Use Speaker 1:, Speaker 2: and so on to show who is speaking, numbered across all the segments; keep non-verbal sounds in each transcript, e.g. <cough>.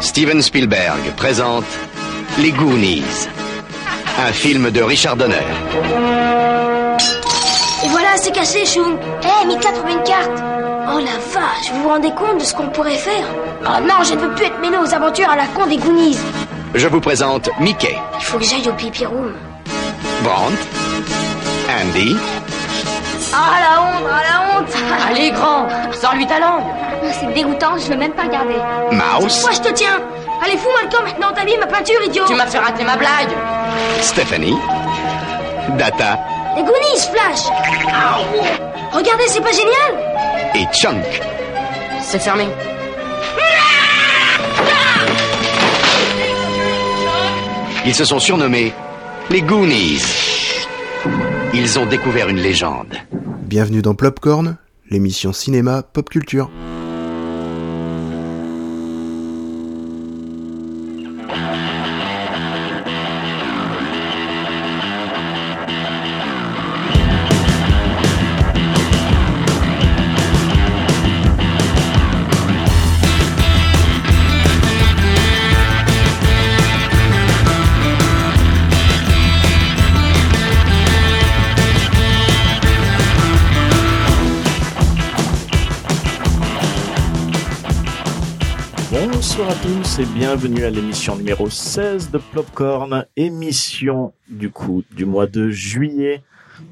Speaker 1: Steven Spielberg présente Les Goonies, un film de Richard Donner.
Speaker 2: Et voilà, c'est cassé, Choum. Hé, Mika trouve une carte. Oh la vache, vous vous rendez compte de ce qu'on pourrait faire Oh non, je ne veux plus être mêlé aux aventures à la con des Goonies.
Speaker 1: Je vous présente Mickey,
Speaker 2: Il faut que j'aille au pipi room.
Speaker 1: Brandt, Andy,
Speaker 2: Ah la honte, ah la honte
Speaker 3: Allez, grand, sors-lui ta langue.
Speaker 2: Ah, C'est dégoûtant, je ne veux même pas regarder.
Speaker 1: Mouse,
Speaker 2: Moi, je te tiens Allez, fous-moi le camp maintenant, t'as mis ma peinture, idiot
Speaker 3: Tu m'as fait rater ma blague.
Speaker 1: Stephanie, Data
Speaker 2: Les Goonies, Flash Regardez, c'est pas génial
Speaker 1: et Chunk.
Speaker 3: C'est fermé.
Speaker 1: Ils se sont surnommés Les Goonies. Ils ont découvert une légende.
Speaker 4: Bienvenue dans Plopcorn, l'émission cinéma pop culture.
Speaker 5: Bonsoir à tous et bienvenue à l'émission numéro 16 de Plopcorn, émission du coup du mois de juillet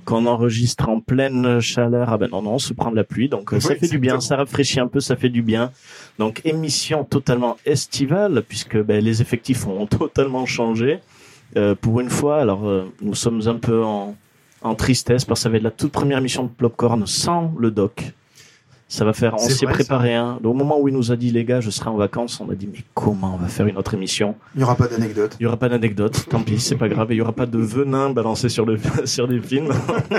Speaker 5: qu'on enregistre en pleine chaleur. Ah ben non, non, on se prend de la pluie, donc euh, ça
Speaker 6: Oui,
Speaker 5: fait du bien,
Speaker 6: exactement.
Speaker 5: ça rafraîchit un peu, ça fait du bien. Donc émission totalement estivale puisque ben, les effectifs ont <laughs> totalement changé. Euh, pour une fois, alors euh, nous sommes un peu en, en tristesse parce que ça va être la toute première émission de Plopcorn sans le doc. Ça va faire, on
Speaker 6: C'est
Speaker 5: s'est
Speaker 6: vrai, ça.
Speaker 5: préparé un. Au moment où il nous a dit les gars, je serai en vacances, on a dit mais comment on va faire une autre émission
Speaker 6: Il n'y aura pas d'anecdote.
Speaker 5: Il y aura pas d'anecdote, <laughs> tant pis, c'est pas grave. Et Il y aura pas de venin balancé sur le <laughs> sur les films.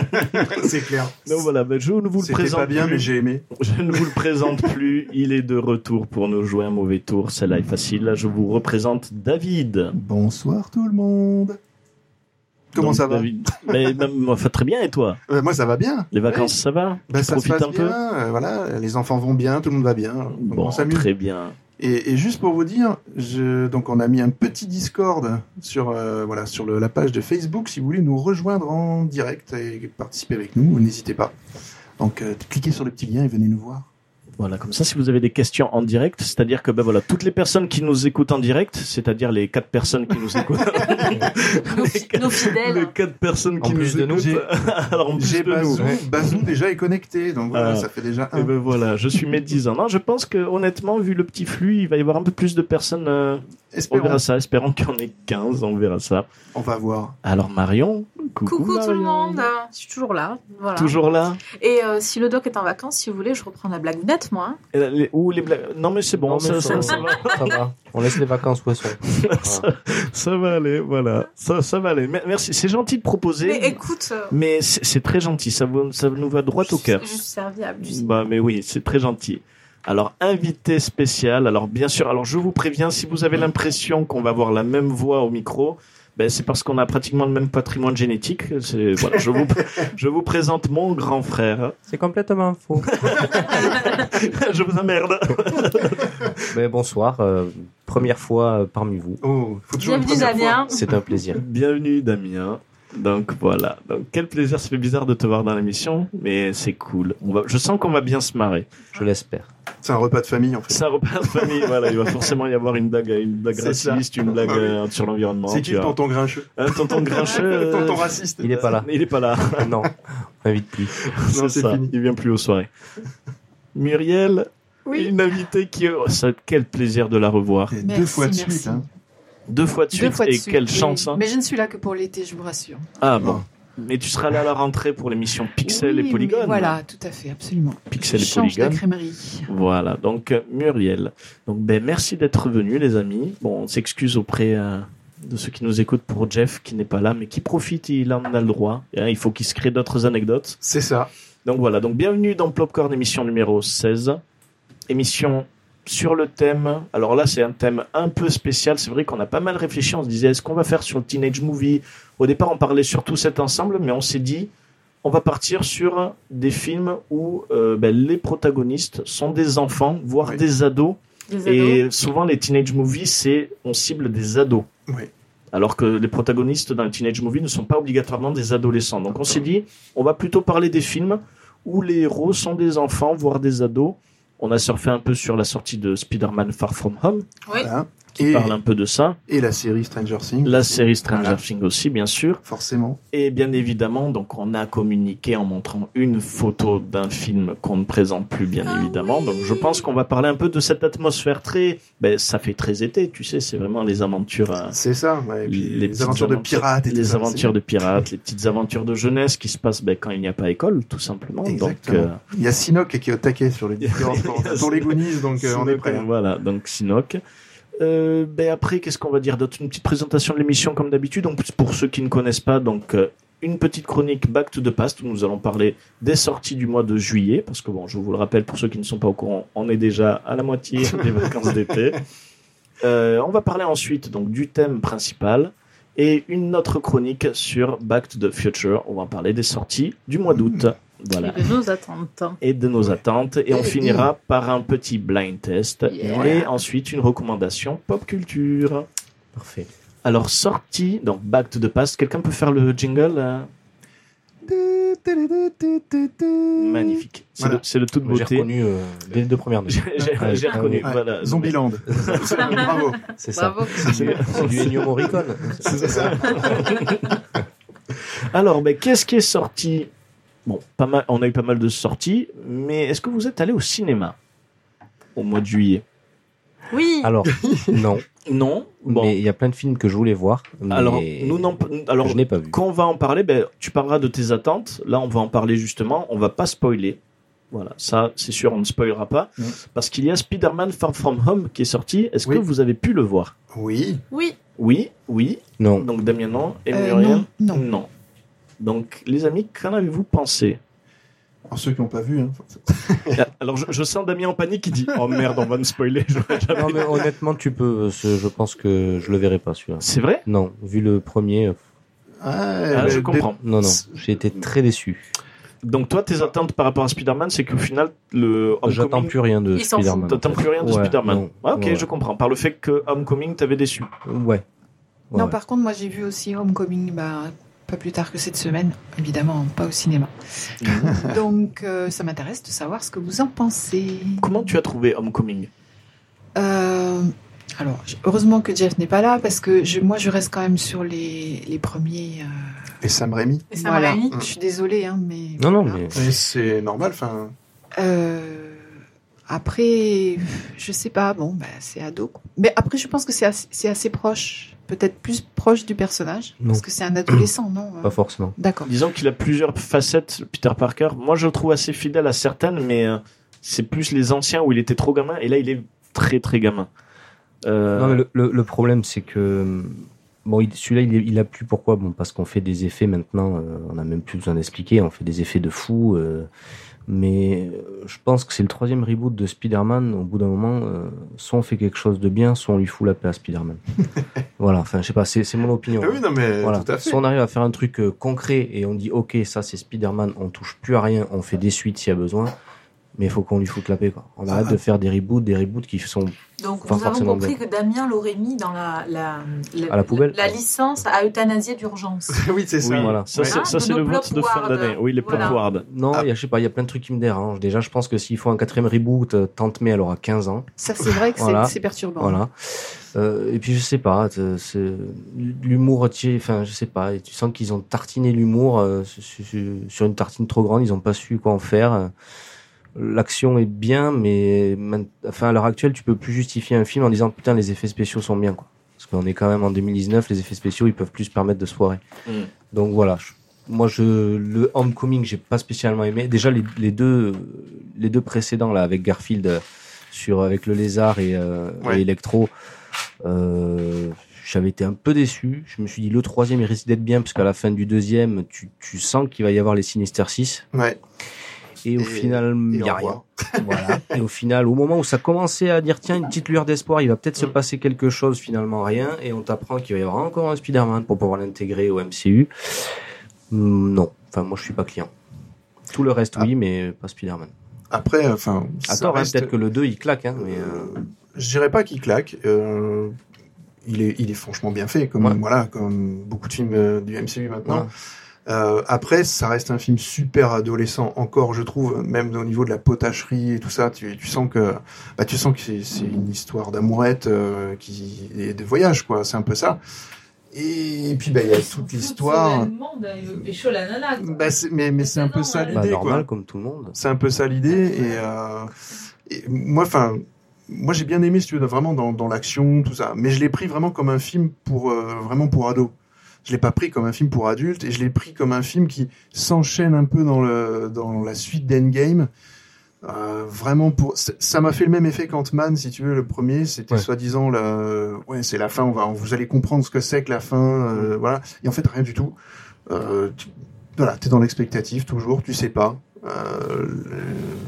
Speaker 6: <laughs> C'est clair.
Speaker 5: Donc voilà, ben, je ne vous le
Speaker 6: C'était
Speaker 5: présente
Speaker 6: pas bien,
Speaker 5: plus.
Speaker 6: mais j'ai aimé.
Speaker 5: Je ne vous le présente plus. Il est de retour pour nous jouer un mauvais tour. Celle-là est facile. Je vous représente David.
Speaker 6: Bonsoir tout le monde. Comment
Speaker 5: Donc,
Speaker 6: ça va
Speaker 5: David- Mais, mais, mais, enfin, très bien. Et toi
Speaker 6: Euh, Moi, ça va bien.
Speaker 5: Les vacances, ça va
Speaker 6: Bah, ça
Speaker 5: Tu
Speaker 6: se
Speaker 5: profites
Speaker 6: passe
Speaker 5: un peu
Speaker 6: bien. euh, voilà, les enfants vont bien, tout le monde va bien. Donc,
Speaker 5: Bon,
Speaker 6: on s'amuse.
Speaker 5: très bien.
Speaker 6: Et, et juste pour vous dire, je, donc on a mis un petit Discord sur euh, voilà sur le- la page de Facebook. Si vous voulez nous rejoindre en direct et participer avec nous, n'hésitez pas. Donc euh, cliquez sur le petit lien et venez nous voir.
Speaker 5: Voilà, comme ça, si vous avez des questions en direct, c'est-à-dire que ben voilà, toutes les personnes qui nous écoutent en direct, c'est-à-dire les quatre personnes qui nous
Speaker 7: <laughs>
Speaker 5: écoutent,
Speaker 3: Nos,
Speaker 5: les, quatre,
Speaker 3: nos
Speaker 7: hein.
Speaker 3: fidèles.
Speaker 5: les quatre personnes
Speaker 6: En
Speaker 5: qui
Speaker 6: plus
Speaker 5: nous
Speaker 6: de nous,
Speaker 5: écoutent, <laughs> alors en plus
Speaker 6: J'ai
Speaker 5: de nous.
Speaker 6: Bazou. Bazou déjà est connecté, donc voilà,
Speaker 5: Ah.
Speaker 6: ça fait déjà
Speaker 5: Et
Speaker 6: un.
Speaker 5: ben voilà,
Speaker 6: <laughs>
Speaker 5: je suis médisant. Non, je pense que honnêtement, vu le petit flux, il va y avoir un peu plus de personnes. euh, on
Speaker 6: Espérons.
Speaker 5: verra ça, espérons qu'il y en ait 15, on verra ça.
Speaker 6: On va voir.
Speaker 5: Alors Marion, coucou,
Speaker 7: Coucou tout le
Speaker 5: Marion.
Speaker 7: monde, je suis toujours là, voilà.
Speaker 5: Toujours là
Speaker 7: Et euh, si le doc est en vacances, si vous voulez, je reprends la blague nette, moi.
Speaker 5: Et là, Euh, les- Ou les blagues Non mais c'est bon,
Speaker 8: Non,
Speaker 5: ça,
Speaker 8: mais
Speaker 5: ça-
Speaker 8: ça-
Speaker 5: ça va.
Speaker 8: Ça va. On laisse les vacances où elles sont. Voilà.
Speaker 5: <laughs> Ça va aller, voilà. Ça, ça va aller. Mer- Merci, c'est gentil de proposer.
Speaker 7: Mais écoute, euh,
Speaker 5: Mais c'est c'est très gentil, ça, vous- ça nous va droit
Speaker 7: je,
Speaker 5: au cœur.
Speaker 7: je suis serviable. je suis-
Speaker 5: Bah, mais oui, c'est très gentil. Alors, invité spécial. Alors, bien sûr, alors je vous préviens, si vous avez l'impression qu'on va avoir la même voix au micro, ben, c'est parce qu'on a pratiquement le même patrimoine génétique. C'est- Voilà, je, vous, <laughs> je vous présente mon grand frère. <laughs>
Speaker 8: C'est complètement faux.
Speaker 5: je vous emmerde.
Speaker 8: Mais bonsoir. euh, première fois euh, parmi vous.
Speaker 6: Oh, faut toujours une
Speaker 7: Bienvenue
Speaker 6: première fois.
Speaker 7: Damien.
Speaker 8: C'est un plaisir.
Speaker 5: Bienvenue, Damien. Donc, voilà. Donc, quel plaisir. Ça fait bizarre de te voir dans l'émission, mais c'est cool. On va, je sens qu'on va bien se marrer.
Speaker 8: Je
Speaker 5: <laughs>
Speaker 8: l'espère.
Speaker 6: C'est un repas de famille en fait.
Speaker 5: C'est un repas de famille, <laughs> voilà. Il va forcément y avoir une blague, une blague
Speaker 6: C'est ça.
Speaker 5: raciste, une blague
Speaker 6: Ah oui.
Speaker 5: euh, sur l'environnement.
Speaker 6: C'est qui
Speaker 5: tu
Speaker 6: le
Speaker 5: vois.
Speaker 6: tonton grincheux
Speaker 5: Hein,
Speaker 6: <laughs>
Speaker 5: tonton grincheux. <laughs> euh,
Speaker 6: Tonton raciste
Speaker 8: Il est pas là.
Speaker 5: Il est pas là.
Speaker 8: Non. on Invite plus.
Speaker 5: Non,
Speaker 6: <laughs> Non,
Speaker 5: c'est
Speaker 6: c'est
Speaker 5: ça.
Speaker 6: fini.
Speaker 5: Il vient plus aux soirées. Muriel,
Speaker 7: Oui,
Speaker 5: une invitée qui. oh, ça, quel plaisir de la revoir.
Speaker 6: Et
Speaker 7: Merci,
Speaker 6: Deux fois de
Speaker 7: merci.
Speaker 6: suite. hein.
Speaker 5: Deux fois de
Speaker 7: deux
Speaker 5: suite,
Speaker 7: fois de
Speaker 5: et
Speaker 7: suite,
Speaker 5: quelle
Speaker 7: oui.
Speaker 5: chance. hein.
Speaker 7: Mais je ne suis là que pour l'été, je vous rassure.
Speaker 5: Ah bon. Mais tu seras là à la rentrée pour l'émission Pixel
Speaker 7: Oui,
Speaker 5: et Polygone.
Speaker 7: oui, Voilà, tout à fait, absolument.
Speaker 5: Pixel et
Speaker 7: Change de
Speaker 5: Polygone.
Speaker 7: crémerie.
Speaker 5: Voilà, donc euh, Muriel. Donc ben merci d'être venu les amis. Bon, on s'excuse auprès euh, de ceux qui nous écoutent pour Jeff qui n'est pas là mais qui profite, il en a le droit. Hein, il faut qu'il se crée d'autres anecdotes.
Speaker 6: C'est ça.
Speaker 5: Donc voilà, donc bienvenue dans Plopcorn émission numéro 16. Émission sur le thème. Alors là, c'est un thème un peu spécial. C'est vrai qu'on a pas mal réfléchi. On se disait, est-ce qu'on va faire sur le Teenage Movie Au départ, on parlait surtout cet ensemble, mais on s'est dit, on va partir sur des films où euh, ben, les protagonistes sont des enfants, voire
Speaker 6: Oui.
Speaker 5: des ados,
Speaker 7: Des ados.
Speaker 5: Et souvent, les teenage movies, c'est on cible des ados.
Speaker 6: Oui.
Speaker 5: Alors que les protagonistes dans les teenage movies ne sont pas obligatoirement des adolescents. Donc on s'est dit, on va plutôt parler des films où les héros sont des enfants, voire des ados. On a surfé un peu sur la sortie de Spider-Man Far From Home,
Speaker 7: Oui.
Speaker 6: Voilà.
Speaker 5: on
Speaker 6: hein. Et,
Speaker 5: parle un peu de ça.
Speaker 6: et la série Stranger Things.
Speaker 5: La série Stranger
Speaker 6: Voilà.
Speaker 5: Things aussi, bien sûr.
Speaker 6: Forcément.
Speaker 5: Et bien évidemment, donc on a communiqué en montrant une photo d'un film qu'on ne présente plus, bien évidemment. Donc je pense qu'on va parler un peu de cette atmosphère très, ben ça fait très été, tu sais, c'est vraiment les aventures, euh,
Speaker 6: C'est ça. ouais, et puis les,
Speaker 5: petites
Speaker 6: aventures de pirates. Et tout
Speaker 5: les
Speaker 6: ça,
Speaker 5: aventures de pirates, les petites aventures de jeunesse qui se passent ben, quand il n'y a pas école, tout simplement.
Speaker 6: Exactement.
Speaker 5: Donc euh,
Speaker 6: c'est- Il y a Sinoc qui est au taquet
Speaker 5: <laughs>
Speaker 6: sur les différences pour, pour les Goonies, donc euh, on est prêt.
Speaker 5: Voilà, donc Sinoc. Euh, ben après, qu'est-ce qu'on va dire d'autre Une petite présentation de l'émission comme d'habitude. Donc pour ceux qui ne connaissent pas, donc euh, une petite chronique Back to the Past où nous allons parler des sorties du mois de juillet. Parce que bon, je vous le rappelle pour ceux qui ne sont pas au courant, on est déjà à la moitié
Speaker 6: <laughs>
Speaker 5: des vacances d'été. Euh, on va parler ensuite donc du thème principal et une autre chronique sur Back to the Future. On va parler des sorties du mois d'août.
Speaker 6: Mm.
Speaker 5: Voilà
Speaker 7: Et de nos attentes. hein.
Speaker 5: et de nos attentes. Et on finira par un petit blind test
Speaker 3: Yeah.
Speaker 5: et ensuite une recommandation pop culture.
Speaker 8: Parfait.
Speaker 5: Alors, sortie, donc Back to the Past, quelqu'un peut faire le jingle euh, Magnifique. C'est
Speaker 6: Voilà.
Speaker 5: de, c'est de toute
Speaker 8: J'ai
Speaker 5: beauté.
Speaker 8: reconnu euh, dès les deux premières
Speaker 5: <laughs>
Speaker 8: notes.
Speaker 5: J'ai j'ai- j'ai
Speaker 8: Ah,
Speaker 5: reconnu.
Speaker 6: Ouais,
Speaker 5: Voilà. <laughs>
Speaker 6: Zombieland. Bravo.
Speaker 8: C'est ça.
Speaker 7: Bravo.
Speaker 8: C'est du- c'est du Ennio Morricone.
Speaker 6: C'est ça.
Speaker 5: Alors, ben, qu'est-ce qui est sorti Bon, pas mal, on a eu pas mal de sorties, mais est-ce que vous êtes allé au cinéma au mois de juillet
Speaker 7: Oui.
Speaker 8: Alors, non.
Speaker 5: Non. Bon.
Speaker 8: Mais il y a plein de films que je voulais voir. mais
Speaker 5: alors, nous non. Alors,
Speaker 8: je n'ai pas vu.
Speaker 5: Quand on va en parler, ben, tu parleras de tes attentes. Là, on va en parler justement. On va pas spoiler. Voilà, ça, c'est sûr, on ne spoilera pas.
Speaker 6: Mm.
Speaker 5: Parce qu'il y a Spider-Man Far From Home qui est sorti. Est-ce
Speaker 6: Oui.
Speaker 5: que vous avez pu le voir
Speaker 6: Oui.
Speaker 7: Oui.
Speaker 5: Oui, oui.
Speaker 8: Non.
Speaker 5: Donc Damien, non. Et
Speaker 6: Euh,
Speaker 5: Muriel
Speaker 6: non, non.
Speaker 5: Donc, les amis, qu'en avez-vous pensé
Speaker 6: Alors ceux qui n'ont pas vu, hein, forcément.
Speaker 5: Euh, Alors, je, je sens Damien en panique qui dit Oh merde, on va me spoiler. J'aurais jamais-
Speaker 8: Non, mais honnêtement, tu peux. euh, ce- Je pense que je le verrai pas celui-là.
Speaker 5: <laughs> C'est vrai
Speaker 8: Non, vu le premier, euh,
Speaker 5: Ah,
Speaker 6: Ah,
Speaker 5: Je
Speaker 6: ben,
Speaker 5: comprends.
Speaker 8: non, non, j'ai été très déçu.
Speaker 5: Donc, toi, tes attentes par rapport à Spider-Man, c'est qu'au final, le.
Speaker 8: J'attends
Speaker 5: Homecoming-
Speaker 8: plus rien de
Speaker 7: Ils s'en foutent,
Speaker 8: Spider-Man.
Speaker 5: T'attends plus rien de
Speaker 8: Ouais,
Speaker 5: Spider-Man.
Speaker 8: non.
Speaker 5: Ah, ok,
Speaker 8: Ouais.
Speaker 5: je comprends. Par le fait que Homecoming t'avait déçu.
Speaker 8: Ouais. Ouais,
Speaker 9: non,
Speaker 8: ouais.
Speaker 9: par contre, moi j'ai vu aussi Homecoming, bah, pas plus tard que cette semaine, évidemment, pas au cinéma.
Speaker 5: Mm.
Speaker 3: Ah.
Speaker 9: Donc, euh, ça m'intéresse de savoir ce que vous en pensez.
Speaker 5: Comment tu as trouvé Homecoming
Speaker 9: Euh, alors, j- heureusement que Jeff n'est pas là parce que je, moi je reste quand même sur les, les premiers. euh,
Speaker 6: Et Sam Raimi.
Speaker 7: Et ça
Speaker 9: voilà.
Speaker 7: m'a mis.
Speaker 9: Je suis désolée, hein, mais.
Speaker 8: Non, non,
Speaker 9: voilà.
Speaker 8: mais
Speaker 6: Et c'est normal. Enfin,
Speaker 9: Euh, après, je sais pas, bon, bah, c'est ado. quoi. Mais après, je pense que c'est assez, c'est assez proche, peut-être plus proche du personnage,
Speaker 8: Non.
Speaker 9: parce que c'est un adolescent, non euh,
Speaker 8: pas forcément.
Speaker 9: D'accord.
Speaker 5: Disons qu'il a plusieurs facettes, Peter Parker. Moi, je le trouve assez fidèle à certaines, mais euh, c'est plus les anciens où il était trop gamin, et là, il est très très gamin. Euh,
Speaker 8: Non, mais le, le- le problème, c'est que bon, il- celui-là, il, est- il a plu. Pourquoi Bon, parce qu'on fait des effets maintenant. euh, on n'a même plus besoin d'expliquer. On fait des effets de fou. euh, mais euh, je pense que c'est le troisième reboot de Spider-Man. Au bout d'un moment, euh, soit on fait quelque chose de bien, soit on lui fout la paix à Spider-Man. voilà. Enfin, je sais pas. C'est c'est mon opinion.
Speaker 6: ah oui, non mais
Speaker 8: Voilà.
Speaker 6: tout à fait. <laughs>
Speaker 8: Si on arrive à faire un truc euh, concret et on dit ok ça c'est Spider-Man, on touche plus à rien, on fait des suites s'il y a besoin, mais il faut qu'on lui foute la paix quoi. On arrête de faire des reboots, des reboots qui sont
Speaker 7: Donc,
Speaker 8: Pas
Speaker 7: nous avons
Speaker 8: forcément
Speaker 7: compris que Damien l'aurait mis dans la, la,
Speaker 8: À la poubelle.
Speaker 7: La licence à euthanasier d'urgence.
Speaker 6: oui, c'est ça.
Speaker 5: oui,
Speaker 8: voilà.
Speaker 5: ça, c'est,
Speaker 7: Ah,
Speaker 5: ça, c'est
Speaker 7: de
Speaker 5: le
Speaker 7: nos
Speaker 5: vote de fin
Speaker 7: Plopward.
Speaker 5: d'année. Oui, les
Speaker 7: Voilà.
Speaker 5: Plopward.
Speaker 8: non,
Speaker 6: Ah.
Speaker 8: il y a, je sais pas, il y a plein de trucs qui me dérangent. Déjà, je pense que s'il faut un quatrième reboot, euh, tante May elle aura 15 ans,
Speaker 9: Ça, c'est vrai que c'est-
Speaker 8: Voilà.
Speaker 9: c'est perturbant.
Speaker 8: voilà. Euh, et puis je sais pas, euh, c'est- l'humour, tu sais, enfin je sais pas, et tu sens qu'ils ont tartiné l'humour euh, su- su- sur une tartine trop grande, ils ont pas su quoi en faire. Euh, L'action est bien, mais maint- enfin à l'heure actuelle, tu peux plus justifier un film en disant putain les effets spéciaux sont bien quoi. Parce qu'on est quand même en 2019, les effets spéciaux ils peuvent plus se permettre de se foirer.
Speaker 5: Mm.
Speaker 8: Donc voilà, je- moi je le Homecoming j'ai pas spécialement aimé. Déjà les, les deux les deux précédents là avec Garfield euh, sur avec le lézard et, euh,
Speaker 6: Ouais.
Speaker 8: et Electro, euh, j'avais été un peu déçu. Je me suis dit le troisième il risque d'être bien parce qu'à la fin du deuxième tu, tu sens qu'il va y avoir les Sinister 6
Speaker 6: Ouais.
Speaker 8: et au
Speaker 6: Et-
Speaker 8: final il
Speaker 6: Et
Speaker 8: y a
Speaker 6: au
Speaker 8: rien.
Speaker 6: <laughs> revoir.
Speaker 8: Voilà. Et au final, au moment où ça commençait à dire, tiens, une petite lueur d'espoir, il va peut-être se
Speaker 5: Mm.
Speaker 8: passer quelque chose, finalement rien, et on t'apprend qu'il va y avoir encore un Spider-Man pour pouvoir l'intégrer au MCU. Hmm, Non. Enfin, moi, je suis pas client. Tout le reste,
Speaker 6: Ah.
Speaker 8: oui, mais pas Spider-Man.
Speaker 6: Après, enfin,
Speaker 8: À
Speaker 6: ça
Speaker 8: tort, hein,
Speaker 6: reste-
Speaker 8: peut-être que le 2, il claque, hein, mais euh,
Speaker 6: je dirais pas qu'il claque. euh, il est, il est franchement bien fait, comme
Speaker 8: Ouais.
Speaker 6: voilà, comme beaucoup de films euh, du MCU maintenant.
Speaker 8: Voilà.
Speaker 6: Euh, après, ça reste un film super adolescent encore, je trouve, même au niveau de la potacherie et tout ça. Tu, tu sens que, bah, tu sens que c'est, c'est une histoire d'amourette euh, qui et de voyage, quoi. C'est un peu ça. Et, puis, bah, il y a toute l'histoire. Bah, c'est- mais, mais c'est un peu ça
Speaker 8: Bah,
Speaker 6: l'idée, quoi.
Speaker 8: normal, comme tout le monde.
Speaker 6: C'est un peu ça l'idée. Et, euh, et moi, enfin, moi j'ai bien aimé, si tu veux, vraiment dans, dans l'action, tout ça. Mais je l'ai pris vraiment comme un film pour euh, vraiment pour ado. Je l'ai pas pris comme un film pour adulte et je l'ai pris comme un film qui s'enchaîne un peu dans le dans la suite d'Endgame. Euh, vraiment pour c- ça m'a fait le même effet qu'Ant-Man si tu veux le premier c'était
Speaker 8: Ouais.
Speaker 6: soi-disant la ouais c'est la fin on va vous allez comprendre ce que c'est que la fin euh, voilà et en fait rien du tout euh, tu- voilà t'es dans l'expectative toujours tu sais pas euh, le-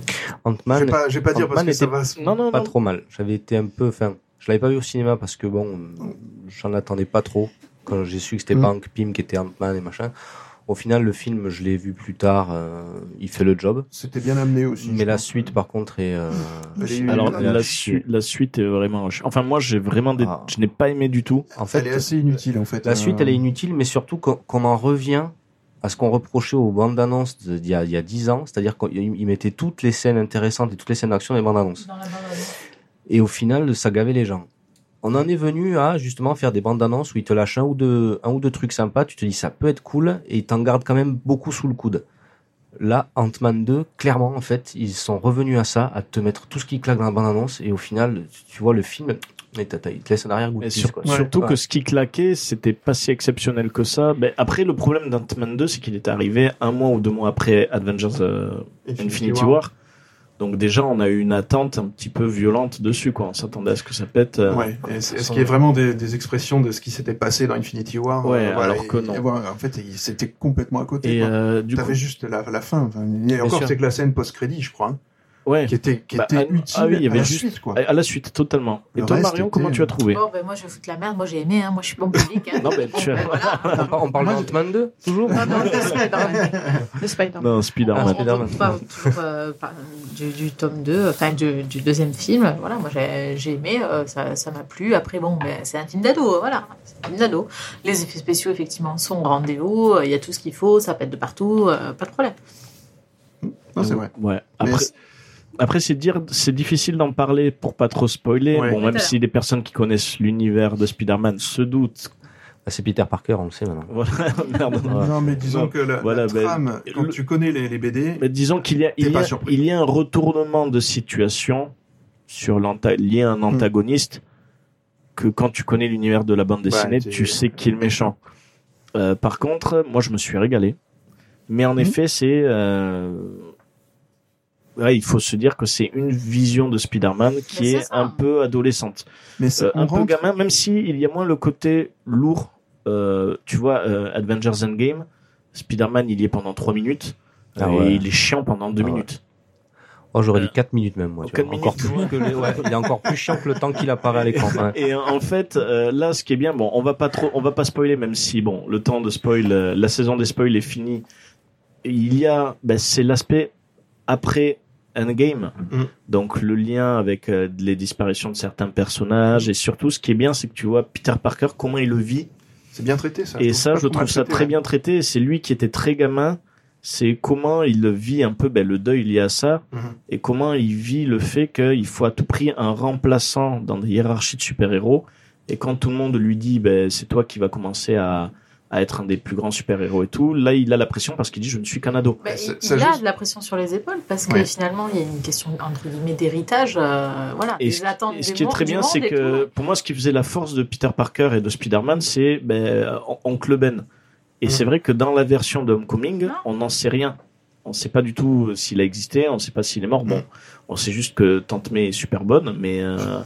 Speaker 6: je
Speaker 8: Ant-Man,
Speaker 6: vais pas, je vais pas dire parce
Speaker 8: Ant-Man
Speaker 6: que ça
Speaker 8: était-
Speaker 6: va. se-
Speaker 5: Non, non,
Speaker 8: pas
Speaker 5: non.
Speaker 8: trop mal. J'avais été un peu, enfin, je l'avais pas vu au cinéma parce que bon, j'en attendais pas trop. Quand j'ai su que c'était
Speaker 6: Mm.
Speaker 8: pas Hank Pym qui était Ant-Man et machin. Au final, le film, je l'ai vu plus tard. euh, il fait le job.
Speaker 6: C'était bien amené aussi.
Speaker 8: Mais la suite, par contre, est. euh,
Speaker 6: Elle est-
Speaker 5: Alors
Speaker 6: elle
Speaker 8: est à
Speaker 5: la,
Speaker 8: chier.
Speaker 5: su- la suite est vraiment. ch- Enfin moi j'ai vraiment des...
Speaker 8: Ah.
Speaker 5: je n'ai pas aimé du tout.
Speaker 8: en
Speaker 6: elle est assez inutile en fait.
Speaker 8: La suite, elle est
Speaker 6: inutile.
Speaker 8: inutile, mais surtout qu'on qu'on en revient à ce qu'on reprochait aux bandes annonces d'il y, a- il y a 10 ans, c'est-à-dire qu'ils mettaient toutes les scènes intéressantes et toutes les scènes d'action dans les bandes annonces. Et au final, ça gavait les gens. On en est venu à justement faire des bandes annonces où ils te lâchent un ou deux, un ou deux trucs sympas, tu te dis ça peut être cool, et ils t'en gardent quand même beaucoup sous le coude. Là, Ant-Man 2, clairement, en fait, ils sont revenus à ça, à te mettre tout ce qui claque dans la bande-annonce, et au final, tu- tu vois le film, mais t'as- t'as- il te laisse un arrière-goût. de
Speaker 5: Et
Speaker 8: pisse,
Speaker 5: sur-
Speaker 8: quoi.
Speaker 5: Surtout
Speaker 8: Ouais.
Speaker 5: que ce qui claquait c'était pas si exceptionnel que ça. Mais après le problème d'Ant-Man 2 c'est qu'il est arrivé un mois ou deux mois après Avengers euh, Infinity War. Donc déjà on a eu une attente un petit peu violente dessus quoi. On s'attendait à ce que ça pète. euh,
Speaker 6: Ouais. Et c'est- Est-ce
Speaker 5: sans-
Speaker 6: qu'il y a vraiment des, des expressions de ce qui s'était passé dans Infinity War
Speaker 5: Ouais, alors
Speaker 6: et-
Speaker 5: que non.
Speaker 6: et voilà, en fait, il- c'était complètement à côté.
Speaker 5: Et
Speaker 6: quoi.
Speaker 5: euh, du coup,
Speaker 6: T'avais juste la, la fin. enfin, et encore,
Speaker 8: sûr.
Speaker 6: c'est que la scène post-crédit, je crois, hein,
Speaker 5: ouais,
Speaker 6: qui était, qui
Speaker 5: Bah,
Speaker 6: était
Speaker 5: ah,
Speaker 6: utile
Speaker 5: ah oui, il y avait
Speaker 6: à la
Speaker 5: juste-
Speaker 6: suite, quoi.
Speaker 5: à à la suite totalement. Et
Speaker 6: Le
Speaker 5: toi
Speaker 6: reste
Speaker 5: Marion,
Speaker 6: était- euh, Oh.
Speaker 5: comment tu as trouvé
Speaker 7: Bon, ben moi, je vais foutre la merde. Moi, j'ai aimé. Hein. Moi, je suis bon public. Hein.
Speaker 5: <laughs> Non, ben, tu as-
Speaker 7: Bon, ben, voilà.
Speaker 8: On par- on parle
Speaker 6: Moi,
Speaker 8: d'Ant-Man 2 toujours
Speaker 7: Non, non, de Spider-Man. De
Speaker 5: <laughs>
Speaker 7: Spider-Man.
Speaker 5: Non,
Speaker 7: On
Speaker 5: Spider-Man.
Speaker 8: Ah, Spider-Man.
Speaker 7: ne pas autour euh, par- du, du tome 2, enfin du, du deuxième film. Voilà, moi j'ai j'ai aimé, euh, ça ça m'a plu. Après, bon, ben, c'est un film d'ado, voilà. C'est un film d'ado. Les effets spéciaux, effectivement, sont rendez-vous. Il y a tout ce qu'il faut, ça pète de partout, euh, pas de problème.
Speaker 6: Non, c'est vrai.
Speaker 5: Ouais.
Speaker 6: Ah. Mais
Speaker 5: Après,
Speaker 6: c'est-
Speaker 5: après c'est dire, c'est difficile d'en parler pour pas trop spoiler.
Speaker 6: Ouais.
Speaker 5: Bon, même
Speaker 7: Tout à
Speaker 5: si les personnes qui connaissent l'univers de Spider-Man se doutent. <laughs>
Speaker 8: Ah, C'est Peter Parker, on le sait maintenant.
Speaker 5: Voilà. Merde.
Speaker 6: Non, mais disons
Speaker 5: Non.
Speaker 6: que la,
Speaker 5: Voilà,
Speaker 6: la
Speaker 5: ben,
Speaker 6: trame, quand
Speaker 5: le-
Speaker 6: tu connais les, les BD,
Speaker 5: Mais disons qu'il y a, il
Speaker 6: T'es
Speaker 5: y
Speaker 6: pas
Speaker 5: a,
Speaker 6: surpris.
Speaker 5: il y a un retournement de situation sur l'anta- lié à un
Speaker 6: Hmm.
Speaker 5: antagoniste que quand tu connais l'univers de la bande dessinée,
Speaker 6: t'es-
Speaker 5: tu sais qui est le méchant. Euh, par contre, moi, je me suis régalé. Mais
Speaker 6: Hmm.
Speaker 5: en effet, c'est euh, ouais, il faut se dire que c'est une vision de Spider-Man
Speaker 7: Mais
Speaker 5: qui
Speaker 7: c'est
Speaker 5: est
Speaker 7: ça.
Speaker 5: un peu adolescente.
Speaker 6: mais ça,
Speaker 5: Euh,
Speaker 6: on
Speaker 5: un peu
Speaker 6: rentre-
Speaker 5: gamin, même si il y a moins le côté lourd. Euh, tu vois, euh, Avengers Endgame, Spider-Man, il y est pendant 3 minutes.
Speaker 8: Ah
Speaker 5: euh,
Speaker 8: ouais.
Speaker 5: et il est chiant pendant 2
Speaker 8: Ah ouais.
Speaker 5: minutes.
Speaker 8: Oh, j'aurais
Speaker 5: Euh,
Speaker 8: dit 4 minutes même, moi. tu
Speaker 5: quatre
Speaker 8: vois. Encore plus
Speaker 5: minutes,
Speaker 8: <laughs> que le- ouais, il est encore plus chiant que le temps qu'il apparaît à l'écran. ouais.
Speaker 5: Et euh, en fait, euh, là, ce qui est bien, bon, on va pas trop, on va pas spoiler, même si, bon, le temps de spoil, euh, la saison des spoils est finie. Il y a, ben, c'est l'aspect après Endgame.
Speaker 6: Mm.
Speaker 5: Donc, le lien avec euh, les disparitions de certains personnages. Et surtout, ce qui est bien, c'est que tu vois Peter Parker, comment il le vit.
Speaker 6: C'est bien traité, ça.
Speaker 5: Et ça,
Speaker 6: pas
Speaker 5: je
Speaker 6: trop mal
Speaker 5: trouve
Speaker 6: traité,
Speaker 5: ça
Speaker 6: hein.
Speaker 5: très
Speaker 6: ouais.
Speaker 5: bien traité. et C'est lui qui était très gamin. C'est comment il vit un peu ben, le deuil lié à ça
Speaker 6: Mhm.
Speaker 5: et comment il vit le fait qu'il faut à tout prix un remplaçant dans des hiérarchies de super-héros. Et quand tout le monde lui dit ben, c'est toi qui vas commencer à, à être un des plus grands super-héros et tout, là il a la pression parce qu'il dit je ne suis qu'un ado.
Speaker 7: Ben,
Speaker 6: Ça-
Speaker 7: il
Speaker 6: ça
Speaker 7: il a
Speaker 6: juste-
Speaker 7: de la pression sur les épaules parce que
Speaker 6: Oui.
Speaker 7: finalement, il y a une question entre guillemets d'héritage. euh, voilà,
Speaker 5: Et
Speaker 7: des
Speaker 5: ce,
Speaker 7: attentes
Speaker 5: et ce
Speaker 7: des
Speaker 5: qui est
Speaker 7: mondes-
Speaker 5: très
Speaker 7: du
Speaker 5: bien,
Speaker 7: monde
Speaker 5: c'est
Speaker 7: et
Speaker 5: que
Speaker 7: tout.
Speaker 5: pour moi, ce qui faisait la force de Peter Parker et de Spider-Man, c'est ben, on- Oncle Ben. Et
Speaker 6: Mhm.
Speaker 5: c'est vrai que dans la version de Homecoming,
Speaker 7: Mm. Non.
Speaker 5: on n'en sait rien. On ne sait pas du tout euh, s'il a existé, on ne sait pas s'il est
Speaker 7: Mm.
Speaker 5: mort. Bon,
Speaker 6: Mhm.
Speaker 5: on sait juste que Tante May est super bonne, mais, euh,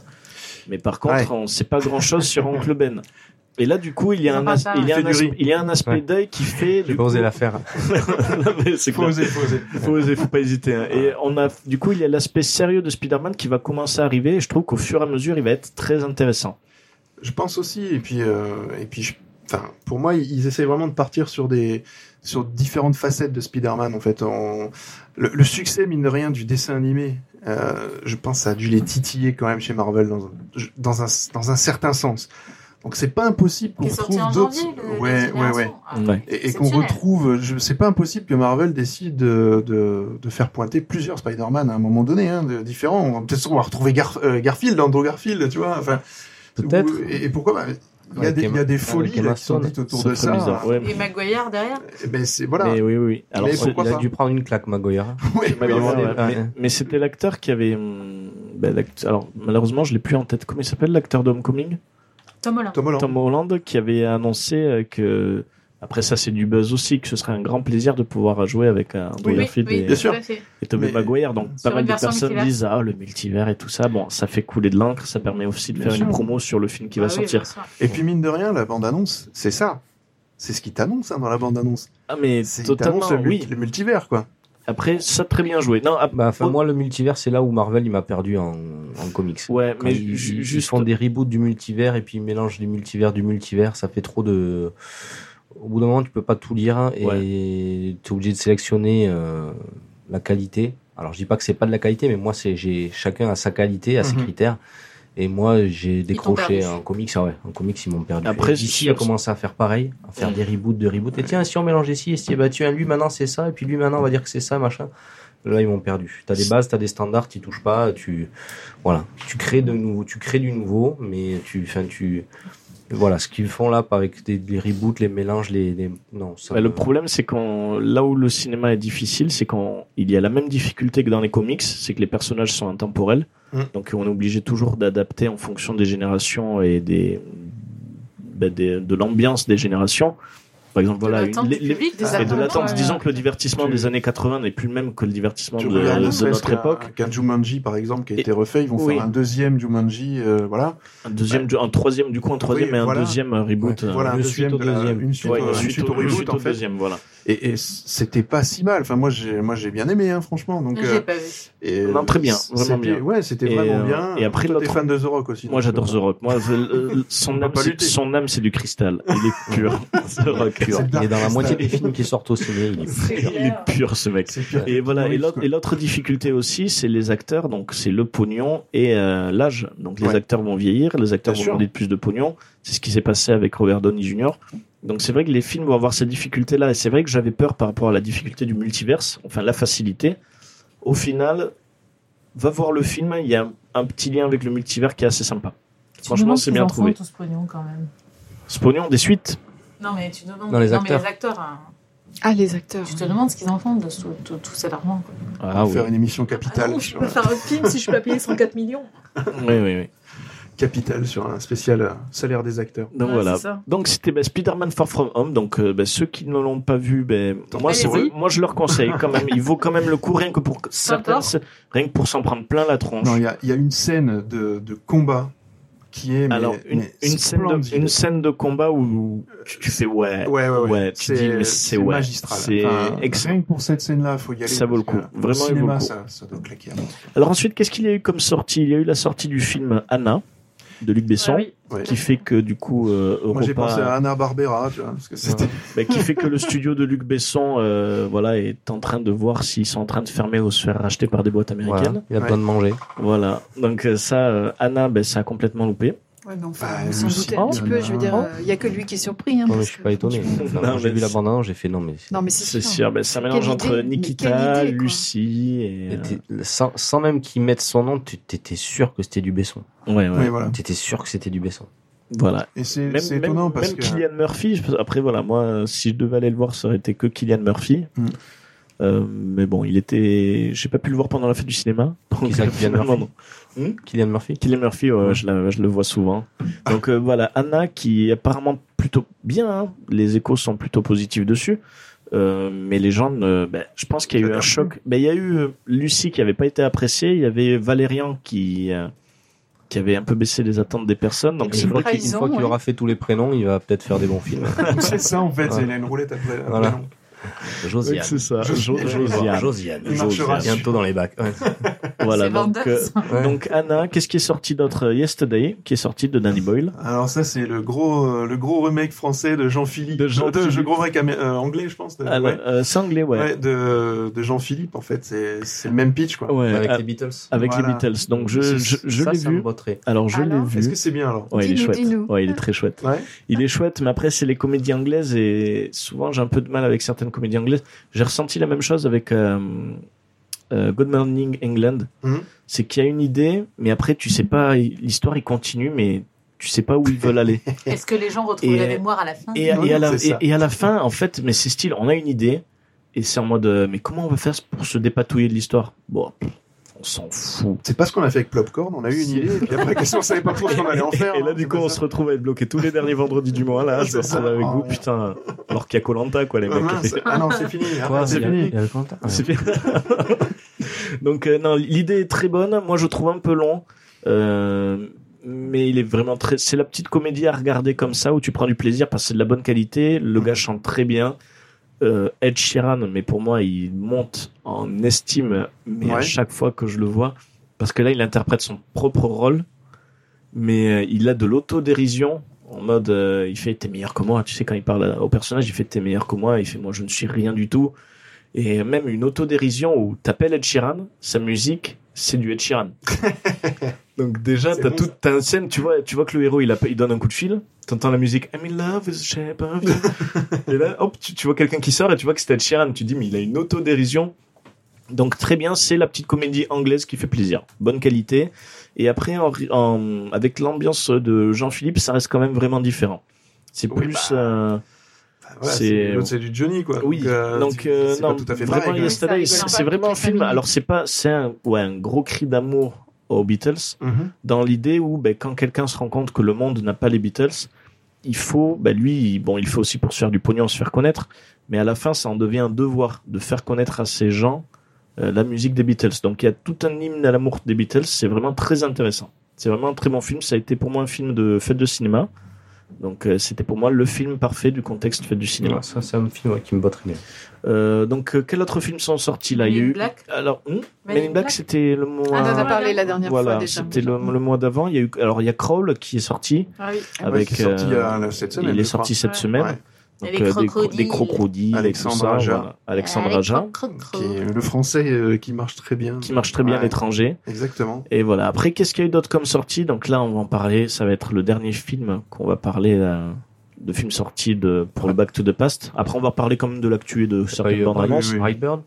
Speaker 5: mais par contre,
Speaker 6: Ouais.
Speaker 5: on ne sait pas grand-chose sur Oncle Ben. Et là, du coup, il y a,
Speaker 7: Ils en
Speaker 5: un,
Speaker 7: parlent
Speaker 5: as-
Speaker 7: pas.
Speaker 5: il y a
Speaker 6: Fait
Speaker 5: un
Speaker 6: du
Speaker 5: as-
Speaker 6: riz.
Speaker 5: il y a un aspect
Speaker 8: Ouais.
Speaker 5: d'œil qui fait.
Speaker 8: J'ai
Speaker 5: du
Speaker 8: pas osé
Speaker 5: coup-
Speaker 8: la faire.
Speaker 5: <laughs> Non, mais c'est
Speaker 6: Faut
Speaker 5: clair.
Speaker 6: oser, faut oser.
Speaker 5: Faut oser, faut pas hésiter. hein. Et on a, du coup, il y a l'aspect sérieux de Spider-Man qui va commencer à arriver. Et je trouve qu'au fur et à mesure, il va être très intéressant.
Speaker 6: Je pense aussi, et puis, euh, et puis, je- enfin, pour moi, ils, ils essayent vraiment de partir sur des, sur différentes facettes de Spider-Man. En fait, en, le, le succès mine de rien du dessin animé euh, je pense que ça a dû les titiller quand même chez Marvel dans un, dans un, dans un certain sens. Donc c'est pas impossible qu'on
Speaker 7: Qui est sorti en
Speaker 6: retrouve d'autres.
Speaker 7: janvier.
Speaker 6: Ouais,
Speaker 7: le-
Speaker 6: ouais, ouais.
Speaker 7: Génération. Ah,
Speaker 5: Ouais.
Speaker 6: Et, et qu'on
Speaker 7: Exceptionnel.
Speaker 6: retrouve, je- c'est pas impossible que Marvel décide de, de, de faire pointer plusieurs Spider-Man à un moment donné, hein, de- différents. On va peut-être on va retrouver Gar- euh, Garfield, Andrew Garfield, tu vois. Enfin,
Speaker 8: Peut-être.
Speaker 6: ou- Et, et pourquoi bah, il y, a
Speaker 8: Avec
Speaker 6: des, il y a
Speaker 8: Emma-
Speaker 6: des
Speaker 8: avec
Speaker 6: folies
Speaker 8: Emma
Speaker 6: là, qui sont
Speaker 8: Stone.
Speaker 6: dites autour
Speaker 5: C'est
Speaker 6: de
Speaker 5: très
Speaker 6: ça.
Speaker 5: bizarre. Ouais,
Speaker 7: Et Maguire derrière
Speaker 6: Et ben c'est voilà.
Speaker 5: Mais oui, oui. Alors,
Speaker 6: Mais
Speaker 5: c'est-
Speaker 6: pourquoi
Speaker 8: il a
Speaker 6: pas
Speaker 8: dû prendre une claque, Maguire.
Speaker 6: <laughs> Ouais,
Speaker 5: Mais,
Speaker 6: ouais,
Speaker 5: mais-
Speaker 6: ouais.
Speaker 8: ouais.
Speaker 5: mais- mais c'était l'acteur qui avait. hum, ben, l'act- alors, malheureusement, je l'ai plus en tête. Comment il s'appelle l'acteur d'Homecoming
Speaker 7: Tom Holland.
Speaker 6: Tom Holland.
Speaker 5: Tom Holland, qui avait annoncé euh, que. Après ça, c'est du buzz aussi, que ce serait un grand plaisir de pouvoir jouer avec euh, Andrew Garfield et,
Speaker 6: bien sûr.
Speaker 7: tout à fait.
Speaker 5: et Tobey
Speaker 6: Mais-
Speaker 5: Maguire. Donc,
Speaker 7: euh, Sur
Speaker 5: pas
Speaker 7: une
Speaker 5: mal de
Speaker 7: version
Speaker 5: personnes
Speaker 7: multivers.
Speaker 5: disent Ah, le multivers et tout ça. Bon, ça fait couler de l'encre, ça permet aussi de
Speaker 6: Bien
Speaker 5: faire
Speaker 6: sûr.
Speaker 5: une promo sur le film qui
Speaker 7: Ah
Speaker 5: va
Speaker 7: oui,
Speaker 5: sortir.
Speaker 7: bien sûr.
Speaker 6: Et puis mine de rien, la bande-annonce, c'est ça. C'est ce qui t'annonce hein, dans la bande-annonce.
Speaker 5: Ah, mais
Speaker 6: C'est
Speaker 5: totalement,
Speaker 6: t'annonce le, mul-
Speaker 5: oui.
Speaker 6: le multivers, quoi.
Speaker 5: Après, ça, très bien joué. Non, ah,
Speaker 8: Bah, enfin,
Speaker 5: oh,
Speaker 8: moi, le multivers, c'est là où Marvel, il m'a perdu en, en comics.
Speaker 5: Ouais,
Speaker 8: Quand
Speaker 5: mais
Speaker 8: ils,
Speaker 5: ju-
Speaker 8: ils
Speaker 5: juste.
Speaker 8: font des reboots du multivers et puis ils mélangent les multivers du multivers, ça fait trop de. Au bout d'un moment, tu peux pas tout lire et tu es obligé de sélectionner euh, la qualité. Alors, je dis pas que c'est pas de la qualité, mais moi, c'est j'ai chacun a sa qualité, a ses
Speaker 6: Mhm.
Speaker 8: critères. Et moi, j'ai décroché
Speaker 7: perdu.
Speaker 8: en comics, ah ouais, en comics, ils m'ont perdu.
Speaker 5: Après,
Speaker 8: Et DC
Speaker 5: sur-
Speaker 8: a commencé à faire pareil, à faire
Speaker 5: Mhm.
Speaker 8: des reboots de reboots. Et tiens, si on mélange ici, et si bah, tiens, lui maintenant c'est ça, et puis lui maintenant on va dire que c'est ça, machin. Là, ils m'ont perdu. T'as des bases, t'as des standards, t'y touches pas, tu, voilà, tu crées de nouveau, tu crées du nouveau, mais tu, enfin, tu, voilà, ce qu'ils font là, pas avec des, les reboots, les mélanges, les, les- non, ça.
Speaker 5: Bah,
Speaker 8: me-
Speaker 5: le problème, c'est qu'on là où le cinéma est difficile, c'est qu'on il y a la même difficulté que dans les comics, c'est que les personnages sont intemporels,
Speaker 6: Mm.
Speaker 5: donc on est obligé toujours d'adapter en fonction des générations et des, bah, des- de l'ambiance des générations. Par exemple, voilà,
Speaker 7: l'attente
Speaker 5: une-
Speaker 7: du
Speaker 5: les- les-
Speaker 7: public, des
Speaker 5: et de
Speaker 7: attentes,
Speaker 5: l'attente.
Speaker 7: euh,
Speaker 5: Disons que le divertissement
Speaker 6: tu-
Speaker 5: des années 80 n'est plus le même que le divertissement de,
Speaker 6: Tu regardes
Speaker 5: de
Speaker 6: ne serait-ce
Speaker 5: notre
Speaker 6: qu'un-
Speaker 5: époque.
Speaker 6: Qu'un Jumanji, par exemple, qui a
Speaker 5: Et-
Speaker 6: été refait, ils vont
Speaker 5: oui.
Speaker 6: faire un deuxième Jumanji, euh, voilà.
Speaker 5: Un deuxième, du- un troisième, du coup, un troisième et un
Speaker 6: voilà.
Speaker 5: deuxième euh, reboot. euh,
Speaker 6: voilà, un
Speaker 8: une
Speaker 6: deuxième,
Speaker 8: suite au
Speaker 6: de la-
Speaker 8: deuxième.
Speaker 6: une suite,
Speaker 5: ouais,
Speaker 6: au-
Speaker 5: une
Speaker 6: une
Speaker 5: suite
Speaker 6: suite
Speaker 5: au-
Speaker 6: au
Speaker 5: une
Speaker 6: reboot,
Speaker 5: suite
Speaker 6: en
Speaker 5: au
Speaker 6: fait.
Speaker 5: deuxième, voilà.
Speaker 6: Et, et c'était pas si mal. Enfin, moi, j'ai, moi, j'ai bien aimé, hein, franchement. Donc,
Speaker 7: Je
Speaker 6: euh,
Speaker 7: l'ai pas vu.
Speaker 6: et,
Speaker 5: Non, très bien,
Speaker 6: c'était-
Speaker 5: vraiment bien.
Speaker 6: Ouais, c'était
Speaker 5: Et,
Speaker 6: vraiment
Speaker 5: euh,
Speaker 6: bien.
Speaker 5: et après,
Speaker 6: toi, t'es
Speaker 5: l'autre-
Speaker 6: fan de The Rock aussi.
Speaker 5: Moi,
Speaker 6: donc,
Speaker 5: j'adore
Speaker 6: euh,
Speaker 5: The Rock. Moi,
Speaker 6: <laughs>
Speaker 5: je- euh, son,
Speaker 6: peut
Speaker 5: âme,
Speaker 6: pas
Speaker 5: c'est-
Speaker 6: lutter.
Speaker 5: son âme, c'est du cristal. Il
Speaker 6: <laughs>
Speaker 5: est pur. The Rock.
Speaker 8: Pur.
Speaker 6: C'est
Speaker 8: Il est dans la
Speaker 6: dark.
Speaker 8: moitié
Speaker 6: <laughs>
Speaker 8: des films qui sortent au ciné, il est hein. pur.
Speaker 5: Il est pur, ce mec.
Speaker 6: C'est pire.
Speaker 5: Et voilà. Et
Speaker 6: Oui,
Speaker 5: l'autre-
Speaker 6: quoi.
Speaker 5: et l'autre difficulté aussi, c'est les acteurs. Donc, c'est le pognon et euh, l'âge. Donc, les
Speaker 6: Ouais.
Speaker 5: acteurs vont vieillir, les acteurs
Speaker 6: Bien
Speaker 5: vont
Speaker 6: sûr.
Speaker 5: demander de plus de pognon. C'est ce qui s'est passé avec Robert Downey Jr. Donc, c'est vrai que les films vont avoir cette difficulté-là. Et c'est vrai que j'avais peur par rapport à la difficulté du multiverse, enfin, la facilité. Au final, va voir le film. Il y a un- un petit lien avec le multivers qui est assez sympa. Franchement,
Speaker 7: demandes
Speaker 5: c'est
Speaker 7: aux
Speaker 5: bien
Speaker 7: enfants
Speaker 5: trouvé.
Speaker 7: tout ce pognon, quand même.
Speaker 5: Ce pognon, des suites.
Speaker 7: Non, mais tu demandes.
Speaker 8: Non, les
Speaker 7: mais
Speaker 8: acteurs.
Speaker 7: les acteurs. hein.
Speaker 9: Ah, les acteurs.
Speaker 7: Tu te demandes ce qu'ils en font de tout, tout- tout cet argent. Quoi.
Speaker 5: Ah oui.
Speaker 6: faire une émission
Speaker 7: Ah
Speaker 6: capitale
Speaker 7: non, je
Speaker 6: sur,
Speaker 7: peux faire un film si je suis pas payé 104 millions.
Speaker 5: oui, oui, oui.
Speaker 6: capitale sur un spécial euh, salaire des acteurs.
Speaker 5: <laughs> Donc
Speaker 7: Ouais,
Speaker 5: voilà.
Speaker 7: c'est ça.
Speaker 5: Donc c'était bah, Spider-Man Far From Home. Donc euh, bah, ceux qui ne l'ont pas vu, ben moi,
Speaker 7: pis,
Speaker 5: c'est-
Speaker 7: allez-y.
Speaker 5: moi je leur conseille quand même. Il vaut quand même le coup rien que pour certains,
Speaker 7: D'accord.
Speaker 5: rien que pour s'en prendre plein la tronche.
Speaker 6: Non, il y a, il y a une scène de, de combat qui est. mais-
Speaker 5: Alors une,
Speaker 6: mais
Speaker 5: une scène de,
Speaker 6: splendide.
Speaker 5: une scène de combat où tu, tu fais ouais.
Speaker 6: Ouais, ouais, ouais.
Speaker 5: Ouais, tu dis, mais c'est ouais,
Speaker 6: magistral.
Speaker 5: c'est
Speaker 6: Enfin,
Speaker 5: excellent.
Speaker 6: Rien que pour cette scène-là, faut y aller.
Speaker 5: Ça vaut le
Speaker 6: parce
Speaker 5: coup.
Speaker 6: que
Speaker 5: Vraiment, il vaut
Speaker 6: au cinéma,
Speaker 5: le coup.
Speaker 6: Ça, ça doit claquer.
Speaker 5: Alors ensuite qu'est-ce qu'il y a eu comme sortie Il y a eu la sortie du film Anna de Luc Besson.
Speaker 7: Ouais, Ah oui.
Speaker 6: Ouais.
Speaker 5: Qui fait que du coup, euh,
Speaker 6: Moi, j'ai
Speaker 5: Europa-
Speaker 6: pensé
Speaker 5: <laughs>
Speaker 6: à Anna Barbera, tu vois, parce que c'était.
Speaker 5: Bah, qui fait que le studio de Luc Besson, euh, voilà, est en train de voir s'ils sont en train de fermer ou se faire racheter par des boîtes
Speaker 8: Voilà,
Speaker 5: américaines.
Speaker 8: il a besoin de manger.
Speaker 5: Voilà. Donc euh, ça, euh, Anna, ben, ça a complètement loupé.
Speaker 9: Ouais, mais enfin,
Speaker 6: Bah,
Speaker 9: on s'en
Speaker 6: le
Speaker 9: doutait
Speaker 6: sang.
Speaker 9: un petit peu. Je veux dire, il n'y a que lui qui est surpris. hein,
Speaker 8: Non, mais
Speaker 9: parce
Speaker 8: je suis
Speaker 9: que-
Speaker 8: pas étonné. Enfin, moi,
Speaker 5: Non,
Speaker 8: j'ai
Speaker 5: mais
Speaker 8: vu la
Speaker 5: c'est-
Speaker 8: bande-annonce, j'ai fait non, mais.
Speaker 9: Non, mais c'est
Speaker 5: C'est
Speaker 9: sûr.
Speaker 5: sûr. Ben, ça mélange
Speaker 9: idée,
Speaker 5: entre
Speaker 9: mais quelle
Speaker 5: Nikita,
Speaker 9: idée, quoi.
Speaker 5: Lucie et... euh,
Speaker 8: Et t'es- sans, sans même qu'ils mettent son nom, tu t'étais sûr que c'était du Besson.
Speaker 5: euh, ouais, ouais.
Speaker 6: Oui, voilà.
Speaker 8: T'étais sûr que c'était du Besson.
Speaker 5: Voilà.
Speaker 7: euh,
Speaker 6: Et c'est
Speaker 5: Même,
Speaker 6: c'est
Speaker 5: même,
Speaker 6: étonnant
Speaker 5: même
Speaker 6: parce que.
Speaker 5: Kylian Murphy, je- après voilà, moi, euh, si je devais aller le voir, ça aurait été que Kylian Murphy.
Speaker 6: Mm.
Speaker 5: Euh, mais bon, il était... J'ai pas pu le voir pendant la fête du cinéma.
Speaker 8: Qui
Speaker 5: <laughs>
Speaker 8: ça,
Speaker 5: euh,
Speaker 8: Cillian
Speaker 5: finalement,
Speaker 8: Murphy
Speaker 5: non.
Speaker 8: Kylian Murphy
Speaker 5: Killian Murphy, ouais, ouais, je, la- je le vois souvent. Donc euh, voilà, Anna qui est apparemment plutôt bien, hein. les échos sont plutôt positifs dessus. Euh, mais les gens, ne- ben, je pense qu'il y a eu un
Speaker 6: J'adore.
Speaker 5: choc. Ben, il y a eu euh, Lucie qui n'avait pas été appréciée, il y avait Valérian qui, euh, qui avait un peu baissé les attentes des personnes. Donc
Speaker 9: Et
Speaker 5: c'est
Speaker 9: une
Speaker 5: vrai
Speaker 9: Ah,
Speaker 5: qu'il-
Speaker 9: ils
Speaker 8: Une
Speaker 9: ont,
Speaker 8: fois qu'il
Speaker 9: ouais.
Speaker 8: aura fait tous les prénoms, il va peut-être faire des bons films.
Speaker 6: <laughs> C'est ça en fait,
Speaker 8: Voilà.
Speaker 6: il a une roulette après.
Speaker 8: Voilà.
Speaker 6: Non.
Speaker 8: <laughs> Josiane.
Speaker 5: C'est ça.
Speaker 6: Je-
Speaker 5: Jo-
Speaker 8: Je vais voir
Speaker 5: Josiane.
Speaker 8: Josiane.
Speaker 6: Il marchera
Speaker 8: Josiane. Bientôt dans les bacs. Ouais.
Speaker 5: Voilà.
Speaker 7: C'est
Speaker 5: Donc,
Speaker 7: vendeur,
Speaker 5: euh,
Speaker 7: ça.
Speaker 8: Ouais.
Speaker 5: donc Anna, qu'est-ce qui est sorti d'autre Euh, Yesterday, qui est sorti de Danny Boyle.
Speaker 6: Alors ça c'est le gros euh, le gros remake français de Jean-Philippe.
Speaker 5: De Jean-Philippe.
Speaker 6: je gros remake amé- euh, anglais je pense. de-
Speaker 5: Alors,
Speaker 6: ouais.
Speaker 5: euh, c'est anglais, ouais.
Speaker 6: Ouais, de, de Jean-Philippe en fait c'est c'est le même pitch quoi.
Speaker 5: Ouais,
Speaker 8: Avec
Speaker 5: a-
Speaker 8: les Beatles.
Speaker 5: Euh, avec les
Speaker 6: Voilà.
Speaker 5: Beatles. Donc je, je, je
Speaker 8: Ça,
Speaker 5: l'ai
Speaker 8: ça me
Speaker 5: vu.
Speaker 8: botterait.
Speaker 5: Alors je l'ai
Speaker 9: Alors
Speaker 5: vu.
Speaker 6: Est-ce Ah que c'est bien alors
Speaker 5: Ouais, il est
Speaker 9: Dis-nous,
Speaker 5: chouette.
Speaker 9: dis-nous.
Speaker 5: Ouais, il est très chouette.
Speaker 6: Ouais.
Speaker 5: Il est chouette, mais après, c'est les comédies anglaises et souvent, j'ai un peu de mal avec certaines comédies anglaises. J'ai ressenti la même chose avec euh, euh, Good Morning England.
Speaker 6: Mhm.
Speaker 5: C'est qu'il y a une idée, mais après, tu sais pas, il- l'histoire, il continue, mais tu sais pas où ils
Speaker 6: <laughs>
Speaker 5: veulent aller.
Speaker 7: Est-ce que les gens retrouvent
Speaker 5: Et-
Speaker 7: la mémoire à la fin
Speaker 5: Et, à- et à la,
Speaker 6: C'est ça.
Speaker 5: et- et à la fin, en fait, mais c'est style, on a une idée, et c'est en mode, euh, mais comment on va faire pour se dépatouiller de l'histoire Bon, pff, on s'en fout.
Speaker 6: C'est pas ce qu'on a fait avec Plopcorn, on a eu une idée et puis après qu'est-ce qu'on savait pas trop ce qu'on allait en faire.
Speaker 5: Et là,
Speaker 6: hein,
Speaker 5: du
Speaker 6: c'est
Speaker 5: coup,
Speaker 6: pas
Speaker 5: on
Speaker 6: ça.
Speaker 5: se retrouve à être bloqué tous les derniers vendredis du mois. Là, je me
Speaker 6: C'est ça.
Speaker 5: retrouve avec
Speaker 6: Oh,
Speaker 5: vous,
Speaker 6: merde.
Speaker 5: putain. Alors qu'il y a Colanta, quoi, les
Speaker 6: Ah,
Speaker 5: mecs.
Speaker 6: mince. Ah non, c'est fini.
Speaker 8: Quoi,
Speaker 6: Après, c'est
Speaker 8: il y a-
Speaker 6: fini.
Speaker 8: il y a le commentaire. Ouais.
Speaker 5: C'est bien. <laughs> Donc, euh, non, l'idée est très bonne. Moi, je trouve un peu long. euh, mais il est vraiment très. C'est la petite comédie à regarder comme ça où tu prends du plaisir parce que c'est de la bonne qualité. Le gars chante très bien. Euh, Ed Sheeran, mais pour moi, il monte en estime. Mais à
Speaker 6: Ouais.
Speaker 5: chaque fois que je le vois, parce que là, il interprète son propre rôle, mais euh, il a de l'autodérision. En mode, euh, il fait t'es meilleur que moi. Tu sais, quand il parle à- au personnage, il fait t'es meilleur que moi. Il fait moi, je ne suis rien du tout. Et même une autodérision où t'appelles Ed Sheeran, sa musique, c'est du
Speaker 6: <laughs>
Speaker 5: Ed Sheeran. Donc déjà,
Speaker 6: C'est
Speaker 5: t'as
Speaker 6: bon,
Speaker 5: toute t'as une scène, tu vois, tu vois que le héros, il, a, il donne un coup de fil, t'entends la musique I'm in love with the
Speaker 6: <laughs>
Speaker 5: shape of you. et là, hop, tu, tu vois quelqu'un qui sort et tu vois que c'est Ed Sheeran. Tu dis, mais il a une autodérision. Donc très bien, c'est la petite comédie anglaise qui fait plaisir. Bonne qualité. Et après, en ri- en- avec l'ambiance de Jean-Philippe, ça reste quand même vraiment différent. C'est
Speaker 6: Oui,
Speaker 5: plus...
Speaker 6: bah,
Speaker 5: euh,
Speaker 6: Voilà, Ah,
Speaker 5: C'est-
Speaker 6: c'est l'autre, c'est du Johnny quoi.
Speaker 5: oui,
Speaker 6: donc, euh,
Speaker 5: donc euh,
Speaker 6: c'est
Speaker 5: non,
Speaker 6: pas tout à fait
Speaker 5: vraiment
Speaker 6: pareil.
Speaker 5: Yesterday,
Speaker 9: Oui, ça rigole
Speaker 5: c'est c'est
Speaker 9: pas,
Speaker 5: vraiment un
Speaker 9: toute la
Speaker 5: film.
Speaker 9: famille.
Speaker 5: Alors c'est pas, c'est un, ouais, un gros cri d'amour aux Beatles
Speaker 6: Mhm.
Speaker 5: dans l'idée où ben, quand quelqu'un se rend compte que le monde n'a pas les Beatles, il faut, ben, lui, il- bon, il faut aussi pour se faire du pognon, se faire connaître, mais à la fin, ça en devient un devoir de faire connaître à ces gens euh, la musique des Beatles. Donc il y a tout un hymne à l'amour des Beatles, c'est vraiment très intéressant. C'est vraiment un très bon film, ça a été pour moi un film de fête de cinéma. Donc euh, c'était pour moi le film parfait du contexte fête du cinéma.
Speaker 8: Ouais, Ça, c'est un film ouais, qui me botterait bien.
Speaker 5: Euh, donc, euh, quels autres films sont sortis là
Speaker 7: Men
Speaker 5: Il y a
Speaker 7: in
Speaker 5: eu-
Speaker 7: Black
Speaker 5: Alors, hmm
Speaker 7: Men
Speaker 5: Men
Speaker 7: in
Speaker 5: in Black,
Speaker 7: Black
Speaker 5: c'était le mois.
Speaker 9: On
Speaker 7: Ah,
Speaker 9: en a
Speaker 7: voilà.
Speaker 9: parlé la dernière fois
Speaker 5: voilà,
Speaker 9: déjà.
Speaker 5: c'était le, le mois d'avant. Il y a eu. Alors, il y a Crawl qui est sorti.
Speaker 7: Ah oui.
Speaker 9: Ah
Speaker 6: Ouais,
Speaker 5: avec,
Speaker 6: c'est sorti
Speaker 5: euh,
Speaker 6: il y a, là, cette semaine.
Speaker 5: il est
Speaker 6: je crois.
Speaker 5: sorti cette
Speaker 7: Ouais.
Speaker 5: semaine.
Speaker 6: Ouais.
Speaker 7: Il y
Speaker 5: Donc,
Speaker 7: avait
Speaker 5: euh, des, cro-
Speaker 7: Crocodile.
Speaker 5: des crocodiles, et
Speaker 6: Alexandre
Speaker 5: tout ça,
Speaker 6: Aja.
Speaker 5: voilà. Alexandre Aja,
Speaker 6: Qui est le français euh, qui marche très bien.
Speaker 5: qui marche très bien à
Speaker 6: Ouais,
Speaker 5: l'étranger.
Speaker 6: Exactement.
Speaker 5: Et voilà. Après, qu'est-ce qu'il y a eu d'autre comme sortie Donc là, on va en parler. Ça va être le dernier film qu'on va parler euh, de film sorti de, pour le Back to the Past. Après, on va parler quand même de l'actu et de certaines bandes
Speaker 6: Brightburn.
Speaker 5: annonces.
Speaker 6: Oui, oui.
Speaker 8: Brightburn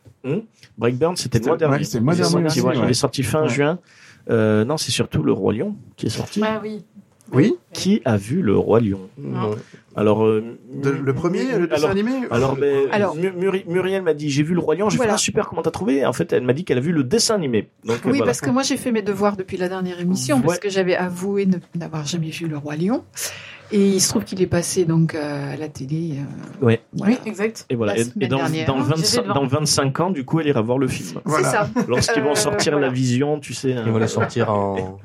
Speaker 5: Breakburn, c'était le
Speaker 6: C'était-
Speaker 5: mois dernier.
Speaker 6: ouais, c'était le mois
Speaker 5: Il est
Speaker 6: dernier
Speaker 5: sorti,
Speaker 6: aussi,
Speaker 5: ouais, Il
Speaker 6: ouais.
Speaker 5: est sorti fin
Speaker 6: Ouais.
Speaker 5: juin. Euh, non, c'est surtout le Roi Lion qui est sorti.
Speaker 7: Ah oui.
Speaker 6: Oui.
Speaker 5: Qui a vu le Roi Lion
Speaker 7: Non.
Speaker 5: Alors, euh,
Speaker 6: De- le premier, le dessin
Speaker 5: alors,
Speaker 6: animé.
Speaker 5: alors, ben,
Speaker 9: Alors-
Speaker 5: Mu- Muri- Muriel m'a dit j'ai vu le Roi Lion. J'ai
Speaker 9: Voilà.
Speaker 5: fait ah, super comment t'as trouvé. En fait, elle m'a dit qu'elle a vu le dessin animé. Donc euh,
Speaker 9: Oui,
Speaker 5: voilà.
Speaker 9: parce que moi j'ai fait mes devoirs depuis la dernière émission, parce
Speaker 5: Ouais.
Speaker 9: que j'avais avoué ne- n'avoir jamais vu le roi lion. Et il se trouve qu'il est passé donc euh, à la télé. euh,
Speaker 5: Ouais.
Speaker 9: voilà.
Speaker 7: Oui, exact.
Speaker 5: et voilà.
Speaker 9: la
Speaker 5: Et- Et
Speaker 9: semaine
Speaker 5: dans,
Speaker 9: dernière.
Speaker 5: dans,
Speaker 7: Ah,
Speaker 5: 25,
Speaker 7: j'étais devant.
Speaker 5: dans 25 ans, du coup, elle ira voir le film.
Speaker 9: C'est
Speaker 6: Voilà.
Speaker 9: ça.
Speaker 5: Lorsqu'ils vont
Speaker 9: Euh,
Speaker 5: sortir
Speaker 9: voilà.
Speaker 5: la vision, tu sais,
Speaker 8: Ils vont
Speaker 5: euh,
Speaker 8: la sortir en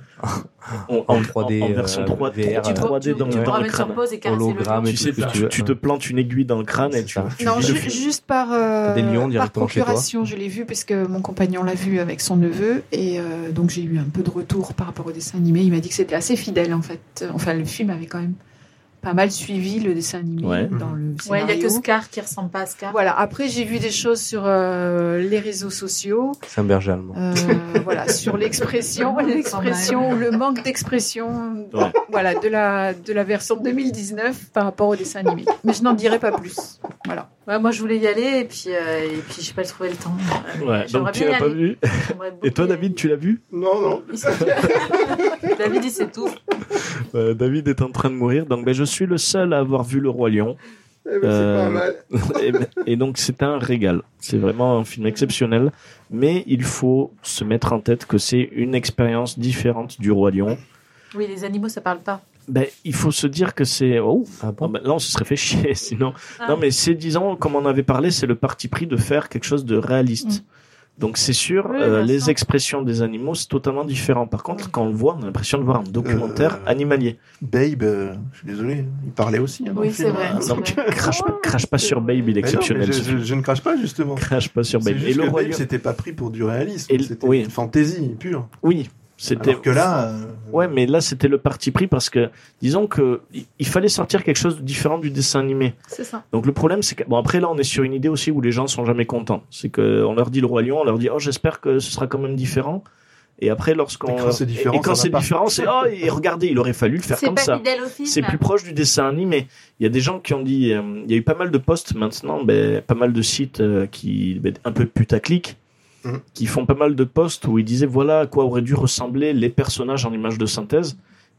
Speaker 5: en,
Speaker 8: en 3D,
Speaker 5: en version
Speaker 8: euh,
Speaker 5: 3,
Speaker 8: VR,
Speaker 5: petit
Speaker 8: euh,
Speaker 5: 3D dans,
Speaker 7: tu
Speaker 5: dans
Speaker 7: pourras
Speaker 5: le
Speaker 7: mettre sur
Speaker 5: crâne.
Speaker 7: pause et caresser
Speaker 8: hologramme
Speaker 7: le
Speaker 8: et
Speaker 5: Tu
Speaker 8: tout
Speaker 5: sais,
Speaker 8: ce que tu
Speaker 5: tu,
Speaker 8: veux.
Speaker 5: tu te plantes une aiguille dans le crâne et
Speaker 8: C'est
Speaker 5: tu,
Speaker 8: ça.
Speaker 5: tu
Speaker 9: Non,
Speaker 5: vis le
Speaker 9: ju-
Speaker 5: film.
Speaker 9: juste par, euh,
Speaker 8: Des lions
Speaker 9: par
Speaker 8: directement chez toi.
Speaker 9: procuration, je l'ai vu parce que mon compagnon l'a vu avec son neveu et euh, donc j'ai eu un peu de retour par rapport au dessin animé. Il m'a dit que c'était assez fidèle en fait. Enfin, le film avait quand même pas mal suivi le dessin animé
Speaker 5: Ouais.
Speaker 9: dans le
Speaker 7: Ouais, il
Speaker 9: scénario.
Speaker 7: n'y a que Scar qui ressemble pas à Scar.
Speaker 9: Voilà. Après, j'ai vu des choses sur euh, les réseaux sociaux.
Speaker 8: C'est un berger allemand.
Speaker 9: Euh, voilà, sur l'expression, l'expression, ou le manque d'expression,
Speaker 5: Ouais.
Speaker 9: voilà, de la de la version 2019 par rapport au dessin animé. Mais je n'en dirai pas plus. Voilà.
Speaker 7: Ouais, moi, je voulais y aller et puis, euh, et puis j'ai pas trouvé le temps. Euh,
Speaker 5: Ouais, donc
Speaker 7: j'aimerais
Speaker 5: tu
Speaker 7: bien y
Speaker 5: l'as pas
Speaker 7: aller.
Speaker 5: vu.
Speaker 7: J'aimerais beaucoup
Speaker 5: Et toi,
Speaker 7: y aller.
Speaker 5: David, tu l'as vu
Speaker 6: Non, non.
Speaker 7: Il s'est- <laughs> David, il sait tout.
Speaker 5: Euh, David est en train de mourir, donc ben, je suis le seul à avoir vu Le Roi Lion.
Speaker 6: Eh ben,
Speaker 5: Euh, et, ben- et donc c'est un régal. C'est vraiment un film exceptionnel, mais il faut se mettre en tête que c'est une expérience différente du Roi Lion.
Speaker 7: Oui, les animaux, ça parle pas. Ben,
Speaker 5: Ben, il faut se dire que c'est... Oh,
Speaker 8: Ah
Speaker 5: ah
Speaker 8: bon
Speaker 5: ben, là, on se serait fait chier, <laughs> sinon...
Speaker 7: Ah.
Speaker 5: Non, mais c'est, disons, comme on avait parlé, c'est le parti pris de faire quelque chose de réaliste. Donc c'est sûr,
Speaker 7: Mm. Oui,
Speaker 5: euh,
Speaker 7: bien
Speaker 5: les
Speaker 7: sûr.
Speaker 5: expressions des animaux, c'est totalement différent. Par contre, quand on le voit, on a l'impression de voir un documentaire
Speaker 6: Euh,
Speaker 5: animalier.
Speaker 6: Babe, euh, je suis désolé, il parlait aussi. hein, dans
Speaker 7: Oui,
Speaker 6: le
Speaker 5: Ah,
Speaker 7: c'est
Speaker 6: film,
Speaker 7: vrai,
Speaker 6: hein,
Speaker 7: c'est
Speaker 6: donc-
Speaker 7: vrai.
Speaker 5: Crache pas, crache pas sur Babe, il est
Speaker 6: Mais non, mais
Speaker 5: exceptionnel.
Speaker 6: je,
Speaker 5: ce film.
Speaker 6: je- je ne crache pas justement.
Speaker 5: Crache pas sur
Speaker 6: C'est
Speaker 5: Babe.
Speaker 6: juste
Speaker 5: Et le
Speaker 6: que Babe,
Speaker 5: royaume.
Speaker 6: c'était pas pris pour du réalisme,
Speaker 5: Et-
Speaker 6: c'était
Speaker 5: oui.
Speaker 6: une fantaisie pure.
Speaker 5: Oui, c'était.
Speaker 6: Alors que là, euh,
Speaker 5: Ouais, mais là c'était le parti pris parce que, disons que, il- il fallait sortir quelque chose de différent du dessin animé.
Speaker 7: C'est ça.
Speaker 5: Donc le problème, c'est que bon après là, on est sur une idée aussi où les gens sont jamais contents. C'est que on leur dit le roi lion, on leur dit oh j'espère que ce sera quand même différent. Et après lorsqu'on
Speaker 6: Et quand c'est
Speaker 5: et-
Speaker 6: différent,
Speaker 5: et quand
Speaker 6: ça va
Speaker 5: c'est
Speaker 6: pas.
Speaker 5: différent, c'est oh et regardez, il aurait fallu le faire
Speaker 7: C'est
Speaker 5: comme
Speaker 7: pas
Speaker 5: ça.
Speaker 7: fidèle au film.
Speaker 5: C'est plus proche du dessin animé. Il y a des gens qui ont dit, euh, il y a eu pas mal de posts maintenant, ben, pas mal de sites euh, qui ben, un peu putaclic,
Speaker 6: Mhm.
Speaker 5: qui font pas mal de posts où ils disaient voilà à quoi auraient dû ressembler les personnages en images de synthèse,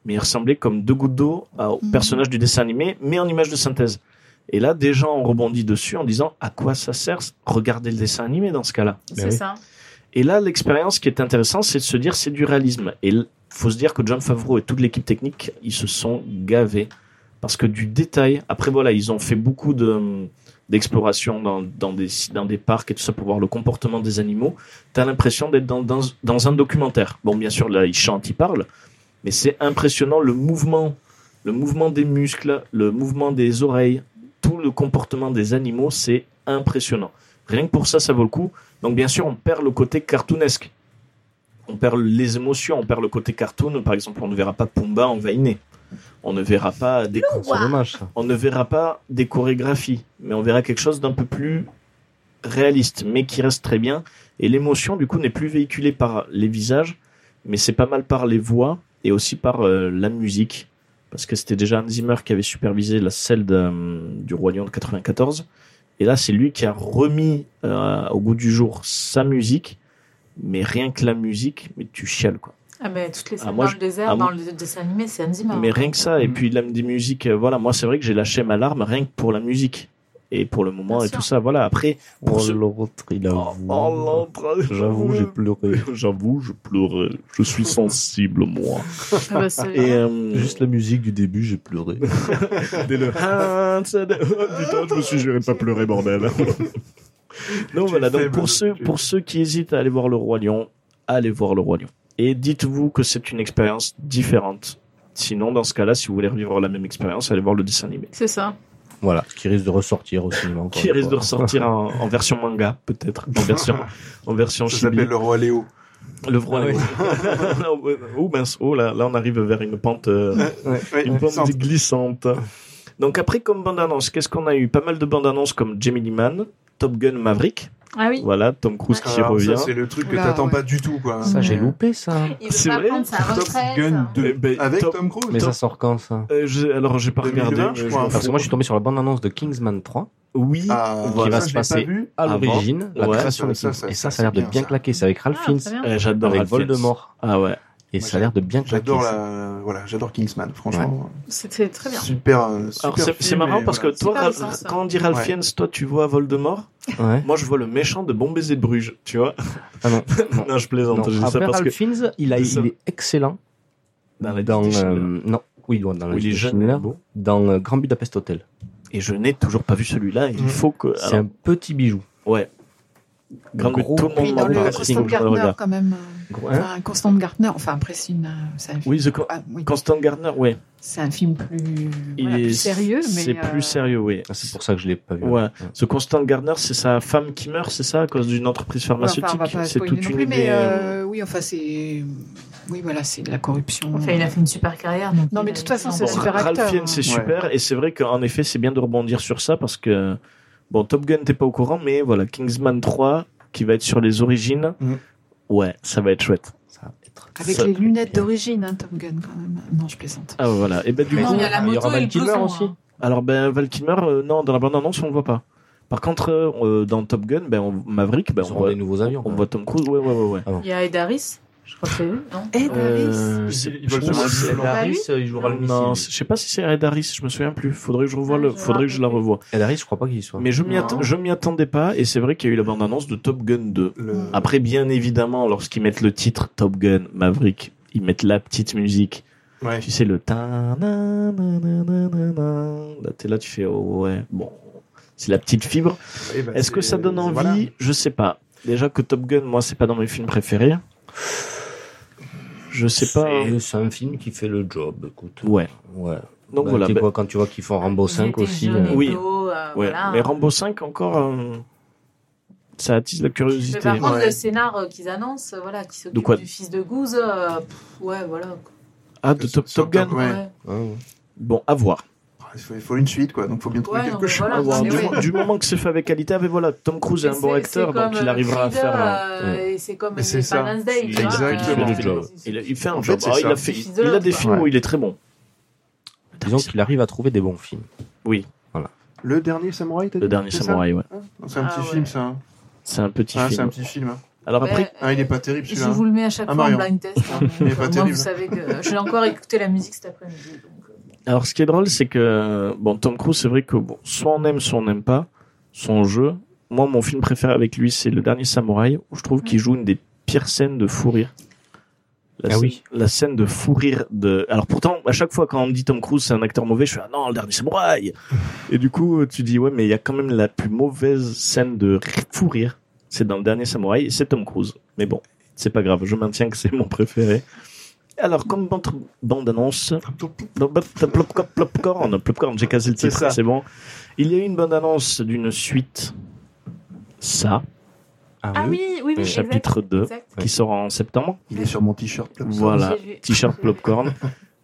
Speaker 5: mais ils ressemblaient comme deux gouttes d'eau à- aux
Speaker 9: Mhm.
Speaker 5: personnages du dessin animé, mais en images de synthèse. Et là, des gens ont rebondi dessus en disant à quoi ça sert Regardez le dessin animé dans ce cas-là.
Speaker 7: C'est ça.
Speaker 5: Et là, l'expérience qui est intéressante, c'est de se dire c'est du réalisme. Et il faut se dire que John Favreau et toute l'équipe technique, ils se sont gavés. Parce que du détail, après voilà, ils ont fait beaucoup de d'exploration dans, dans, des, dans des parcs et tout ça pour voir le comportement des animaux, t'as l'impression d'être dans, dans, dans un documentaire. Bon, bien sûr, là, ils chantent, ils parlent, mais c'est impressionnant le mouvement, le mouvement des muscles, le mouvement des oreilles, tout le comportement des animaux, c'est impressionnant. Rien que pour ça, ça vaut le coup. Donc bien sûr, on perd le côté cartoonesque. On perd les émotions, on perd le côté cartoon. Par exemple, on ne verra pas Pumba en vainé. On ne verra pas des
Speaker 8: C'est dommage, ça.
Speaker 5: on ne verra pas des chorégraphies, mais on verra quelque chose d'un peu plus réaliste, mais qui reste très bien. Et l'émotion, du coup, n'est plus véhiculée par les visages, mais c'est pas mal par les voix et aussi par euh, la musique. Parce que c'était déjà Hans Zimmer qui avait supervisé la scène d'un- du Roi Lion de 94. Et là, c'est lui qui a remis euh, au goût du jour sa musique. Mais rien que la musique, mais tu chiales, quoi.
Speaker 7: Ah, mais toutes les
Speaker 5: Ah,
Speaker 7: scènes
Speaker 5: moi,
Speaker 7: dans
Speaker 5: je-
Speaker 7: le désert,
Speaker 5: ah,
Speaker 7: dans
Speaker 5: moi-
Speaker 7: le dessin animé, c'est Hans Zimmer.
Speaker 5: Mais rien que ça, et
Speaker 6: Mm.
Speaker 5: puis la- des musiques, euh, voilà, moi c'est vrai que j'ai lâché ma larme rien que pour la musique. Et pour le moment
Speaker 7: Bien
Speaker 5: et
Speaker 7: sûr.
Speaker 5: tout ça, voilà. Après, pour
Speaker 8: Oh,
Speaker 5: ce-
Speaker 8: l'autre, il
Speaker 5: Oh,
Speaker 8: avoue.
Speaker 5: oh, l'autre.
Speaker 8: J'avoue, j'ai pleuré.
Speaker 5: J'avoue, je pleurais. Je suis sensible, moi. Et
Speaker 7: Ah.
Speaker 5: euh,
Speaker 8: Juste la musique du début, j'ai pleuré.
Speaker 5: <laughs> dès le Ah, ça- oh, putain, je me suis juré de pas pleurer, bordel. non,
Speaker 6: Tu
Speaker 5: voilà.
Speaker 6: es
Speaker 5: <laughs> Donc
Speaker 6: faible,
Speaker 5: pour ceux,
Speaker 6: tu-
Speaker 5: pour ceux qui hésitent à aller voir le Roi Lion, allez voir le Roi Lion. Et dites-vous que c'est une expérience différente. Sinon, dans ce cas-là, si vous voulez revivre la même expérience, allez voir le dessin animé.
Speaker 7: C'est ça.
Speaker 8: Voilà, qui risque de ressortir au cinéma encore.
Speaker 5: qui
Speaker 8: une
Speaker 5: risque de
Speaker 8: fois.
Speaker 5: ressortir en, en version manga, peut-être, en version, en version
Speaker 6: ça
Speaker 5: chibi.
Speaker 6: s'appelle le roi Léo.
Speaker 5: Le
Speaker 8: Ah
Speaker 5: vrai. <laughs> oh mince, oh là, là on arrive vers une pente, euh, une pente
Speaker 6: Sans-
Speaker 5: glissante. Donc après, comme bande-annonce, qu'est-ce qu'on a eu Pas mal de bandes-annonces comme Gemini Man, Top Gun Maverick,
Speaker 7: Ah oui.
Speaker 5: voilà, Tom Cruise qui
Speaker 6: Alors,
Speaker 5: revient.
Speaker 6: ça, c'est le truc que
Speaker 9: Oula,
Speaker 6: t'attends
Speaker 9: ouais.
Speaker 6: pas du tout, quoi.
Speaker 8: Ça, j'ai loupé ça.
Speaker 7: Il
Speaker 5: C'est
Speaker 7: veut pas
Speaker 5: vrai
Speaker 7: prendre sa
Speaker 6: Top
Speaker 7: retraite.
Speaker 6: Gun 2
Speaker 5: Eh ben,
Speaker 6: avec
Speaker 5: Top-
Speaker 6: Tom Cruise.
Speaker 8: Mais ça sort quand ça
Speaker 5: Euh, je- alors j'ai pas regardé,
Speaker 6: 2020,
Speaker 5: mais
Speaker 6: je
Speaker 5: je
Speaker 6: crois,
Speaker 5: m'en
Speaker 6: un
Speaker 8: Parce que
Speaker 5: fous.
Speaker 8: moi, je suis tombé sur la bande-annonce de Kingsman 3,
Speaker 5: Oui,
Speaker 6: Ah,
Speaker 5: voilà.
Speaker 8: va
Speaker 6: ça,
Speaker 8: se
Speaker 6: je l'ai
Speaker 8: passer
Speaker 6: pas vu.
Speaker 8: à
Speaker 5: Avant.
Speaker 8: l'origine, la
Speaker 5: Ouais.
Speaker 8: création de
Speaker 6: Ça, ça, ça,
Speaker 8: Kingsman. Et
Speaker 6: ça,
Speaker 8: ça, ça
Speaker 6: c'est
Speaker 8: a l'air de
Speaker 6: bien,
Speaker 8: bien
Speaker 6: ça.
Speaker 8: claquer. C'est avec Ralph
Speaker 7: Ah,
Speaker 8: Fiennes,
Speaker 7: très bien.
Speaker 5: Euh, j'adore
Speaker 8: avec
Speaker 5: Ralph Fiennes.
Speaker 8: Voldemort.
Speaker 5: Ah ouais.
Speaker 8: Et
Speaker 6: Moi,
Speaker 8: ça a l'air de bien claquer.
Speaker 6: J'adore
Speaker 8: ça.
Speaker 6: la, voilà, j'adore Kingsman, franchement.
Speaker 7: C'était très bien.
Speaker 6: Super, euh, super.
Speaker 5: Alors c'est-
Speaker 6: film,
Speaker 5: c'est marrant
Speaker 6: et
Speaker 5: parce que
Speaker 6: voilà.
Speaker 5: toi,
Speaker 7: Super
Speaker 5: Ralph-
Speaker 7: licence.
Speaker 5: quand on dit Ralph
Speaker 6: Ouais.
Speaker 5: Fiennes, toi tu vois Voldemort
Speaker 8: Ouais.
Speaker 5: Moi, je vois le méchant de Bon Baiser de Bruges, tu vois.
Speaker 8: Ah non.
Speaker 5: <laughs> Non, je plaisante, je dis
Speaker 8: Non.
Speaker 5: ça
Speaker 8: Après,
Speaker 5: parce
Speaker 8: Ralph
Speaker 5: que
Speaker 8: Fiennes, il, a,
Speaker 5: C'est ça.
Speaker 8: il est excellent
Speaker 5: dans la
Speaker 8: dans.
Speaker 5: Disney Channel,
Speaker 8: euh, non, oui, dans la
Speaker 5: où il est
Speaker 8: Disney
Speaker 5: jeune,
Speaker 8: Channel,
Speaker 5: et beau.
Speaker 8: dans euh, Grand Budapest Hotel.
Speaker 5: Et je n'ai toujours pas vu celui-là, et il
Speaker 6: Mm.
Speaker 5: faut que.
Speaker 8: C'est
Speaker 5: alors,
Speaker 8: un petit bijou.
Speaker 5: Ouais. Grand
Speaker 8: gros
Speaker 5: tout le monde
Speaker 9: Puis dans
Speaker 5: m'en
Speaker 8: Bon,
Speaker 9: le
Speaker 5: parle,
Speaker 8: casting,
Speaker 5: il faut
Speaker 9: Constant
Speaker 5: que je le
Speaker 9: Gardner,
Speaker 5: regarde.
Speaker 9: quand même.
Speaker 8: Gros- hein
Speaker 9: Enfin, Constant Gardner, enfin, après, c'est une. euh, c'est un film-
Speaker 5: Oui, The Co-
Speaker 9: Ah, oui.
Speaker 5: Constant Gardner, ouais.
Speaker 9: C'est un film plus,
Speaker 5: Il
Speaker 9: voilà,
Speaker 5: est
Speaker 9: plus sérieux, mais.
Speaker 5: C'est
Speaker 9: euh,
Speaker 5: plus sérieux, oui.
Speaker 8: Ah, c'est pour ça que je l'ai pas vu.
Speaker 5: Ouais. Ce Constant Gardner, c'est sa femme qui meurt, c'est ça, à cause d'une entreprise
Speaker 9: voilà, enfin,
Speaker 5: pharmaceutique.
Speaker 9: on va pas
Speaker 5: c'est
Speaker 9: spoiler
Speaker 5: toute
Speaker 9: non
Speaker 5: une
Speaker 9: plus, mais
Speaker 5: idée. euh,
Speaker 9: euh, oui, enfin, c'est. Oui, voilà, c'est de la corruption.
Speaker 7: Enfin, il a fait une super carrière. donc
Speaker 9: Non,
Speaker 7: il
Speaker 9: mais
Speaker 7: a-
Speaker 9: de toute façon,
Speaker 7: il
Speaker 9: c'est
Speaker 5: Bon,
Speaker 7: s'en
Speaker 9: super
Speaker 7: va.
Speaker 5: Ralph
Speaker 9: acteur,
Speaker 5: Fiennes,
Speaker 9: hein.
Speaker 5: c'est super, et c'est vrai qu'en effet, c'est bien de rebondir sur ça parce que bon, Top Gun, t'es pas au courant, mais voilà, Kingsman 3 qui va être sur les origines.
Speaker 6: Mhm.
Speaker 5: Ouais, ça va être chouette.
Speaker 8: Ça va être-
Speaker 9: Avec
Speaker 5: Ça-
Speaker 9: les lunettes d'origine, hein, Tom Gunn, quand même. Non, je plaisante.
Speaker 5: Ah voilà. Et ben du
Speaker 8: Mais
Speaker 5: coup,
Speaker 7: Non, il y a la
Speaker 8: il y
Speaker 7: moto
Speaker 8: aura
Speaker 7: et le
Speaker 8: Val Kilmer
Speaker 7: blouson,
Speaker 8: aussi.
Speaker 7: hein.
Speaker 5: alors ben Val Kilmer, euh, non, dans la bande annonce on le voit pas. Par contre, euh, euh, dans Top Gun, ben on- Maverick, ben
Speaker 8: Ils
Speaker 5: on
Speaker 8: auront
Speaker 5: voit,
Speaker 8: des nouveaux avions.
Speaker 5: on voit Tom Cruise. Ouais ouais ouais ouais.
Speaker 7: Il y a Edaris, je crois que c'est lui, non
Speaker 9: Et
Speaker 5: Euh,
Speaker 9: Davis
Speaker 5: c'est-
Speaker 6: Ils veulent
Speaker 5: je pense
Speaker 6: se
Speaker 5: que c'est euh,
Speaker 6: lancer.
Speaker 5: la-
Speaker 8: Harris, il jouera le
Speaker 5: Non,
Speaker 8: missile.
Speaker 5: c'est- je sais pas si c'est Red Harris, je me souviens plus. Faudrait que je revoie
Speaker 7: Ah,
Speaker 5: le,
Speaker 7: je
Speaker 5: faudrait que je la
Speaker 7: rappelle.
Speaker 5: revoie.
Speaker 8: Ed Harris, je crois pas qu'il y soit.
Speaker 5: Mais je m'y
Speaker 6: Non.
Speaker 5: atta- je m'y attendais pas, et c'est vrai qu'il y a eu la bande annonce de Top Gun 2.
Speaker 6: Le-
Speaker 5: Après, bien évidemment, lorsqu'ils mettent le titre Top Gun, Maverick, ils mettent la petite musique.
Speaker 6: Ouais.
Speaker 5: Tu sais, le ta na na na na na na. Là, t'es là, tu fais, oh, ouais, bon. C'est la petite fibre.
Speaker 6: Eh ben,
Speaker 5: Est-ce que
Speaker 6: c'est-
Speaker 5: ça donne envie
Speaker 6: voilà.
Speaker 5: Je sais pas. Déjà que Top Gun, moi, c'est pas dans mes films préférés. Je sais pas. hein.
Speaker 8: C'est- C'est un film qui fait le job, écoute.
Speaker 5: Ouais.
Speaker 8: Ouais.
Speaker 5: Donc
Speaker 8: Bah,
Speaker 5: voilà.
Speaker 8: tu
Speaker 5: bah,
Speaker 8: vois, quand tu vois qu'ils font Rambo 5 aussi. euh,
Speaker 5: Oui.
Speaker 7: Oui. Ah,
Speaker 5: ouais. Mais Rambo 5 encore, euh, ça attise la
Speaker 7: Mais
Speaker 5: curiosité.
Speaker 7: par contre,
Speaker 6: Ouais.
Speaker 7: le scénar euh, qu'ils annoncent, euh, voilà, qui
Speaker 5: De
Speaker 7: s'occupe
Speaker 5: quoi
Speaker 7: du fils de Goose, euh, pff, ouais, voilà. quoi.
Speaker 5: Ah, de Top, Top Gun.
Speaker 6: Ouais.
Speaker 7: Ouais.
Speaker 8: ouais, ouais.
Speaker 5: Bon, à voir.
Speaker 6: Il faut, il faut une suite, quoi. Donc, faut bien trouver
Speaker 7: Ouais,
Speaker 6: quelque
Speaker 7: non, mais
Speaker 6: chose.
Speaker 7: voilà,
Speaker 5: À voir.
Speaker 7: mais
Speaker 5: Du,
Speaker 7: ouais.
Speaker 5: du moment que c'est fait avec qualité, mais voilà, Tom Cruise est un bon
Speaker 7: Ah, C'est-
Speaker 5: acteur,
Speaker 7: c'est
Speaker 5: donc
Speaker 7: comme,
Speaker 5: il
Speaker 7: euh,
Speaker 5: arrivera à
Speaker 7: Frida,
Speaker 5: faire. euh,
Speaker 7: euh, Et c'est comme
Speaker 6: Mais c'est ça.
Speaker 7: Independence Day. tu vois,
Speaker 6: Exactement.
Speaker 7: euh,
Speaker 5: Il fait
Speaker 8: job.
Speaker 7: c'est-
Speaker 5: Il, a- il fait un
Speaker 6: En
Speaker 5: job.
Speaker 6: fait, c'est
Speaker 5: Ah, il,
Speaker 6: ça.
Speaker 5: a fait,
Speaker 7: Il suffit de
Speaker 5: il a des
Speaker 7: l'autre,
Speaker 5: films
Speaker 6: quoi.
Speaker 5: où il est très bon.
Speaker 8: Disons qu'il arrive à trouver des bons films.
Speaker 6: Le dernier samouraï, t'as dit
Speaker 5: Le dernier
Speaker 6: c'est ça
Speaker 5: samouraï, ouais.
Speaker 6: Ah, non, C'est un
Speaker 7: Ah
Speaker 6: petit
Speaker 7: ouais.
Speaker 6: film, ça. hein.
Speaker 5: C'est un petit
Speaker 6: Ah, c'est un
Speaker 5: film.
Speaker 6: petit film. hein.
Speaker 5: Alors
Speaker 7: Ouais,
Speaker 5: après,
Speaker 6: Ah, il est pas terrible,
Speaker 7: Je
Speaker 6: celui-là.
Speaker 7: vous le mets à chaque
Speaker 6: Ah,
Speaker 7: fois en
Speaker 6: Marion.
Speaker 7: blind test. hein,
Speaker 6: <laughs> Il est
Speaker 7: donc,
Speaker 6: pas
Speaker 7: euh, moi,
Speaker 6: terrible.
Speaker 7: vous savez que j'ai encore écouté la musique cet après-midi. donc, euh,
Speaker 5: Alors, ce qui est drôle, c'est que bon, Tom Cruise, c'est vrai que bon, soit on aime, soit on n'aime pas son jeu. Moi, mon film préféré avec lui, c'est Le Dernier Samouraï, où je trouve qu'il joue une des pires scènes de fou rire. La
Speaker 8: Ah
Speaker 5: scène,
Speaker 8: oui.
Speaker 5: La scène de fou rire de. Alors pourtant, à chaque fois quand on me dit Tom Cruise, c'est un acteur mauvais, je suis ah non, Le Dernier
Speaker 8: <laughs>
Speaker 5: Samouraï. Et du coup, tu dis ouais, mais il y a quand même la plus mauvaise scène de ri- fou rire. C'est dans Le Dernier Samouraï, et c'est Tom Cruise. Mais bon, c'est pas grave, je maintiens que c'est mon préféré. Alors, comme bande- bande-annonce, non, bah, t'as Plopcorn, Plopcorn, Plopcorn, j'ai cassé le
Speaker 6: C'est
Speaker 5: titre,
Speaker 6: ça.
Speaker 5: c'est bon. Il y a eu une bonne annonce d'une suite, ça,
Speaker 7: Ah oui, oui, oui.
Speaker 5: chapitre 2,
Speaker 7: Exact.
Speaker 5: qui sort en septembre.
Speaker 6: Il est sur mon t-shirt. là.
Speaker 5: Voilà,
Speaker 7: J'ai vu.
Speaker 5: t-shirt Plopcorn.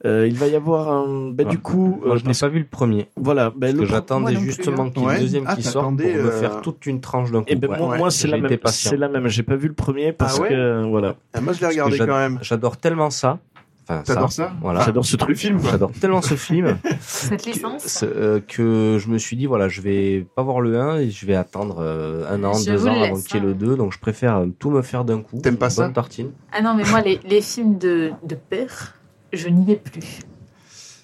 Speaker 5: Euh, il va y avoir un. Bah,
Speaker 8: Ouais.
Speaker 5: du coup, euh,
Speaker 8: Moi, je n'ai pas vu le premier.
Speaker 5: voilà, bah,
Speaker 8: Parce
Speaker 5: le
Speaker 8: que
Speaker 5: pro-
Speaker 9: moi
Speaker 8: j'attendais
Speaker 9: non plus,
Speaker 8: justement qu'il y ait
Speaker 6: Ouais.
Speaker 8: le deuxième
Speaker 6: Ah,
Speaker 8: qui sorte pour
Speaker 6: t'attendais,
Speaker 8: me
Speaker 6: euh,
Speaker 8: faire toute une tranche d'un coup.
Speaker 5: Eh ben,
Speaker 8: ouais.
Speaker 5: moi, moi, c'est la
Speaker 8: J'ai
Speaker 5: même.
Speaker 8: été patient.
Speaker 5: C'est la même. J'ai pas vu le premier parce
Speaker 6: Ah ouais
Speaker 5: que voilà,
Speaker 6: Ah, moi, je l'ai
Speaker 8: Parce que
Speaker 6: regardé
Speaker 8: j'ad-
Speaker 6: quand même.
Speaker 8: J'adore tellement ça. Enfin, ça.
Speaker 6: T'adores ça
Speaker 8: Voilà.
Speaker 5: j'adore ce
Speaker 8: <laughs>
Speaker 6: Le
Speaker 5: truc.
Speaker 6: film, quoi.
Speaker 8: J'adore tellement ce film
Speaker 7: Cette licence.
Speaker 8: c'est, euh, que je me suis dit voilà, je vais pas voir le 1 et je vais attendre euh, un an,
Speaker 7: Je
Speaker 8: deux
Speaker 7: vous
Speaker 8: ans
Speaker 7: le
Speaker 8: avant
Speaker 7: laisse,
Speaker 8: qu'il y ait le
Speaker 7: hein.
Speaker 8: 2. Donc je préfère euh, tout me faire d'un coup.
Speaker 6: T'aimes pas
Speaker 8: Une
Speaker 6: ça
Speaker 8: Bonne tartine.
Speaker 7: Ah non, mais moi, les, les films de, de peur, je n'y vais plus.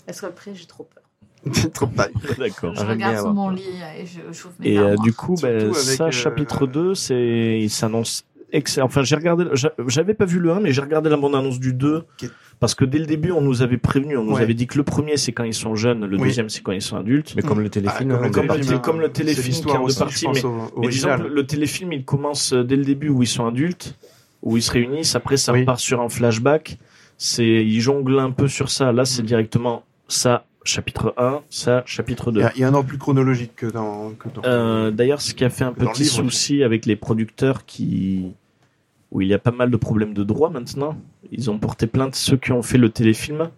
Speaker 7: Parce qu'après, j'ai trop peur.
Speaker 6: C'est trop pas.
Speaker 5: D'accord.
Speaker 7: Je
Speaker 8: j'aime bien
Speaker 7: regarde sous
Speaker 8: avoir
Speaker 7: mon
Speaker 8: peur.
Speaker 7: lit et je, je ouvre mes
Speaker 5: hein. Et euh,
Speaker 7: armoires.
Speaker 5: du coup,
Speaker 6: Surtout
Speaker 5: ben,
Speaker 6: avec,
Speaker 5: ça,
Speaker 6: euh,
Speaker 5: chapitre 2, c'est, il s'annonce excellent. Enfin, j'ai regardé, j'a- j'avais pas vu le 1, mais j'ai regardé la bande-annonce du 2.
Speaker 6: Qui est-
Speaker 5: Parce que dès le début, on nous avait prévenu, on nous
Speaker 6: Ouais.
Speaker 5: avait dit que le premier, c'est quand ils sont jeunes, le
Speaker 6: Oui.
Speaker 5: deuxième, c'est quand ils sont adultes.
Speaker 8: Mais comme le téléfilm,
Speaker 6: Ah,
Speaker 8: hein,
Speaker 6: comme le
Speaker 8: on peut pas-
Speaker 5: téléfilm. c'est comme le téléfilm
Speaker 6: C'est
Speaker 5: qui est en
Speaker 6: l'histoire
Speaker 5: deux
Speaker 6: aussi,
Speaker 5: parties,
Speaker 6: je pense, au-
Speaker 5: Mais disons que
Speaker 6: original.
Speaker 5: le téléfilm, il commence euh, dès le début où ils sont adultes, où ils se réunissent. Après, ça
Speaker 6: Oui.
Speaker 5: repart sur un flashback. C'est, ils jonglent un peu sur ça. Là,
Speaker 6: Mm.
Speaker 5: c'est directement ça, chapitre 1, ça, chapitre
Speaker 6: Il
Speaker 5: 2.
Speaker 6: y a- il y a un ordre plus chronologique que dans. que dans-
Speaker 5: Euh, D'ailleurs, ce qui a fait un
Speaker 6: Dans le
Speaker 5: petit
Speaker 6: livre,
Speaker 5: souci avec les producteurs qui. où il y a pas mal de problèmes de droit maintenant. Ils ont porté plainte, ceux qui ont fait le téléfilm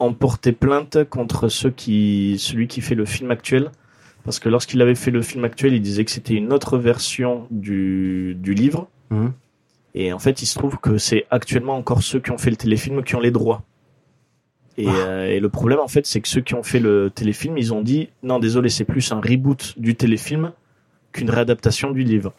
Speaker 5: ont porté plainte contre ceux qui... celui qui fait le film actuel. Parce que lorsqu'il avait fait le film actuel, il disait que c'était une autre version du, du livre.
Speaker 8: Mhm.
Speaker 5: Et en fait, il se trouve que c'est actuellement encore ceux qui ont fait le téléfilm qui ont les droits. Et, euh, et le problème, en fait, c'est que ceux qui ont fait le téléfilm, ils ont dit non, désolé, c'est plus un reboot du téléfilm qu'une réadaptation du livre.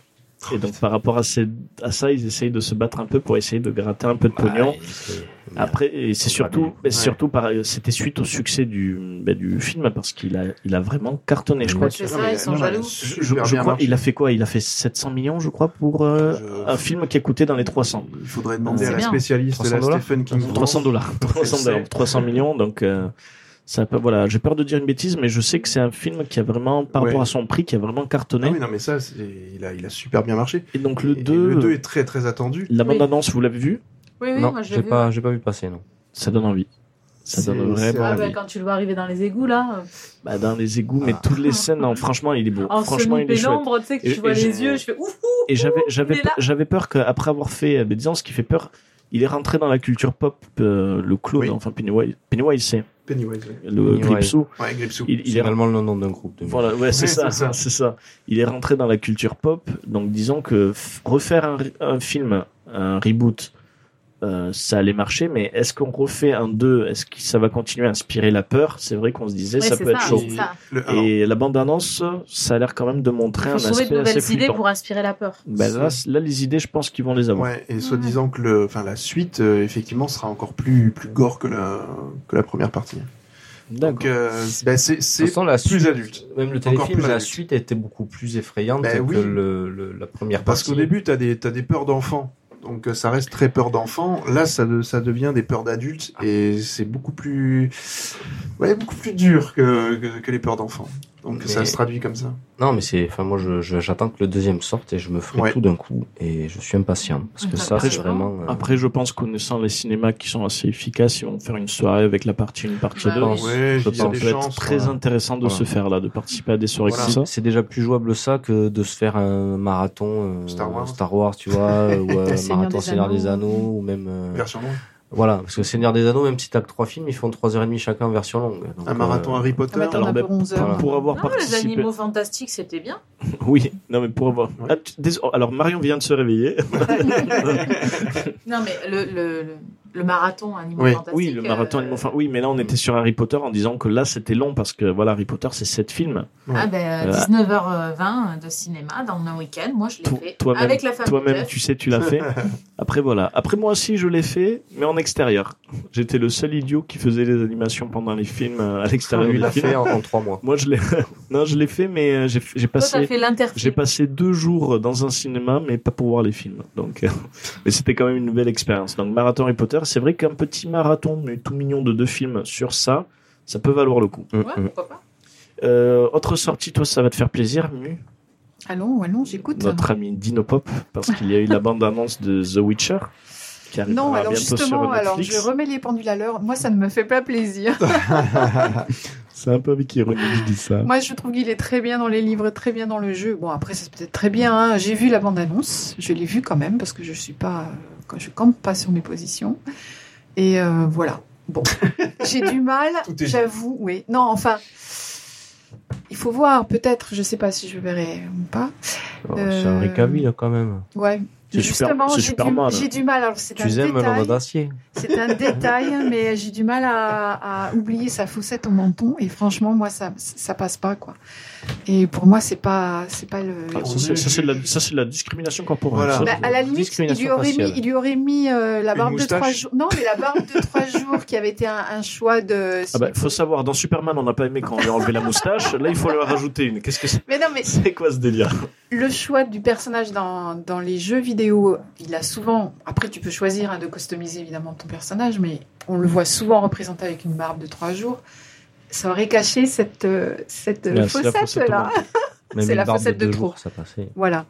Speaker 6: Oh,
Speaker 5: Et donc, par rapport à, ces- à ça, ils essayent de se battre un peu pour essayer de gratter un peu de pognon.
Speaker 8: euh,
Speaker 5: Après, et c'est surtout, mais c'est surtout, par- c'était suite au succès du, ben, du film parce qu'il a, il a vraiment cartonné, je
Speaker 8: Oui.
Speaker 5: crois.
Speaker 7: C'est
Speaker 6: Non,
Speaker 7: ça,
Speaker 6: mais-
Speaker 7: ils sont
Speaker 6: non, mais
Speaker 7: jaloux.
Speaker 5: Je,
Speaker 6: super
Speaker 5: je- je
Speaker 6: bien
Speaker 5: crois,
Speaker 6: marché.
Speaker 5: il a fait quoi Il a fait 700 millions, je crois, pour euh,
Speaker 6: Je-
Speaker 5: un film qui a coûté dans les 300.
Speaker 6: Il faudrait demander
Speaker 7: C'est
Speaker 6: à la
Speaker 7: bien.
Speaker 6: spécialiste,
Speaker 8: 300
Speaker 6: la
Speaker 8: dollars
Speaker 6: Stephen King.
Speaker 5: 300 dollars. <laughs> 300 dollars.
Speaker 6: C'est-
Speaker 5: 300 millions, donc euh, ça peut, voilà. J'ai peur de dire une bêtise, mais je sais que c'est un film qui a vraiment, par
Speaker 6: Ouais.
Speaker 5: rapport à son prix, qui a vraiment
Speaker 6: Ah
Speaker 5: cartonné.
Speaker 6: oui, non, mais ça, c'est- il a, il a super bien marché.
Speaker 5: Et donc le
Speaker 6: Et- et
Speaker 5: 2,
Speaker 6: le 2
Speaker 7: euh,
Speaker 6: est très très attendu.
Speaker 5: la bande-annonce, vous l'avez vu
Speaker 7: Oui, oui,
Speaker 8: Non,
Speaker 7: moi, je l'ai
Speaker 8: j'ai
Speaker 7: vu.
Speaker 8: pas, j'ai pas vu passer, non.
Speaker 5: Ça donne envie. Ça
Speaker 6: C'est-
Speaker 5: donne
Speaker 6: c'est-
Speaker 5: vraiment
Speaker 7: Ah, bah,
Speaker 5: envie.
Speaker 7: quand tu le vois arriver dans les égouts, là, euh,
Speaker 5: Bah, dans les égouts, mais
Speaker 8: Ah.
Speaker 5: toutes les scènes, non, franchement, il est beau.
Speaker 7: en
Speaker 5: franchement, il est chouette.
Speaker 7: semi-pénombre, tu sais, que
Speaker 5: Et-
Speaker 7: tu vois
Speaker 5: et j'ai-
Speaker 7: les yeux, je fais ouf, ouf.
Speaker 5: Et j'avais, j'avais,
Speaker 7: il est là.
Speaker 5: j'avais peur qu'après avoir fait, euh, mais disons, ce qui fait peur, il est rentré dans la culture pop, euh, le clown,
Speaker 6: Oui.
Speaker 5: enfin Pennywise, Pennywise c'est
Speaker 6: Pennywise. ouais.
Speaker 5: le
Speaker 8: Pennywise.
Speaker 5: Gripsou.
Speaker 6: Ouais, Gripsou.
Speaker 5: Il, il
Speaker 8: C'est
Speaker 5: est
Speaker 8: vraiment le nom d'un groupe. de-
Speaker 5: voilà, ouais, c'est
Speaker 6: Ouais,
Speaker 5: ça,
Speaker 6: c'est ça.
Speaker 5: c'est ça. Il est rentré dans la culture pop, donc disons que f- refaire un, re- un film, un reboot, euh, ça allait marcher, mais est-ce qu'on refait un 2 Est-ce que ça va continuer à inspirer la peur C'est vrai qu'on se disait,
Speaker 7: Ouais,
Speaker 5: ça
Speaker 7: c'est
Speaker 5: peut être
Speaker 7: ça,
Speaker 5: chaud.
Speaker 7: Ah, c'est ça.
Speaker 6: Le- alors,
Speaker 5: Et euh, la bande-annonce, ça a l'air quand même de montrer
Speaker 7: Il
Speaker 5: un
Speaker 7: faut trouver
Speaker 5: aspect
Speaker 7: de
Speaker 5: assez
Speaker 7: nouvelles idées
Speaker 5: flippant.
Speaker 7: pour inspirer la peur. Bah
Speaker 5: Ben là, c- là, les idées, je pense qu'ils vont les avoir.
Speaker 6: Ouais, et soi-disant que le, enfin, la suite, euh, effectivement, sera encore plus, plus gore que la, que la première partie.
Speaker 5: D'accord.
Speaker 6: Donc, euh, bah, c'est,
Speaker 8: De toute
Speaker 6: c'est,
Speaker 8: façon, la
Speaker 6: plus
Speaker 8: suite-
Speaker 6: adulte.
Speaker 8: Même le
Speaker 6: Encore
Speaker 8: téléfilm,
Speaker 6: plus
Speaker 8: la
Speaker 6: adulte.
Speaker 8: suite était beaucoup plus effrayante
Speaker 6: Ben
Speaker 8: que
Speaker 6: oui.
Speaker 8: le, le- la première
Speaker 6: parce
Speaker 8: partie.
Speaker 6: qu'au début, t'as des, t'as des peurs d'enfants. Donc, euh, ça reste très peur d'enfant. Là, ça, de- ça devient des peurs d'adultes et c'est beaucoup plus, ouais, beaucoup plus dur que, que, que les peurs d'enfant. Donc
Speaker 8: Mais-
Speaker 6: ça se traduit comme ça.
Speaker 8: Non, mais c'est. Enfin, moi, je- je- j'attends que le deuxième sorte et je me ferai
Speaker 6: Ouais.
Speaker 8: tout d'un coup. Et je suis impatient. Parce que ça,
Speaker 7: Après,
Speaker 8: c'est
Speaker 7: je-
Speaker 8: vraiment. euh,
Speaker 5: Après, je pense, connaissant les cinémas qui sont assez efficaces, ils vont faire une soirée avec la partie 1, partie
Speaker 7: Bah
Speaker 5: 2.
Speaker 7: oui.
Speaker 6: Ouais,
Speaker 5: Je
Speaker 6: il y a
Speaker 5: pense
Speaker 6: des
Speaker 5: que ça va
Speaker 6: chances.
Speaker 5: être très
Speaker 6: voilà.
Speaker 5: intéressant de
Speaker 8: Voilà.
Speaker 5: se faire là, de participer à des soirées
Speaker 6: Voilà.
Speaker 5: comme ça.
Speaker 8: c'est- C'est déjà plus jouable ça que de se faire un marathon euh,
Speaker 6: Star Wars.
Speaker 8: Wars,
Speaker 6: <laughs>
Speaker 8: tu vois, ou un
Speaker 9: Seigneur
Speaker 8: marathon
Speaker 9: des
Speaker 8: Seigneur des
Speaker 9: Anneaux.
Speaker 8: Anneaux, ou même. euh,
Speaker 6: Version longue.
Speaker 8: Voilà, parce que Seigneur des Anneaux, même si t'as que trois films, ils font 3h30 chacun en version longue. Donc,
Speaker 6: Un marathon
Speaker 8: euh,
Speaker 6: Harry
Speaker 9: Ah,
Speaker 6: Potter.
Speaker 9: mais attends,
Speaker 5: alors,
Speaker 9: on a
Speaker 5: ben,
Speaker 9: pour 11
Speaker 8: voilà.
Speaker 9: heures.
Speaker 5: Pour avoir
Speaker 7: Non, les
Speaker 5: participé.
Speaker 7: animaux fantastiques, c'était bien.
Speaker 5: Oui, non, mais pour avoir.
Speaker 6: Ouais.
Speaker 5: Ah, tu- dés- Alors, Marion vient de se réveiller.
Speaker 7: Non, mais le, le, le, le marathon animaux
Speaker 6: Oui.
Speaker 7: fantastiques.
Speaker 5: Oui, le marathon
Speaker 7: euh,
Speaker 5: animaux fan- Oui, mais là, on était sur Harry Potter en disant que là, c'était long parce que voilà, Harry Potter, c'est 7 films.
Speaker 7: Ah ben,
Speaker 5: Euh,
Speaker 7: 19h20 de cinéma dans un week-end. Moi, je l'ai
Speaker 5: Toi-
Speaker 7: fait
Speaker 5: toi-même-
Speaker 7: avec la famille.
Speaker 5: Toi-même,
Speaker 7: Jeff.
Speaker 5: tu sais, tu
Speaker 6: <laughs>
Speaker 5: l'as fait. Après, voilà. Après, moi aussi, je l'ai fait, mais en extérieur. J'étais le seul idiot qui faisait les animations pendant les films euh, à l'extérieur
Speaker 8: Ah, Lui, il
Speaker 5: du
Speaker 8: l'a
Speaker 5: film.
Speaker 8: fait hein. en, en trois mois.
Speaker 5: Moi, je l'ai. <laughs> non, je l'ai fait, mais euh, j'ai j'ai
Speaker 7: Toi, t'as
Speaker 5: passé.
Speaker 7: fait l'interview.
Speaker 5: J'ai passé deux jours dans un cinéma, mais pas pour voir les films. Donc, euh, <laughs> mais c'était quand même une belle expérience. Donc, marathon Harry Potter, c'est vrai qu'un petit marathon, mais tout mignon de deux films sur ça, ça peut valoir le coup.
Speaker 8: Mm,
Speaker 7: Ouais, pourquoi pas.
Speaker 5: Euh, autre sortie, toi, ça va te faire plaisir, Mu,
Speaker 9: Allons, allons, j'écoute.
Speaker 5: notre ami Dinopop, parce qu'il y a eu la bande-annonce de The Witcher, qui arrivera
Speaker 9: Non, alors
Speaker 5: bientôt
Speaker 9: justement,
Speaker 5: sur
Speaker 9: alors
Speaker 5: Netflix.
Speaker 9: je remets les pendules à l'heure. Moi, ça ne me fait pas plaisir.
Speaker 5: C'est un peu avec ironie que je dis ça.
Speaker 9: Moi, je trouve qu'il est très bien dans les livres, très bien dans le jeu. Bon, après, c'est peut-être très bien. hein. J'ai vu la bande-annonce, je l'ai vue quand même parce que je suis pas, quand je campe pas sur mes positions. Et euh, voilà. Bon, j'ai du mal,
Speaker 6: Tout est dit.
Speaker 9: j'avoue. Oui. Non, enfin, il faut voir. Peut-être, je sais pas si je verrai ou pas.
Speaker 8: Alors,
Speaker 9: Euh,
Speaker 8: Oh, C'est Henri Cavill, quand même.
Speaker 9: Ouais.
Speaker 5: C'est
Speaker 9: Justement,
Speaker 5: super- c'est
Speaker 9: j'ai du,
Speaker 5: Superman.
Speaker 9: j'ai du mal. Alors, c'est un
Speaker 8: Tu aimes
Speaker 9: détail.
Speaker 8: l'homme d'acier
Speaker 9: C'est un détail, mais j'ai du mal à, à oublier sa fossette au menton. Et franchement, moi, ça, ça passe pas, quoi. Et pour moi, c'est pas, c'est pas le.
Speaker 5: Ah, ça, c'est- ça, c'est de la- ça, c'est de la discrimination corporelle.
Speaker 6: Voilà.
Speaker 5: ça.
Speaker 9: Bah, à la limite, il lui
Speaker 8: Discrimination
Speaker 9: aurait mis,
Speaker 8: raciale.
Speaker 9: il lui aurait mis euh, la
Speaker 6: Une
Speaker 9: barbe de
Speaker 6: moustache.
Speaker 9: trois jours. Non, mais la barbe de trois jours qui avait été un, un choix de.
Speaker 5: Ah bah, faut savoir, dans Superman, on n'a pas aimé quand on lui a enlevé la moustache. Là, il faut leur rajouter une. Qu'est-ce que c'est
Speaker 9: Mais non, mais
Speaker 5: C'est quoi ce délire
Speaker 9: le choix du personnage dans, dans les jeux vidéo, il a souvent. Après, tu peux choisir hein, de customiser évidemment ton personnage, mais on le voit souvent représenté avec une barbe de trois jours. Ça aurait caché cette, euh, cette euh,
Speaker 5: Là, c'est la
Speaker 9: fossette
Speaker 5: fossette au
Speaker 9: là.
Speaker 5: menton.
Speaker 8: Même
Speaker 9: C'est
Speaker 8: une
Speaker 9: la
Speaker 8: barbe
Speaker 9: fossette de
Speaker 8: deux
Speaker 9: trop.
Speaker 8: jours, ça passait.
Speaker 9: Voilà.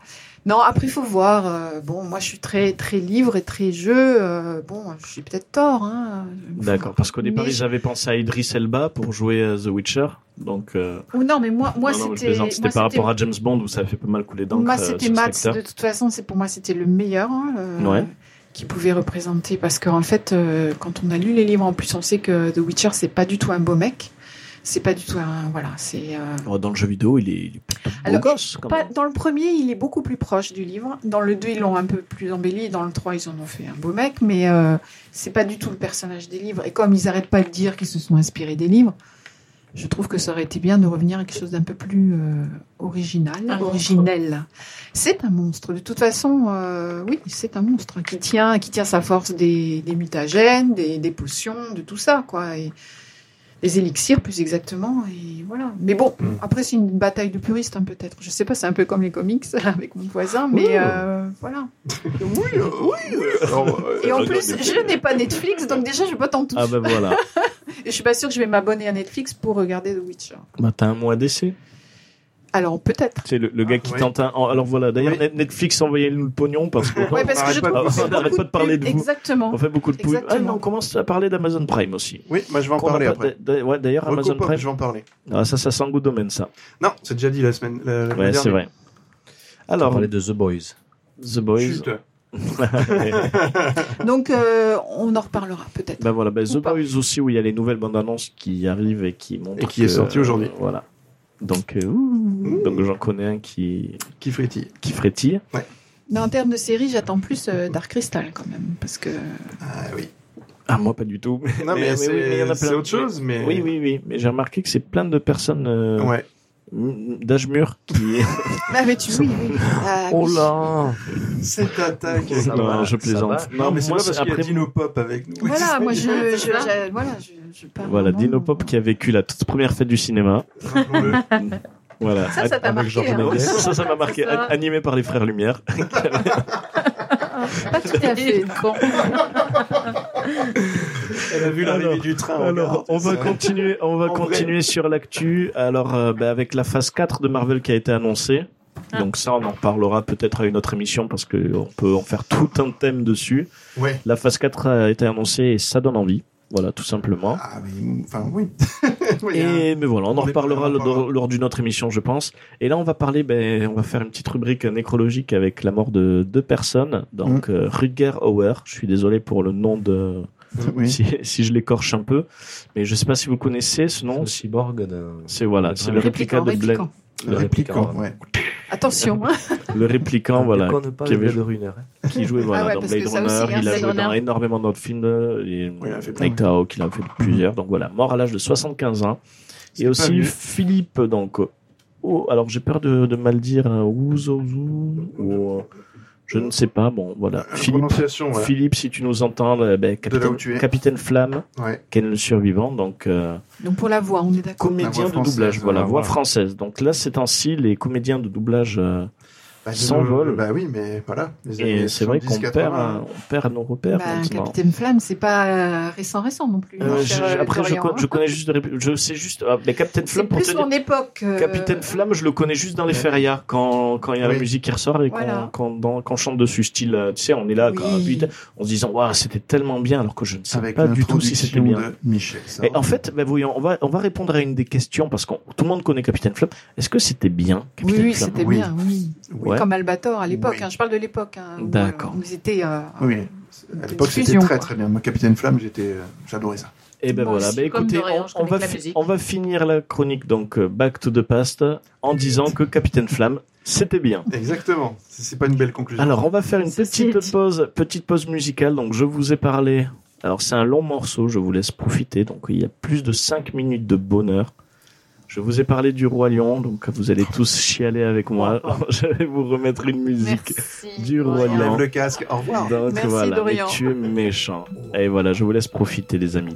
Speaker 9: Non, après, il faut voir. euh, bon, moi, je suis très, très livre et très jeu. euh, bon, je suis peut-être tort. Hein,
Speaker 5: D'accord, parce qu'au départ,
Speaker 9: Mais-
Speaker 5: ils avaient pensé à Idris Elba pour jouer à The Witcher. Donc, euh,
Speaker 9: Ou non, mais moi, moi
Speaker 5: non, non, je
Speaker 9: c'était.
Speaker 5: plaisante, c'était
Speaker 9: moi,
Speaker 5: par
Speaker 9: c'était-
Speaker 5: rapport à James Bond où ça a fait pas mal couler d'encre.
Speaker 9: Moi,
Speaker 5: euh,
Speaker 9: c'était
Speaker 5: sur ce
Speaker 9: Max.
Speaker 5: secteur.
Speaker 9: De toute façon, c'est pour moi, c'était le meilleur hein, euh,
Speaker 5: Ouais.
Speaker 9: qui pouvait représenter. Parce qu'en fait, euh, quand on a lu les livres, en plus, on sait que The Witcher, c'est pas du tout un beau mec. C'est pas du tout un. Voilà, c'est. euh,
Speaker 5: Oh, dans le jeu vidéo, il est, il est plutôt beau
Speaker 9: Alors,
Speaker 5: gosse. Quand
Speaker 9: Pas-
Speaker 5: même.
Speaker 9: dans le premier, il est beaucoup plus proche du livre. Dans le 2, ils l'ont un peu plus embelli. Dans le 3, ils en ont fait un beau mec. Mais euh, c'est pas du tout le personnage des livres. Et comme ils n'arrêtent pas de dire qu'ils se sont inspirés des livres, je trouve que ça aurait été bien de revenir à quelque chose d'un peu plus euh, original,
Speaker 7: Un monstre.
Speaker 9: originel. C'est un monstre. De toute façon, euh, oui, c'est un monstre qui tient, qui tient sa force des, des mutagènes, des, des potions, de tout ça, quoi. Et, des élixirs plus exactement et voilà mais bon
Speaker 6: Mm.
Speaker 9: après c'est une bataille de puristes hein, peut-être je sais pas c'est un peu comme les comics avec mon voisin mais euh, voilà
Speaker 6: Oui, euh, oui. euh, alors, euh,
Speaker 9: et en plus je n'ai pas Netflix donc déjà je peux pas t'en toucher
Speaker 5: Ah bah <laughs> voilà.
Speaker 9: et <laughs> je suis pas sûre que je vais m'abonner à Netflix pour regarder The Witcher
Speaker 5: bah t'as un mois d'essai.
Speaker 9: alors peut-être
Speaker 5: C'est le, le gars qui
Speaker 6: Ah, Ouais.
Speaker 5: tente un... oh, alors voilà, d'ailleurs
Speaker 6: Oui.
Speaker 5: Net- Netflix envoyez-nous le pognon parce qu'on
Speaker 9: <laughs> ouais parce
Speaker 6: on
Speaker 9: que je
Speaker 6: arrête
Speaker 5: <laughs>
Speaker 6: pas
Speaker 9: trouve
Speaker 5: de-
Speaker 9: que c'est
Speaker 5: on arrête
Speaker 9: beaucoup
Speaker 5: pas de parler
Speaker 9: pubs.
Speaker 5: de vous.
Speaker 9: exactement
Speaker 5: on fait beaucoup de pubs. Ah
Speaker 9: Exactement.
Speaker 5: non, on commence à parler d'Amazon Prime aussi.
Speaker 6: Oui, moi je vais en
Speaker 5: Qu'on
Speaker 6: parler
Speaker 5: a pas-
Speaker 6: après.
Speaker 5: d'a- ouais, D'ailleurs, Amazon
Speaker 6: Recopop,
Speaker 5: Prime,
Speaker 6: je vais en parler.
Speaker 5: ah, ça, ça sent le goût domaine, ça.
Speaker 6: Non, c'est déjà dit la semaine. La, la
Speaker 5: Ouais, c'est
Speaker 6: dernière.
Speaker 5: vrai.
Speaker 8: On
Speaker 5: Alors,
Speaker 8: parlait de The Boys.
Speaker 5: The Boys.
Speaker 6: Chut.
Speaker 9: donc euh, on en reparlera peut-être
Speaker 5: <laughs> Ben voilà, ben The
Speaker 9: Ou pas.
Speaker 5: Boys aussi, où il y a les nouvelles bandes annonces qui arrivent et qui montrent.
Speaker 6: Et qui est
Speaker 5: que,
Speaker 6: sorti aujourd'hui. Mmh.
Speaker 5: euh, voilà. Donc, euh, ouh, donc j'en connais un qui,
Speaker 6: Qui frétille
Speaker 5: qui frétille.
Speaker 9: mais en termes de série j'attends plus euh, Dark Crystal quand même parce que
Speaker 6: Ah oui.
Speaker 5: Ah, moi, pas du tout. mais- <laughs>
Speaker 6: Non, mais,
Speaker 5: mais
Speaker 6: c'est
Speaker 5: oui, mais il y en a
Speaker 6: c'est
Speaker 5: plein.
Speaker 6: autre chose, mais.
Speaker 5: Oui, oui, oui. Mais j'ai remarqué que c'est plein de personnes euh,
Speaker 6: Ouais.
Speaker 5: m- d'âge mûr
Speaker 6: <laughs>
Speaker 5: qui. <laughs>
Speaker 9: ah mais tu oui, oui. Ah,
Speaker 8: Oh
Speaker 9: oui.
Speaker 8: <laughs> là
Speaker 6: Cette attaque.
Speaker 5: <laughs> non,
Speaker 8: va,
Speaker 5: je
Speaker 8: ça
Speaker 5: plaisante.
Speaker 6: Non, mais c'est
Speaker 5: moi,
Speaker 6: pas parce qu'il y a
Speaker 5: après-
Speaker 6: Dino Pop avec nous. <laughs>
Speaker 9: Voilà, moi je, je,
Speaker 7: C'est ça.
Speaker 9: je- voilà, je, je parle
Speaker 5: Voilà,
Speaker 9: vraiment-
Speaker 5: Dino Pop qui a vécu la toute première fête du cinéma.
Speaker 6: Rappelons-le.
Speaker 5: Voilà.
Speaker 7: Ça, ça t'a
Speaker 8: Avec
Speaker 7: marqué.
Speaker 8: Georges
Speaker 7: hein.
Speaker 5: Ouais,
Speaker 8: Méliès.
Speaker 5: <laughs> ça, ça m'a marqué.
Speaker 7: C'est ça.
Speaker 5: An- Animé par les frères Lumière.
Speaker 9: hein. <laughs> Pas tout à fait. con.
Speaker 6: Elle a vu l'arrivée
Speaker 5: Alors,
Speaker 6: du train.
Speaker 5: Alors,
Speaker 6: regarde.
Speaker 5: on va
Speaker 6: C'est-
Speaker 5: continuer, on va
Speaker 6: En vrai.
Speaker 5: continuer sur l'actu. Alors, euh, bah, avec la phase 4 de Marvel qui a été annoncée.
Speaker 7: Ah.
Speaker 5: Donc ça, on en parlera peut-être à une autre émission parce que on peut en faire tout un thème dessus.
Speaker 6: Ouais.
Speaker 5: La phase 4 a été annoncée et ça donne envie. Voilà, tout simplement.
Speaker 6: Ah, mais enfin, oui. <laughs> Oui, hein.
Speaker 5: Et mais voilà, on en
Speaker 6: On est-
Speaker 5: reparlera
Speaker 6: on en parlera.
Speaker 5: lors, lors d'une autre émission, je pense. Et là, on va parler, ben, on va faire une petite rubrique nécrologique avec la mort de deux personnes. Donc,
Speaker 6: Mm.
Speaker 5: euh, Rutger Hauer, je suis désolé pour le nom de,
Speaker 6: Oui.
Speaker 5: si, si je l'écorche un peu, mais je sais pas si vous connaissez ce nom.
Speaker 8: Le cyborg d'un-
Speaker 5: C'est voilà,
Speaker 8: Le
Speaker 5: c'est le réplica de Blade,
Speaker 9: répliquant.
Speaker 6: Le répliquant, hein. ouais.
Speaker 5: hein.
Speaker 9: Attention, hein.
Speaker 5: le
Speaker 8: Ah,
Speaker 5: répliquant, voilà,
Speaker 8: Déconne pas
Speaker 5: qui
Speaker 8: le
Speaker 5: avait-
Speaker 8: Blade Runner. hein.
Speaker 5: qui jouait voilà,
Speaker 9: Ah ouais,
Speaker 5: dans
Speaker 9: parce
Speaker 5: Blade
Speaker 9: que ça aussi,
Speaker 5: Runner,
Speaker 9: hein,
Speaker 5: il a
Speaker 9: Blade
Speaker 5: joué dans
Speaker 9: Runner.
Speaker 5: énormément d'autres films, euh, et
Speaker 6: Oui, il a fait plein.
Speaker 5: Night Out, il en a fait plusieurs, donc voilà, mort à l'âge de 75 ans.
Speaker 6: C'est
Speaker 5: Et
Speaker 6: pas
Speaker 5: aussi
Speaker 6: vieux.
Speaker 5: Philippe, donc, oh, alors j'ai peur de, de mal dire, hein, Ouzouzou, ou, euh, je ne sais pas, bon, voilà,
Speaker 6: La
Speaker 5: Philippe.
Speaker 6: prononciation, ouais.
Speaker 5: Philippe, si tu nous entends, euh, ben, capitaine,
Speaker 6: où tu es.
Speaker 5: Capitaine Flamme,
Speaker 6: Ouais.
Speaker 5: qui est le survivant, donc euh,
Speaker 9: Donc pour la voix, on est d'accord.
Speaker 5: comédien
Speaker 6: La voix
Speaker 5: de
Speaker 6: française,
Speaker 5: doublage,
Speaker 6: voilà,
Speaker 5: voilà, voix
Speaker 6: voilà.
Speaker 5: française. Donc là, ces temps-ci, les comédiens de doublage, euh,
Speaker 6: Bah, de
Speaker 5: S'envole.
Speaker 6: nos- Bah oui, mais voilà. les
Speaker 5: et
Speaker 6: années
Speaker 5: c'est vrai qu'on
Speaker 6: 70,
Speaker 5: perd,
Speaker 6: 80.
Speaker 5: euh, on perd nos repères
Speaker 9: Bah,
Speaker 5: maintenant.
Speaker 9: Capitaine Flamme, c'est pas euh, récent, récent non plus.
Speaker 5: Euh,
Speaker 9: mon
Speaker 5: je-
Speaker 9: cher,
Speaker 5: je-
Speaker 9: euh,
Speaker 5: après, je,
Speaker 9: Florian,
Speaker 5: con-
Speaker 9: hein.
Speaker 5: je connais juste, de rép- je sais juste, ah, mais Capitaine
Speaker 9: C'est
Speaker 5: Flamme, pour te
Speaker 9: plus
Speaker 5: dire,
Speaker 9: mon époque. euh,
Speaker 5: Capitaine Flamme, je le connais juste dans les férias quand quand il y a la
Speaker 6: Oui.
Speaker 5: musique qui ressort et qu'on
Speaker 9: Voilà.
Speaker 5: quand, dans- qu'on chante dessus, style, euh, tu sais, on est là,
Speaker 9: Oui.
Speaker 5: quand, putain, en se disant, waouh, c'était tellement bien, alors que je ne savais
Speaker 6: Avec
Speaker 5: pas du tout si c'était
Speaker 6: l'introduction
Speaker 5: bien.
Speaker 6: de Michel. Sardou.
Speaker 5: Et en fait, ben voyons, on va, on va répondre à une des questions parce que tout le monde connaît Capitaine Flamme. Est-ce que c'était bien,
Speaker 9: Oui,
Speaker 5: Capitaine
Speaker 9: oui,
Speaker 5: Flamme
Speaker 9: c'était
Speaker 6: Oui.
Speaker 9: bien, oui. Oui,
Speaker 5: Ouais.
Speaker 9: Comme Albator à l'époque,
Speaker 6: Oui.
Speaker 9: hein, je parle de l'époque.
Speaker 7: Ah,
Speaker 9: hein, où,
Speaker 5: D'accord.
Speaker 9: euh, Ils étaient. euh,
Speaker 6: Oui.
Speaker 9: Une
Speaker 6: À l'époque, c'était
Speaker 9: fusion,
Speaker 6: très
Speaker 9: quoi.
Speaker 6: très bien. Moi, Capitaine Flamme, j'étais, euh, j'adorais ça.
Speaker 5: Et ben
Speaker 7: Moi
Speaker 5: voilà,
Speaker 7: aussi,
Speaker 5: ben
Speaker 7: comme
Speaker 5: écoutez,
Speaker 7: Dorian,
Speaker 5: on-
Speaker 7: je
Speaker 5: on,
Speaker 7: connais
Speaker 5: va
Speaker 7: que la
Speaker 5: fi-
Speaker 7: musique.
Speaker 5: on va finir la chronique donc euh, Back to the Past en disant que Capitaine Flamme, c'était bien.
Speaker 6: Exactement. C'est c'est pas une belle conclusion.
Speaker 5: Alors on va faire une
Speaker 7: Ceci
Speaker 5: petite
Speaker 7: dit.
Speaker 5: pause, petite pause musicale. Donc je vous ai parlé. Alors c'est un long morceau, je vous laisse profiter. Donc il y a plus de 5 minutes de bonheur. Je vous ai parlé du roi lion, donc vous allez tous chialer avec moi. <laughs> Je vais vous remettre une musique.
Speaker 7: Merci.
Speaker 5: Du roi
Speaker 7: Dorian.
Speaker 5: lion.
Speaker 6: lève le casque. Au revoir.
Speaker 5: Donc
Speaker 9: Merci,
Speaker 5: voilà,
Speaker 9: Dorian.
Speaker 5: mais tu es méchant. Et voilà, je vous laisse profiter les amis.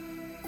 Speaker 10: Thank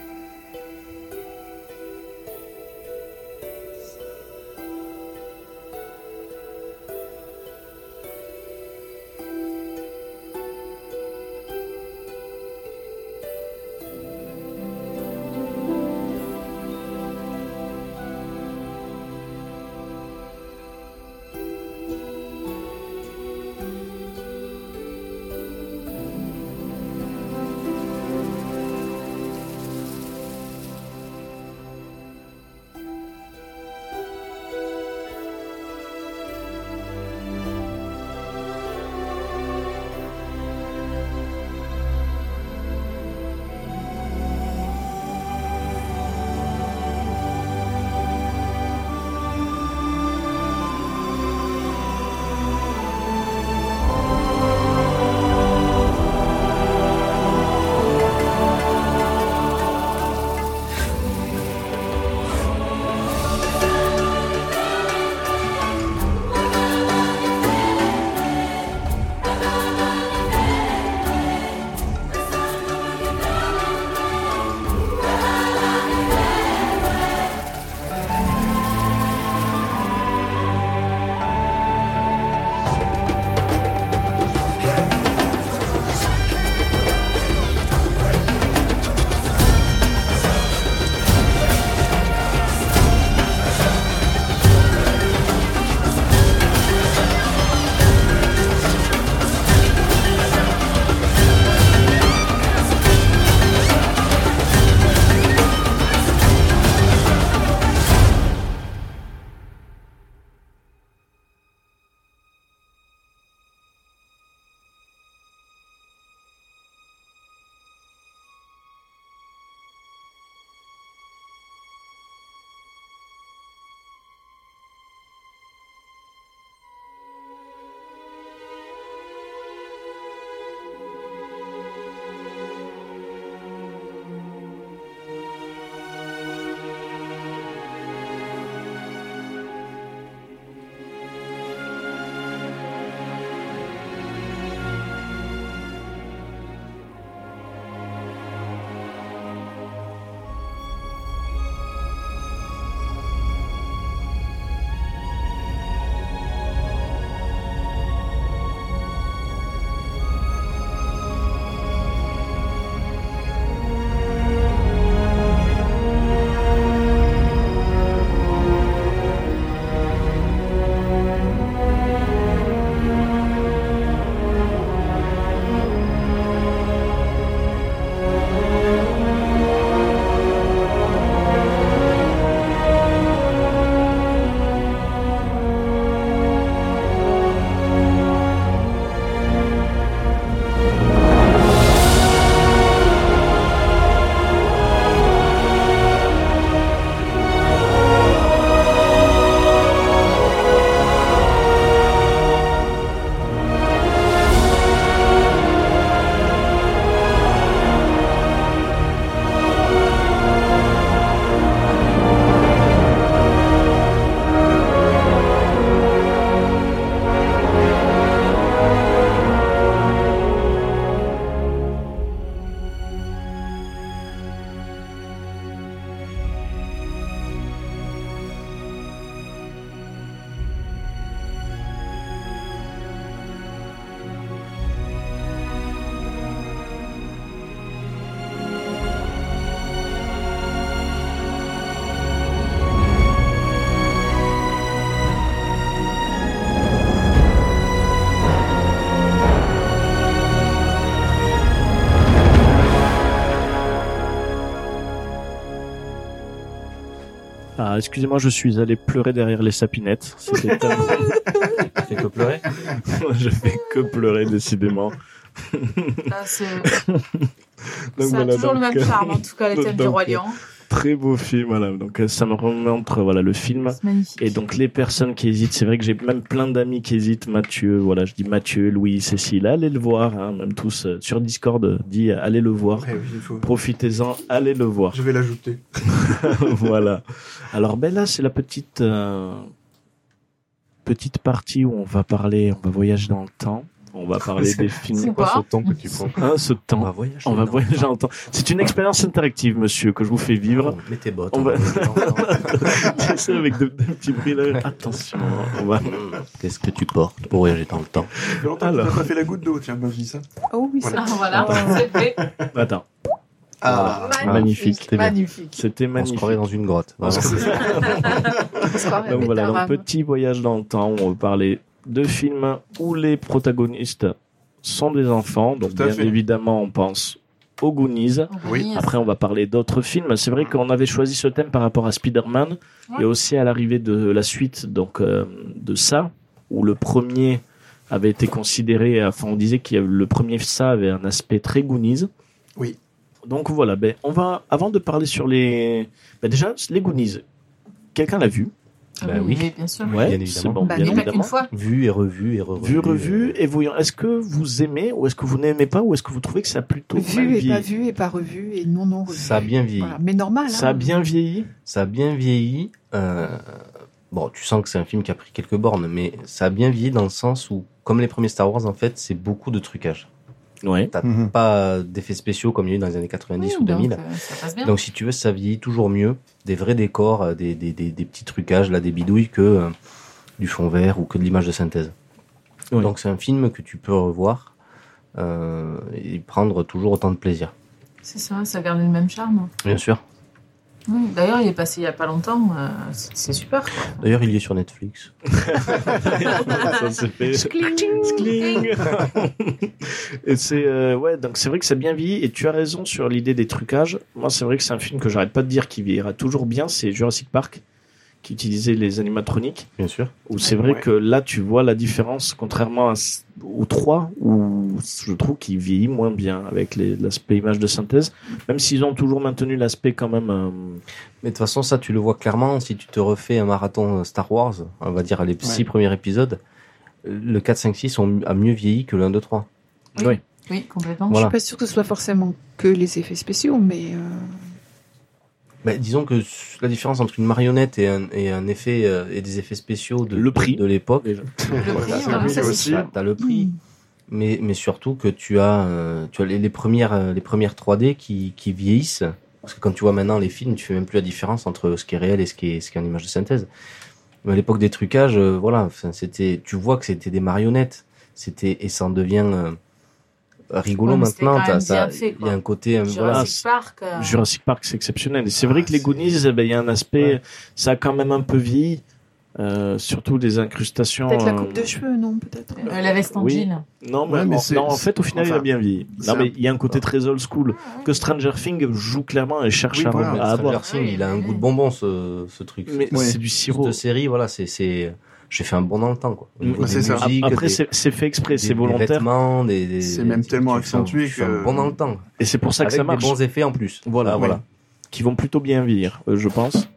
Speaker 5: Ah, excusez-moi, je suis allé pleurer derrière les sapinettes. <laughs> C'était un-
Speaker 8: Fait que pleurer.
Speaker 5: je fais que pleurer, décidément.
Speaker 7: Ah, c'est-
Speaker 5: Donc
Speaker 7: ça a
Speaker 5: voilà,
Speaker 7: toujours le
Speaker 5: donc,
Speaker 7: même
Speaker 5: euh,
Speaker 7: charme, hein. en tout cas,
Speaker 5: <laughs>
Speaker 7: les
Speaker 5: donc,
Speaker 7: thèmes du Roi
Speaker 5: euh,
Speaker 7: Lion.
Speaker 5: Très beau film, voilà. Donc euh, ça me remet entre voilà, le film
Speaker 7: <laughs> C'est magnifique.
Speaker 5: Et donc les personnes qui hésitent, c'est vrai que j'ai même plein d'amis qui hésitent, Mathieu, voilà, je dis Mathieu, Louis, Cécile, allez le voir, hein, même tous euh, sur Discord, euh, dit euh, allez le voir,
Speaker 6: Ouais, oui, il faut-
Speaker 5: profitez-en, allez le voir.
Speaker 6: Je vais l'ajouter.
Speaker 5: <laughs> voilà. Alors ben là, c'est la petite euh, petite partie où on va parler, on va voyager dans le temps, on va parler des
Speaker 7: C'est
Speaker 5: films,
Speaker 7: quoi
Speaker 10: ce temps que tu prends
Speaker 5: hein, ce
Speaker 8: On va
Speaker 5: temps.
Speaker 8: voyager.
Speaker 5: On va
Speaker 8: dans-
Speaker 5: voyager dans le temps. C'est une expérience interactive, monsieur, que je vous fais vivre.
Speaker 8: Oh, Mets tes bottes.
Speaker 5: On
Speaker 8: on
Speaker 5: va-
Speaker 8: voyager dans le temps.
Speaker 5: <laughs> C'est ça, avec de, de petits bruits là. Attention, on va.
Speaker 8: Qu'est-ce que tu portes pour voyager dans le temps
Speaker 6: Ça fait longtemps que
Speaker 5: Alors.
Speaker 6: t'as pas fait la goutte d'eau, tiens, quand je dis ça.
Speaker 9: Oh oui,
Speaker 6: Voilà.
Speaker 9: c'est
Speaker 7: Ah,
Speaker 5: <laughs>
Speaker 7: voilà, c'est fait.
Speaker 5: Attends.
Speaker 6: Ah,
Speaker 5: Magnifique, c'était bien.
Speaker 9: magnifique.
Speaker 5: C'était
Speaker 8: On se
Speaker 5: magnifique.
Speaker 8: croirait dans une grotte. Vraiment.
Speaker 9: On se croirait à
Speaker 5: Donc voilà, un
Speaker 9: Betarame.
Speaker 5: petit voyage dans le temps où on va parler de films où les protagonistes sont des enfants. Donc
Speaker 6: Tout à
Speaker 5: bien
Speaker 6: fait.
Speaker 5: évidemment, on pense aux Goonies.
Speaker 6: Oui.
Speaker 5: Après, on va parler d'autres films. C'est vrai qu'on avait choisi ce thème par rapport à Spider-Man et aussi à l'arrivée de la suite donc euh, de ça, où le premier avait été considéré, enfin on disait que le premier ça avait un aspect très Goonies.
Speaker 6: Oui.
Speaker 5: Donc voilà, ben, on va, avant de parler sur les... ben, déjà, les Goonies, quelqu'un l'a vu
Speaker 7: Ah
Speaker 8: Bah oui.
Speaker 7: oui, bien sûr.
Speaker 8: Bien
Speaker 5: Ouais,
Speaker 8: évidemment.
Speaker 5: c'est bon,
Speaker 9: Bah,
Speaker 5: bien
Speaker 9: non,
Speaker 7: Mais pas qu'une
Speaker 5: évidemment.
Speaker 7: fois.
Speaker 8: Vu et revu et revu.
Speaker 5: Vu, revu et voyant. Est-ce que vous aimez ou est-ce que vous n'aimez pas ou est-ce que vous trouvez que ça a plutôt mal
Speaker 9: Vu et
Speaker 5: vieilli
Speaker 9: pas vu et pas revu et non non revu.
Speaker 8: Ça a bien vieilli.
Speaker 9: Voilà. Mais normal.
Speaker 5: Ça a
Speaker 9: hein.
Speaker 5: bien vieilli
Speaker 8: Ça a bien vieilli. euh, Bon, tu sens que c'est un film qui a pris quelques bornes, mais ça a bien vieilli dans le sens où, comme les premiers Star Wars, en fait, c'est beaucoup de trucage.
Speaker 5: Ouais.
Speaker 6: Mhm.
Speaker 8: Pas d'effets spéciaux comme il y a eu dans les années 90 ou
Speaker 7: Oui,
Speaker 8: 2000.
Speaker 7: donc, euh, ça passe bien.
Speaker 8: Donc si tu veux, ça vieillit toujours mieux. Des vrais décors, euh, des, des, des, des petits trucages, là, des bidouilles que euh, du fond vert ou que de l'image de synthèse.
Speaker 5: Oui.
Speaker 8: Donc c'est un film que tu peux revoir euh, et prendre toujours autant de plaisir.
Speaker 7: C'est ça, ça garde le même charme.
Speaker 8: Bien sûr.
Speaker 7: Oui, D'ailleurs, il est passé il y a pas longtemps. euh, c'est c'est super. quoi.
Speaker 8: D'ailleurs, il y est sur Netflix.
Speaker 5: ça se
Speaker 6: <laughs>
Speaker 5: fait. Skling. <laughs> et c'est euh, ouais, donc c'est vrai que ça bien vieilli. Et tu as raison sur l'idée des trucages. Moi, c'est vrai que c'est un film que j'arrête pas de dire qui vieillira toujours bien. C'est Jurassic Park qui utilisait les animatroniques.
Speaker 8: Bien sûr.
Speaker 5: Où c'est vrai
Speaker 6: Ouais.
Speaker 5: que là, tu vois la différence, contrairement à, s- aux trois où je trouve qu'il vieillit moins bien avec les- l'aspect image de synthèse. Même s'ils ont toujours maintenu l'aspect quand même. euh,
Speaker 8: Mais de toute façon, ça, tu le vois clairement. Si tu te refais un marathon euh, Star Wars, on va dire les six premiers épisodes, euh, le 4, 5, 6 ont, a mieux vieilli que le 1, 2, 3.
Speaker 7: Oui, complètement.
Speaker 8: Voilà.
Speaker 9: Je suis pas sûre que ce soit forcément que les effets spéciaux, mais euh,
Speaker 8: Ben, disons que s- la différence entre une marionnette et un, et un effet euh, et des effets spéciaux de,
Speaker 5: Le prix.
Speaker 8: de l'époque,
Speaker 5: déjà.
Speaker 7: Le prix,
Speaker 6: Voilà, c'est
Speaker 7: voilà,
Speaker 6: oui,
Speaker 7: ça, c'est
Speaker 6: aussi.
Speaker 8: t'as- t'as le
Speaker 7: Hmm.
Speaker 8: prix, mais mais surtout que tu as euh, tu as les, les premières euh, les premières 3D qui qui vieillissent parce que quand tu vois maintenant les films, tu fais même plus la différence entre ce qui est réel et ce qui est ce qui est en image de synthèse. Mais à l'époque des trucages, euh, voilà, enfin, c'était tu vois que c'était des marionnettes, c'était et ça en devient euh, rigolo
Speaker 7: Ouais, mais c'était
Speaker 8: maintenant.
Speaker 7: quand même
Speaker 8: t'as- ça-
Speaker 7: bien fait,
Speaker 8: Il y
Speaker 7: quoi.
Speaker 8: a un côté euh, voilà,
Speaker 7: Jurassic Park. euh,
Speaker 5: Jurassic Park, c'est exceptionnel. Et c'est vrai
Speaker 8: Ah,
Speaker 5: que les
Speaker 8: c'est-
Speaker 5: Goonies, eh ben, il y a un aspect,
Speaker 8: Ouais.
Speaker 5: ça a quand même un peu vieilli. euh, surtout des incrustations.
Speaker 9: peut-être la
Speaker 5: euh, Ah
Speaker 9: coupe de cheveux, non Peut-être.
Speaker 7: euh, la veste en
Speaker 5: Oui.
Speaker 7: jean.
Speaker 5: Non, mais,
Speaker 6: Ouais, mais
Speaker 5: en-
Speaker 6: c'est-
Speaker 5: non, en fait, au final,
Speaker 6: enfin,
Speaker 5: il a bien vieilli.
Speaker 6: c'est
Speaker 5: Non, mais
Speaker 6: un-
Speaker 5: il y a un côté très old school
Speaker 9: Ah,
Speaker 5: que Stranger Things joue clairement et cherche
Speaker 6: Oui,
Speaker 5: à-
Speaker 6: voilà.
Speaker 5: à
Speaker 8: Stranger
Speaker 5: avoir.
Speaker 8: Things, il a un goût de bonbon ce ce truc.
Speaker 5: Ah, Mais
Speaker 6: Ouais.
Speaker 5: c'est du sirop.
Speaker 8: de série, voilà, c'est, c'est, j'ai fait un bon dans le temps, quoi. Au
Speaker 5: Mm,
Speaker 8: niveau
Speaker 6: c'est
Speaker 8: des
Speaker 6: ça.
Speaker 8: musiques,
Speaker 5: Après,
Speaker 8: des-
Speaker 5: c'est c'est fait exprès,
Speaker 8: des-
Speaker 5: c'est
Speaker 8: des
Speaker 5: volontaire.
Speaker 8: vêtements, des, des-
Speaker 6: C'est
Speaker 8: des-
Speaker 6: même
Speaker 8: tu-
Speaker 6: tellement
Speaker 8: tu fais un-
Speaker 6: accentué
Speaker 8: tu fais un
Speaker 6: que-
Speaker 8: bon dans le temps.
Speaker 5: Et c'est pour ça que
Speaker 8: Avec
Speaker 5: ça
Speaker 8: des
Speaker 5: marche.
Speaker 8: bons effets en plus.
Speaker 5: Voilà,
Speaker 8: Ah, voilà.
Speaker 5: Qui vont plutôt bien vieillir, euh, je pense.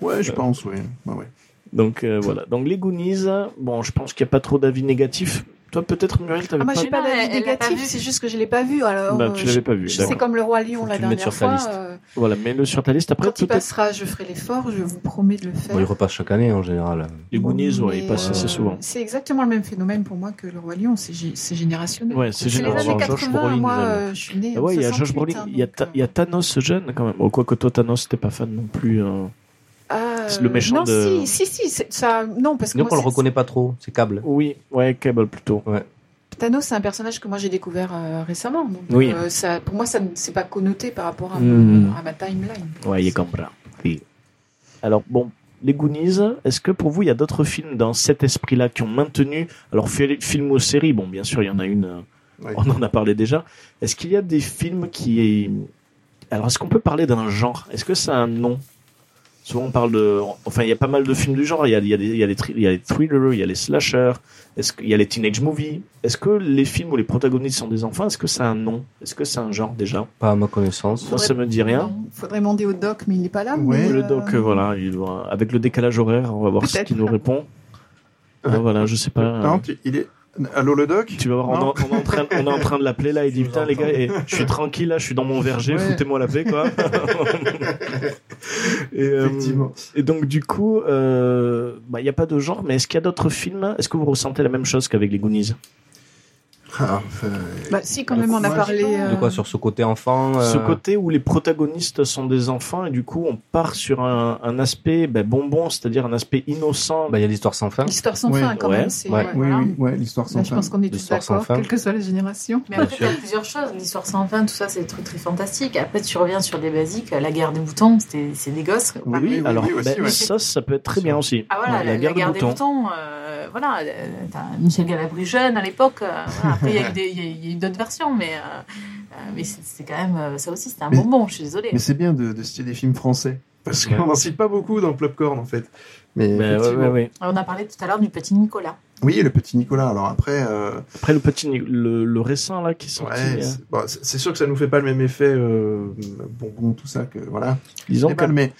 Speaker 6: Ouais, je pense, oui. Ouais, ouais.
Speaker 5: Donc, euh, voilà. Donc, les Goonies, bon, je pense qu'il n'y a pas trop d'avis négatifs. Toi, peut-être, Muriel, t'avais
Speaker 9: Ah, moi,
Speaker 5: pas.
Speaker 9: j'ai pas
Speaker 7: Non, elle-
Speaker 9: d'avis
Speaker 7: elle l'a pas
Speaker 9: négatif,
Speaker 7: vu.
Speaker 9: c'est juste que je l'ai pas vu. Alors,
Speaker 5: Bah,
Speaker 9: euh,
Speaker 5: tu
Speaker 9: je-
Speaker 5: l'avais pas vu.
Speaker 9: je-
Speaker 5: d'accord.
Speaker 9: C'est comme le roi Lion
Speaker 8: Faut que
Speaker 9: la
Speaker 8: tu le mettes
Speaker 9: dernière
Speaker 8: sur
Speaker 9: fois.
Speaker 8: ta liste.
Speaker 9: euh,
Speaker 5: Voilà, mets-le sur ta liste. Après,
Speaker 9: quand il
Speaker 5: peut-être.
Speaker 9: passera, je ferai l'effort. Je vous promets de le
Speaker 7: euh,
Speaker 9: faire.
Speaker 8: Bon, il repasse chaque année, en général.
Speaker 5: Les Goonies, ouais,
Speaker 9: Mais,
Speaker 5: ils passent assez
Speaker 9: euh,
Speaker 5: souvent.
Speaker 9: C'est exactement le même phénomène pour moi que le roi Lion. C'est gé- c'est générationnel.
Speaker 5: Ouais,
Speaker 9: C'est
Speaker 5: c'est
Speaker 9: les
Speaker 8: génial.
Speaker 9: années
Speaker 5: général.
Speaker 8: Josh
Speaker 9: 80.
Speaker 8: Brolin,
Speaker 9: Moi,
Speaker 8: j'aime.
Speaker 9: euh, je suis née.
Speaker 5: Ah
Speaker 9: en
Speaker 5: ouais, il y a Josh
Speaker 9: 68,
Speaker 5: Brolin,
Speaker 9: hein,
Speaker 5: il y, a
Speaker 9: donc,
Speaker 5: Ta- il y a Thanos jeune quand même. Oh, Quoique toi, Thanos, t'es pas fan non plus. hein.
Speaker 9: euh,
Speaker 5: c'est le méchant
Speaker 9: non,
Speaker 5: de-
Speaker 9: si, si, si, c'est- ça, non, parce que
Speaker 8: Donc,
Speaker 9: moi,
Speaker 8: on le
Speaker 9: c'est-
Speaker 8: reconnaît pas trop, c'est câble.
Speaker 5: Oui, ouais, Cable plutôt.
Speaker 9: Thanos, c'est un personnage que moi j'ai découvert euh, récemment. Donc,
Speaker 5: Oui.
Speaker 9: euh, ça, pour moi, ça ne s'est pas connoté par rapport à,
Speaker 5: Hmm.
Speaker 9: à ma timeline.
Speaker 5: Ouais, il est comme ça. Oui. Alors bon, les Goonies, est-ce que pour vous, il y a d'autres films dans cet esprit-là qui ont maintenu Alors, fi- film ou série, bon, bien sûr, il y en a une. euh,
Speaker 6: Ouais.
Speaker 5: On en a parlé déjà. Est-ce qu'il y a des films qui. Alors, est-ce qu'on peut parler d'un genre Est-ce que ça a un nom Souvent, on parle de. Enfin, il y a pas mal de films du genre. Il y a, il y a des- il y a les thri- il y a les thrillers, il y a les slashers, est-ce qu'il y a les teenage movies. Est-ce que les films où les protagonistes sont des enfants, est-ce que c'est un nom Est-ce que c'est un genre déjà
Speaker 8: Pas à ma connaissance.
Speaker 5: Moi, ça me dit rien.
Speaker 9: Faudrait demander au doc, mais il n'est pas là.
Speaker 6: Ouais.
Speaker 9: mais,
Speaker 5: Le
Speaker 9: euh,
Speaker 5: doc, euh, voilà, il doit- avec le décalage horaire, on va voir ce
Speaker 9: Peut-être.
Speaker 5: qu'il nous répond. Ah,
Speaker 6: Ouais.
Speaker 5: voilà, je sais pas.
Speaker 6: Par contre, il est. Allô le doc
Speaker 5: Tu vas voir, on,
Speaker 6: Non.
Speaker 5: est en- on est en train, on est en train de l'appeler là, il dit
Speaker 8: Je vous
Speaker 5: putain les gars,
Speaker 8: entends.
Speaker 5: eh, je suis tranquille là, je suis dans mon verger,
Speaker 6: Ouais.
Speaker 5: foutez-moi la paix quoi.
Speaker 6: <laughs>
Speaker 5: et, euh,
Speaker 6: Effectivement.
Speaker 5: et donc du coup, euh, bah, il n'y a pas de genre, mais est-ce qu'il y a d'autres films Est-ce que vous ressentez la même chose qu'avec les Goonies
Speaker 6: Ah, enfin,
Speaker 9: Bah, si, quand même, on a
Speaker 6: Moi,
Speaker 9: parlé.
Speaker 8: De
Speaker 9: euh,
Speaker 8: quoi sur ce côté enfant
Speaker 5: Ce
Speaker 8: euh,
Speaker 5: côté où les protagonistes sont des enfants et du coup on part sur un, un aspect bah, bonbon, c'est-à-dire un aspect innocent.
Speaker 8: bah, il y a l'histoire sans fin.
Speaker 9: L'histoire sans
Speaker 6: Ouais.
Speaker 9: fin, quand
Speaker 5: Ouais.
Speaker 9: même. c'est-
Speaker 8: Ouais.
Speaker 9: ouais,
Speaker 6: oui,
Speaker 9: voilà.
Speaker 6: oui, ouais, l'histoire
Speaker 9: Là,
Speaker 6: sans
Speaker 9: je
Speaker 6: fin.
Speaker 9: pense qu'on est tous
Speaker 8: L'histoire sans
Speaker 9: d'accord,
Speaker 8: fin.
Speaker 9: quelle que soit la génération.
Speaker 7: Mais après, il y a plusieurs choses. L'histoire sans fin, tout ça, c'est des trucs très fantastiques. Après, tu reviens sur des basiques. La guerre des boutons, c'est des gosses.
Speaker 6: Oui, oui,
Speaker 5: Alors
Speaker 6: oui, aussi,
Speaker 8: ben,
Speaker 5: bah,
Speaker 6: ouais.
Speaker 5: ça, ça peut être très bien aussi.
Speaker 7: Ah voilà,
Speaker 5: Ouais,
Speaker 7: la, la guerre, des boutons. euh, voilà, euh, t'as Michel Galabru jeune à l'époque. euh, voilà. Après, il y a eu des- il y a eu- il y a eu d'autres versions, mais, euh, euh, mais c'est c'est quand même. euh, Ça aussi, c'était un
Speaker 6: Mais-
Speaker 7: bonbon, je suis désolée.
Speaker 6: Mais c'est bien de, de citer des films français. Parce
Speaker 5: Ouais.
Speaker 6: qu'on n'en cite pas beaucoup dans Popcorn, en fait. Mais
Speaker 5: Bah, ouais,
Speaker 6: effectivement.
Speaker 5: ouais, ouais.
Speaker 7: On a parlé tout à l'heure du petit Nicolas.
Speaker 6: Oui, et le petit Nicolas. Alors après, euh,
Speaker 5: Après le petit, le, le récent là qui est sorti.
Speaker 6: ouais,
Speaker 5: euh,
Speaker 6: c'est bon, c'est- c'est sûr que ça nous fait pas le même effet euh, bonbon, tout ça, que voilà.
Speaker 5: disons
Speaker 6: C'est
Speaker 5: que
Speaker 6: pas le- mais,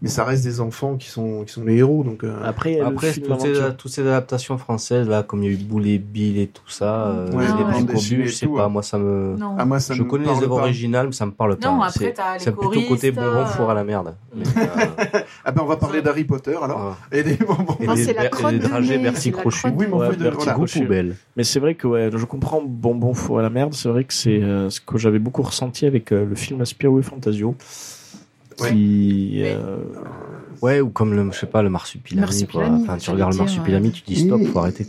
Speaker 6: mais ça reste des enfants qui sont, qui sont les héros. Donc, euh,
Speaker 5: Après, il y a le
Speaker 8: Après, euh,
Speaker 5: film
Speaker 8: toutes ces,
Speaker 5: aventure.
Speaker 8: toutes ces adaptations françaises, là, comme il y a eu Boulet Bill et tout ça, euh,
Speaker 6: Ouais,
Speaker 8: les
Speaker 7: ouais.
Speaker 8: bandes
Speaker 6: Dessus
Speaker 8: cobues,
Speaker 6: et
Speaker 8: je sais
Speaker 6: tout,
Speaker 8: pas,
Speaker 6: hein.
Speaker 8: moi ça me.
Speaker 7: Non.
Speaker 6: ah, moi, ça
Speaker 8: je
Speaker 6: me
Speaker 8: connais
Speaker 6: parle
Speaker 8: les œuvres
Speaker 6: pas.
Speaker 8: originales, mais ça me parle pas.
Speaker 7: Non, après,
Speaker 8: C'est-
Speaker 7: t'as les
Speaker 8: C'est plutôt
Speaker 7: choristes,
Speaker 8: côté bonbon
Speaker 7: euh,
Speaker 8: four à la merde. Mais, euh,
Speaker 6: Ah ben, on va parler d'Harry Potter, alors.
Speaker 8: voilà.
Speaker 5: Ah.
Speaker 6: Et des bonbons.
Speaker 8: Et
Speaker 9: Non,
Speaker 8: des-
Speaker 9: Ah, c'est la
Speaker 8: et des
Speaker 9: crotte de
Speaker 8: dragées
Speaker 9: nez,
Speaker 8: merci
Speaker 9: c'est la
Speaker 8: crochu.
Speaker 9: crotte de
Speaker 6: Oui, mais enfin,
Speaker 5: Ouais,
Speaker 6: de-
Speaker 5: Bertie
Speaker 6: voilà.
Speaker 8: Goût
Speaker 5: Crochu.
Speaker 8: poubelle.
Speaker 5: Mais c'est vrai que ouais, je comprends bonbon four à la merde. C'est vrai que c'est euh, ce que j'avais beaucoup ressenti avec euh, le film Spirou et Fantasio.
Speaker 6: Ouais.
Speaker 5: Qui, euh,
Speaker 8: Ouais, ou comme le, je sais pas, le marsupilami,
Speaker 9: Marsupilami,
Speaker 8: quoi. Enfin, tu
Speaker 9: j'allais
Speaker 8: regardes le
Speaker 9: dire,
Speaker 8: marsupilami,
Speaker 9: ouais.
Speaker 8: tu te dis stop,
Speaker 6: Et-
Speaker 8: faut arrêter.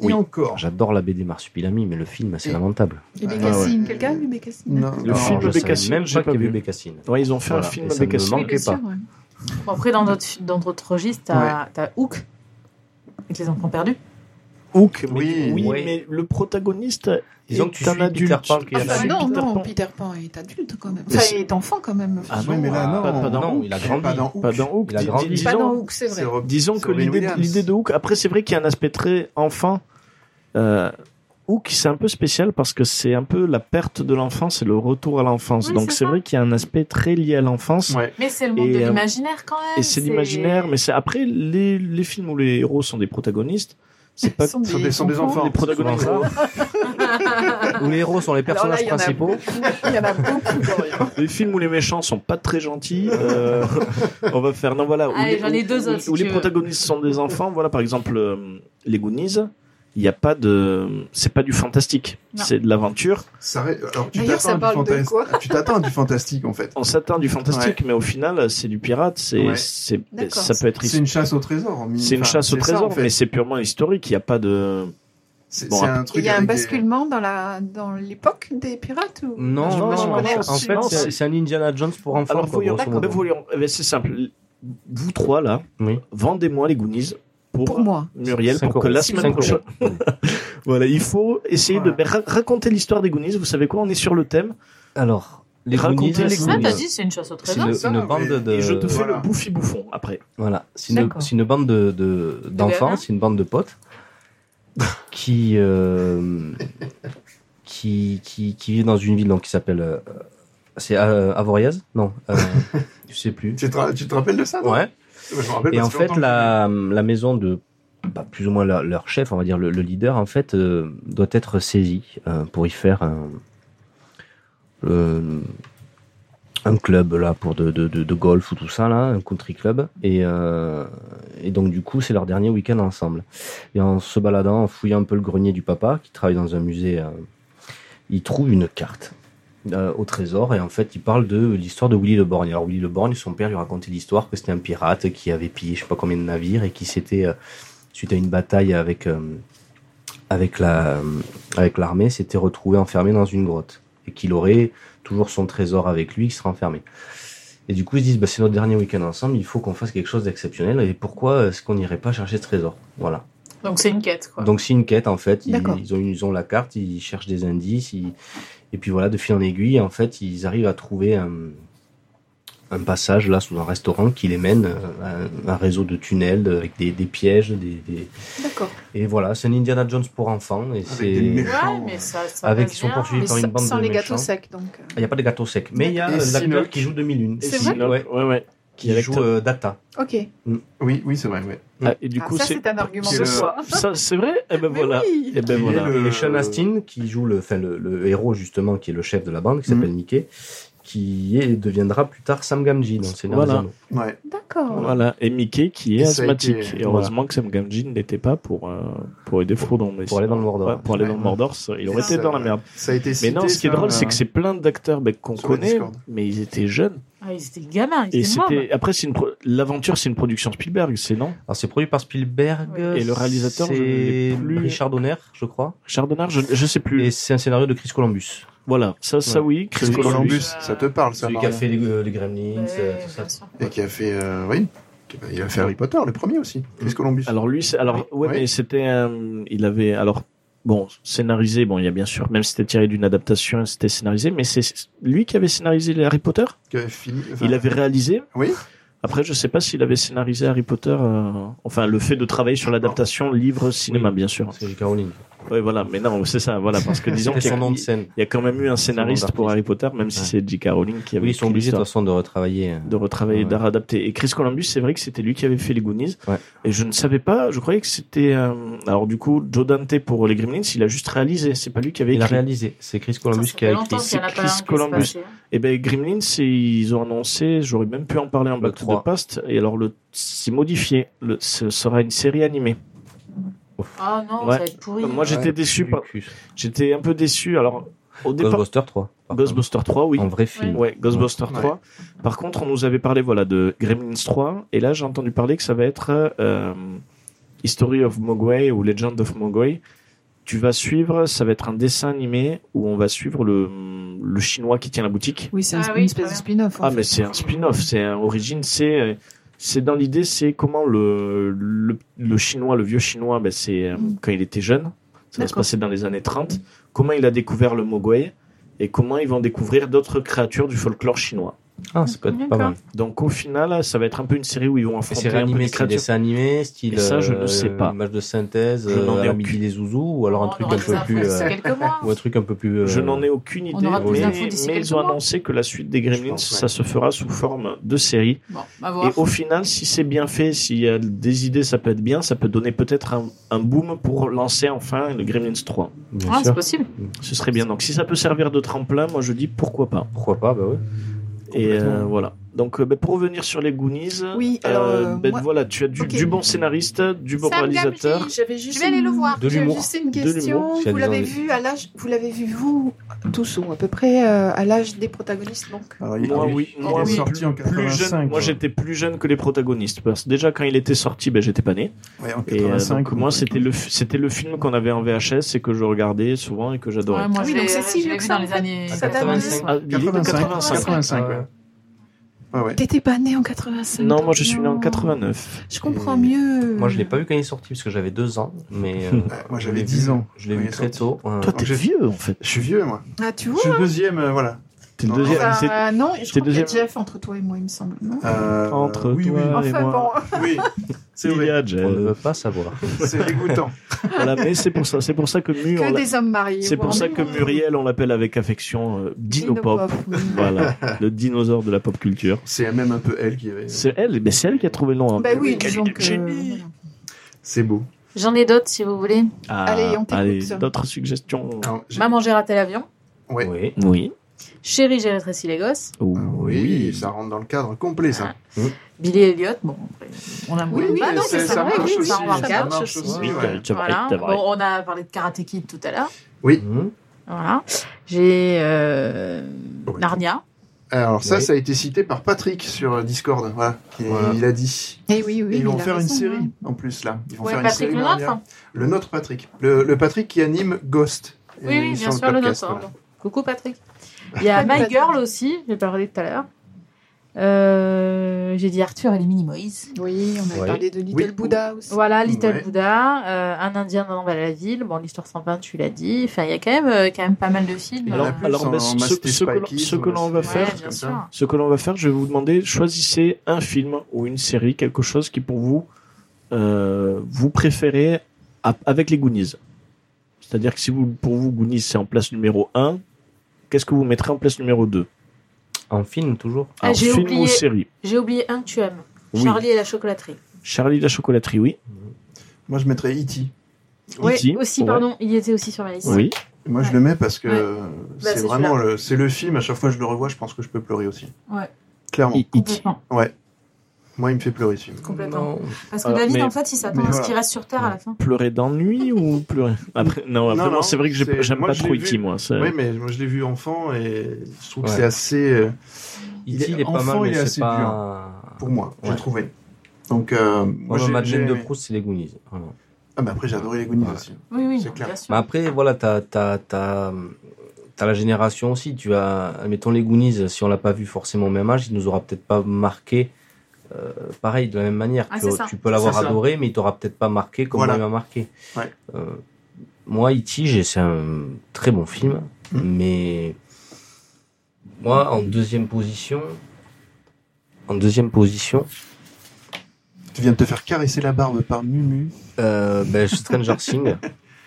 Speaker 6: Et
Speaker 8: Oui.
Speaker 6: encore.
Speaker 8: J'adore la BD marsupilami, mais le film, c'est
Speaker 6: Et-
Speaker 8: lamentable.
Speaker 9: Et
Speaker 6: Ouais.
Speaker 9: Bécassine, quelqu'un a vu Bécassine
Speaker 6: Non,
Speaker 5: Le
Speaker 6: non.
Speaker 5: film
Speaker 8: Alors, je savais
Speaker 5: Bécassine,
Speaker 8: même
Speaker 5: j'ai
Speaker 8: pas
Speaker 5: pas
Speaker 8: qu'il y avait
Speaker 5: vu.
Speaker 8: Bécassine.
Speaker 5: ouais, ils ont fait un
Speaker 8: Voilà,
Speaker 5: film
Speaker 8: et ça me
Speaker 5: avec
Speaker 8: manque.
Speaker 9: Oui, bien
Speaker 8: manquez
Speaker 9: sûr,
Speaker 8: pas.
Speaker 9: ouais.
Speaker 7: Bon, après, dans d'autres dans d'autres registres, t'as t'as Hook avec les enfants perdus.
Speaker 5: Hook. mais-
Speaker 6: Oui.
Speaker 5: oui,
Speaker 8: Ouais.
Speaker 5: mais le protagoniste
Speaker 8: Disons
Speaker 5: est
Speaker 8: que tu suis
Speaker 5: un
Speaker 8: Peter
Speaker 5: adulte.
Speaker 8: Pan qui est
Speaker 9: Ah,
Speaker 5: Tu
Speaker 9: bah
Speaker 5: suis
Speaker 9: non,
Speaker 5: Peter
Speaker 9: non,
Speaker 5: Pan.
Speaker 9: Peter Pan est adulte quand même.
Speaker 5: Mais
Speaker 9: Enfin,
Speaker 5: c'est-
Speaker 9: il est enfant quand même.
Speaker 5: Ah
Speaker 6: Oui,
Speaker 5: non,
Speaker 6: mais là, non.
Speaker 5: pas, pas dans
Speaker 8: Non,
Speaker 5: Hook.
Speaker 8: il a grandi.
Speaker 6: Pas dans Hook.
Speaker 5: Pas dans Hook.
Speaker 8: Il a
Speaker 5: Dis-
Speaker 8: grandi.
Speaker 5: dis-
Speaker 9: Pas
Speaker 5: disons-
Speaker 9: dans Hook, c'est vrai.
Speaker 6: C'est Rob-
Speaker 5: Disons
Speaker 6: c'est
Speaker 5: que
Speaker 6: Robin
Speaker 5: l'idée
Speaker 6: Williams.
Speaker 5: l'idée de Hook, après c'est vrai qu'il y a un aspect très enfant. Euh, Hook, c'est un peu spécial parce que c'est un peu la perte de l'enfance et le retour à l'enfance.
Speaker 7: Oui,
Speaker 5: Donc
Speaker 7: c'est
Speaker 5: c'est
Speaker 7: ça.
Speaker 5: vrai qu'il y a un aspect très lié à l'enfance.
Speaker 6: Ouais.
Speaker 7: Mais c'est le monde
Speaker 5: Et,
Speaker 7: de
Speaker 5: euh,
Speaker 7: l'imaginaire quand même.
Speaker 5: Et c'est l'imaginaire, mais c'est après les, les films où les héros sont des protagonistes, c'est pas
Speaker 9: Sont
Speaker 6: Sont des, sont des
Speaker 5: les
Speaker 6: enfants.
Speaker 5: protagonistes.
Speaker 9: <laughs>
Speaker 8: Où les héros sont les
Speaker 9: Alors là,
Speaker 8: personnages
Speaker 9: il y en a
Speaker 8: principaux.
Speaker 9: beaucoup. Il y en a beaucoup. Dorian.
Speaker 5: les films où les méchants sont pas très gentils, euh, <laughs> on va faire non voilà. où
Speaker 7: Allez,
Speaker 5: les-
Speaker 7: Ah, j'en ai deux
Speaker 5: où-
Speaker 7: autres, si
Speaker 5: Où
Speaker 7: tu
Speaker 5: les
Speaker 7: veux.
Speaker 5: protagonistes sont des enfants, voilà par exemple euh, les Goonies, il n'y a pas de, c'est pas du fantastique,
Speaker 7: Non.
Speaker 5: c'est de l'aventure.
Speaker 6: Ça ré- Alors, tu
Speaker 9: D'ailleurs, ça
Speaker 6: t'attends à du
Speaker 9: parle de
Speaker 6: fantas-
Speaker 9: quoi
Speaker 6: Tu t'attends à du fantastique, en fait.
Speaker 5: On s'atteint du fantastique, mais au final c'est du pirate, c'est
Speaker 6: Ouais.
Speaker 5: c'est
Speaker 9: D'accord.
Speaker 5: ça peut être
Speaker 6: C'est
Speaker 5: his-
Speaker 6: une chasse au trésor. en mi-
Speaker 5: c'est une
Speaker 6: enfin,
Speaker 5: chasse au
Speaker 6: ça,
Speaker 5: trésor,
Speaker 6: en fait.
Speaker 5: mais c'est purement historique, il n'y a pas de
Speaker 6: C'est
Speaker 5: Bon,
Speaker 6: c'est
Speaker 5: après-
Speaker 6: un
Speaker 9: Il
Speaker 6: truc.
Speaker 9: y a un
Speaker 6: avec des-
Speaker 9: basculement dans la dans l'époque des pirates ou
Speaker 8: Non,
Speaker 9: Je- moi, je
Speaker 5: non,
Speaker 9: connais
Speaker 5: non,
Speaker 8: en fait,
Speaker 9: absolument
Speaker 8: c'est-
Speaker 9: pas.
Speaker 8: c'est un Indiana Jones pour enfants.
Speaker 5: Alors,
Speaker 8: quoi,
Speaker 5: voyons,
Speaker 8: grosso
Speaker 5: mais
Speaker 8: modo.
Speaker 5: voyons, eh ben, c'est simple. Vous trois, là,
Speaker 8: Oui.
Speaker 5: vendez-moi les Goonies pour,
Speaker 9: pour moi.
Speaker 5: Muriel,
Speaker 8: Cinq
Speaker 5: pour que
Speaker 8: euros.
Speaker 5: la
Speaker 8: Cinq
Speaker 5: semaine
Speaker 8: euros.
Speaker 5: prochaine. Voilà, il faut essayer de
Speaker 6: Voilà.
Speaker 5: ben, ra- raconter l'histoire des Goonies. Vous savez quoi On est sur le thème.
Speaker 8: Alors, les
Speaker 5: Racontez
Speaker 8: Goonies,
Speaker 5: les
Speaker 8: c'est
Speaker 7: Ça,
Speaker 5: Goonies.
Speaker 8: une-
Speaker 7: t'as dit, c'est une chasse au
Speaker 8: Euh, c'est
Speaker 7: trésor.
Speaker 8: une,
Speaker 6: ça,
Speaker 8: une
Speaker 6: mais-
Speaker 8: bande de.
Speaker 5: Et je te fais
Speaker 6: voilà.
Speaker 5: le bouffi bouffon après.
Speaker 8: Voilà, c'est une,
Speaker 7: D'accord.
Speaker 8: c'est une bande de, de- d'enfants,
Speaker 7: gamins
Speaker 8: c'est une bande de potes <laughs> qui, euh, qui, qui, qui vivent dans une ville donc, qui s'appelle. euh, c'est euh, Avoriaz Non, euh, je sais plus.
Speaker 6: Tu te, ra- tu te rappelles de ça toi
Speaker 8: Ouais.
Speaker 6: Je me rappelle
Speaker 8: Et
Speaker 6: parce
Speaker 8: en
Speaker 6: que
Speaker 8: fait,
Speaker 6: longtemps
Speaker 8: la, la maison de bah, plus ou moins leur, leur chef, on va dire le, le leader, en fait, euh, doit être saisi euh, pour y faire un, euh, un club là pour de, de, de- de golf ou tout ça là, un country club. Et, euh, et donc du coup, c'est leur dernier week-end ensemble. Et en se baladant, en fouillant un peu le grenier du papa qui travaille dans un musée, euh, il trouve une carte. euh, au trésor et en fait il parle de l'histoire de Willy le Borgne. Alors Willy le Borgne, son père lui racontait l'histoire que c'était un pirate qui avait pillé je sais pas combien de navires et qui s'était euh, suite à une bataille avec euh, avec la euh, avec l'armée s'était retrouvé enfermé dans une grotte et qu'il aurait toujours son trésor avec lui qui serait enfermé. Et du coup ils se disent bah, c'est notre dernier week-end ensemble, il faut qu'on fasse quelque chose d'exceptionnel et pourquoi est-ce qu'on n'irait pas chercher ce trésor Voilà.
Speaker 7: Donc c'est une quête, quoi.
Speaker 8: Donc c'est une quête en fait. Ils,
Speaker 9: D'accord.
Speaker 8: ils ont, ils ont la carte, ils cherchent des indices, ils- et puis voilà, de fil en aiguille, en fait, ils arrivent à trouver un, un passage là sous un restaurant qui les mène euh, à un- un réseau de tunnels de- avec des, des pièges. Des, des-
Speaker 9: D'accord.
Speaker 8: Et voilà, c'est un Indiana Jones pour enfants. Et c'est...
Speaker 6: des méchants.
Speaker 7: Ouais, mais ça, ça
Speaker 8: Avec-
Speaker 7: passe
Speaker 8: ils sont
Speaker 7: bien.
Speaker 8: poursuivis.
Speaker 9: Mais
Speaker 8: par une
Speaker 9: sans,
Speaker 8: bande
Speaker 9: sans
Speaker 8: de
Speaker 9: les
Speaker 8: méchants.
Speaker 9: gâteaux secs, donc.
Speaker 8: Il n'y a pas de gâteau sec. Mais il y a
Speaker 6: Et
Speaker 8: euh, l'acteur
Speaker 6: Sinoc.
Speaker 8: qui joue 2001.
Speaker 9: C'est
Speaker 8: Sinoc,
Speaker 5: Ouais,
Speaker 8: ouais,
Speaker 5: ouais, ouais.
Speaker 8: qui joue euh, Data.
Speaker 9: Ok.
Speaker 6: Oui, oui, c'est vrai. ouais.
Speaker 5: Ah, et du
Speaker 9: Ah,
Speaker 5: coup,
Speaker 9: ça,
Speaker 5: c'est
Speaker 9: c'est un argument
Speaker 6: c'est
Speaker 9: de
Speaker 6: le-
Speaker 9: soi.
Speaker 5: <laughs> ça, c'est vrai. Eh ben
Speaker 9: Mais
Speaker 5: voilà.
Speaker 9: oui.
Speaker 5: Eh ben
Speaker 6: Qui est
Speaker 5: voilà.
Speaker 6: le-
Speaker 8: Et Sean Astin, qui joue le, enfin, le, le héros justement, qui est le chef de la bande, qui
Speaker 6: Mhm.
Speaker 8: s'appelle Mickey, qui est, deviendra plus tard Sam Gamgee dans le Seigneur
Speaker 5: Voilà.
Speaker 8: des Anneaux.
Speaker 6: Ouais.
Speaker 9: D'accord.
Speaker 5: Voilà. Et Mickey qui est
Speaker 6: Et ça a été-
Speaker 5: asthmatique. Et heureusement que Sam Gamgee n'était pas pour euh, pour aider Frodon. mais
Speaker 8: Pour aller dans le
Speaker 5: sinon-
Speaker 8: Mordor.
Speaker 5: Ouais, pour aller dans le
Speaker 6: Ouais.
Speaker 5: Mordor, ça- il aurait
Speaker 9: C'est
Speaker 5: été dans la
Speaker 6: ça.
Speaker 5: merde.
Speaker 6: Ça a été
Speaker 5: Mais
Speaker 6: cité,
Speaker 5: non, ce qui est
Speaker 6: ça,
Speaker 5: drôle, c'est
Speaker 6: euh,
Speaker 5: que c'est plein d'acteurs ben, qu'on
Speaker 6: sur le
Speaker 5: connaît,
Speaker 6: Discord.
Speaker 5: mais ils étaient jeunes.
Speaker 7: Ah, ils étaient gamins, ils
Speaker 5: Et
Speaker 7: étaient mômes.
Speaker 5: c'était après, c'est une pro- l'aventure, c'est une production Spielberg, c'est non
Speaker 8: Alors c'est produit par Spielberg.
Speaker 7: Ouais.
Speaker 5: Et le réalisateur, je ne l'ai
Speaker 8: c'est
Speaker 5: plus.
Speaker 8: Richard Donner, je crois.
Speaker 5: Chardonnard, je, je sais plus.
Speaker 8: Et c'est un scénario de Chris Columbus.
Speaker 5: Voilà, ça, ça oui.
Speaker 6: Chris Columbus, ça te parle, ça
Speaker 8: Celui qui a
Speaker 6: Marion.
Speaker 8: fait les, euh, les Gremlins, euh,
Speaker 7: Ouais,
Speaker 8: tout ça.
Speaker 7: bien sûr.
Speaker 6: Et qui a fait, euh, oui, qui- bah, il a fait Harry Potter, le premier aussi. Chris Columbus.
Speaker 5: Alors lui, c'est- alors
Speaker 6: Oui,
Speaker 5: ouais,
Speaker 6: oui.
Speaker 5: mais c'était, euh, il avait alors bon scénarisé. Bon, il y a bien sûr, même si c'était tiré d'une adaptation, c'était scénarisé. Mais c'est lui qui avait scénarisé les Harry Potter.
Speaker 8: Ah.
Speaker 6: Qui avait filmé- enfin,
Speaker 5: Il avait réalisé.
Speaker 6: Oui.
Speaker 5: Après, je sais pas s'il avait scénarisé Harry Potter. euh, enfin, le fait de travailler sur l'adaptation livre cinéma,
Speaker 8: Oui.
Speaker 5: bien sûr.
Speaker 8: C'est Caroline.
Speaker 5: Oui, voilà. Mais non, c'est ça. Voilà, parce
Speaker 8: <laughs>
Speaker 5: que disons
Speaker 8: C'était
Speaker 5: qu'il y,
Speaker 8: son
Speaker 5: a-
Speaker 8: nom de scène.
Speaker 5: il y a quand même eu un scénariste
Speaker 8: d'artiste.
Speaker 5: pour Harry Potter, même si
Speaker 8: Ouais.
Speaker 5: c'est J.K. Rowling qui avait
Speaker 8: Oui, ils sont
Speaker 5: écrit
Speaker 8: obligés de
Speaker 5: l'histoire
Speaker 8: toute façon de retravailler. euh,
Speaker 5: de retravailler,
Speaker 8: Ouais.
Speaker 5: de réadapter. Et Chris Columbus, c'est vrai que c'était lui qui avait fait les Goonies.
Speaker 8: Ouais.
Speaker 5: Et je ne savais pas, je croyais que c'était. euh, Alors du coup, Joe Dante pour les Gremlins, il a juste réalisé. C'est pas lui qui avait
Speaker 8: Il a
Speaker 5: écrit.
Speaker 8: réalisé. C'est Chris
Speaker 7: Ça, ça
Speaker 8: Columbus
Speaker 7: fait
Speaker 8: qui a
Speaker 7: longtemps
Speaker 8: écrit.
Speaker 7: qu'il y en a
Speaker 5: c'est
Speaker 7: pas un
Speaker 5: Chris
Speaker 7: qui s'est
Speaker 5: Columbus.
Speaker 7: passé.
Speaker 5: Et ben Gremlins, c'est- ils ont annoncé. J'aurais même pu en parler en
Speaker 8: Le
Speaker 5: back to the
Speaker 8: trois.
Speaker 5: past. Et alors le c'est modifié. Le, ce sera une série animée.
Speaker 7: Ah non,
Speaker 5: Ouais.
Speaker 7: ça va être pourri.
Speaker 5: Moi, j'étais déçu.
Speaker 8: Du
Speaker 5: par-
Speaker 8: cul.
Speaker 5: J'étais un peu déçu. Alors au départ,
Speaker 8: Ghostbusters 3. par contre.
Speaker 5: Ghostbusters 3, oui.
Speaker 8: En vrai
Speaker 9: Mm.
Speaker 8: film.
Speaker 5: Ouais, Ghostbusters
Speaker 6: Ouais.
Speaker 5: 3. Par contre, on nous avait parlé voilà de Gremlins 3 et là j'ai entendu parler que ça va être euh, History of Mogwai ou Legend of Mogwai. Tu vas suivre, ça va être un dessin animé où on va suivre le, le chinois qui tient la boutique.
Speaker 9: Oui, c'est un-
Speaker 7: Ah oui,
Speaker 9: une
Speaker 7: très
Speaker 9: espèce de
Speaker 7: bien.
Speaker 9: spin-off. en
Speaker 5: Ah
Speaker 9: fait.
Speaker 5: mais c'est un spin-off, c'est un origine, c'est euh, c'est dans l'idée c'est comment le, le le chinois, le vieux chinois, ben c'est euh,
Speaker 9: Mm.
Speaker 5: quand il était jeune, ça va se
Speaker 9: D'accord.
Speaker 5: passer dans les années 30, comment il a découvert le Mogwai et comment ils vont découvrir d'autres créatures du folklore chinois.
Speaker 8: Ah, ça peut être pas mal.
Speaker 5: Donc au final, ça va être un peu une série où ils vont
Speaker 8: Et c'est
Speaker 5: affronter un peu
Speaker 8: réanimé,
Speaker 5: les
Speaker 8: c'est
Speaker 5: créatures.
Speaker 8: dessin animé, style.
Speaker 5: Et ça, je ne
Speaker 8: euh,
Speaker 5: sais pas.
Speaker 8: Image de synthèse,
Speaker 5: Je n'en ai
Speaker 8: euh, à la
Speaker 5: aucune.
Speaker 8: midi des zouzous, ou alors un
Speaker 7: On
Speaker 8: truc
Speaker 7: aura
Speaker 8: un
Speaker 7: des
Speaker 8: peu
Speaker 7: infos
Speaker 8: plus.
Speaker 7: d'ici
Speaker 8: euh,
Speaker 7: quelques mois.
Speaker 8: Ou un truc un peu plus. euh,
Speaker 5: Je n'en ai aucune idée,
Speaker 7: aura
Speaker 8: plus
Speaker 5: mais,
Speaker 7: d'infos d'ici
Speaker 5: mais
Speaker 7: quelques
Speaker 5: ils ont
Speaker 7: mois.
Speaker 5: annoncé que la suite des Gremlins,
Speaker 6: pense, ouais.
Speaker 5: ça se fera sous forme de série.
Speaker 7: Bon, à
Speaker 5: Et
Speaker 7: voir.
Speaker 8: oh,
Speaker 7: Ah,
Speaker 5: au final, si c'est bien fait, s'il y a des idées, ça peut être bien, ça peut donner peut-être un, un boom pour lancer enfin le Gremlins 3.
Speaker 8: Bien
Speaker 7: Ah, c'est
Speaker 8: sûr.
Speaker 7: possible.
Speaker 5: Ce serait bien. Donc si ça peut servir de tremplin, moi je dis pourquoi pas.
Speaker 8: Pourquoi pas, bah ouais.
Speaker 5: Et
Speaker 8: Complètement.
Speaker 5: euh, voilà. Donc euh, ben, pour revenir sur les Goonies,
Speaker 9: Oui, alors, euh,
Speaker 5: ben,
Speaker 9: moi-
Speaker 5: voilà, tu as du,
Speaker 9: Ok.
Speaker 5: du bon scénariste, du bon
Speaker 9: Sam
Speaker 5: réalisateur.
Speaker 9: Gamgee, J'avais juste
Speaker 7: Je vais aller
Speaker 9: une-
Speaker 7: le voir.
Speaker 8: De
Speaker 9: j'avais
Speaker 8: l'humour.
Speaker 9: Juste une
Speaker 5: l'humour,
Speaker 9: question.
Speaker 8: s'il y a
Speaker 9: Vous
Speaker 8: des
Speaker 9: l'avez
Speaker 8: envies.
Speaker 9: vu à l'âge, vous l'avez vu vous tous ou à peu près euh, à l'âge des protagonistes donc.
Speaker 6: Alors, il-
Speaker 5: Moi,
Speaker 6: il-
Speaker 5: oui.
Speaker 6: Ah il
Speaker 5: Moi,
Speaker 6: est
Speaker 5: oui.
Speaker 6: sorti en 85.
Speaker 5: plus jeune, moi
Speaker 6: quoi.
Speaker 5: j'étais plus jeune que les protagonistes parce que déjà quand il était sorti ben j'étais pas né
Speaker 6: Ouais, en
Speaker 5: et euh,
Speaker 6: 85.
Speaker 5: donc, moi c'était le f- c'était le film qu'on avait en VHS et que je regardais souvent et que j'adorais.
Speaker 7: Ouais, moi,
Speaker 9: Ah Oui,
Speaker 7: je
Speaker 9: donc
Speaker 7: l'ai-
Speaker 9: c'est si
Speaker 7: je l'ai
Speaker 9: vieux
Speaker 7: vu
Speaker 9: que
Speaker 7: dans
Speaker 9: ça,
Speaker 7: les
Speaker 9: en fait.
Speaker 7: années
Speaker 8: Ça date de
Speaker 7: 85.
Speaker 5: Ah, il est de 85.
Speaker 6: 85, ouais.
Speaker 8: Euh,
Speaker 6: Ouais, ouais.
Speaker 9: T'étais pas né en 85.
Speaker 5: Non, moi je suis né en
Speaker 9: non.
Speaker 5: 89.
Speaker 9: Je comprends
Speaker 6: Et-
Speaker 9: mieux.
Speaker 8: Moi, je l'ai pas vu quand il est sorti, parce que j'avais deux ans, mais. euh,
Speaker 6: Ouais, Moi,
Speaker 8: je
Speaker 6: j'avais
Speaker 8: l'ai
Speaker 6: 10
Speaker 8: vu-
Speaker 6: ans.
Speaker 8: Je l'ai
Speaker 6: quand
Speaker 8: vu
Speaker 6: il est
Speaker 8: très
Speaker 6: sorti.
Speaker 8: tôt. hein.
Speaker 5: Toi t'es
Speaker 6: je-
Speaker 5: vieux en fait.
Speaker 6: Je suis vieux, moi.
Speaker 9: Ah, tu
Speaker 6: Je
Speaker 9: vois.
Speaker 6: suis deuxième, euh, voilà.
Speaker 5: T'es le
Speaker 6: Non,
Speaker 5: deuxième.
Speaker 9: Enfin,
Speaker 5: t'es-
Speaker 9: euh, non, je crois
Speaker 5: t'es
Speaker 9: qu'il y a
Speaker 5: deuxième.
Speaker 9: Jeff entre toi et moi, il me semble. Non
Speaker 6: Euh,
Speaker 5: Entre
Speaker 6: oui,
Speaker 5: toi
Speaker 6: oui.
Speaker 5: et
Speaker 9: Enfin
Speaker 5: moi.
Speaker 9: bon,
Speaker 6: Oui, c'est
Speaker 5: Il y
Speaker 6: vrai.
Speaker 5: a
Speaker 8: On ne
Speaker 5: Jeff.
Speaker 8: veut pas savoir.
Speaker 6: C'est dégoûtant.
Speaker 5: Voilà, mais c'est pour ça, c'est pour ça que Mu, on
Speaker 9: que
Speaker 5: l'a-
Speaker 9: des hommes mariés.
Speaker 5: c'est pour
Speaker 9: Bon,
Speaker 5: ça
Speaker 9: mais
Speaker 5: que
Speaker 9: bon.
Speaker 5: Muriel, on l'appelle avec affection euh, Dino Pop.
Speaker 9: Dinopop, oui.
Speaker 5: Voilà, le dinosaure de la pop culture.
Speaker 6: C'est même un peu elle qui avait.
Speaker 5: C'est elle, mais c'est elle qui a trouvé le nom. hein.
Speaker 9: Bah oui,
Speaker 5: Quelle
Speaker 9: disons
Speaker 5: idée de
Speaker 9: que.
Speaker 5: génie.
Speaker 9: voilà.
Speaker 6: C'est beau.
Speaker 7: J'en ai d'autres si vous voulez.
Speaker 5: Ah,
Speaker 9: Allez, on t'écoute.
Speaker 5: allez, d'autres suggestions.
Speaker 6: Alors, j'ai-
Speaker 7: Maman, j'ai raté l'avion.
Speaker 6: Ouais.
Speaker 8: Oui.
Speaker 5: Oui.
Speaker 7: Chérie, j'ai rétréci les gosses.
Speaker 6: Ah oui, ça rentre dans le cadre complet, ça.
Speaker 7: Billy Elliott, bon, après, on a
Speaker 6: Oui, oui,
Speaker 7: Bah non,
Speaker 6: c'est-
Speaker 7: mais
Speaker 6: ça,
Speaker 7: c'est vrai,
Speaker 6: marche
Speaker 7: oui,
Speaker 6: aussi.
Speaker 7: ça, on va
Speaker 9: ah ça
Speaker 7: regarder.
Speaker 9: marche aussi.
Speaker 5: Oui,
Speaker 6: ouais.
Speaker 5: c'est vrai,
Speaker 7: Voilà.
Speaker 5: c'est vrai.
Speaker 7: Bon, on a parlé de Karate Kid tout à l'heure.
Speaker 8: Mmh.
Speaker 7: Voilà. J'ai euh,
Speaker 6: Ouais.
Speaker 7: Narnia. Ah.
Speaker 6: Alors ça,
Speaker 8: Oui.
Speaker 6: ça a été cité par Patrick sur euh, Discord. Voilà, qui-
Speaker 8: Voilà.
Speaker 6: il a dit.
Speaker 9: Eh oui, oui,
Speaker 6: Et ils vont
Speaker 9: il a
Speaker 6: faire une
Speaker 9: raison,
Speaker 6: série
Speaker 9: hein.
Speaker 6: en plus là. Ils vont
Speaker 7: Ouais,
Speaker 6: faire
Speaker 7: Patrick
Speaker 6: une série
Speaker 7: Le Nôtre.
Speaker 6: Narnia. Le nôtre Patrick, le, le Patrick qui anime Ghost. Et
Speaker 7: Oui, oui,
Speaker 6: sur
Speaker 7: bien sûr, le
Speaker 6: podcast,
Speaker 7: nôtre.
Speaker 6: voilà.
Speaker 7: Coucou <laughs> Patrick. Il y a
Speaker 9: Salut,
Speaker 7: My
Speaker 9: Patrick.
Speaker 7: Girl aussi, j'ai parlé tout à l'heure. Euh, J'ai dit Arthur et les Minimoys.
Speaker 9: Oui, on avait
Speaker 8: Ouais.
Speaker 9: parlé de Little
Speaker 6: Oui.
Speaker 9: Buddha aussi.
Speaker 7: Voilà, Little
Speaker 6: Ouais.
Speaker 7: Buddha, euh, Un Indien dans la ville. Bon, l'histoire 120, tu l'as dit. Enfin, il y a quand même, euh, quand même pas mal de films.
Speaker 6: Il y en a
Speaker 5: Alors,
Speaker 6: plus,
Speaker 5: alors,
Speaker 6: hein,
Speaker 5: ben, ce-
Speaker 6: Master
Speaker 5: ce- ce que
Speaker 6: Spy
Speaker 5: l'on-
Speaker 6: Kids,
Speaker 5: ce que l'on va
Speaker 6: Master-
Speaker 5: faire,
Speaker 7: ouais, bien
Speaker 6: comme
Speaker 7: sûr.
Speaker 6: ça.
Speaker 5: Ce que l'on va faire, je vais vous demander, choisissez un film ou une série, quelque chose qui pour vous, euh, vous préférez à- avec les Goonies. C'est-à-dire que si vous, pour vous, Goonies, c'est en place numéro 1, qu'est-ce que vous mettrez en place numéro 2
Speaker 8: En film, toujours.
Speaker 7: Ah,
Speaker 5: Alors,
Speaker 7: j'ai
Speaker 5: film
Speaker 7: oublié.
Speaker 5: ou série
Speaker 7: J'ai oublié un que tu aimes.
Speaker 5: Oui. E
Speaker 7: Charlie et la chocolaterie.
Speaker 5: Charlie la chocolaterie, oui.
Speaker 6: Moi, je mettrais E E.T.
Speaker 5: E.T.,
Speaker 7: Oui, aussi,
Speaker 5: ouais.
Speaker 7: pardon, il était aussi sur ma liste.
Speaker 5: Oui.
Speaker 6: Moi, je le mets parce que
Speaker 7: Ouais. Bah,
Speaker 6: euh, c'est
Speaker 7: c'est
Speaker 6: vraiment le, c'est le film. À chaque fois que je le revois, je pense que je peux pleurer aussi.
Speaker 7: Ouais.
Speaker 6: Clairement.
Speaker 5: E- E.T.
Speaker 7: Complètement.
Speaker 6: Moi, il me fait pleurer ce film.
Speaker 7: complètement.
Speaker 8: Non.
Speaker 7: Parce que
Speaker 5: Alors,
Speaker 7: David,
Speaker 5: mais-
Speaker 7: en fait, il s'attend
Speaker 6: mais
Speaker 7: à ce
Speaker 6: voilà.
Speaker 7: qu'il reste sur Terre à la fin.
Speaker 5: Pleurer d'ennui ou pleurer après, Non, après,
Speaker 6: Non,
Speaker 5: moi,
Speaker 6: non,
Speaker 5: c'est vrai que j'ai-
Speaker 6: c'est-
Speaker 5: j'aime
Speaker 6: moi,
Speaker 5: pas
Speaker 6: je
Speaker 5: trop
Speaker 6: l'ai
Speaker 5: E.T.,
Speaker 6: vu.
Speaker 5: moi. ça-
Speaker 6: Oui, mais moi, je l'ai vu enfant et je trouve que
Speaker 8: Ouais.
Speaker 6: c'est assez euh, Il
Speaker 8: E.T., il,
Speaker 6: est-
Speaker 8: est pas
Speaker 6: enfant,
Speaker 8: mal,
Speaker 6: il est
Speaker 8: mais
Speaker 6: assez
Speaker 8: c'est pas.
Speaker 6: pour moi. J'ai
Speaker 8: Ouais.
Speaker 6: trouvé. Donc, euh, moi,
Speaker 8: Moi,
Speaker 6: j'ai-
Speaker 8: ma
Speaker 6: j'ai
Speaker 8: Madeleine de
Speaker 6: aimé.
Speaker 8: Proust, c'est les Goonies. Voilà.
Speaker 6: Ah, bah après, j'ai adoré les Goonies
Speaker 8: Ouais.
Speaker 6: aussi.
Speaker 7: Oui, oui,
Speaker 6: C'est clair.
Speaker 7: bien
Speaker 8: Mais
Speaker 5: Bah,
Speaker 7: sûr.
Speaker 8: après, voilà, t'as, t'as, t'as, t'as la génération aussi. Tu as, mettons les Goonies, si on l'a pas vu forcément au même âge, il nous aura peut-être pas marqué. euh, pareil, de la même manière.
Speaker 7: Ah,
Speaker 8: tu,
Speaker 7: c'est ça.
Speaker 8: tu peux l'avoir
Speaker 6: C'est ça.
Speaker 8: adoré, mais il t'aura peut-être pas marqué comme
Speaker 6: Voilà.
Speaker 8: il m'a marqué.
Speaker 6: Ouais.
Speaker 8: Euh, moi, E.T., j'ai- c'est un très bon film,
Speaker 6: Mhm.
Speaker 8: mais moi, en deuxième position, en deuxième position,
Speaker 6: Tu viens de te faire caresser la barbe par Mumu.
Speaker 8: euh, ben, Stranger
Speaker 6: <laughs>
Speaker 8: Things.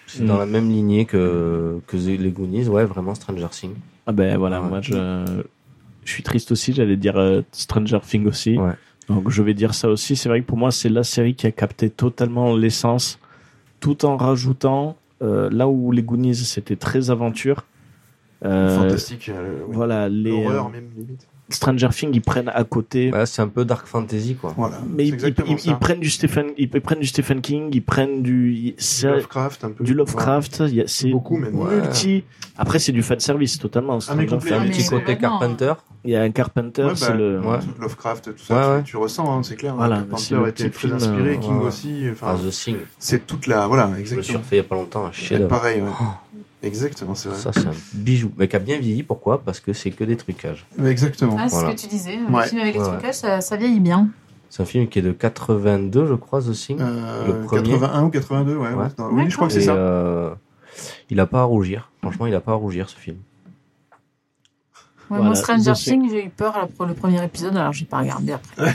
Speaker 8: C'est dans la même lignée que, que les Goonies, ouais, vraiment Stranger Things.
Speaker 5: Ah ben voilà,
Speaker 8: Ouais.
Speaker 5: moi je, je suis triste aussi, j'allais dire euh, Stranger Things aussi.
Speaker 8: Ouais.
Speaker 5: Donc je vais dire ça aussi, c'est vrai que pour moi c'est la série qui a capté totalement l'essence, tout en rajoutant, euh, là où les Goonies c'était très aventure, euh,
Speaker 6: Fantastique. euh, oui.
Speaker 5: voilà, les
Speaker 6: L'horreur,
Speaker 5: euh,
Speaker 6: même limite.
Speaker 5: Stranger Things ils prennent à côté...
Speaker 8: Ouais, c'est un peu dark fantasy quoi.
Speaker 6: Voilà. c'est
Speaker 5: Mais ils, ils-
Speaker 6: exactement
Speaker 5: ils- ils
Speaker 6: ça.
Speaker 5: prennent du Stephen, ils, ils prennent du Stephen King, ils prennent du, ils-
Speaker 6: Du
Speaker 5: c'est-
Speaker 6: Lovecraft, un peu.
Speaker 5: euh, du Lovecraft, il y a- c'est
Speaker 6: Beaucoup, même.
Speaker 5: multi. Après c'est du fan service totalement. Stranger
Speaker 6: complet,
Speaker 8: C'est
Speaker 5: Things.
Speaker 8: un
Speaker 6: mais
Speaker 8: petit
Speaker 6: c'est
Speaker 8: côté
Speaker 7: vraiment,
Speaker 9: hein.
Speaker 8: Carpenter.
Speaker 5: Il y a un Carpenter,
Speaker 6: Ouais, bah,
Speaker 5: c'est le.
Speaker 8: Ouais.
Speaker 6: Tout Lovecraft, tout ça,
Speaker 8: Ouais,
Speaker 6: tu-
Speaker 8: ouais.
Speaker 6: tu, ressens, hein, c'est clair.
Speaker 5: Voilà,
Speaker 6: Voilà,
Speaker 5: c'est le
Speaker 6: Carpenter était très
Speaker 5: petit film,
Speaker 6: inspiré,
Speaker 5: euh,
Speaker 6: King
Speaker 8: ouais.
Speaker 6: aussi. Enfin,
Speaker 8: Ah, The Thing.
Speaker 6: c'est toute la. Voilà,
Speaker 8: Je me suis
Speaker 6: exactement.
Speaker 8: refait il y a pas longtemps, un chef d'œuvre.
Speaker 6: Pareil, ouais. Exactement, c'est vrai.
Speaker 8: Ça, c'est un bijou. Mais qui a bien vieilli, pourquoi Parce que c'est que des trucages.
Speaker 6: Ouais, Exactement.
Speaker 7: Ah, c'est
Speaker 8: Voilà.
Speaker 7: ce que tu disais. Le
Speaker 6: Ouais.
Speaker 7: film avec les
Speaker 8: Ouais.
Speaker 7: trucages, ça, ça vieillit bien.
Speaker 8: C'est un film qui est de 82, je crois, The Thing.
Speaker 6: Euh,
Speaker 8: Le premier.
Speaker 6: 81 ou 82, ouais.
Speaker 8: Ouais.
Speaker 6: ouais, dans- Oui, je crois que c'est
Speaker 8: Et,
Speaker 6: ça.
Speaker 8: euh, il a pas à rougir. Franchement, il a pas à rougir ce film.
Speaker 7: Ouais,
Speaker 5: Voilà,
Speaker 7: moi,
Speaker 5: je
Speaker 7: Stranger
Speaker 5: sais.
Speaker 7: Things, j'ai eu peur là, pour le premier épisode, alors j'ai pas regardé après.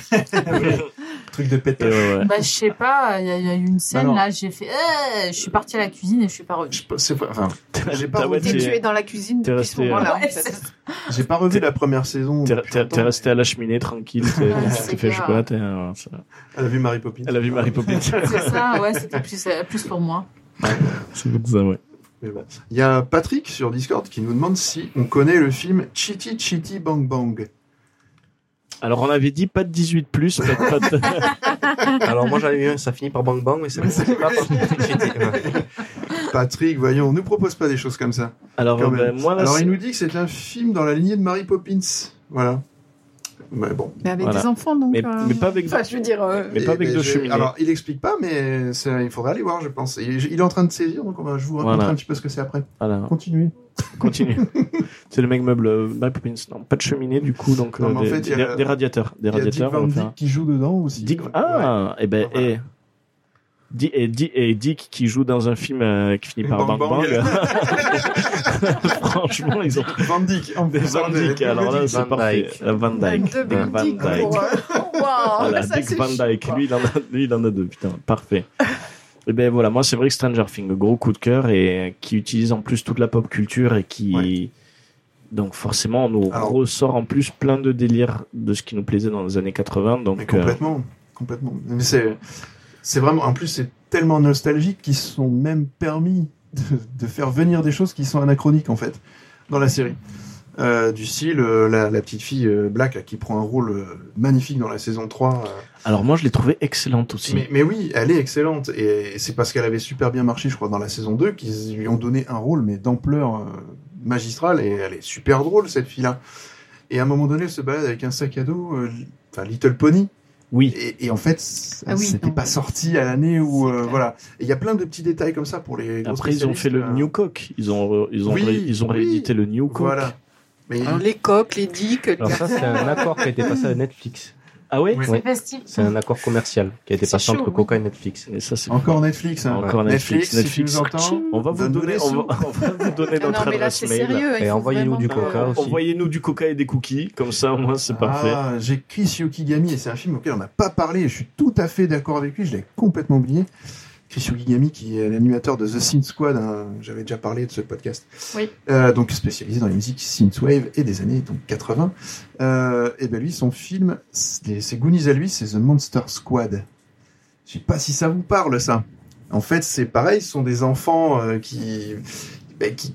Speaker 6: Truc de
Speaker 5: Et ouais,
Speaker 6: pétage. <laughs>
Speaker 5: ouais.
Speaker 7: Bah, je sais pas, il y, a- il y a eu une scène
Speaker 6: Alors-
Speaker 7: là, j'ai fait. Euh, je suis partie à la cuisine et je suis pas revenue.
Speaker 6: Je sais pas- c'est pas- enfin, J'ai pas
Speaker 5: Ah ouais,
Speaker 6: revu-
Speaker 9: T'es
Speaker 5: t'es-
Speaker 9: tué dans la cuisine
Speaker 5: t'es
Speaker 9: depuis ce
Speaker 5: resté,
Speaker 9: moment-là.
Speaker 7: euh,
Speaker 9: en
Speaker 7: Ouais,
Speaker 9: fait.
Speaker 7: c'est-
Speaker 6: j'ai pas revu
Speaker 5: T'es-
Speaker 6: la première saison.
Speaker 5: T'es
Speaker 6: depuis
Speaker 5: t'es-
Speaker 6: longtemps,
Speaker 5: t'es resté à la cheminée tranquille, t'es- tu
Speaker 7: c'est
Speaker 5: t'es fait
Speaker 7: clair.
Speaker 5: chocolat. t'es- euh, ça-
Speaker 6: mais Elle a vu Mary Poppins.
Speaker 5: Elle a vu Marie Poppins.
Speaker 7: C'est ça, ouais, c'était plus, euh, plus pour moi.
Speaker 5: C'est comme ça, ouais.
Speaker 6: <laughs> Mais bon. Il y a Patrick sur Discord qui nous demande si on connaît le film Chitty Chitty Bang Bang.
Speaker 5: Alors on avait dit pas de 18 plus, pas de,
Speaker 6: <laughs>
Speaker 5: pas de-
Speaker 8: Alors, moi, j'avais eu un, ça finit par Bang Bang, mais c'est pas par Ouais.
Speaker 6: Patrick, voyons, on nous propose pas des choses comme ça.
Speaker 5: Alors
Speaker 6: Quand
Speaker 5: ben,
Speaker 6: même.
Speaker 5: moi là,
Speaker 6: Alors
Speaker 5: c'est-
Speaker 6: il nous dit que c'est un film dans la lignée de Mary Poppins. Voilà. Mais bon.
Speaker 9: Mais avec
Speaker 5: Voilà.
Speaker 9: des enfants, donc.
Speaker 5: mais,
Speaker 9: euh,
Speaker 5: mais pas avec
Speaker 9: Enfin, je veux dire. euh,
Speaker 5: Mais pas avec
Speaker 6: Eh ben,
Speaker 5: de
Speaker 6: je-
Speaker 5: cheminée.
Speaker 6: Alors, il explique pas, mais c'est- il faudra aller voir, je pense. Il, il est en train de saisir, donc on va- je vous raconterai
Speaker 5: Voilà.
Speaker 6: un petit peu ce que c'est après.
Speaker 5: Voilà,
Speaker 6: Continuez.
Speaker 5: continue. c'est le mec meuble euh, Marie Poppins. Non, pas de cheminée du coup donc
Speaker 6: Non,
Speaker 5: euh,
Speaker 6: mais en
Speaker 5: des,
Speaker 6: fait, il y a-
Speaker 5: des- des radiateurs, des
Speaker 6: Il y a Dick
Speaker 5: radiateurs. on
Speaker 6: Van
Speaker 5: va faire
Speaker 6: Dyke qui joue dedans aussi.
Speaker 5: Dick,
Speaker 6: Ouais.
Speaker 5: ah, et ben,
Speaker 6: Voilà.
Speaker 5: et, Di- et, Di- et Dick qui joue dans un film euh, qui finit par Bang
Speaker 6: Bang
Speaker 5: Bang. <laughs>
Speaker 6: Bang.
Speaker 5: Franchement,
Speaker 6: <laughs>
Speaker 5: ils ont
Speaker 6: Van Dyke. en
Speaker 5: des
Speaker 6: plus,
Speaker 5: Van
Speaker 6: bordel.
Speaker 5: Dyke. Alors là, c'est
Speaker 8: Van
Speaker 5: parfait.
Speaker 8: Dyke.
Speaker 5: La Van Dyke.
Speaker 9: Deux
Speaker 5: Ouais,
Speaker 9: Big
Speaker 5: Van
Speaker 9: Dick
Speaker 5: Dyke.
Speaker 9: pour. euh, <laughs> Waouh,
Speaker 5: Voilà,
Speaker 9: ça,
Speaker 5: Dick
Speaker 9: c'est
Speaker 5: Van
Speaker 9: chic,
Speaker 5: Dyke,
Speaker 9: quoi.
Speaker 5: lui il, en a, lui il en a deux, putain, parfait. Et ben voilà, moi c'est vrai que Stranger Things, gros coup de cœur et qui utilise en plus toute la pop culture et qui.
Speaker 6: Ouais.
Speaker 5: Donc forcément, on nous
Speaker 6: Alors-
Speaker 5: ressort en plus plein de délires de ce qui nous plaisait dans les années 80.
Speaker 6: Mais
Speaker 5: Donc, euh,
Speaker 6: complètement, complètement. Mais c'est, c'est vraiment. En plus, c'est tellement nostalgique qu'ils se sont même permis de, de faire venir des choses qui sont anachroniques en fait dans la série. Euh, du style, euh, la, la petite fille euh, Black là, qui prend un rôle euh, magnifique dans la saison 3. euh,
Speaker 5: alors moi je l'ai trouvé excellente aussi.
Speaker 6: Mais, mais oui, elle est excellente. Et c'est parce qu'elle avait super bien marché, je crois, dans la saison 2, qu'ils lui ont donné un rôle, mais d'ampleur euh, magistrale. Et elle est super drôle, cette fille-là. Et à un moment donné, elle se balade avec un sac à dos, euh, li- enfin Little Pony.
Speaker 5: Oui.
Speaker 6: Et, et en fait, c-
Speaker 9: Ah oui,
Speaker 6: c'était
Speaker 9: non.
Speaker 6: pas sorti à l'année où.
Speaker 9: C'est
Speaker 6: euh,
Speaker 9: clair.
Speaker 6: voilà. Et Il y a plein de petits détails comme ça pour les. gros
Speaker 5: Après ils ont fait le
Speaker 6: spécialistes, euh,
Speaker 5: New Cock. Ils ont, re- ils ont,
Speaker 6: Oui,
Speaker 5: ré- ils ont
Speaker 6: oui.
Speaker 5: réédité le New Cock.
Speaker 6: Voilà. Mais
Speaker 9: Alors, les coques, les dicks, les
Speaker 8: Alors ça, c'est un accord qui a été passé à Netflix.
Speaker 5: Ah oui
Speaker 6: Oui.
Speaker 8: Oui.
Speaker 7: C'est festif.
Speaker 8: C'est un accord commercial qui a été
Speaker 9: C'est
Speaker 8: passé
Speaker 9: chaud,
Speaker 8: entre
Speaker 9: oui.
Speaker 8: Coca et
Speaker 9: Bah,
Speaker 8: Netflix.
Speaker 5: Et ça, c'est
Speaker 6: encore Netflix. hein.
Speaker 5: Encore
Speaker 6: Netflix,
Speaker 5: Netflix,
Speaker 6: si tu
Speaker 5: Netflix.
Speaker 6: nous entends,
Speaker 5: On va vous
Speaker 6: donne-nous
Speaker 5: donner,
Speaker 6: les
Speaker 5: on
Speaker 6: sous.
Speaker 5: va, on va vous
Speaker 9: <laughs>
Speaker 5: donner
Speaker 9: Ah Non,
Speaker 5: notre
Speaker 9: non, mais là,
Speaker 5: adresse
Speaker 9: c'est
Speaker 5: mail.
Speaker 9: sérieux. Ah, il
Speaker 8: Et
Speaker 9: faut
Speaker 8: envoyez-nous du
Speaker 9: vraiment pas-
Speaker 8: coca aussi.
Speaker 5: Envoyez-nous du coca et des cookies, comme ça au moins c'est parfait.
Speaker 6: Ah, j'ai Chris Yokigami et c'est un film auquel on n'a pas parlé. et Je suis tout à fait d'accord avec lui. Je l'avais complètement oublié. Chris Yokigami, qui est l'animateur de The Synth Squad. hein, J'avais déjà parlé de ce podcast.
Speaker 9: Oui.
Speaker 6: Euh, donc spécialisé dans les musiques synthwave et des années donc 80. Euh, et ben lui, son film, c'est c'est Goonies à lui, c'est The Monster Squad. Je sais pas si ça vous parle ça. En fait, c'est pareil. Ce sont des enfants euh, qui, ben, qui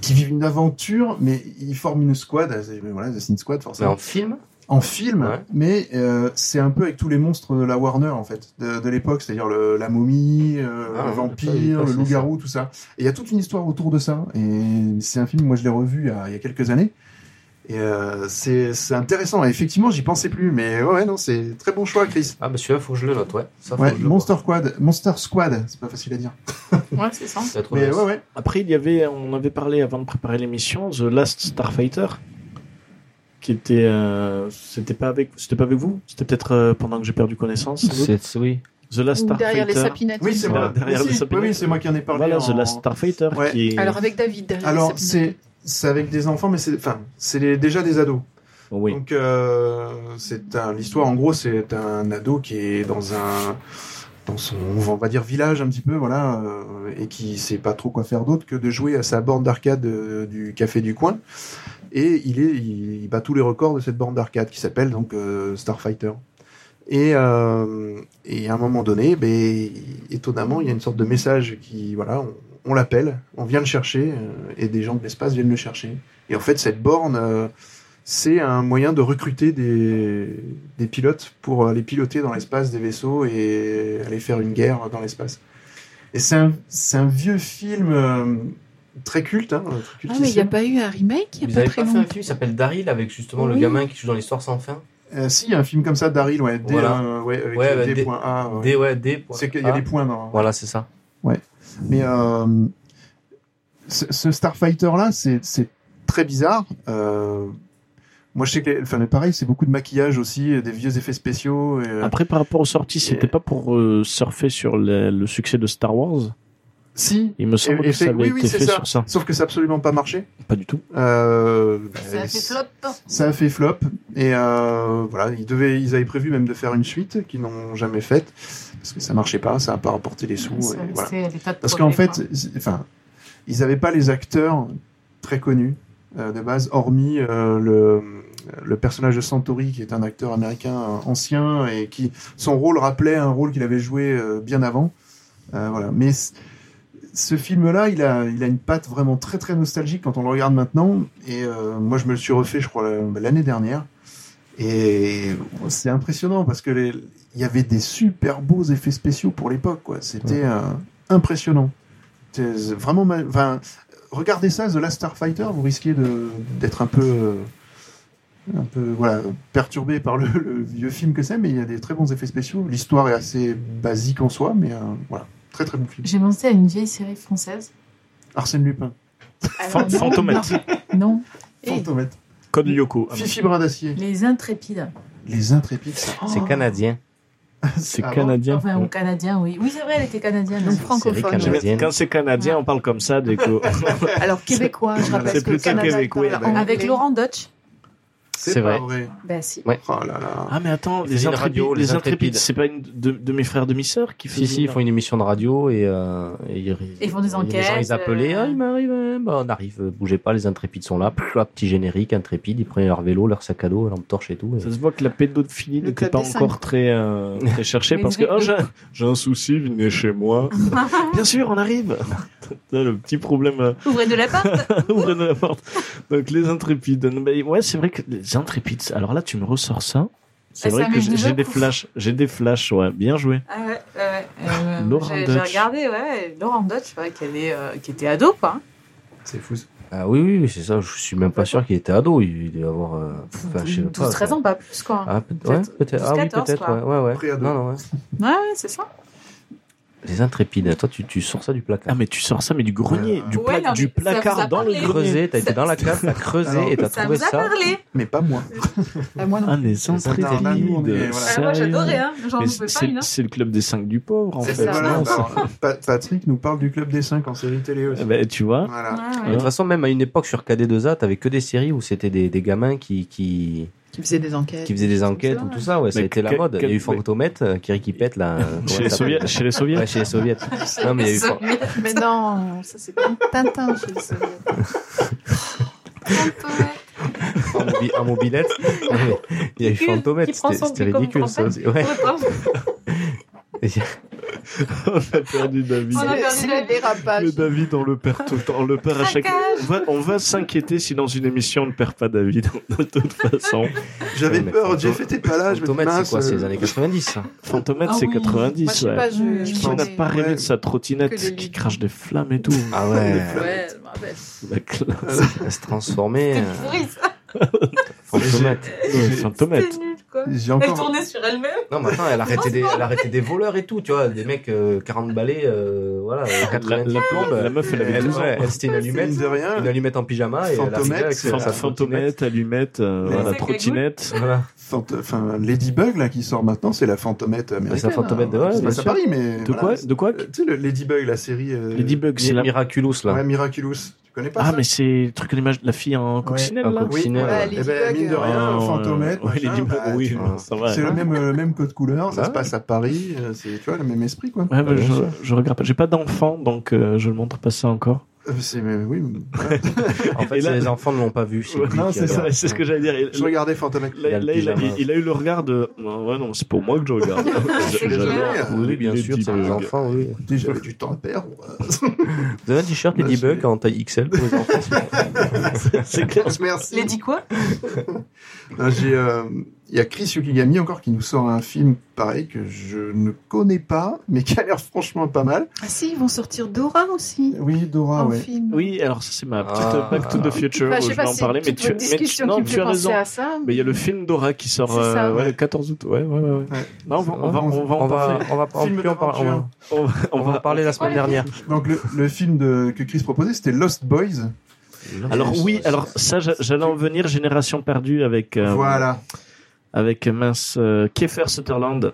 Speaker 6: qui vivent une aventure, mais ils forment une squad, euh, c'est- voilà, The Sin Squad
Speaker 8: Mais
Speaker 6: forcément
Speaker 8: en film
Speaker 6: en film,
Speaker 8: Ouais.
Speaker 6: mais euh, c'est un peu avec tous les monstres de la Warner en fait, de, de l'époque, c'est-à-dire le- la momie, euh, le
Speaker 8: Ah, ouais, j'ai pas vu
Speaker 6: vampire, le
Speaker 8: passer
Speaker 6: loup-garou, tout ça. Et il y a toute une histoire autour de ça. Et c'est un film, moi je l'ai revu à- il y a quelques années. Et euh, c'est c'est intéressant. Et effectivement, j'y pensais plus, mais ouais, ouais, non, c'est très bon choix, Chris.
Speaker 8: Ah, bah celui-là, faut que je le note, ouais. Ça, faut
Speaker 6: Ouais,
Speaker 8: que je le
Speaker 6: Monster Squad, Monster Squad, c'est pas facile à dire.
Speaker 7: Ouais, c'est ça.
Speaker 8: vois. Ça va être
Speaker 6: Mais
Speaker 8: honnête.
Speaker 6: ouais, ouais.
Speaker 5: Après, il y avait, on avait parlé avant de préparer l'émission, The Last Starfighter, qui était, euh, c'était pas avec, c'était pas avec vous, c'était peut-être euh, pendant que j'ai perdu connaissance. sans doute.
Speaker 8: C'est c'est- oui.
Speaker 5: The Last
Speaker 9: Ou derrière les
Speaker 5: Starfighter.
Speaker 9: sapinettes.
Speaker 6: Oui, c'est
Speaker 5: Voilà,
Speaker 6: moi.
Speaker 5: derrière
Speaker 6: Mais
Speaker 5: le
Speaker 6: si,
Speaker 5: sapin.
Speaker 6: oui, oui, c'est moi qui en ai parlé.
Speaker 5: Voilà,
Speaker 6: en-
Speaker 5: The Last Starfighter,
Speaker 6: Ouais.
Speaker 5: qui est-
Speaker 9: Alors avec David. derrière les
Speaker 6: Alors,
Speaker 9: sapinettes.
Speaker 6: c'est c'est avec des enfants, mais c'est enfin, c'est les- déjà des ados.
Speaker 8: Oh,
Speaker 5: oui.
Speaker 6: Donc, euh, c'est un- l'histoire, en gros, c'est un ado qui est dans un dans son, on va dire, village un petit peu, voilà, euh, et qui sait pas trop quoi faire d'autre que de jouer à sa borne d'arcade euh, du café du coin. Et il, est, il, il bat tous les records de cette borne d'arcade qui s'appelle donc euh, Starfighter. Et, euh, et à un moment donné, ben, étonnamment, il y a une sorte de message qui, voilà, on, on l'appelle, on vient le chercher, euh, et des gens de l'espace viennent le chercher. Et en fait, cette borne, euh, c'est un moyen de recruter des, des pilotes pour aller piloter dans l'espace des vaisseaux et aller faire une guerre dans l'espace. Et c'est un, c'est un vieux film euh, très culte. Hein, très
Speaker 9: Ah, mais il n'y
Speaker 6: cultissime.
Speaker 9: a pas eu un remake il
Speaker 8: Vous
Speaker 9: n'y a pas
Speaker 8: avez
Speaker 9: très
Speaker 8: pas fait un
Speaker 9: longtemps.
Speaker 8: film qui s'appelle Daryl avec justement le
Speaker 9: Oui.
Speaker 8: gamin qui joue dans l'histoire sans fin
Speaker 6: Euh, si, il y a un film comme ça, Daryl, ouais. D,
Speaker 8: Voilà.
Speaker 6: euh, ouais, avec
Speaker 8: Ouais,
Speaker 6: le
Speaker 8: bah,
Speaker 6: D
Speaker 8: D-
Speaker 6: point A, ouais.
Speaker 8: D, ouais, D. point
Speaker 6: C'est qu'il y a
Speaker 8: A.
Speaker 6: des points dans.
Speaker 8: Voilà, c'est ça.
Speaker 6: Mais euh, ce, ce Starfighter là, c'est c'est très bizarre. Euh, moi, je sais que, les- enfin, mais pareil, c'est beaucoup de maquillage aussi, et des vieux effets spéciaux. et, euh,
Speaker 5: Après, par rapport aux sorties, c'était
Speaker 6: Et-
Speaker 5: pas pour euh, surfer sur le, le succès de Star Wars.
Speaker 6: si.
Speaker 5: Il me
Speaker 6: Et-
Speaker 5: semble
Speaker 6: et
Speaker 5: que ça
Speaker 6: fait-
Speaker 5: avait
Speaker 6: oui, oui,
Speaker 5: été
Speaker 6: c'est
Speaker 5: fait
Speaker 6: ça.
Speaker 5: sur ça.
Speaker 6: Sauf que ça a absolument pas marché.
Speaker 5: Pas du tout.
Speaker 6: Euh,
Speaker 7: Ça
Speaker 6: bah,
Speaker 7: a fait flop.
Speaker 6: ça a fait flop. Et euh, voilà, ils devaient, ils avaient prévu même de faire une suite qu'ils n'ont jamais faite parce que ça marchait pas, ça a pas rapporté les sous. et voilà.
Speaker 7: C'est des tas de
Speaker 6: Parce qu'en
Speaker 7: problèmes,
Speaker 6: fait, c'est- enfin, ils n'avaient pas les acteurs très connus euh, de base, hormis euh, le, le personnage de Santori, qui est un acteur américain euh, ancien et qui son rôle rappelait un rôle qu'il avait joué euh, bien avant. Euh, voilà. Mais c- ce film-là, il a, il a une patte vraiment très très nostalgique quand on le regarde maintenant. Et euh, moi, je me le suis refait, je crois, la- l'année dernière. Et c'est impressionnant parce que les- il y avait des super beaux effets spéciaux pour l'époque. quoi. C'était euh, impressionnant. C'était vraiment, mal- enfin, regardez ça, The Last Starfighter, vous risquez de- d'être un peu, euh, un peu, voilà, perturbé par le, le vieux film que c'est, mais il y a des très bons effets spéciaux. L'histoire est assez basique en soi, mais euh, voilà, très très bon film.
Speaker 7: J'ai pensé à une vieille série française. Euh,
Speaker 6: Arsène Lupin,
Speaker 9: Alors, non,
Speaker 5: Fantomette.
Speaker 7: Non, Et-
Speaker 6: Fantomette,
Speaker 5: Code Lyoko. Ah,
Speaker 6: Fifi Brin d'Acier,
Speaker 7: Les Intrépides.
Speaker 6: Les Intrépides. ça-
Speaker 8: C'est
Speaker 6: Oh
Speaker 8: canadien.
Speaker 5: C'est
Speaker 6: Ah bon
Speaker 5: canadien.
Speaker 7: Enfin, ou canadien, oui. Oui, c'est vrai, elle était canadienne.
Speaker 9: non,
Speaker 7: non
Speaker 8: Série
Speaker 9: francophone.
Speaker 8: canadienne.
Speaker 5: J'aime- Quand c'est canadien, on parle comme ça. Dès que...
Speaker 9: <laughs> Alors québécois, je rappelle
Speaker 5: C'est
Speaker 9: que le
Speaker 5: plutôt
Speaker 9: Canada
Speaker 5: québécois,
Speaker 9: parle
Speaker 6: ouais.
Speaker 9: anglais.
Speaker 7: Avec Laurent Dutch.
Speaker 8: C'est
Speaker 6: C'est pas
Speaker 8: vrai.
Speaker 6: vrai.
Speaker 9: Bah si.
Speaker 6: Oh là là.
Speaker 5: ah, mais attends,
Speaker 8: Ils
Speaker 5: les
Speaker 8: faisaient une
Speaker 5: intrépides,
Speaker 8: radio,
Speaker 5: les
Speaker 8: les
Speaker 5: intrépides,
Speaker 8: Intrépides.
Speaker 5: c'est pas une de, de mes frères demi-sœurs qui
Speaker 8: Si,
Speaker 5: faisaient
Speaker 8: si, ils
Speaker 5: ça
Speaker 8: font une émission de radio et, euh, et ils,
Speaker 7: Ils font des
Speaker 8: et Les gens,
Speaker 7: enquêtes,
Speaker 8: ils appelaient,
Speaker 7: euh.
Speaker 8: ah, il m'arrive, euh, bah, on arrive, euh, bougez pas, les intrépides sont là. Plop, petit générique, intrépide, ils prenaient leur vélo, leur sac à dos, lampe torche et tout. et-
Speaker 5: Ça se voit que la pédophilie
Speaker 9: Le
Speaker 5: n'était
Speaker 9: club
Speaker 5: pas
Speaker 9: des cinq.
Speaker 5: encore très, euh, très cherchée
Speaker 7: Mais
Speaker 5: parce que
Speaker 7: vrai-
Speaker 5: oh, j'ai, j'ai un souci, venez
Speaker 9: <laughs>
Speaker 5: chez moi. Bien sûr, on arrive. Putain, le petit problème euh,
Speaker 7: Ouvrez de la
Speaker 5: <laughs>
Speaker 7: porte.
Speaker 5: ouvrez de la porte. Donc les intrépides. Ben, Ouais, c'est vrai que les intrépides. Alors là, tu me ressors ça. C'est
Speaker 7: Ah,
Speaker 5: vrai
Speaker 7: ça
Speaker 5: que
Speaker 7: m'est
Speaker 5: j'ai, j'ai
Speaker 7: venu.
Speaker 5: des flashs. J'ai des flashs. Ouais, bien joué.
Speaker 7: <laughs> Ah ouais, ouais, ouais. Euh,
Speaker 5: Laurent
Speaker 7: j'ai-
Speaker 5: Dutch.
Speaker 7: J'ai regardé, ouais. Laurent Dutch, ouais, qui, avait, euh, qui était ado, quoi.
Speaker 6: C'est fou. ça.
Speaker 8: Ah oui, oui, oui, c'est ça, je suis même pas sûr qu'il était ado, il devait avoir, euh, enfin, je sais même pas.
Speaker 7: 12-13 ans, pas plus, quoi.
Speaker 8: Ah, peut- ouais,
Speaker 7: Peut-être
Speaker 8: peut-être, ah oui,
Speaker 7: 12-14,
Speaker 8: peut-être,
Speaker 7: quoi.
Speaker 8: ouais, ouais, ouais.
Speaker 6: Pré-ado.
Speaker 8: Non, non, ouais.
Speaker 7: Ouais, ouais, c'est ça.
Speaker 8: Les intrépides. Toi, tu, tu sors ça du placard.
Speaker 5: Ah, mais tu sors ça, mais du grenier, du,
Speaker 7: Ouais,
Speaker 5: pla-
Speaker 7: non, mais
Speaker 5: du
Speaker 7: ça vous
Speaker 5: placard
Speaker 7: a
Speaker 5: dans le
Speaker 7: parlé.
Speaker 5: grenier. <laughs>
Speaker 8: creusé, t'as été dans la cave, t'as creusé
Speaker 6: Alors,
Speaker 8: et t'as
Speaker 7: Ça
Speaker 8: trouvé
Speaker 7: vous a
Speaker 8: ça.
Speaker 7: parlé
Speaker 6: Mais pas moi.
Speaker 9: Ah, moi non.
Speaker 5: Ah, les
Speaker 6: intrépides,
Speaker 5: intrépides.
Speaker 6: voilà.
Speaker 7: Ah, Moi j'adorais, hein. j'en
Speaker 5: Mais
Speaker 7: pouvais pas
Speaker 5: c'est
Speaker 7: une. hein.
Speaker 5: c'est le club des 5 du pauvre, en
Speaker 7: C'est
Speaker 5: fait.
Speaker 7: ça.
Speaker 5: Non,
Speaker 6: Voilà,
Speaker 5: c'est-
Speaker 6: alors, Pa- Patrick nous parle du Club des 5 en série télé aussi.
Speaker 5: Eh ben, tu vois,
Speaker 6: Voilà.
Speaker 7: Ouais, ouais.
Speaker 8: De toute façon, même à une époque sur KD2A, t'avais que des séries où c'était des, des gamins qui, qui,
Speaker 9: Qui faisait des enquêtes.
Speaker 8: qui faisaient des enquêtes
Speaker 9: ça,
Speaker 8: ou
Speaker 9: ouais.
Speaker 8: tout ça. Ouais, ça a
Speaker 5: Mais
Speaker 8: été la
Speaker 5: quel-
Speaker 8: mode. Il y a
Speaker 5: quel-
Speaker 8: eu Fantomètre, euh, Kiri qui pète là. euh,
Speaker 5: chez
Speaker 8: comment
Speaker 5: les
Speaker 8: ça s'appelle
Speaker 5: soviets. Chez les soviets.
Speaker 8: Ouais, chez
Speaker 7: <laughs>
Speaker 8: les soviets. non, mais il y a eu Fan-
Speaker 9: Mais non, ça c'est comme Tintin chez les Soviets.
Speaker 8: en, mobi-
Speaker 7: <laughs>
Speaker 8: en mobilette. Il y a eu
Speaker 7: Qui
Speaker 8: Fantomètre.
Speaker 7: prend
Speaker 8: C'était
Speaker 7: son
Speaker 8: c'était
Speaker 7: pic comme
Speaker 8: ridicule, ça
Speaker 7: trompette.
Speaker 8: aussi. Ouais.
Speaker 5: On a perdu David.
Speaker 7: On a perdu
Speaker 9: C'est
Speaker 7: la-
Speaker 9: le dérapage.
Speaker 5: Mais David, on le perd tout le temps. On le perd à chaque. On va, on va s'inquiéter si dans une émission on ne perd pas David. <laughs> De toute façon,
Speaker 6: J'avais
Speaker 8: Ouais, mais
Speaker 6: peur,
Speaker 8: Fanto-
Speaker 6: Jeff était pas là. Je me dis,
Speaker 8: Fantomètre,
Speaker 6: mince,
Speaker 8: c'est quoi C'est
Speaker 6: euh,
Speaker 8: les années 90.
Speaker 6: <laughs>
Speaker 8: ça
Speaker 5: Fantomètre,
Speaker 9: Ah
Speaker 5: c'est
Speaker 9: oui. Moi, je
Speaker 5: 90.
Speaker 9: sais
Speaker 5: ouais.
Speaker 9: pas, je,
Speaker 5: Qui
Speaker 9: je
Speaker 5: n'a
Speaker 9: connais.
Speaker 5: pas rêvé
Speaker 6: Ouais.
Speaker 5: de sa
Speaker 9: Que
Speaker 5: trottinette
Speaker 9: les
Speaker 5: qui
Speaker 9: lignes.
Speaker 5: crache des flammes et tout <laughs>
Speaker 8: Ah ouais,
Speaker 7: Ouais, je me rappelle.
Speaker 5: La classe.
Speaker 8: elle se transformait. euh,
Speaker 7: Pourri, ça,
Speaker 8: Fantomètre.
Speaker 5: Ouais, Fantomètre.
Speaker 7: c'est nul quoi.
Speaker 6: J'ai
Speaker 7: Elle
Speaker 6: encore.
Speaker 7: tournait sur elle-même.
Speaker 8: Non, mais attends, elle arrêtait des, elle arrêtait des voleurs et tout, tu vois, des mecs euh, 40 balais, euh, voilà, euh,
Speaker 5: La,
Speaker 8: 90
Speaker 5: la-
Speaker 8: plombes.
Speaker 5: la meuf, elle avait
Speaker 8: Elle,
Speaker 5: 12 ans.
Speaker 8: ouais, elle, c'était une allumette,
Speaker 6: Mine de rien,
Speaker 8: une allumette en pyjama et elle
Speaker 6: Fantomètre,
Speaker 8: arrivait avec
Speaker 6: c'est
Speaker 5: Fan-
Speaker 8: sa
Speaker 6: la-
Speaker 8: trottinette.
Speaker 5: Fantomètre, allumette, euh,
Speaker 6: Mais
Speaker 5: voilà,
Speaker 7: c'est
Speaker 5: trottinette.
Speaker 8: Voilà.
Speaker 6: Fant- enfin, Ladybug là qui sort maintenant, c'est la fantomette américaine.
Speaker 8: la Fantomette,
Speaker 6: hein.
Speaker 8: ouais,
Speaker 6: Ça
Speaker 8: bien
Speaker 6: passe à
Speaker 8: sûr.
Speaker 6: Paris, mais. Euh,
Speaker 5: De quoi De quoi
Speaker 6: Tu sais, le Ladybug, la série. euh,
Speaker 5: Ladybug, c'est la.
Speaker 8: Miraculous, là.
Speaker 6: Ouais, Miraculous. Tu connais pas
Speaker 5: Ah,
Speaker 6: ça
Speaker 5: mais c'est le truc à l'image de la fille en coccinelle
Speaker 8: En
Speaker 5: là.
Speaker 8: coccinelle. ciné,
Speaker 6: voilà.
Speaker 9: ouais.
Speaker 6: Eh ben, mine de
Speaker 9: Ladybug,
Speaker 6: rien,
Speaker 5: Ah,
Speaker 6: fantomètre.
Speaker 5: ouais,
Speaker 6: machin,
Speaker 5: Ladybug,
Speaker 6: bah,
Speaker 5: oui,
Speaker 6: tu-
Speaker 8: vois,
Speaker 5: ça va. hein.
Speaker 6: C'est le même, euh, même code couleur, ça
Speaker 8: Ouais.
Speaker 6: se passe à Paris, euh, c'est tu vois le même esprit quoi.
Speaker 5: Ouais, mais
Speaker 8: bien
Speaker 5: je,
Speaker 8: sûr.
Speaker 5: je regarde pas. J'ai pas d'enfant, donc euh, je ne montre pas ça encore.
Speaker 6: Euh, C'est mais oui, voilà.
Speaker 8: En fait,
Speaker 5: Et là-
Speaker 8: c'est les enfants ne l'ont pas vu. c'est lui
Speaker 5: non,
Speaker 8: qui
Speaker 5: c'est
Speaker 8: a-
Speaker 5: ça, c'est ce que j'allais dire. Il-
Speaker 6: je regardais Fantomètre.
Speaker 5: Là,
Speaker 8: Il a le
Speaker 5: là, il, a,
Speaker 8: pyjama.
Speaker 5: il- il a eu le regard de. Non, ouais, non, c'est pour moi que je <laughs> regarde.
Speaker 6: C'est
Speaker 5: J'adore.
Speaker 6: clair.
Speaker 8: Oui, bien
Speaker 5: Les
Speaker 8: sûr, c'est les
Speaker 5: Ladybug.
Speaker 8: enfants, oui.
Speaker 6: Déjà du temps à perdre.
Speaker 8: Vous avez un t-shirt
Speaker 6: Bah,
Speaker 8: Ladybug
Speaker 6: c'est-
Speaker 8: en taille XL pour les enfants
Speaker 5: <laughs> C'est clair.
Speaker 6: <laughs> Merci.
Speaker 7: Les dit quoi
Speaker 6: Non, j'ai, euh, Il y a Chris Yukigami encore qui nous sort un film pareil que je ne connais pas, mais qui a l'air franchement pas mal.
Speaker 9: Ah si, ils vont sortir Dora aussi
Speaker 6: Oui, Dora,
Speaker 7: Ah,
Speaker 9: en
Speaker 6: Ah, ouais.
Speaker 9: film.
Speaker 5: Oui, alors ça, c'est ma petite
Speaker 8: Ah.
Speaker 5: Back to the Future
Speaker 9: Enfin,
Speaker 5: où je,
Speaker 9: sais
Speaker 5: vais
Speaker 9: pas
Speaker 5: en
Speaker 9: si
Speaker 5: parler, mais
Speaker 9: toute
Speaker 5: tu,
Speaker 9: votre
Speaker 5: mais tu-
Speaker 9: discussion
Speaker 5: non,
Speaker 9: qui me
Speaker 5: tu
Speaker 9: fait
Speaker 5: as raison.
Speaker 9: penser à ça.
Speaker 5: Mais il y a le film Dora qui sort
Speaker 9: C'est ça,
Speaker 5: euh, ouais,
Speaker 6: ouais.
Speaker 5: le 14 août. Ouais, ouais, ouais. ouais.
Speaker 6: Ouais.
Speaker 5: Non, on va, on va, on va,
Speaker 8: On
Speaker 5: en
Speaker 8: va,
Speaker 5: parler.
Speaker 8: on va, on,
Speaker 6: Film
Speaker 8: plus en par- on,
Speaker 6: d'aventure.
Speaker 8: va,
Speaker 5: on va, on
Speaker 8: on va en
Speaker 5: va-
Speaker 8: parler la semaine dernière.
Speaker 7: <laughs>
Speaker 6: Donc le, le film de, que Chris proposait, c'était Lost Boys.
Speaker 5: Alors oui, alors ça, j'a- j'allais en venir. Génération perdue avec euh,
Speaker 6: Voilà.
Speaker 5: avec mince euh, Kiefer Sutherland.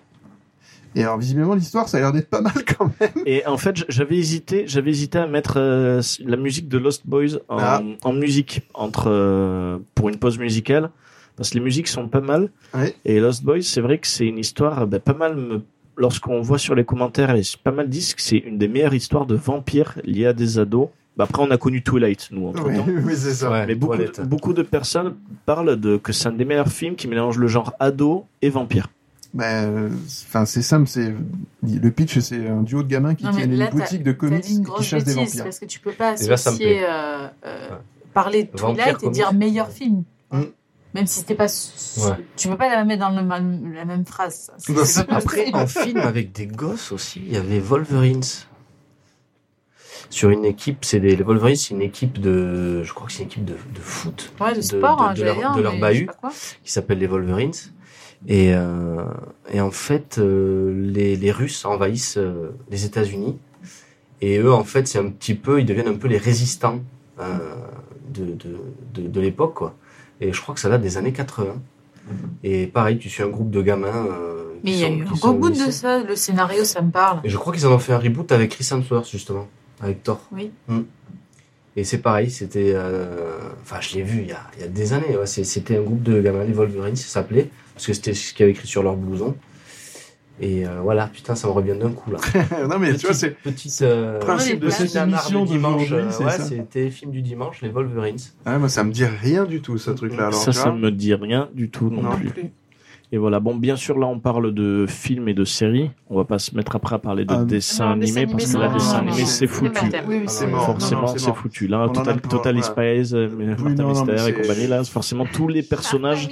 Speaker 6: Et alors visiblement l'histoire, ça a l'air d'être pas mal quand même.
Speaker 5: Et en fait, j- j'avais hésité, j'avais hésité à mettre euh, la musique de Lost Boys en,
Speaker 6: Ah.
Speaker 5: en musique entre euh, pour une pause musicale parce que les musiques sont pas mal.
Speaker 6: Ouais.
Speaker 5: Et Lost Boys, c'est vrai que c'est une histoire euh, ben, pas mal. me- Lorsqu'on voit sur les commentaires, et c'est pas mal disent que c'est une des meilleures histoires de vampires liées à des ados. Ben, après, on a connu Twilight, nous, entre
Speaker 6: Oui,
Speaker 5: temps.
Speaker 6: oui, c'est ça.
Speaker 8: Ouais,
Speaker 5: Mais beaucoup,
Speaker 8: toilette.
Speaker 5: de, beaucoup de personnes parlent de que c'est un des meilleurs films qui mélange le genre ado et vampire.
Speaker 6: Ben, euh, enfin, c'est simple, c'est le pitch, c'est un duo de gamins qui
Speaker 7: Non, mais
Speaker 6: tiennent
Speaker 7: là,
Speaker 6: une boutique de
Speaker 7: T'as
Speaker 6: comics
Speaker 7: dit une
Speaker 6: et qui
Speaker 7: grosse
Speaker 6: chassent des
Speaker 7: bêtise
Speaker 6: vampires.
Speaker 7: parce que tu peux pas
Speaker 8: Déjà, ça me
Speaker 7: associer euh, euh, parler de
Speaker 8: Vampire
Speaker 7: Twilight et
Speaker 8: comics.
Speaker 7: dire meilleur film.
Speaker 6: Mm.
Speaker 7: Même si c'était pas. su-
Speaker 8: Ouais.
Speaker 7: Tu peux pas la mettre dans le même- la même phrase. ça. C'est-
Speaker 6: Non,
Speaker 7: c'est
Speaker 6: c'est
Speaker 7: pas
Speaker 8: Après,
Speaker 7: possible.
Speaker 8: en film avec des gosses aussi, il y avait Wolverines. Sur une équipe, c'est des, les Wolverines, c'est une équipe de, je crois que c'est une équipe de, de foot
Speaker 7: Ouais, de
Speaker 8: de-
Speaker 7: sport,
Speaker 8: de-
Speaker 7: hein,
Speaker 8: de
Speaker 7: j'allais
Speaker 8: leur-
Speaker 7: dire,
Speaker 8: de leur
Speaker 7: mais
Speaker 8: bahut.
Speaker 7: je sais pas quoi.
Speaker 8: qui s'appelle les Wolverines. Et, euh, et en fait, euh, les, les Russes envahissent euh, les États-Unis. Et eux, en fait, c'est un petit peu, ils deviennent un peu les résistants euh, de, de, de, de l'époque, quoi. Et je crois que ça date des années 80. Et pareil, tu suis un groupe de gamins. euh, qui
Speaker 7: Mais il y a
Speaker 8: sont-
Speaker 7: eu un
Speaker 8: qui sont au
Speaker 7: reboot de
Speaker 8: lycée.
Speaker 7: ça, le scénario, ça me parle.
Speaker 8: Et je crois qu'ils en ont fait un reboot avec Chris Hemsworth, justement, avec Thor.
Speaker 7: Oui.
Speaker 6: Hmm.
Speaker 8: Mm. Et c'est pareil, c'était. euh, Enfin, je l'ai vu il y a, il y a des années. ouais. C'est- C'était un groupe de gamins, les Wolverines, ça s'appelait. Parce que c'était ce qu'il y avait écrit sur leur blouson. Et euh, voilà, putain, ça me revient d'un coup, là.
Speaker 6: non, mais <laughs> tu vois, c'est
Speaker 8: Petite. euh,
Speaker 6: principe de
Speaker 7: Ouais,
Speaker 6: cette
Speaker 8: nanar
Speaker 6: émission
Speaker 8: du dimanche.
Speaker 6: d'aujourd'hui,
Speaker 8: euh,
Speaker 6: c'est
Speaker 8: ouais,
Speaker 6: ça.
Speaker 8: c'était film du dimanche, les Wolverines.
Speaker 6: Ah, moi, ça me dit rien du tout, ce truc-là. Alors,
Speaker 5: ça,
Speaker 6: tu
Speaker 5: ça
Speaker 6: vois,
Speaker 5: me dit rien du tout non,
Speaker 6: Non
Speaker 5: plus.
Speaker 9: plus.
Speaker 5: Et voilà, bon, bien sûr, là, on parle de films et de séries. On va pas se mettre après à parler de
Speaker 6: Ah,
Speaker 5: dessins
Speaker 9: non, dessin
Speaker 5: animés, parce que
Speaker 9: animé,
Speaker 5: là,
Speaker 9: non,
Speaker 5: dessins
Speaker 9: non,
Speaker 5: animés,
Speaker 9: non,
Speaker 5: c'est
Speaker 7: non,
Speaker 5: foutu.
Speaker 7: non,
Speaker 6: Oui, oui, c'est
Speaker 8: Ah,
Speaker 6: mort.
Speaker 5: Forcément,
Speaker 6: Non, non,
Speaker 5: c'est foutu. Là,
Speaker 6: en
Speaker 5: Total,
Speaker 6: a pas,
Speaker 5: Total
Speaker 6: voilà.
Speaker 5: Spies, euh, mais
Speaker 6: non,
Speaker 5: Martin
Speaker 6: non,
Speaker 5: Mystère
Speaker 6: mais
Speaker 5: et
Speaker 6: c'est-
Speaker 5: compagnie, là, forcément, tous les personnages,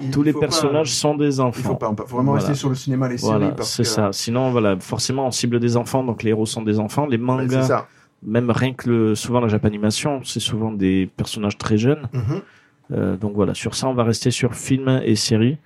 Speaker 6: Il
Speaker 5: tous les
Speaker 6: faut pas-
Speaker 5: personnages sont des
Speaker 6: Il faut
Speaker 5: enfants.
Speaker 6: pas, on peut vraiment
Speaker 5: Voilà.
Speaker 6: rester sur le cinéma, les séries.
Speaker 5: Voilà,
Speaker 6: parce
Speaker 5: c'est
Speaker 6: que-
Speaker 5: ça. Sinon, voilà, forcément, on cible des enfants, donc les héros sont des enfants. Les
Speaker 6: Ah Ouais, C'est
Speaker 5: mangas,
Speaker 6: ça.
Speaker 5: même rien que le, souvent la japanimation, c'est souvent des personnages très jeunes.
Speaker 6: Mhm.
Speaker 5: Euh, donc voilà, sur ça, on va rester sur films et séries.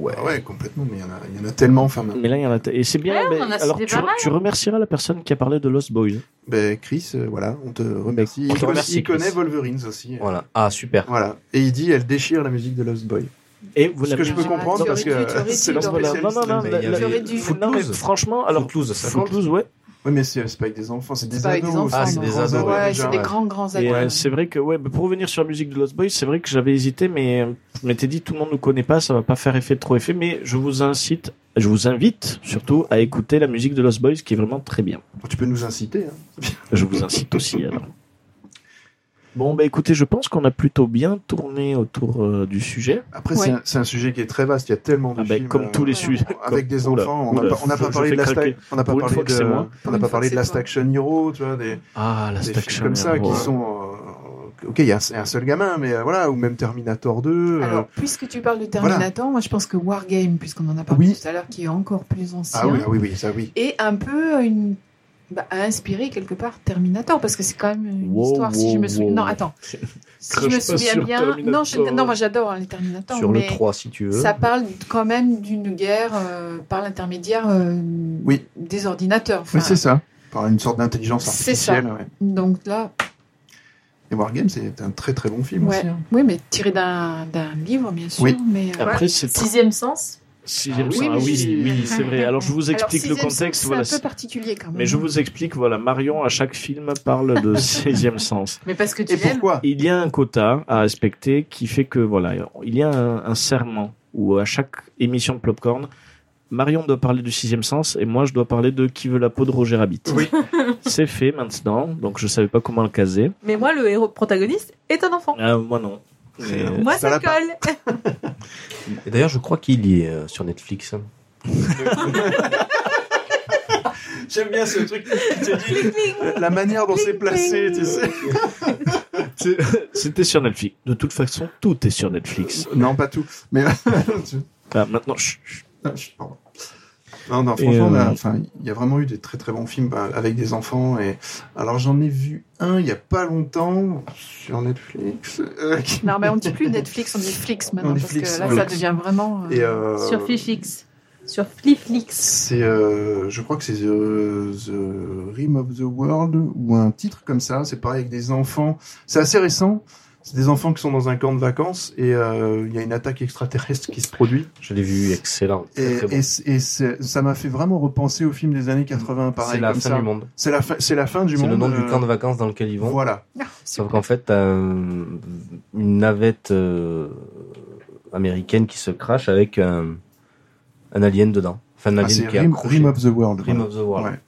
Speaker 4: Ouais.
Speaker 6: Ah ouais, complètement, mais il y en a- il y, en a tellement. Enfin, maintenant.
Speaker 5: Mais là, il y en a. t- Et c'est bien.
Speaker 7: Ouais,
Speaker 5: mais-
Speaker 7: on en a
Speaker 5: alors,
Speaker 7: cité
Speaker 5: tu,
Speaker 7: pas
Speaker 5: re-
Speaker 7: mal,
Speaker 5: tu remercieras la personne qui a parlé de Lost Boys.
Speaker 6: Ben, Chris, euh, voilà, on te remercie.
Speaker 5: on te
Speaker 6: Il co-
Speaker 5: remercie,
Speaker 6: il connaît
Speaker 5: Chris.
Speaker 6: Wolverines aussi.
Speaker 8: Voilà. Ah, super.
Speaker 6: Voilà. Et il dit, elle déchire la musique de Lost Boy.
Speaker 5: Et vous
Speaker 6: Ce que
Speaker 5: l'avez-
Speaker 6: je peux
Speaker 9: Ah,
Speaker 6: comprendre
Speaker 9: tu
Speaker 6: parce
Speaker 9: aurais
Speaker 6: que
Speaker 9: dû, tu aurais
Speaker 6: <laughs> c'est
Speaker 9: dû,
Speaker 6: le
Speaker 9: tu aurais
Speaker 6: spécialiste.
Speaker 5: Non, non, non,
Speaker 8: Mais
Speaker 5: la-
Speaker 8: il y
Speaker 5: la-
Speaker 9: J'aurais
Speaker 8: avait
Speaker 9: dû.
Speaker 5: Non, mais
Speaker 8: Footloose.
Speaker 5: franchement, alors
Speaker 8: Footloose, ça compte.
Speaker 5: Footloose, ouais.
Speaker 6: Oui, mais c'est c'est pas avec des enfants, c'est des
Speaker 9: pas avec
Speaker 6: ados.
Speaker 9: des enfants,
Speaker 8: Ah, c'est
Speaker 6: des
Speaker 8: des
Speaker 6: grands
Speaker 8: ados,
Speaker 6: ados,
Speaker 9: Ouais,
Speaker 6: déjà,
Speaker 9: c'est des
Speaker 6: ouais.
Speaker 9: grands, grands
Speaker 5: Et euh,
Speaker 9: ados.
Speaker 5: c'est vrai que, ouais, bah, pour revenir sur la musique de Lost Boys, c'est vrai que j'avais hésité, mais euh, je m'étais dit tout le monde ne connaît pas, ça va pas faire effet trop effet, mais je vous incite, je vous invite surtout à écouter la musique de Lost Boys, qui est vraiment très bien.
Speaker 6: Tu peux nous inciter. hein.
Speaker 5: Je vous incite aussi alors. Bon, bah écoutez, je pense qu'on a plutôt bien tourné autour euh, du sujet.
Speaker 6: Après,
Speaker 9: Ouais.
Speaker 6: c'est un- c'est un, sujet qui est très vaste. Il y a tellement de
Speaker 5: Ah, bah,
Speaker 6: films,
Speaker 5: comme
Speaker 6: euh,
Speaker 5: tous les sujets.
Speaker 6: <laughs> Avec des
Speaker 5: Oula,
Speaker 6: enfants, on n'a
Speaker 5: oula,
Speaker 6: pas- on n'a
Speaker 5: je-
Speaker 6: pas
Speaker 5: je
Speaker 6: parlé
Speaker 5: fais
Speaker 6: de la
Speaker 5: craquer.
Speaker 6: stack, on n'a pas
Speaker 5: Pour une
Speaker 6: parlé
Speaker 5: fois que
Speaker 6: de,
Speaker 5: c'est moi.
Speaker 9: Pour
Speaker 6: on n'a pas
Speaker 9: une
Speaker 6: parlé
Speaker 9: fois que
Speaker 6: de la
Speaker 9: c'est toi.
Speaker 6: Action Hero, tu vois, des,
Speaker 5: Ah, la
Speaker 6: des films
Speaker 5: station.
Speaker 6: comme ça qui
Speaker 5: Wow.
Speaker 6: sont, euh, ok, il y a un, un seul gamin, mais euh, voilà, ou même Terminator 2. euh,
Speaker 9: Alors, puisque tu parles de Terminator, moi je pense que Wargame, puisqu'on en a parlé
Speaker 6: Oui.
Speaker 9: tout à l'heure, qui est encore plus ancien,
Speaker 6: ah oui, ah oui, oui, ça oui.
Speaker 9: et un peu une... bah, a inspiré quelque part Terminator, parce que c'est quand même une
Speaker 5: Wow,
Speaker 9: histoire, si
Speaker 5: wow,
Speaker 9: je me souviens.
Speaker 5: wow.
Speaker 9: Non,
Speaker 5: <laughs>
Speaker 9: attends. Si je
Speaker 5: Crache
Speaker 9: me
Speaker 5: pas
Speaker 9: souviens
Speaker 5: sur
Speaker 9: bien. Non, je-
Speaker 5: Terminator.
Speaker 9: non, moi j'adore hein, les Terminators.
Speaker 8: Sur
Speaker 9: mais...
Speaker 8: le 3, si tu
Speaker 5: E.
Speaker 8: veux.
Speaker 9: Ça parle quand même d'une guerre euh, par l'intermédiaire euh,
Speaker 6: Oui.
Speaker 9: des ordinateurs.
Speaker 6: Oui,
Speaker 9: Enfin, euh,
Speaker 6: c'est ça. Par une sorte d'intelligence
Speaker 9: C'est ça.
Speaker 6: artificielle. ouais.
Speaker 9: donc là,
Speaker 6: Et Wargame, c'est un très très bon film
Speaker 9: ouais.
Speaker 6: aussi. hein.
Speaker 9: oui, mais tiré d'un d'un livre, bien sûr.
Speaker 6: Oui.
Speaker 9: Mais, euh,
Speaker 5: Après, c'est
Speaker 7: Sixième sens.
Speaker 5: sixième
Speaker 9: oui,
Speaker 5: sens.
Speaker 9: mais
Speaker 5: Ah oui,
Speaker 9: j'ai-
Speaker 5: oui,
Speaker 9: <laughs>
Speaker 5: c'est vrai. Alors, je vous
Speaker 9: alors,
Speaker 5: explique le
Speaker 9: sixième sens,
Speaker 5: contexte.
Speaker 9: C'est
Speaker 5: Voilà,
Speaker 9: un peu particulier quand même.
Speaker 5: Mais je vous explique, voilà, Marion à chaque film
Speaker 9: <laughs>
Speaker 5: parle de sixième sens.
Speaker 7: Mais parce que tu
Speaker 6: Et
Speaker 7: l'aimes.
Speaker 6: pourquoi
Speaker 5: Il y a un quota à respecter qui fait que, voilà, il y a un, un serment où à chaque émission de Popcorn, Marion doit parler du sixième sens et moi je dois parler de Qui veut la peau de Roger Rabbit.
Speaker 6: Oui.
Speaker 5: <laughs> C'est fait maintenant, donc je savais pas comment le caser.
Speaker 7: Mais moi, le héros protagoniste est un enfant.
Speaker 5: Euh, moi non. Mais- euh,
Speaker 7: Moi,
Speaker 6: Ça
Speaker 7: ça
Speaker 6: l'a pas.
Speaker 7: colle.
Speaker 8: Et d'ailleurs, je crois qu'il y est euh, sur Netflix.
Speaker 6: J'aime bien ce truc. qui te dit La manière dont c'est placé, tu sais.
Speaker 5: C'est- C'était sur Netflix. De toute façon, tout est sur Netflix.
Speaker 6: Non, pas tout. Mais
Speaker 5: Ah, maintenant, chut, chut.
Speaker 6: Ah, je- pardon. Non, non, franchement,
Speaker 5: euh,
Speaker 6: on a- enfin, il y a vraiment eu des très très bons films bah, avec des enfants. Et alors j'en ai vu un il y a pas longtemps sur Netflix. euh, qui-
Speaker 9: Non, mais on dit plus Netflix, on dit Flix maintenant,
Speaker 6: On dit
Speaker 9: parce
Speaker 6: Flix,
Speaker 9: que là,
Speaker 6: voilà.
Speaker 9: ça devient vraiment. euh,
Speaker 6: Et euh,
Speaker 10: Sur Fliflix. Sur Fliflix.
Speaker 6: c'est, euh, je crois que c'est the, the Rim of the World ou un titre comme ça. C'est pareil avec des enfants. C'est assez récent. C'est des enfants qui sont dans un camp de vacances et euh, il y a une attaque extraterrestre qui se produit.
Speaker 8: Je l'ai vu, excellent. Très,
Speaker 6: Et,
Speaker 8: très bon.
Speaker 6: et c'est- et c'est- ça m'a fait vraiment repenser au film des années 80,
Speaker 8: C'est
Speaker 6: pareil
Speaker 8: la
Speaker 6: comme
Speaker 8: fin
Speaker 6: ça.
Speaker 8: du monde.
Speaker 6: C'est la fin, c'est la fin du
Speaker 8: C'est
Speaker 6: monde.
Speaker 8: le nom
Speaker 6: euh,
Speaker 8: du camp de vacances dans lequel ils vont.
Speaker 6: Voilà.
Speaker 8: Sauf qu'en fait, t'as un- une navette euh, américaine qui se crache avec un, un alien dedans. Enfin, un
Speaker 6: Ah,
Speaker 8: alien
Speaker 6: c'est
Speaker 8: qui est
Speaker 6: Rim,
Speaker 8: accroché.
Speaker 6: Rim of the World.
Speaker 8: Rim
Speaker 6: voilà.
Speaker 8: of the World.
Speaker 6: Ouais.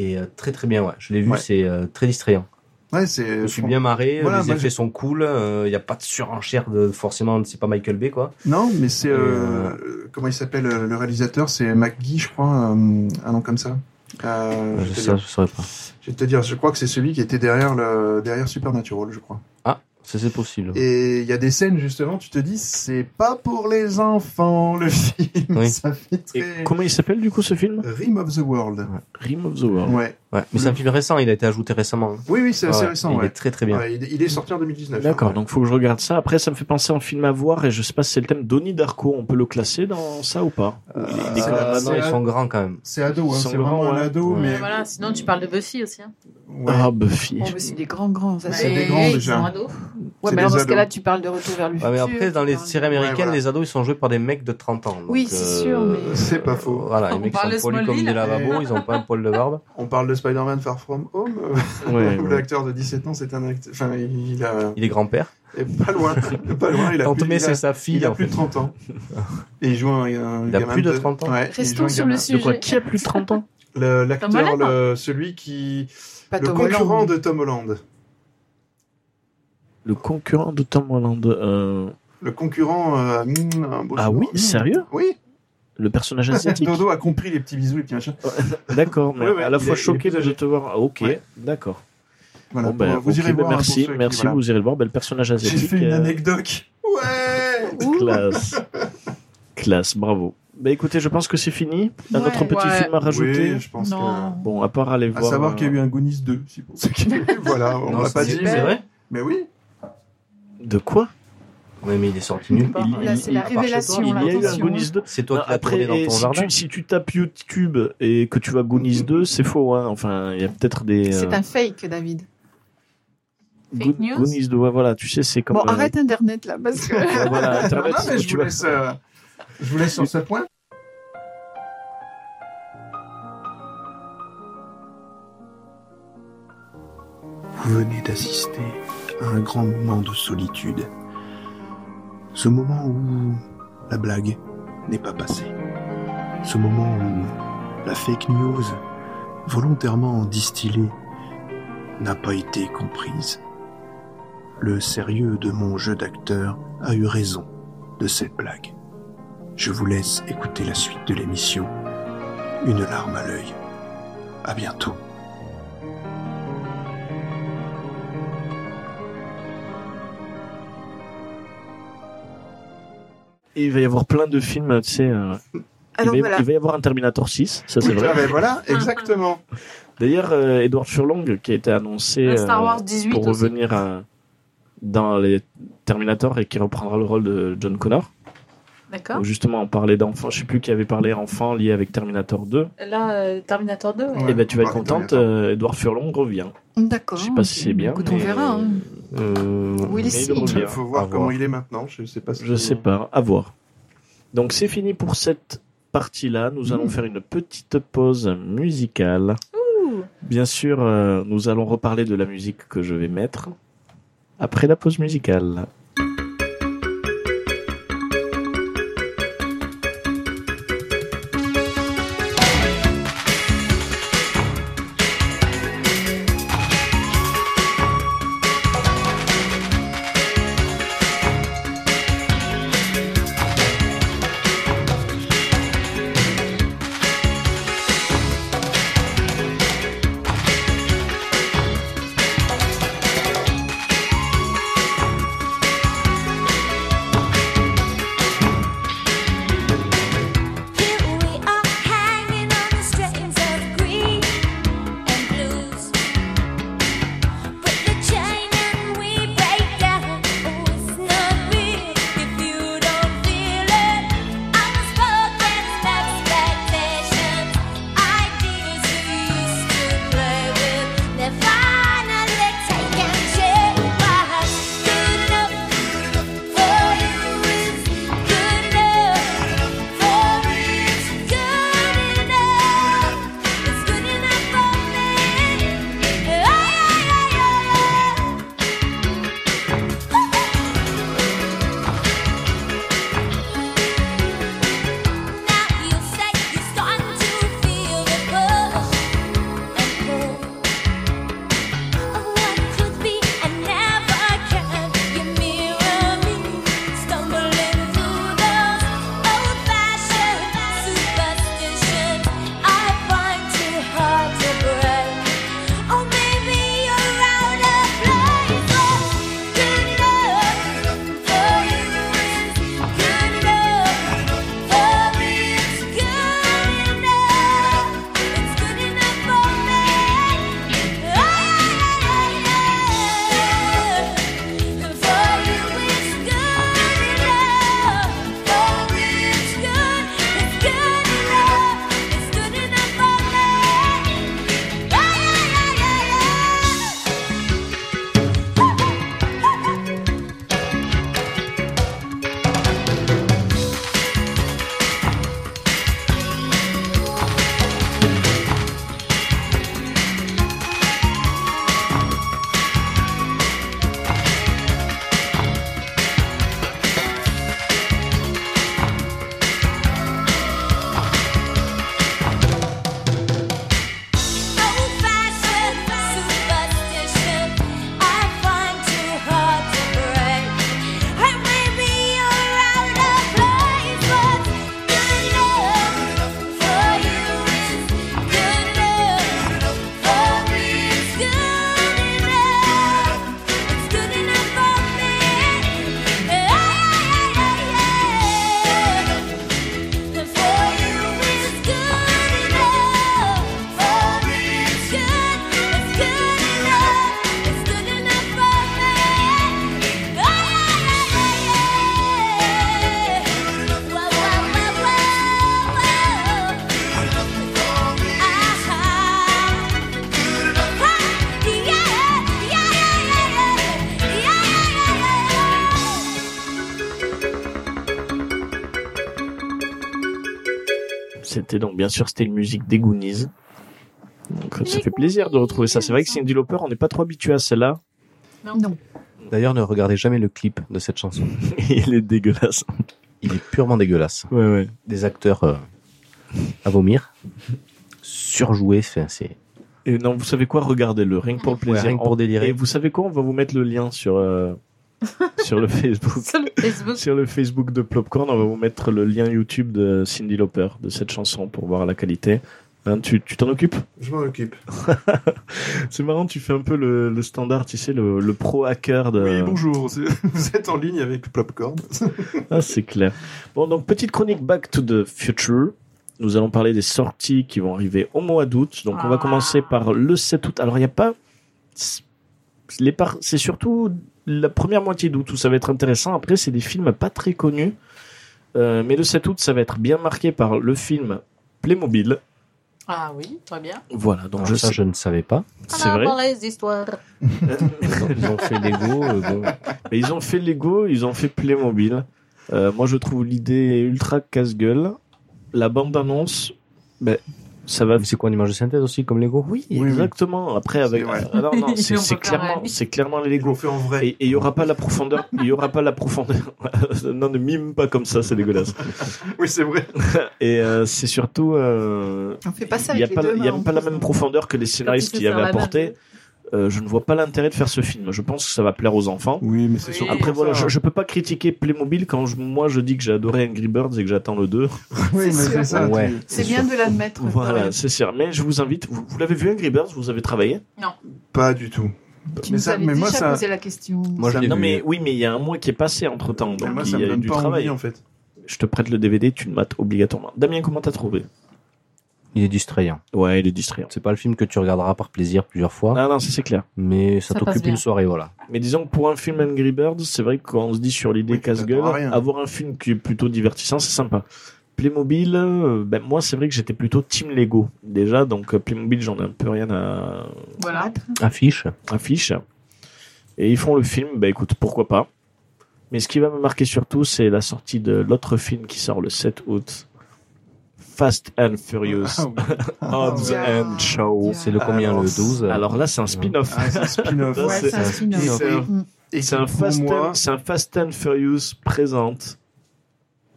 Speaker 8: Et euh, très très bien, ouais. Je l'ai vu,
Speaker 6: Ouais.
Speaker 8: c'est euh, très distrayant.
Speaker 6: Ouais, c'est. euh,
Speaker 8: Je suis bien marré, euh,
Speaker 6: Voilà,
Speaker 8: les
Speaker 6: moi,
Speaker 8: effets sont cool, il n'y a pas de surenchère, de, forcément, c'est pas Michael Bay, quoi.
Speaker 6: Non, mais c'est. euh,
Speaker 8: Euh,
Speaker 6: euh, Comment il s'appelle euh, le réalisateur C'est McGee, je crois. euh, un nom comme ça. Euh, je, vais te
Speaker 8: ça,
Speaker 6: dire,
Speaker 8: je saurais pas.
Speaker 6: je vais te dire, je crois que c'est celui qui était derrière, le, derrière Supernatural, je crois.
Speaker 8: Ah, ça c'est possible.
Speaker 6: Et il y a des scènes, justement, tu te dis, c'est pas pour les enfants, le <laughs> film.
Speaker 8: Oui.
Speaker 6: Ça fait très.
Speaker 5: Et comment il s'appelle du coup ce film
Speaker 6: Rim of the World.
Speaker 5: Rim of the World.
Speaker 6: Ouais.
Speaker 8: Ouais. Mais c'est un film récent, il a été ajouté récemment.
Speaker 6: Oui, oui, c'est
Speaker 8: Ah
Speaker 6: assez
Speaker 8: ouais,
Speaker 6: récent,
Speaker 8: Il
Speaker 6: ouais.
Speaker 8: est très très bien.
Speaker 6: Ouais, il, est- il est sorti en 2019.
Speaker 5: D'accord,
Speaker 6: hein,
Speaker 5: donc faut que je regarde ça. Après, ça me fait penser à un film à voir et je sais pas si c'est le thème Donnie Darko. On peut le classer dans ça ou pas Ou il- il est
Speaker 6: Euh, c'est
Speaker 5: quand
Speaker 6: la-
Speaker 5: même
Speaker 8: Ah,
Speaker 5: là-
Speaker 6: c'est
Speaker 8: non, ils
Speaker 6: la-
Speaker 8: sont grands quand même.
Speaker 6: C'est ado, hein,
Speaker 5: Ils sont
Speaker 6: c'est vraiment
Speaker 5: grands,
Speaker 6: un
Speaker 5: ouais.
Speaker 6: ado,
Speaker 8: Ouais.
Speaker 6: mais.
Speaker 7: Voilà, sinon tu parles de Buffy aussi. hein.
Speaker 6: Ouais.
Speaker 5: Ah, Buffy.
Speaker 9: bon, Oh, mais c'est des grands, grands. ça,
Speaker 6: c'est
Speaker 9: c'est-
Speaker 7: Et
Speaker 6: des grands,
Speaker 7: ils
Speaker 6: déjà.
Speaker 7: sont ados.
Speaker 9: Ouais,
Speaker 6: c'est
Speaker 9: mais alors,
Speaker 6: des
Speaker 9: dans ce cas-là,
Speaker 6: ados.
Speaker 9: tu parles de Retour vers le futur.
Speaker 8: Ouais, mais après, dans les
Speaker 9: tu parles-
Speaker 8: séries américaines,
Speaker 6: voilà.
Speaker 8: les ados, ils sont joués par des mecs de 30 ans. donc, euh,
Speaker 9: Oui, c'est sûr, mais-
Speaker 6: C'est pas faux.
Speaker 8: Voilà,
Speaker 7: On
Speaker 8: les mecs
Speaker 7: parle
Speaker 8: sont
Speaker 7: de
Speaker 8: polis comme des
Speaker 7: Smallville.
Speaker 8: lavabos,
Speaker 6: Et-
Speaker 8: ils ont pas un poil de barbe.
Speaker 6: On parle de Spider-Man Far From Home, euh,
Speaker 5: Ouais,
Speaker 6: où <laughs>
Speaker 5: ouais.
Speaker 6: l'acteur de 17 ans, c'est un acteur. Enfin, il a.
Speaker 8: Il est grand-père.
Speaker 6: est pas loin. <laughs> pas loin, il a.
Speaker 8: Tante
Speaker 6: plus,
Speaker 8: May,
Speaker 6: il a-
Speaker 8: c'est sa
Speaker 6: il
Speaker 8: fille.
Speaker 6: a
Speaker 8: en
Speaker 6: plus
Speaker 8: fait.
Speaker 6: de 30
Speaker 5: <laughs>
Speaker 6: ans. Et il joue un, un
Speaker 8: Il a
Speaker 6: gamin
Speaker 8: plus de 30 ans.
Speaker 6: Ouais, il joue
Speaker 9: Restons
Speaker 6: un
Speaker 9: sur le
Speaker 6: gamin.
Speaker 5: De quoi
Speaker 9: sujet.
Speaker 5: Qui a plus de 30 ans
Speaker 6: Le-
Speaker 7: Tom
Speaker 6: L'acteur,
Speaker 7: Holland.
Speaker 6: le- celui qui.
Speaker 9: Pas
Speaker 6: le
Speaker 9: Tom
Speaker 6: concurrent
Speaker 9: Holland.
Speaker 6: de Tom Holland.
Speaker 5: Le concurrent de Tom Holland. euh,
Speaker 6: Le concurrent. euh, mm, un beau
Speaker 5: Ah
Speaker 6: jour.
Speaker 5: oui,
Speaker 6: Mm.
Speaker 5: sérieux
Speaker 6: Oui, <laughs>
Speaker 5: Le personnage asiatique.
Speaker 6: Dodo a compris les petits bisous, les petits machins.
Speaker 5: D'accord, mais
Speaker 6: Ouais, ouais,
Speaker 5: à la
Speaker 6: il est- il
Speaker 5: fois
Speaker 6: est plus
Speaker 5: choqué de
Speaker 6: âgé.
Speaker 5: te voir. Ah, Ok,
Speaker 6: Ouais.
Speaker 5: d'accord.
Speaker 6: Voilà,
Speaker 5: Bon, ben,
Speaker 6: vous
Speaker 5: ok,
Speaker 6: irez
Speaker 5: ben,
Speaker 6: voir. hein,
Speaker 5: Merci,
Speaker 6: pour ceux qui-
Speaker 5: merci,
Speaker 6: voilà.
Speaker 5: vous irez le voir. Ben, le personnage asiatique.
Speaker 6: J'ai fait une
Speaker 5: euh,
Speaker 6: anecdote. Ouais
Speaker 5: <laughs> Classe. Classe, bravo. Bah écoutez, je pense que c'est fini. Un
Speaker 9: Ouais.
Speaker 5: autre petit
Speaker 7: Ouais.
Speaker 5: film à rajouter.
Speaker 6: Oui, je pense que.
Speaker 9: Non.
Speaker 5: Bon, à part aller
Speaker 6: À
Speaker 5: voir.
Speaker 6: savoir
Speaker 5: euh,
Speaker 6: qu'il y a eu un Goonies 2, si pour ceux qui... <laughs> voilà, on
Speaker 8: Non,
Speaker 6: l'a pas
Speaker 8: c'est-
Speaker 6: dit,
Speaker 8: C'est
Speaker 6: mais...
Speaker 8: vrai
Speaker 6: mais oui,
Speaker 5: De quoi
Speaker 8: Ouais, mais il est sorti nulle part.
Speaker 9: Là, c'est la
Speaker 5: il-
Speaker 9: révélation.
Speaker 5: Il y a eu un
Speaker 9: l'attention,
Speaker 5: Goonies 2.
Speaker 8: C'est toi
Speaker 5: Non,
Speaker 8: qui l'as
Speaker 5: Après,
Speaker 8: trouvé dans
Speaker 5: eh,
Speaker 8: ton
Speaker 5: si
Speaker 8: jardin.
Speaker 5: tu, si tu tapes YouTube et que tu vois Goonies 2, c'est faux. Hein. Enfin, il y a peut-être des.
Speaker 9: C'est
Speaker 5: euh,
Speaker 9: un fake, David.
Speaker 7: Fake news
Speaker 5: Goonies 2, ouais, voilà, tu sais, c'est comme.
Speaker 9: bon,
Speaker 5: euh,
Speaker 9: arrête Internet là, parce que.
Speaker 5: ouais, voilà,
Speaker 11: Non,
Speaker 5: Internet,
Speaker 11: non, mais
Speaker 5: si
Speaker 11: je
Speaker 5: tu
Speaker 11: vous
Speaker 5: vas-
Speaker 11: laisse, euh, je vous laisse sur ce point.
Speaker 6: Vous venez d'assister à un grand moment de solitude. Ce moment où la blague n'est pas passée. Ce moment où la fake news, volontairement distillée, n'a pas été comprise. Le sérieux de mon jeu d'acteur a eu raison de cette blague. Je vous laisse écouter la suite de l'émission. Une larme à l'œil. À bientôt.
Speaker 5: Et il va y avoir plein de films, tu sais. euh,
Speaker 9: Alors
Speaker 5: il, va y,
Speaker 9: voilà.
Speaker 5: il va y avoir un Terminator 6, ça c'est
Speaker 11: Ah,
Speaker 5: vrai.
Speaker 11: ben voilà, exactement.
Speaker 5: D'ailleurs, euh, Edward Furlong, qui a été annoncé
Speaker 7: Un Star
Speaker 5: euh,
Speaker 7: Wars 18
Speaker 5: pour
Speaker 7: aussi.
Speaker 5: revenir à- dans les Terminator et qui reprendra le rôle de John Connor.
Speaker 7: D'accord.
Speaker 9: Ah.
Speaker 5: Où justement, on parlait d'enfants, je sais plus qui avait parlé enfant lié avec Terminator 2.
Speaker 12: Là, euh, Terminator 2. ouais.
Speaker 11: Ouais,
Speaker 5: et ben tu vas être
Speaker 11: on parlait de
Speaker 5: contente,
Speaker 11: Terminator.
Speaker 5: euh, Edward Furlong revient.
Speaker 9: Mm, D'accord.
Speaker 5: Je sais pas si c'est bien.
Speaker 9: Écoute, on
Speaker 5: mais...
Speaker 9: verra. hein.
Speaker 5: Euh,
Speaker 9: Où il est
Speaker 5: mais
Speaker 9: si-
Speaker 5: revient.
Speaker 11: Il faut voir
Speaker 5: À
Speaker 11: comment il est maintenant. Je sais pas. si-
Speaker 5: euh, Je sais pas, à voir. Donc c'est fini pour cette partie-là. Nous
Speaker 9: Mmh.
Speaker 5: allons faire une petite pause musicale. Bien sûr, euh, nous allons reparler de la musique que je vais mettre après la pause musicale.
Speaker 12: Terminator
Speaker 5: C'était donc bien sûr c'était une musique des Goonies. Donc ça fait plaisir de retrouver ça. C'est vrai que Cindy Lauper, on n'est pas trop habitué à celle-là.
Speaker 7: <laughs>
Speaker 9: Non.
Speaker 8: D'ailleurs, ne regardez jamais le clip de cette chanson.
Speaker 5: Il est dégueulasse.
Speaker 8: Il est purement dégueulasse.
Speaker 5: Ouais ouais.
Speaker 8: Des acteurs euh, à vomir, surjoués. c'est- C'est
Speaker 5: Et non, vous savez quoi Regardez-le, rien que pour le
Speaker 8: ouais,
Speaker 5: plaisir.
Speaker 8: rien que pour
Speaker 5: Et
Speaker 8: délirer.
Speaker 5: vous savez quoi On va vous mettre le lien sur euh, sur <laughs> le Facebook.
Speaker 7: Sur le Facebook.
Speaker 5: Sur le Facebook de Plopcorn, on va vous mettre le lien YouTube de Cindy Lauper de cette chanson pour voir la qualité. Hein, tu tu t'en occupes
Speaker 6: Je m'en occupe.
Speaker 5: C'est marrant, tu fais un peu le, le standard, tu sais, le, le pro hacker de.
Speaker 6: Oui, bonjour. c'est- <laughs> Vous êtes en ligne avec Plopcorn.
Speaker 5: Ah, Euh. <laughs> c'est clair. Bon, donc petite chronique Back to the Future. Nous allons parler des sorties qui vont arriver au mois d'août. Donc on va
Speaker 7: Ah.
Speaker 5: commencer par le 7 août. Alors il n'y a pas... les par- C'est surtout la première moitié d'août où ça va être intéressant. Après, c'est des films pas très connus. Euh, mais le 7 août, ça va être bien marqué par le film Playmobil.
Speaker 7: Ah oui, très bien.
Speaker 5: Voilà, donc
Speaker 8: Alors
Speaker 5: je
Speaker 8: Ah, ça,
Speaker 5: sais.
Speaker 8: je ne savais pas.
Speaker 5: C'est vrai.
Speaker 7: Dans les histoires.
Speaker 8: Ils ont, ils ont fait Lego. euh, bon.
Speaker 5: Mais ils ont fait Lego, ils ont fait Playmobil. Euh, moi, je trouve l'idée ultra casse-gueule. La bande-annonce, ben, ça va
Speaker 8: Mais Bah, C'est quoi une image de synthèse aussi comme Lego
Speaker 5: Oui,
Speaker 6: Oui, oui.
Speaker 5: exactement. Après, avec.
Speaker 6: C'est vrai.
Speaker 5: Ah non, non, c'est
Speaker 7: <laughs> On
Speaker 5: c'est
Speaker 7: peut faire
Speaker 5: clairement,
Speaker 7: un-
Speaker 5: c'est clairement les
Speaker 6: Ils l'ont
Speaker 5: Lego.
Speaker 6: fait en vrai.
Speaker 5: Et et il y aura pas la profondeur. Il y aura pas la profondeur. <laughs> non, ne mime pas comme ça, c'est dégueulasse.
Speaker 6: Oui, c'est vrai.
Speaker 5: Et euh, c'est surtout. euh,
Speaker 9: On fait pas ça
Speaker 5: il n'y a
Speaker 9: avec
Speaker 5: pas,
Speaker 9: les
Speaker 5: la-
Speaker 9: deux
Speaker 5: il y a
Speaker 9: mains, en
Speaker 5: pas la
Speaker 9: plus. hein.
Speaker 5: même profondeur que les scénaristes
Speaker 7: Quand il
Speaker 5: qui
Speaker 7: se
Speaker 5: avaient
Speaker 7: serre la main.
Speaker 5: apporté. Euh, je ne vois pas l'intérêt de faire ce film. Je pense que ça va plaire aux enfants.
Speaker 6: Oui, mais
Speaker 7: Oui.
Speaker 6: c'est surtout.
Speaker 5: Après
Speaker 6: pour
Speaker 5: voilà,
Speaker 6: ça.
Speaker 5: je, je peux pas critiquer Playmobil quand je- moi je dis que j'ai adoré Angry Birds et que j'attends le
Speaker 6: Oui,
Speaker 5: 2.
Speaker 6: mais
Speaker 9: C'est sûr.
Speaker 6: c'est ça. tu-
Speaker 8: Ouais.
Speaker 9: C'est bien de l'admettre.
Speaker 5: Voilà,
Speaker 9: Ouais.
Speaker 5: c'est sûr. Mais je vous invite, vous, vous l'avez vu Angry Birds, vous avez travaillé
Speaker 6: Pas du tout.
Speaker 9: Tu nous
Speaker 6: Mais ça-
Speaker 9: avais
Speaker 6: mais moi,
Speaker 9: déjà
Speaker 6: ça-
Speaker 9: posé la question.
Speaker 8: Moi, je l'ai
Speaker 5: Non
Speaker 8: vu.
Speaker 5: mais oui, mais il y a un mois qui est passé entre temps,
Speaker 6: Mais
Speaker 5: donc
Speaker 6: Ah, moi,
Speaker 5: il
Speaker 6: ça
Speaker 5: y
Speaker 6: me
Speaker 5: a
Speaker 6: donne
Speaker 5: du
Speaker 6: pas envie, hein.
Speaker 5: travail. Ah
Speaker 6: en fait.
Speaker 5: Je te prête le DVD, tu le mates obligatoirement. Damien, comment t'as trouvé
Speaker 8: Il est distrayant.
Speaker 5: Ouais, il est distrayant.
Speaker 8: C'est pas le film que tu regarderas par plaisir plusieurs fois,
Speaker 5: Ah non, ça c'est clair.
Speaker 8: mais
Speaker 7: Ça
Speaker 8: ça,
Speaker 7: passe
Speaker 8: t'occupe
Speaker 7: bien.
Speaker 8: une soirée, voilà.
Speaker 5: Mais disons que pour un film Angry Birds, c'est vrai que quand on se dit sur l'idée
Speaker 6: Oui,
Speaker 5: casse-gueule,
Speaker 6: t'attends à rien.
Speaker 5: avoir un film qui est plutôt divertissant, c'est sympa. Playmobil, euh, ben moi c'est vrai que j'étais plutôt Team Lego déjà, donc euh, Playmobil j'en ai un peu rien à,
Speaker 7: Voilà.
Speaker 8: Affiche.
Speaker 5: affiche. Et ils font le film, bah écoute, pourquoi pas. Mais ce qui va me marquer surtout, c'est la sortie de l'autre film qui sort le 7 août. Fast and Furious.
Speaker 6: Ah, oui.
Speaker 5: Odds
Speaker 9: ouais.
Speaker 5: and Show.
Speaker 8: C'est le combien
Speaker 6: Alors,
Speaker 8: Le Euh, 12
Speaker 5: Alors là, c'est un spin-off.
Speaker 6: Ah, c'est un spin-off.
Speaker 5: Ça,
Speaker 9: Ouais,
Speaker 5: c'est-
Speaker 9: c'est un spin-off.
Speaker 6: Et c'est-
Speaker 9: Mm.
Speaker 6: et
Speaker 5: C'est un,
Speaker 6: pour
Speaker 5: Fast
Speaker 6: moi-
Speaker 5: and- c'est un Fast and Furious présente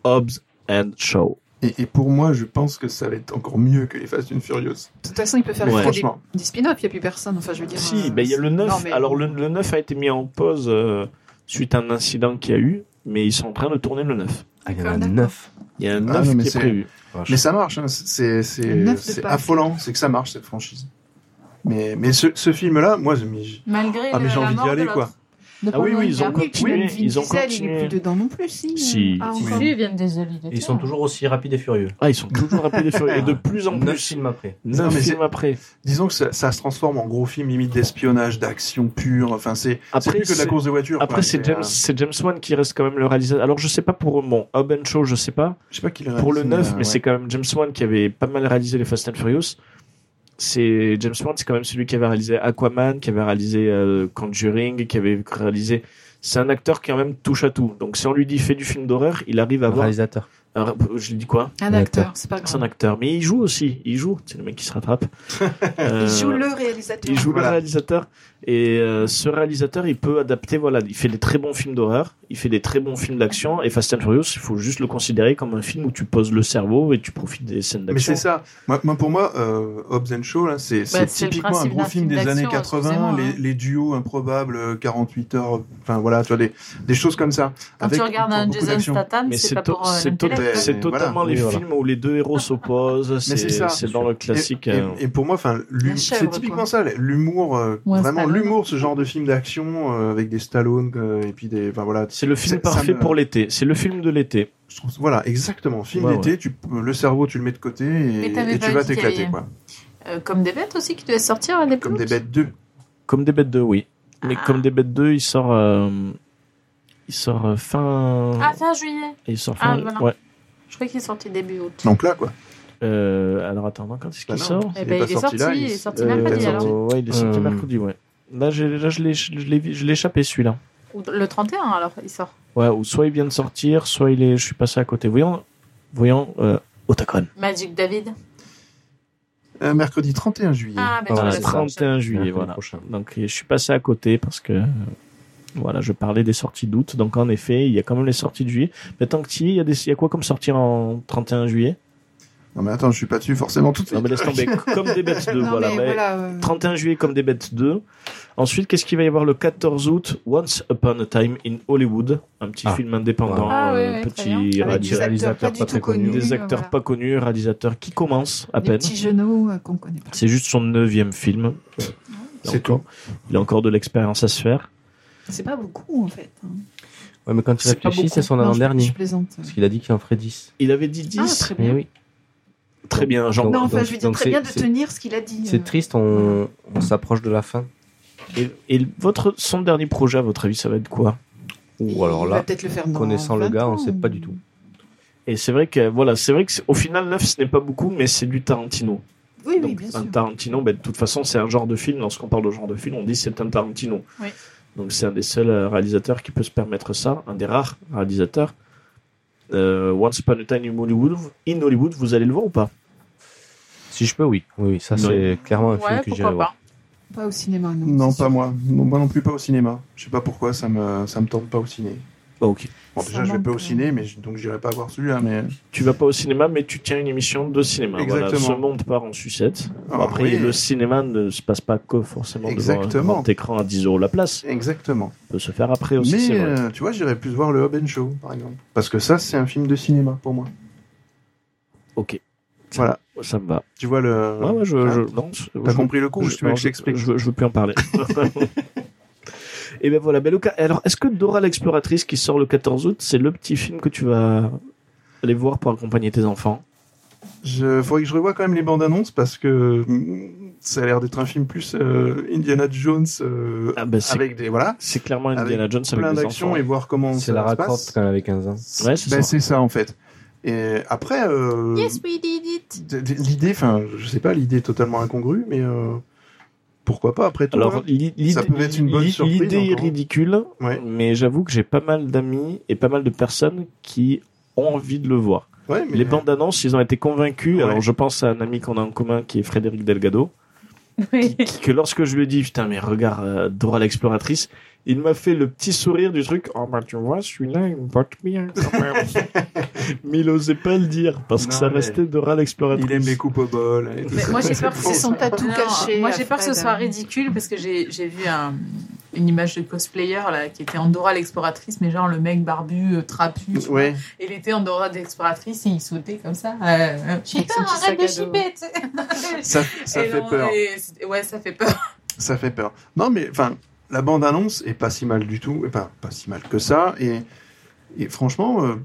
Speaker 5: Hobbs and Show.
Speaker 6: Et, et pour moi, je pense que ça va être encore mieux que les Fast and Furious.
Speaker 9: De toute façon, il peut faire
Speaker 5: Ouais.
Speaker 9: que des,
Speaker 6: Franchement.
Speaker 9: des spin-offs, il n'y a plus personne. Enfin, je veux dire.
Speaker 5: Si,
Speaker 9: euh,
Speaker 5: ben, il y a le 9.
Speaker 9: Non, mais-
Speaker 5: Alors le, le 9 a été mis en pause euh, suite à un incident qu'il y a eu, mais ils sont en train de tourner le 9.
Speaker 8: Ah, il y en
Speaker 9: D'accord,
Speaker 8: a
Speaker 9: d'accord.
Speaker 8: 9.
Speaker 5: Il y a un
Speaker 6: Ah,
Speaker 5: 9
Speaker 6: non, mais
Speaker 5: qui est
Speaker 6: c'est-
Speaker 5: prévu.
Speaker 6: Mais ça marche, hein. c'est
Speaker 9: Le
Speaker 6: c'est-
Speaker 9: neuf de
Speaker 6: c'est
Speaker 9: Pâques.
Speaker 6: affolant, c'est que ça marche cette franchise. Mais, mais ce, ce film-là, moi, je- mais je-
Speaker 7: Malgré
Speaker 6: ah, mais
Speaker 7: le-
Speaker 6: j'ai
Speaker 7: la
Speaker 6: envie
Speaker 7: mort
Speaker 6: d'y
Speaker 7: de
Speaker 6: aller
Speaker 7: l'autre.
Speaker 6: quoi.
Speaker 9: de
Speaker 5: Ah oui,
Speaker 9: Paul
Speaker 5: oui, ils ont
Speaker 9: Walker.
Speaker 5: continué,
Speaker 9: Oui, Vin
Speaker 5: ils ont
Speaker 9: Diesel, il
Speaker 5: continué.
Speaker 9: n'est plus dedans non plus, si.
Speaker 5: Si.
Speaker 9: Ah,
Speaker 6: Oui.
Speaker 9: encore.
Speaker 10: Ils viennent des olives.
Speaker 8: Ils sont toujours aussi rapides et furieux.
Speaker 5: Ah, ils sont toujours rapides et furieux. Et de
Speaker 6: <laughs>
Speaker 5: plus en
Speaker 8: 9
Speaker 5: plus.
Speaker 8: films après.
Speaker 5: Neuf
Speaker 6: Non, mais
Speaker 5: films
Speaker 6: c'est-
Speaker 5: après.
Speaker 6: Disons que ça, ça se transforme en gros film limite d'espionnage, d'action pure. Enfin, c'est c'est
Speaker 5: Après,
Speaker 6: plus que de la
Speaker 5: c'est-
Speaker 6: course de voiture.
Speaker 5: Après,
Speaker 6: quoi.
Speaker 5: c'est James, c'est James Wan qui reste quand même le réalisateur. Alors, je sais pas pour bon, Hobbs and Shaw, je sais pas.
Speaker 6: euh, je sais pas qui l'a
Speaker 5: Pour le
Speaker 6: réalisé,
Speaker 5: 9, mais
Speaker 6: euh,
Speaker 5: c'est quand même James Wan qui avait pas mal réalisé les Fast and Furious. C'est James Wan, c'est quand même celui qui avait réalisé Aquaman, qui avait réalisé euh, Conjuring, qui avait réalisé. C'est un acteur qui quand même touche à tout. Donc, si on lui dit fait du film d'horreur, il arrive à
Speaker 8: Le
Speaker 5: voir.
Speaker 8: réalisateur.
Speaker 5: un- Je lui dis quoi
Speaker 9: Un acteur, Ah, c'est pas
Speaker 5: C'est un
Speaker 6: Ah.
Speaker 9: grave.
Speaker 5: acteur, mais il joue aussi. Il joue. C'est le mec qui se
Speaker 6: <laughs>
Speaker 5: rattrape.
Speaker 9: Il
Speaker 5: Euh,
Speaker 9: joue le réalisateur.
Speaker 5: Il joue
Speaker 6: Voilà.
Speaker 5: le réalisateur et euh, ce réalisateur, il peut adapter. Voilà, il fait des très bons films d'horreur, il fait des très bons films d'action et Fast and Furious, il faut juste le considérer comme un film où tu poses le cerveau et tu profites des scènes
Speaker 6: Mais
Speaker 5: d'action.
Speaker 6: c'est ça. Moi, moi, pour moi, euh, Hobbs and Shaw, là, c'est c'est
Speaker 7: Bah, c'est le
Speaker 6: typiquement un
Speaker 7: principe
Speaker 6: gros
Speaker 7: d'un
Speaker 6: film
Speaker 7: film
Speaker 6: des années
Speaker 7: d'action,
Speaker 6: 80,
Speaker 7: excusez-moi,
Speaker 6: les,
Speaker 7: hein.
Speaker 6: les duos improbables, euh, 48 heures, enfin voilà, tu vois, des, des choses comme ça.
Speaker 7: Quand
Speaker 6: Avec
Speaker 7: tu regardes
Speaker 6: beaucoup
Speaker 7: un Jason
Speaker 6: d'action.
Speaker 7: Statham,
Speaker 5: Mais
Speaker 7: c'est
Speaker 5: c'est
Speaker 7: pas
Speaker 5: to-
Speaker 7: pour euh,
Speaker 5: c'est to-
Speaker 7: l'intellect.
Speaker 6: l'intellect.
Speaker 5: c'est
Speaker 6: Mais
Speaker 5: totalement
Speaker 8: voilà.
Speaker 5: les
Speaker 8: Oui, voilà.
Speaker 5: films où les deux héros s'opposent.
Speaker 6: c'est ça.
Speaker 5: C'est c'est dans le classique.
Speaker 6: Et, et-
Speaker 5: euh,
Speaker 6: et pour moi, enfin, l'hu-
Speaker 7: La chèvre,
Speaker 6: c'est typiquement
Speaker 7: quoi.
Speaker 6: ça, l'humour, euh,
Speaker 7: Ou un
Speaker 6: vraiment
Speaker 7: Stallone.
Speaker 6: l'humour, ce genre de film d'action euh, avec des Stallone euh, et puis des, enfin voilà,
Speaker 5: C'est le film
Speaker 6: ça- ça
Speaker 5: parfait
Speaker 6: me-
Speaker 5: pour l'été. C'est le film de l'été.
Speaker 6: je trouve- voilà, exactement, film
Speaker 5: Ouais,
Speaker 6: d'été, tu, le cerveau, tu le mets de côté
Speaker 7: Mais
Speaker 6: et,
Speaker 7: t'avais
Speaker 6: et
Speaker 7: pas
Speaker 6: tu vas
Speaker 7: dit qu'il y
Speaker 6: t'éclater,
Speaker 7: avait-
Speaker 6: quoi.
Speaker 7: Euh, comme des bêtes aussi qui devaient sortir euh, des
Speaker 6: Comme des
Speaker 7: pelouses.
Speaker 6: bêtes 2.
Speaker 5: Comme des bêtes 2, oui. Mais
Speaker 7: Ah.
Speaker 5: comme des bêtes 2, il sort. euh, Il sort euh, fin.
Speaker 7: Ah, fin juillet.
Speaker 5: il sort
Speaker 7: ah,
Speaker 5: fin.
Speaker 7: voilà.
Speaker 5: ouais.
Speaker 7: Je crois qu'il est sorti début août.
Speaker 6: Donc là, quoi.
Speaker 5: Euh, alors attends, quand est-ce
Speaker 6: Bah
Speaker 5: qu'il
Speaker 6: non.
Speaker 5: sort
Speaker 7: Eh
Speaker 6: Il
Speaker 7: ben,
Speaker 6: est
Speaker 7: il
Speaker 6: pas
Speaker 7: est
Speaker 6: sorti
Speaker 7: sorti,
Speaker 6: là,
Speaker 7: il
Speaker 6: il-
Speaker 7: est sorti
Speaker 5: Euh,
Speaker 7: mercredi
Speaker 6: peut-être
Speaker 7: alors.
Speaker 5: euh, ouais, il est sorti
Speaker 8: Euh,
Speaker 5: mercredi, ouais. Là, j'ai- là, je l'ai, je l'ai vu- je l'ai échappé celui-là.
Speaker 7: Ou Le 31 alors, il sort.
Speaker 5: Ouais, ou soit il vient de sortir, soit il est, je suis passé à côté. Voyons, voyons, euh, Otakon.
Speaker 7: Magic David.
Speaker 6: Euh, mercredi 31 juillet.
Speaker 7: Ah, ben
Speaker 5: Voilà,
Speaker 7: tu
Speaker 5: le
Speaker 7: l'as
Speaker 5: 31 juillet,
Speaker 8: Mercredi
Speaker 5: voilà.
Speaker 8: prochain.
Speaker 5: Donc je suis passé à côté parce que euh, voilà, je parlais des sorties d'août. Donc en effet, il y a quand même les sorties de juillet. Mais tant que tu y es, il y a des- il y a quoi comme sortie en 31 juillet
Speaker 6: Non, mais attends, je suis pas dessus forcément tout de
Speaker 5: Non
Speaker 6: suite.
Speaker 5: mais laisse
Speaker 9: <laughs>
Speaker 5: tomber, comme des bêtes 2,
Speaker 9: Non,
Speaker 5: voilà.
Speaker 9: mais
Speaker 5: mais
Speaker 9: voilà, euh,
Speaker 5: 31 juillet comme des bêtes 2. Ensuite, qu'est-ce qu'il va y avoir le 14 août Once Upon a Time in Hollywood, un petit
Speaker 8: Ah.
Speaker 5: film indépendant,
Speaker 10: Ah ouais,
Speaker 5: euh,
Speaker 10: ouais, très bien.
Speaker 5: petit
Speaker 9: avec
Speaker 8: Avec
Speaker 9: des
Speaker 8: des
Speaker 5: réalisateur,
Speaker 9: acteurs pas
Speaker 8: réalisateurs
Speaker 9: du
Speaker 8: pas
Speaker 9: tout
Speaker 8: très connus.
Speaker 9: connus.
Speaker 5: des acteurs
Speaker 9: voilà.
Speaker 5: pas connus, réalisateur qui commence à
Speaker 9: Des
Speaker 5: peine.
Speaker 9: petits genoux euh, qu'on connaît pas.
Speaker 5: C'est juste son neuvième film. Il a
Speaker 6: C'est
Speaker 5: encore- Il a encore de l'expérience à se faire.
Speaker 9: C'est pas beaucoup en fait. hein.
Speaker 8: Ouais, mais quand tu
Speaker 5: C'est pas
Speaker 8: réfléchis,
Speaker 5: beaucoup.
Speaker 8: c'est son
Speaker 9: Non, je- Je
Speaker 8: avant-dernier.
Speaker 9: plaisante.
Speaker 8: Parce qu'il a dit qu'il en ferait 10.
Speaker 5: Il avait dit
Speaker 9: Ah,
Speaker 5: 10.
Speaker 9: très
Speaker 8: Eh
Speaker 9: bien.
Speaker 8: oui.
Speaker 5: Très bien, Jean.
Speaker 9: Non,
Speaker 8: Donc-
Speaker 9: enfin,
Speaker 8: donc-
Speaker 9: je lui dis
Speaker 8: donc
Speaker 9: très
Speaker 8: c'est-
Speaker 9: bien de
Speaker 8: c'est-
Speaker 9: tenir ce qu'il a dit. euh.
Speaker 8: C'est triste, on, on s'approche de la fin.
Speaker 5: Et, et votre, son dernier projet, à votre avis, ça va être quoi
Speaker 8: Ou alors
Speaker 9: Il va
Speaker 8: là,
Speaker 9: peut-être le faire dans
Speaker 8: connaissant le
Speaker 9: 20
Speaker 8: gars, on
Speaker 9: ans,
Speaker 8: sait pas
Speaker 9: ou-
Speaker 8: du tout.
Speaker 5: Et c'est vrai que, voilà, c'est vrai que c'est- au final, 9, ce n'est pas beaucoup, mais c'est du Tarantino.
Speaker 9: Oui, oui,
Speaker 5: Donc,
Speaker 9: bien
Speaker 5: un
Speaker 9: sûr.
Speaker 5: Tarantino, ben, de toute façon, c'est un genre de film. Lorsqu'on parle de genre de film, on dit c'est un Tarantino.
Speaker 9: Oui.
Speaker 5: Donc, c'est un des seuls euh, réalisateurs qui peut se permettre ça, un des rares réalisateurs. Euh, Once Upon a Time in Hollywood, in Hollywood, vous allez le voir ou pas
Speaker 8: Si je peux, oui. Oui, oui, ça,
Speaker 5: Oui.
Speaker 8: c'est clairement un film
Speaker 10: Ouais,
Speaker 8: que j'irai
Speaker 10: pourquoi
Speaker 8: voir.
Speaker 10: pas.
Speaker 9: Pas au cinéma, non.
Speaker 6: Non,
Speaker 9: c'est
Speaker 6: pas
Speaker 9: sûr.
Speaker 6: moi. Non, moi non plus, pas au cinéma. Je sais pas pourquoi, ça me, ça me tente pas au ciné.
Speaker 5: Ok.
Speaker 6: Bon,
Speaker 9: Ça
Speaker 6: déjà, je vais
Speaker 9: manque,
Speaker 6: pas au
Speaker 9: euh.
Speaker 6: ciné, mais je- donc j'irai pas voir celui-là, mais.
Speaker 5: Tu vas pas au cinéma, mais tu tiens une émission de cinéma. Voilà,
Speaker 6: Exactement.
Speaker 5: ce monde part en sucette. Bon,
Speaker 6: Ah,
Speaker 5: après,
Speaker 6: oui.
Speaker 5: le cinéma ne se passe pas que forcément devant un
Speaker 6: Exactement.
Speaker 5: grand écran à 10 euros la place.
Speaker 6: Exactement.
Speaker 5: peut se faire après aussi,
Speaker 6: Mais
Speaker 5: c'est vrai.
Speaker 6: euh, tu vois, j'irai plus voir le Hobbit Show, par exemple. Parce que ça, c'est un film de cinéma pour moi.
Speaker 5: Ok.
Speaker 6: Voilà.
Speaker 5: Ça me va.
Speaker 6: Tu vois le.
Speaker 5: Ouais, ouais, je,
Speaker 6: Ah,
Speaker 5: je- non, je-
Speaker 6: T'as
Speaker 5: je-
Speaker 6: compris le coup ou
Speaker 5: je,
Speaker 6: je, tu veux
Speaker 5: non,
Speaker 6: que je t'explique
Speaker 5: je veux- je veux plus en <laughs> parler. Et ben voilà, ben, le ca- alors est-ce que Dora l'exploratrice qui sort le 14 août, c'est le petit film que tu vas aller voir pour accompagner tes enfants
Speaker 6: Je, faudrait que je revoie quand même les bandes annonces parce que mm, ça a l'air d'être un film plus euh, Indiana Jones euh,
Speaker 5: Ah ben, c'est-
Speaker 6: avec des voilà
Speaker 5: C'est clairement
Speaker 6: Avec
Speaker 5: Indiana Jones avec
Speaker 6: plein
Speaker 5: des
Speaker 6: d'actions
Speaker 5: enfants.
Speaker 6: et voir comment
Speaker 8: C'est
Speaker 6: ça
Speaker 8: la
Speaker 6: se
Speaker 8: raccorde
Speaker 6: passe.
Speaker 8: quand elle avait 15 ans.
Speaker 5: Ouais, c'est
Speaker 6: Ben,
Speaker 5: ça.
Speaker 6: c'est ça en fait. Et après, euh,
Speaker 10: Yes, we did it.
Speaker 6: d- d- l'idée, enfin, je sais pas, l'idée est totalement incongrue, mais euh, pourquoi pas après tout.
Speaker 5: Alors
Speaker 6: hein.
Speaker 5: l'i- l'idée-
Speaker 6: Ça peut être une bonne
Speaker 5: l'i-
Speaker 6: surprise,
Speaker 5: L'idée est
Speaker 6: encore.
Speaker 5: ridicule,
Speaker 6: Ouais.
Speaker 5: mais j'avoue que j'ai pas mal d'amis et pas mal de personnes qui ont envie de le voir.
Speaker 6: Ouais, mais euh,
Speaker 5: Les bandes annonces, ils ont été convaincus.
Speaker 6: Ouais.
Speaker 5: Alors, je pense à un ami qu'on a en commun qui est Frédéric Delgado. qui- qui- que lorsque je lui ai dit, putain, mais regarde, euh, Dora l'exploratrice, il m'a fait le petit sourire du truc. Oh, bah, tu vois, celui-là, il me porte bien quand
Speaker 6: <laughs>
Speaker 5: même. mais il osait pas le dire parce que
Speaker 6: Non,
Speaker 5: ça
Speaker 6: mais
Speaker 5: restait Dora l'exploratrice.
Speaker 6: euh, il aime les coupes au bol. et tout
Speaker 7: Mais
Speaker 6: ça.
Speaker 9: <laughs>
Speaker 7: moi, j'ai peur
Speaker 9: C'est son tatou
Speaker 7: Non,
Speaker 9: caché.
Speaker 7: Moi,
Speaker 9: à
Speaker 7: j'ai peur que ce
Speaker 9: Fred.
Speaker 7: soit ridicule parce que j'ai j'ai vu un- une image de cosplayer là, qui était Andorra l'exploratrice, mais genre le mec barbu, euh, trapu. tu vois.
Speaker 6: Ouais.
Speaker 7: Et Il était Andorra l'exploratrice et il sautait comme ça. euh, euh, avec son petit sac à dos.
Speaker 5: <laughs>
Speaker 6: Ça, ça
Speaker 7: Et
Speaker 6: fait
Speaker 7: non,
Speaker 6: peur.
Speaker 7: et c'est- ouais, ça fait
Speaker 10: <laughs>
Speaker 7: peur.
Speaker 6: Ça fait peur. Non, mais enfin, la bande annonce est pas si mal du tout, et pas pas si mal que ça. Et, et franchement, euh,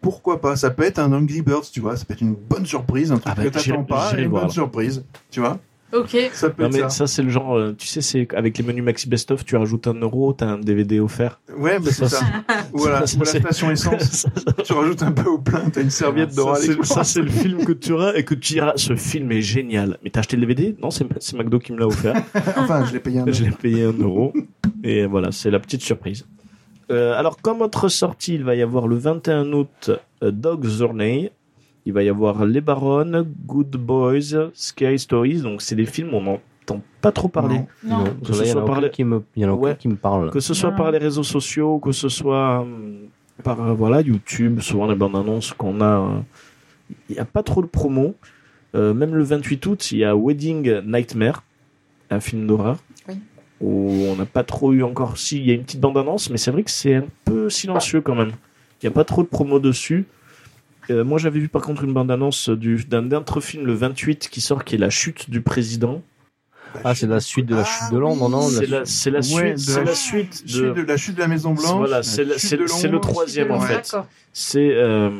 Speaker 6: pourquoi pas Ça peut être un Hungry Birds, tu vois. Ça peut être une bonne surprise, un truc
Speaker 5: Ah bah,
Speaker 6: que t'attends
Speaker 5: j'irai-
Speaker 6: pas,
Speaker 5: j'irai
Speaker 6: une
Speaker 5: voir,
Speaker 6: bonne
Speaker 5: là.
Speaker 6: surprise, tu vois.
Speaker 7: Ok.
Speaker 6: Ça peut
Speaker 5: Non,
Speaker 6: être
Speaker 5: mais
Speaker 6: ça.
Speaker 5: ça, c'est le genre, euh, tu sais, c'est avec les menus Maxi Best Of, tu rajoutes un euro, t'as un
Speaker 6: <laughs>
Speaker 5: DVD offert.
Speaker 6: Ouais, bah, c'est
Speaker 5: Ça,
Speaker 6: ça. Ou à la,
Speaker 5: ça,
Speaker 6: ou à la
Speaker 5: c'est-
Speaker 6: station essence.
Speaker 5: Ça,
Speaker 6: tu rajoutes un peu au plein, t'as une serviette
Speaker 5: Ça,
Speaker 6: d'oral.
Speaker 5: c'est- Ça, c'est le film que tu auras et que tu diras ce film est génial. Mais t'as acheté le DVD Non, c'est c'est McDo qui me l'a offert.
Speaker 6: <laughs> Enfin, je l'ai payé un
Speaker 5: Je l'ai payé un euro. Et voilà, c'est la petite surprise. Euh, alors, comme autre sortie, il va y avoir le 21 août euh, Dog's Journey. Il va y avoir Les Baronnes, Good Boys, Scary Stories. Donc, c'est des films, on n'entend pas trop parler.
Speaker 6: Non.
Speaker 10: Non.
Speaker 8: Non,
Speaker 5: Que ce
Speaker 8: là, il y en
Speaker 5: soit
Speaker 8: a
Speaker 5: par
Speaker 8: aucun
Speaker 5: les-
Speaker 8: qui me, il y en a aucun
Speaker 5: Ouais.
Speaker 8: qui me parle.
Speaker 5: Que ce soit
Speaker 10: Non.
Speaker 5: par les réseaux sociaux, que ce soit euh, par euh, voilà, YouTube, souvent les bandes annonces qu'on a, euh, il n'y a pas trop de promo. Euh, même le 28 août, il y a Wedding Nightmare, un film d'horreur,
Speaker 9: Oui.
Speaker 5: où on n'a pas trop eu encore. Si, il y a une petite bande annonce, mais c'est vrai que c'est un peu silencieux quand même. Il n'y a pas trop de promo dessus. Euh, moi, j'avais vu par contre une bande annonce du- d'un autre film, le 28, qui sort, qui est La chute du président.
Speaker 8: Ah, c'est la suite de la
Speaker 6: Ah
Speaker 8: chute de Londres, non
Speaker 5: C'est
Speaker 8: Oh, la
Speaker 5: la, c'est la
Speaker 6: Ouais,
Speaker 5: suite,
Speaker 6: de
Speaker 5: c'est
Speaker 6: la-
Speaker 5: la suite de-
Speaker 6: Chute de, la chute de la Maison Blanche.
Speaker 5: Voilà,
Speaker 6: la
Speaker 5: c'est le-
Speaker 6: chute
Speaker 5: c'est le-
Speaker 6: de
Speaker 5: c'est le
Speaker 6: Londres.
Speaker 5: troisième, en
Speaker 6: Ouais.
Speaker 5: fait. C'est euh,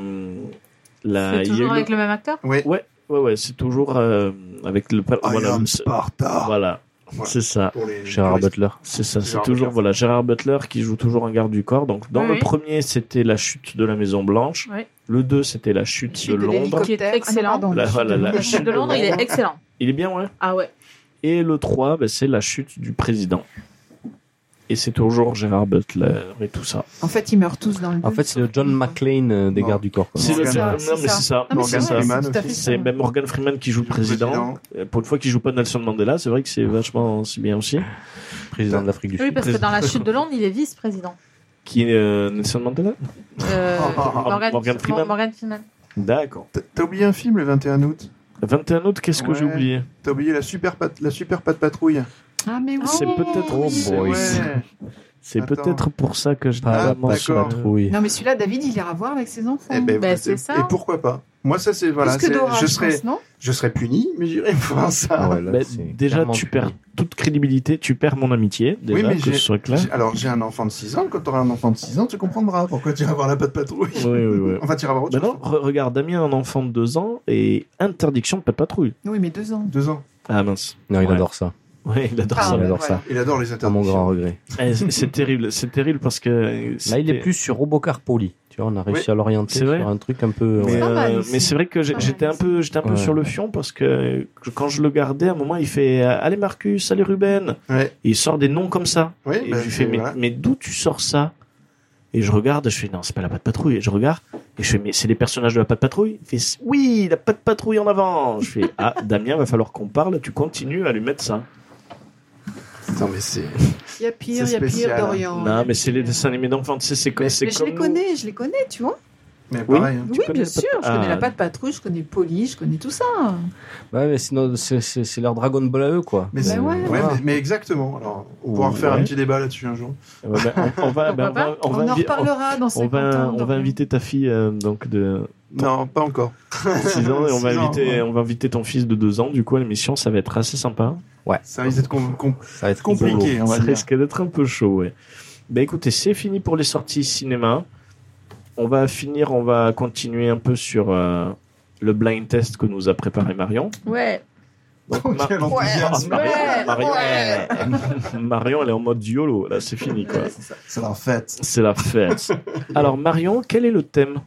Speaker 5: la.
Speaker 10: C'est
Speaker 5: il y a eu
Speaker 10: toujours
Speaker 5: le-
Speaker 10: avec le même acteur
Speaker 6: Ouais.
Speaker 5: Ouais, ouais, c'est toujours euh, avec le.
Speaker 6: I
Speaker 5: voilà,
Speaker 6: am
Speaker 5: c'est-
Speaker 6: Sparta.
Speaker 5: voilà.
Speaker 6: Voilà.
Speaker 5: c'est ça.
Speaker 6: Pour les-
Speaker 8: Gérard
Speaker 6: pour les-
Speaker 8: Butler.
Speaker 5: C'est ça, c'est
Speaker 6: Gérard
Speaker 5: toujours
Speaker 6: Butler.
Speaker 5: voilà Gérard Butler qui joue toujours un garde du corps. Donc dans
Speaker 10: Oui,
Speaker 5: le
Speaker 10: oui.
Speaker 5: premier c'était la chute de la Maison Blanche,
Speaker 10: Ouais.
Speaker 5: le 2 c'était la chute,
Speaker 9: Chute
Speaker 5: de
Speaker 9: de
Speaker 5: Londres.
Speaker 9: l'hélicoptère.
Speaker 10: Qui est excellent.
Speaker 9: Ah, non, pardon,
Speaker 5: La-
Speaker 9: la chute
Speaker 5: voilà,
Speaker 9: de
Speaker 5: la
Speaker 9: Londres.
Speaker 10: La chute de Londres, il est excellent.
Speaker 5: Il est bien ouais.
Speaker 10: Ah ouais.
Speaker 5: Et le 3 ben, c'est la chute du président. et c'est toujours Gérard Butler et tout ça.
Speaker 9: En fait, ils meurent tous dans le.
Speaker 8: En
Speaker 9: but.
Speaker 8: fait, c'est le John McClane euh, des
Speaker 6: Non.
Speaker 8: gardes du corps. quoi.
Speaker 5: C'est le
Speaker 6: Morgan.
Speaker 5: non, mais c'est ça.
Speaker 9: Non, Ah, mais
Speaker 6: Morgan
Speaker 9: c'est vrai,
Speaker 6: Freeman
Speaker 9: c'est tout à fait
Speaker 6: aussi.
Speaker 9: ça.
Speaker 5: C'est ben, Morgan Freeman qui joue le président. Euh, Pour une fois qu'il joue pas Nelson Mandela, c'est vrai que c'est vachement c'est bien aussi.
Speaker 8: Président de l'Afrique du
Speaker 10: Oui,
Speaker 8: Sud.
Speaker 10: parce que dans la chute de Londres, il est vice-président.
Speaker 5: Qui est euh, Nelson Mandela
Speaker 10: Euh,
Speaker 5: <laughs> Morgan Freeman.
Speaker 10: Morgan Freeman.
Speaker 5: D'accord.
Speaker 6: T'as- T'as oublié un film le 21 août
Speaker 5: 21 août, qu'est-ce que
Speaker 6: Ouais.
Speaker 5: j'ai oublié
Speaker 6: T'as oublié la super, pat- la super patte patrouille
Speaker 9: Ah, mais oui.
Speaker 5: C'est peut-être
Speaker 8: Oh
Speaker 6: C'est-
Speaker 8: boy.
Speaker 6: ouais.
Speaker 5: c'est
Speaker 6: Attends.
Speaker 5: peut-être pour ça que je n'ai
Speaker 6: Ah,
Speaker 5: pas mentionné.
Speaker 6: d'accord.
Speaker 8: Patrouille.
Speaker 9: Non, mais celui-là, David, il ira voir avec ses enfants.
Speaker 6: Eh ben,
Speaker 10: Bah,
Speaker 6: voilà,
Speaker 10: c'est ça.
Speaker 6: Et pourquoi pas Moi, ça, c'est. Voilà,
Speaker 9: Plus que
Speaker 6: c'est-
Speaker 9: Dora,
Speaker 6: je,
Speaker 9: je,
Speaker 6: serais,
Speaker 9: pense, non
Speaker 6: je serais puni, mais j'irais <laughs> voir ça.
Speaker 8: Ah ouais, là,
Speaker 5: Ben,
Speaker 8: c'est
Speaker 5: déjà,
Speaker 8: clairement
Speaker 5: tu
Speaker 8: puni.
Speaker 5: perds toute crédibilité, tu perds mon amitié, déjà,
Speaker 6: Oui, mais
Speaker 5: que
Speaker 6: j'ai-
Speaker 5: ce soit clair.
Speaker 6: J'ai- Alors, j'ai un enfant de 6 ans. Quand t'auras un enfant de 6 ans, tu comprendras pourquoi tu iras voir la patte patrouille.
Speaker 5: Oui, oui, oui.
Speaker 6: Enfin, tu iras voir <laughs> autre
Speaker 5: Ben non,
Speaker 6: chose.
Speaker 5: re- regarde, Damien a un enfant de 2 ans et interdiction de pas de patrouille.
Speaker 9: Oui, mais deux ans.
Speaker 6: Deux ans.
Speaker 5: Ah mince.
Speaker 8: Non, il
Speaker 5: Ouais.
Speaker 8: adore ça.
Speaker 5: Ouais, il adore
Speaker 8: Il
Speaker 9: Ah,
Speaker 8: adore
Speaker 9: voilà.
Speaker 8: ça.
Speaker 6: Il adore les
Speaker 8: À mon
Speaker 6: interdictions.
Speaker 8: grand regret.
Speaker 5: ça. Eh, c'est- C'est terrible, c'est terrible parce que. euh,
Speaker 8: Là, il
Speaker 5: c'était-
Speaker 8: est plus sur Robocar Poli. Tu vois, on a réussi à l'orienter
Speaker 5: C'est vrai.
Speaker 8: sur un truc un peu.
Speaker 5: Mais,
Speaker 8: ouais.
Speaker 9: pas mal
Speaker 5: euh,
Speaker 9: aussi.
Speaker 5: mais c'est vrai que j'ai-
Speaker 9: Pas mal
Speaker 5: j'étais un
Speaker 9: aussi.
Speaker 5: peu, j'étais un peu
Speaker 8: Ouais.
Speaker 5: sur le fion parce que je- quand je le gardais, à un moment, il fait euh, Allez Marcus, allez Ruben.
Speaker 6: Ouais.
Speaker 5: Et il sort des noms comme ça.
Speaker 6: Oui,
Speaker 5: Et
Speaker 6: ben,
Speaker 5: je lui fais
Speaker 6: c'est-
Speaker 5: Mais,
Speaker 6: voilà.
Speaker 5: mais d'où tu sors ça Et je regarde, je fais Non, c'est pas la patte patrouille. Et je regarde, et je fais Mais c'est les personnages de la patte patrouille Il fait Oui, la patte patrouille en avant. Je fais
Speaker 9: <laughs>
Speaker 5: Ah, Damien, va falloir qu'on parle, tu continues à lui mettre ça.
Speaker 6: Non, mais c'est.
Speaker 9: Il y a pire, il
Speaker 6: C'est
Speaker 9: y a pire
Speaker 6: spécial.
Speaker 9: d'Orient.
Speaker 5: Non, mais c'est les dessins animés d'enfants, tu sais, c'est comme.
Speaker 6: Mais-
Speaker 5: c'est
Speaker 9: Mais je
Speaker 5: comme
Speaker 9: les
Speaker 5: nous.
Speaker 9: connais, je les connais, tu vois.
Speaker 6: Mais
Speaker 5: Oui.
Speaker 6: pareil. hein.
Speaker 9: Oui,
Speaker 5: connais
Speaker 9: bien
Speaker 5: la patte-
Speaker 9: sûr. Je connais
Speaker 5: Ah.
Speaker 9: la patte patrouille, je connais Polly, je connais tout ça.
Speaker 8: Ouais, mais sinon, c'est- c'est c'est leur Dragon Ball à eux, quoi.
Speaker 6: Mais c'est-
Speaker 9: ouais,
Speaker 6: Ouais,
Speaker 8: voilà.
Speaker 6: mais, mais exactement. Alors, on pourra refaire
Speaker 5: Ouais.
Speaker 6: un petit débat là-dessus un jour.
Speaker 5: Ouais, ben, on, on va, ben, on va,
Speaker 9: <laughs>
Speaker 5: on
Speaker 9: On,
Speaker 5: va
Speaker 9: en
Speaker 5: invi-
Speaker 9: reparlera dans
Speaker 5: on
Speaker 9: 50
Speaker 5: va,
Speaker 9: ans.
Speaker 5: on va
Speaker 9: donc.
Speaker 5: inviter ta fille euh, donc
Speaker 6: <laughs>
Speaker 5: de
Speaker 6: Non, pas encore.
Speaker 5: 6 ans et on va
Speaker 6: Six ans,
Speaker 5: inviter euh,
Speaker 6: ouais.
Speaker 5: on va inviter ton fils de 2 ans du coup à l'émission ça va être assez sympa
Speaker 6: Ça risque d'être com- com-
Speaker 8: Ah, Ça va être rigolo.
Speaker 6: compliqué, on va
Speaker 5: ça
Speaker 6: dire.
Speaker 5: risque d'être un peu chaud ouais ben écoutez c'est fini pour les sorties cinéma on va finir on va continuer un peu sur euh, le blind test que nous a préparé Marion
Speaker 10: Ouais.
Speaker 5: Donc,
Speaker 6: Oh,
Speaker 5: Mar-
Speaker 6: quel
Speaker 5: Ah,
Speaker 6: enthousiasme.
Speaker 5: Marion,
Speaker 10: Ouais,
Speaker 5: Marion, Marion, elle est en mode YOLO là c'est fini quoi
Speaker 6: C'est la fête.
Speaker 5: c'est la fête alors Marion quel est le thème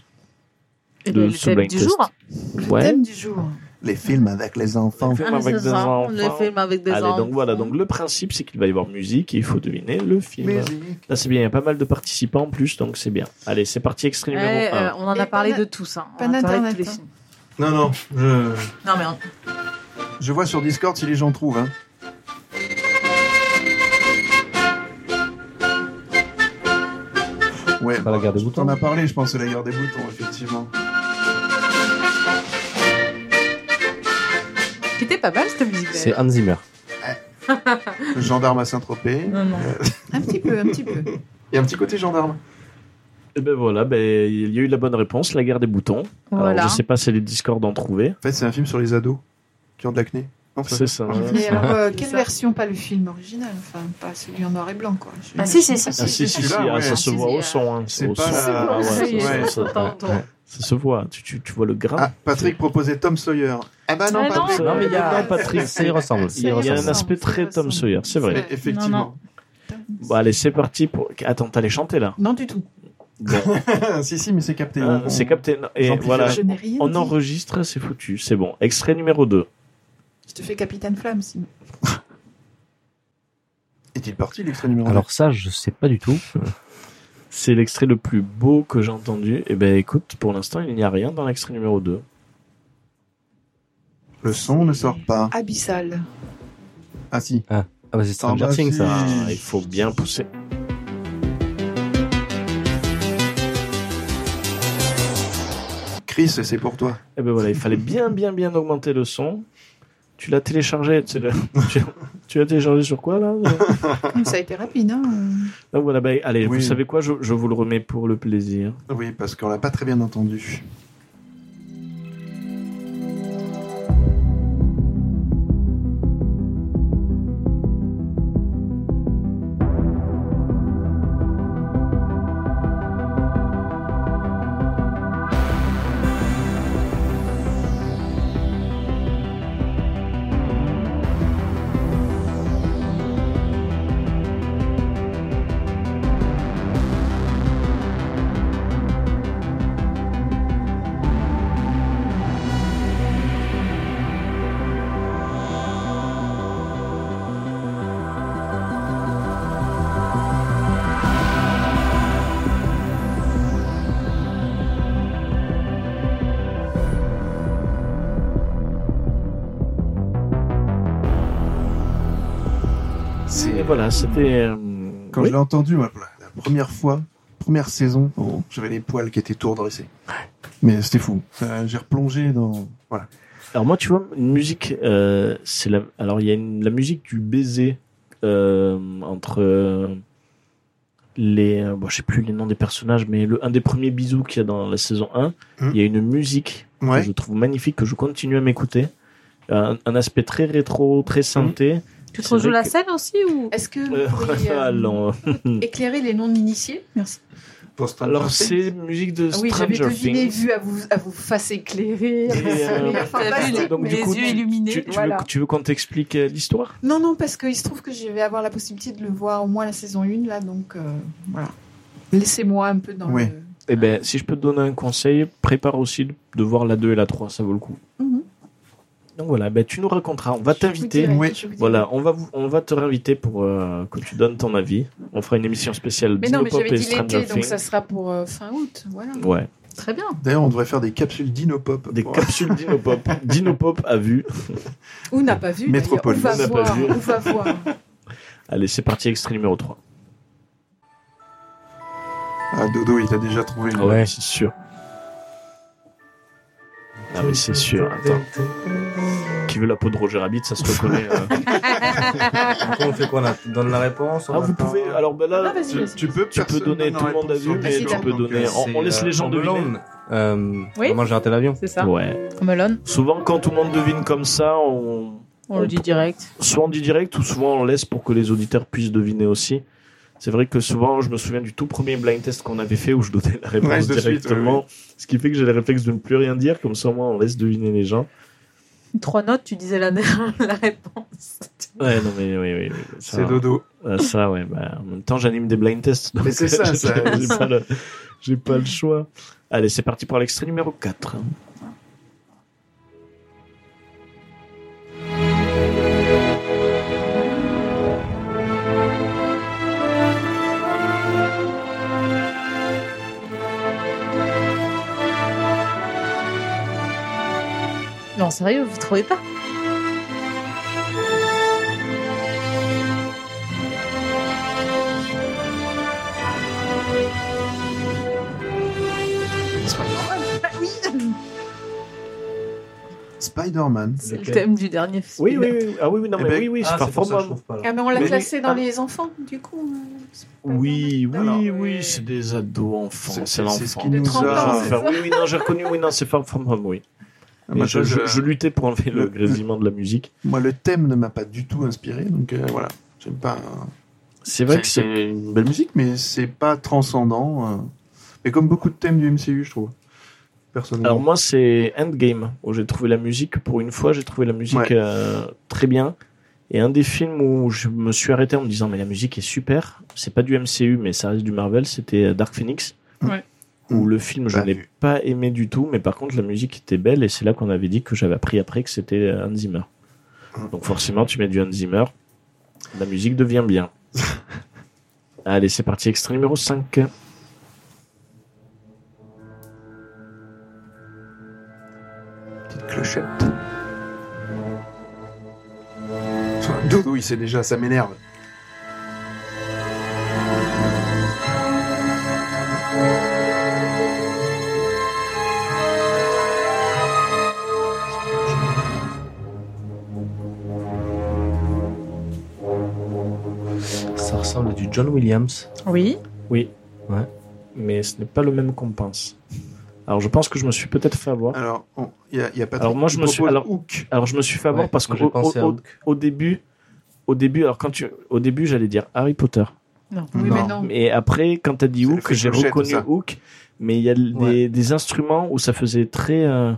Speaker 10: Et
Speaker 5: De
Speaker 10: le
Speaker 5: ce
Speaker 10: thème
Speaker 5: blind
Speaker 10: du
Speaker 5: test.
Speaker 10: jour.
Speaker 5: ouais
Speaker 9: Thème du jour.
Speaker 6: Les films avec les enfants.
Speaker 5: Film
Speaker 10: Ah, mais
Speaker 5: avec
Speaker 10: c'est
Speaker 5: des
Speaker 10: ça,
Speaker 5: enfants.
Speaker 10: Le film avec des
Speaker 5: Allez,
Speaker 10: enfants.
Speaker 5: donc voilà, donc le principe c'est qu'il va y avoir musique et il faut deviner le film. Là c'est bien, il y a pas mal de participants en plus, donc c'est bien. Allez, c'est parti, extrait
Speaker 10: Eh,
Speaker 5: numéro 1.
Speaker 10: euh, on en a
Speaker 9: Et
Speaker 10: parlé
Speaker 9: pas
Speaker 10: de
Speaker 9: na-
Speaker 10: tous. Hein.
Speaker 9: pas
Speaker 10: on a parlé de
Speaker 9: d'internet,
Speaker 10: tous les
Speaker 9: hein.
Speaker 10: films.
Speaker 6: Non, non, je,
Speaker 10: Non, mais on-
Speaker 6: je vois sur Discord si les gens trouvent. Hein. Ouais,
Speaker 8: Pas la guerre des
Speaker 6: on
Speaker 8: boutons.
Speaker 6: en a parlé, je pense, de la guerre des boutons, effectivement.
Speaker 10: c'était pas mal cette musique.
Speaker 8: C'est Hans Zimmer.
Speaker 6: Le gendarme à Saint-Tropez.
Speaker 10: Non, non.
Speaker 9: Un petit peu, un petit peu.
Speaker 6: Il y a un petit côté gendarme.
Speaker 5: Et ben voilà, ben, il y a eu la bonne réponse, la guerre des boutons.
Speaker 10: Voilà.
Speaker 5: Alors je sais pas si les Discord ont trouvé.
Speaker 6: En fait, c'est un film sur les ados qui ont de l'acné. Non,
Speaker 5: C'est ça. ouais.
Speaker 9: Mais alors, euh, quelle
Speaker 10: ça.
Speaker 9: version Pas le film original, enfin, pas celui en noir et blanc, quoi. Je-
Speaker 10: Ah, si, si, si.
Speaker 5: Ah si, si, si,
Speaker 6: Celui-là,
Speaker 5: ah,
Speaker 6: ouais.
Speaker 5: ça se
Speaker 10: Ah,
Speaker 5: voit
Speaker 10: si,
Speaker 5: au son. hein,
Speaker 6: c'est
Speaker 5: au
Speaker 6: pas
Speaker 5: son.
Speaker 6: la-
Speaker 5: Ah ouais,
Speaker 10: Oui,
Speaker 5: ça,
Speaker 6: ouais.
Speaker 5: ça, ça,
Speaker 10: t'entends, t'entends.
Speaker 5: ça se voit, tu, tu, tu vois le grain.
Speaker 6: Ah, Patrick proposait Tom Sawyer. Ah bah non,
Speaker 10: Ah non,
Speaker 6: Patrick.
Speaker 5: Non, mais il y a-
Speaker 8: Non, Patrick, ça y ressemble. ça
Speaker 5: il y a
Speaker 8: ressemble.
Speaker 5: un aspect
Speaker 9: ça
Speaker 5: très Tom
Speaker 9: ressemble.
Speaker 5: Sawyer, c'est vrai.
Speaker 9: Ouais.
Speaker 6: Effectivement.
Speaker 10: Non,
Speaker 5: Bon allez, c'est parti pour... Attends, t'allais chanter là.
Speaker 9: Non, du tout.
Speaker 5: Bon,
Speaker 6: <laughs> si, si, mais c'est capté.
Speaker 5: euh,
Speaker 6: On-
Speaker 5: c'est capté. non, Et
Speaker 6: Jean-Pierre
Speaker 5: voilà,
Speaker 9: Je n'ai rien
Speaker 5: On
Speaker 9: dit.
Speaker 5: enregistre, c'est foutu, c'est bon. Extrait numéro 2.
Speaker 9: Je te fais Capitaine Flamme, sinon.
Speaker 6: Est-il parti l'extrait numéro
Speaker 8: Alors, ça, je sais pas du tout.
Speaker 5: C'est l'extrait le plus beau que j'ai entendu. Eh ben écoute, pour l'instant, il n'y a rien dans l'extrait numéro 2.
Speaker 6: deux Le son ne sort pas.
Speaker 9: Abyssal.
Speaker 6: Ah si.
Speaker 8: Ah, bah, c'est Stranger
Speaker 6: Ah bah,
Speaker 8: Things,
Speaker 6: si.
Speaker 8: ça.
Speaker 5: Ah, il faut bien pousser.
Speaker 6: Chris, c'est pour toi.
Speaker 5: Eh ben voilà, il fallait bien, bien, bien augmenter le son. Tu l'as téléchargé, tu sais, le- tu- tu l'as téléchargé sur quoi là
Speaker 9: Ça a été rapide, hein.
Speaker 5: Là, voilà, ben, allez,
Speaker 6: Oui.
Speaker 5: vous savez quoi, je, je vous le remets pour le plaisir.
Speaker 6: Ah Oui, parce qu'on l'a pas très bien entendu.
Speaker 5: voilà, c'était. euh,
Speaker 6: Quand
Speaker 5: oui.
Speaker 6: je l'ai entendu, moi, pour la la première fois, première saison, oh, j'avais les poils qui étaient tout redressés. Mais c'était fou. Ça, J'ai replongé dans. Voilà.
Speaker 5: Alors moi, tu vois, une musique, euh, c'est la. Alors il y a une- la musique du baiser euh, entre euh, les. euh, bon, je sais plus les noms des personnages, mais le un des premiers bisous qu'il y a dans la saison 1,
Speaker 6: Mhm.
Speaker 5: il y a une musique
Speaker 6: Ouais.
Speaker 5: que je trouve magnifique que je continue à m'écouter. Un, un aspect très rétro, très synthé.
Speaker 10: Tu te
Speaker 5: C'est
Speaker 10: rejoues
Speaker 5: vrai
Speaker 10: la
Speaker 5: que-
Speaker 10: scène aussi ou
Speaker 9: Est-ce que
Speaker 5: Euh,
Speaker 9: vous
Speaker 5: <laughs>
Speaker 9: pourriez euh,
Speaker 5: alors,
Speaker 9: éclairer les non-initiés Merci.
Speaker 6: Pour Stranger
Speaker 5: alors
Speaker 6: Things.
Speaker 5: c'est musique de
Speaker 9: Ah oui, j'avais
Speaker 5: Stranger
Speaker 9: deviné,
Speaker 5: Things.
Speaker 9: vu à vous, à vous face éclairée.
Speaker 5: Et, euh,
Speaker 9: Enfin,
Speaker 7: t'as
Speaker 9: fantastique,
Speaker 7: vu,
Speaker 5: donc, du
Speaker 9: mais-
Speaker 5: coup, tu-
Speaker 7: illuminés.
Speaker 5: Tu, tu
Speaker 9: voilà.
Speaker 5: veux, tu veux qu'on t'explique euh, l'histoire
Speaker 9: Non, non, parce qu'il se trouve que je vais avoir la possibilité de le voir au moins la saison 1, là, donc euh, voilà. Laissez-moi un peu dans
Speaker 6: Oui.
Speaker 9: le...
Speaker 5: Eh ben, si je peux te donner un conseil, prépare aussi de- de voir la 2 et la 3, ça vaut le coup.
Speaker 9: Mhm.
Speaker 5: Donc voilà, ben, tu nous raconteras, on va t'inviter.
Speaker 9: dirai,
Speaker 6: Oui.
Speaker 9: je vous dirai.
Speaker 5: Voilà, on va, vous, on va te réinviter pour euh, que tu donnes ton avis. On fera une émission spéciale
Speaker 9: Mais non, mais
Speaker 5: Dinopop
Speaker 9: j'avais
Speaker 5: et
Speaker 9: dit l'été,
Speaker 5: Stranger
Speaker 9: donc
Speaker 5: Things.
Speaker 9: ça sera pour euh, fin août, voilà.
Speaker 5: Ouais,
Speaker 7: Très bien.
Speaker 6: D'ailleurs, on devrait faire des capsules Dinopop.
Speaker 5: des capsules Dinopop. Dinopop à vue.
Speaker 9: Ou n'a pas vu,
Speaker 6: Métropole,
Speaker 9: d'ailleurs.
Speaker 5: n'a
Speaker 9: Ou va
Speaker 5: pas
Speaker 9: voir,
Speaker 5: vu.
Speaker 9: ou va voir.
Speaker 5: Allez, c'est parti, extrait numéro 3.
Speaker 6: Ah, Dodo, il a déjà trouvé. lui.
Speaker 5: Ouais, c'est sûr. Ah mais c'est sûr, attends. Qui veut la peau de Roger Rabbit, ça se reconnaît. euh.
Speaker 9: <laughs>
Speaker 8: on fait quoi là Tu donnes la réponse on
Speaker 5: Ah, vous
Speaker 8: attend
Speaker 5: pouvez... Alors ben là,
Speaker 9: Ah, vas-y, vas-y.
Speaker 6: Tu peux,
Speaker 5: Tu peux
Speaker 6: personne
Speaker 5: donner,
Speaker 6: n'a
Speaker 5: tout le monde a
Speaker 6: réponse
Speaker 5: vu,
Speaker 6: au
Speaker 5: mais
Speaker 6: question,
Speaker 5: tu peux
Speaker 6: donc,
Speaker 5: donner.
Speaker 6: euh,
Speaker 5: on- on
Speaker 8: C'est,
Speaker 5: laisse les gens deviner.
Speaker 8: Melon. Euh,
Speaker 10: Oui.
Speaker 8: Comment j'ai raté l'avion
Speaker 10: c'est ça
Speaker 5: Ouais.
Speaker 10: Melon,
Speaker 5: Souvent, quand tout le monde devine comme ça, on...
Speaker 10: on le dit direct.
Speaker 5: soit on dit direct ou souvent on laisse pour que les auditeurs puissent deviner aussi. C'est vrai que souvent, je me souviens du tout premier blind test qu'on avait fait où je donnais la réponse
Speaker 6: Ouais, de suite,
Speaker 5: directement. Ce qui fait que j'ai le réflexe de ne plus rien dire, comme ça au moins on laisse deviner les gens.
Speaker 7: Trois notes, tu disais
Speaker 9: <laughs>
Speaker 7: la, la réponse.
Speaker 5: Ouais, non mais oui, oui. oui, ça,
Speaker 6: C'est Dodo.
Speaker 5: Ah, ça, ouais. bah, en même temps, j'anime des blind tests. donc
Speaker 6: Mais c'est ça, ça.
Speaker 5: <laughs> j'ai pas le- j'ai pas le choix. Allez, c'est parti pour l'extrait numéro 4.
Speaker 7: Non, sérieux, vous trouvez pas
Speaker 6: Spider-Man.
Speaker 7: C'est le
Speaker 8: Lequel
Speaker 7: thème du dernier film.
Speaker 5: Oui, oui, oui. Ah oui, oui, non,
Speaker 6: Eh
Speaker 5: mais
Speaker 6: ben,
Speaker 5: oui, oui,
Speaker 8: Ah,
Speaker 5: c'est
Speaker 8: c'est pour ça que
Speaker 5: parfois.
Speaker 8: je trouve pas, là.
Speaker 9: Ah, mais on l'a
Speaker 5: Mais-
Speaker 9: classé dans les enfants, du coup. euh, c'est pas mal.
Speaker 5: Oui, oui,
Speaker 9: Alors,
Speaker 5: oui,
Speaker 9: euh,
Speaker 5: c'est des ados enfants,
Speaker 6: c'est-
Speaker 5: c'est
Speaker 6: c'est ce
Speaker 5: l'enfant.
Speaker 6: qui nous
Speaker 9: 30
Speaker 6: a.
Speaker 9: ans,
Speaker 5: Enfin, oui, oui, non, j'ai reconnu, oui, non, c'est Far From Home, oui.
Speaker 6: Ah,
Speaker 5: Mais
Speaker 6: moi,
Speaker 5: je,
Speaker 6: je-
Speaker 5: je- je luttais pour enlever le
Speaker 6: le-
Speaker 5: grésillement de la musique.
Speaker 6: moi, le thème ne m'a pas du tout inspiré, donc euh, voilà. J'aime pas.
Speaker 5: C'est
Speaker 6: C'est
Speaker 5: vrai que c'est.
Speaker 6: une belle musique, mais c'est pas transcendant. euh. Mais comme beaucoup de thèmes du MCU, je trouve. Personnellement.
Speaker 5: Alors moi, c'est Endgame, où j'ai trouvé la musique, pour une fois, j'ai trouvé la musique
Speaker 6: Ouais.
Speaker 5: euh, très bien. Et un des films où je me suis arrêté en me disant, mais la musique est super, c'est pas du MCU, mais ça reste du Marvel, c'était euh, Dark Phoenix.
Speaker 10: Ouais.
Speaker 5: Où le film, je
Speaker 6: Pas
Speaker 5: n'ai
Speaker 6: vu.
Speaker 5: pas aimé du tout, mais par contre, la musique était belle, et c'est là qu'on avait dit que j'avais appris après que c'était euh, Hans Zimmer.
Speaker 6: Hum.
Speaker 5: Donc forcément, tu mets du Hans Zimmer, la musique devient bien. Allez, c'est parti, extrait numéro 5.
Speaker 6: Petite clochette. Enfin, Dodo, il sait déjà, ça m'énerve.
Speaker 8: Ça ressemble à du John Williams.
Speaker 10: Oui.
Speaker 5: Oui.
Speaker 8: Ouais.
Speaker 5: Mais ce n'est pas le même qu'on pense. Alors je pense que je me suis peut-être fait avoir.
Speaker 6: Alors, on- il y a, il y
Speaker 8: Ah,
Speaker 6: a pas
Speaker 5: Alors, moi, je me suis- alors-
Speaker 6: Hook.
Speaker 5: Alors je me suis fait avoir
Speaker 8: Ouais,
Speaker 5: parce
Speaker 8: moi,
Speaker 5: que
Speaker 8: j'ai
Speaker 5: au,
Speaker 8: pensé à
Speaker 5: au-
Speaker 8: Hook.
Speaker 5: au début, au début, alors quand tu, au début j'allais dire Harry Potter.
Speaker 10: Non.
Speaker 9: Oui,
Speaker 6: Non.
Speaker 9: mais non.
Speaker 5: Et après, quand t'as dit
Speaker 6: C'est
Speaker 5: Hook,
Speaker 6: l'effet
Speaker 5: j'ai
Speaker 6: clochette,
Speaker 5: reconnu
Speaker 6: ça.
Speaker 5: Hook, mais il y a l-
Speaker 8: Ouais.
Speaker 5: des, des instruments où ça faisait très. euh,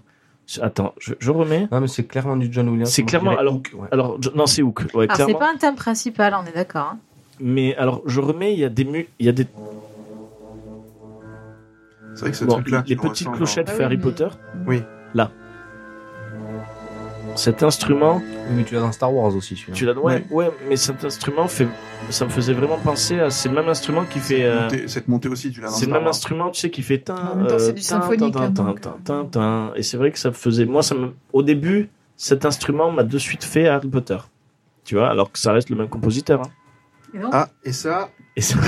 Speaker 5: Attends, je, je remets.
Speaker 8: Non, mais c'est clairement du John Williams.
Speaker 5: C'est
Speaker 8: Moi, je
Speaker 5: clairement-
Speaker 8: dirais
Speaker 5: alors-
Speaker 8: Hook, ouais.
Speaker 5: Alors je- non, c'est Hook. Ouais,
Speaker 7: Alors, Ah, c'est
Speaker 5: clairement.
Speaker 7: pas un thème principal, on est d'accord. hein.
Speaker 5: Mais alors je remets, il y a des mu- il y a des
Speaker 6: C'est vrai que ce
Speaker 5: Bon,
Speaker 6: truc-là. tu
Speaker 5: les
Speaker 6: le
Speaker 5: petites
Speaker 6: ressens dans-
Speaker 5: clochettes
Speaker 10: Ah
Speaker 5: fait
Speaker 10: oui,
Speaker 5: Harry
Speaker 10: mais-
Speaker 5: Potter.
Speaker 6: Oui.
Speaker 5: Là. Cet instrument.
Speaker 8: Oui, mais tu l'as dans Star Wars aussi, celui-là.
Speaker 5: Tu l'as ouais, ouais, mais cet instrument fait, ça me faisait vraiment penser à c'est le même instrument qui fait, euh,
Speaker 6: Montée- Cette montée aussi, tu l'as dans
Speaker 5: c'est le
Speaker 6: Star
Speaker 5: même
Speaker 6: Wars.
Speaker 5: instrument tu sais qui fait tin, euh,
Speaker 9: En même temps, c'est du
Speaker 5: tin,
Speaker 9: symphonique,
Speaker 5: tin,
Speaker 9: hein,
Speaker 5: tin,
Speaker 9: donc,
Speaker 5: tin, tin, tin. et c'est vrai que ça me faisait, moi ça me, au début cet instrument m'a de suite fait Harry Potter, tu vois, alors que ça reste le même compositeur. hein.
Speaker 7: Et donc,
Speaker 6: Ah, et ça,
Speaker 9: <laughs>
Speaker 5: Et ça,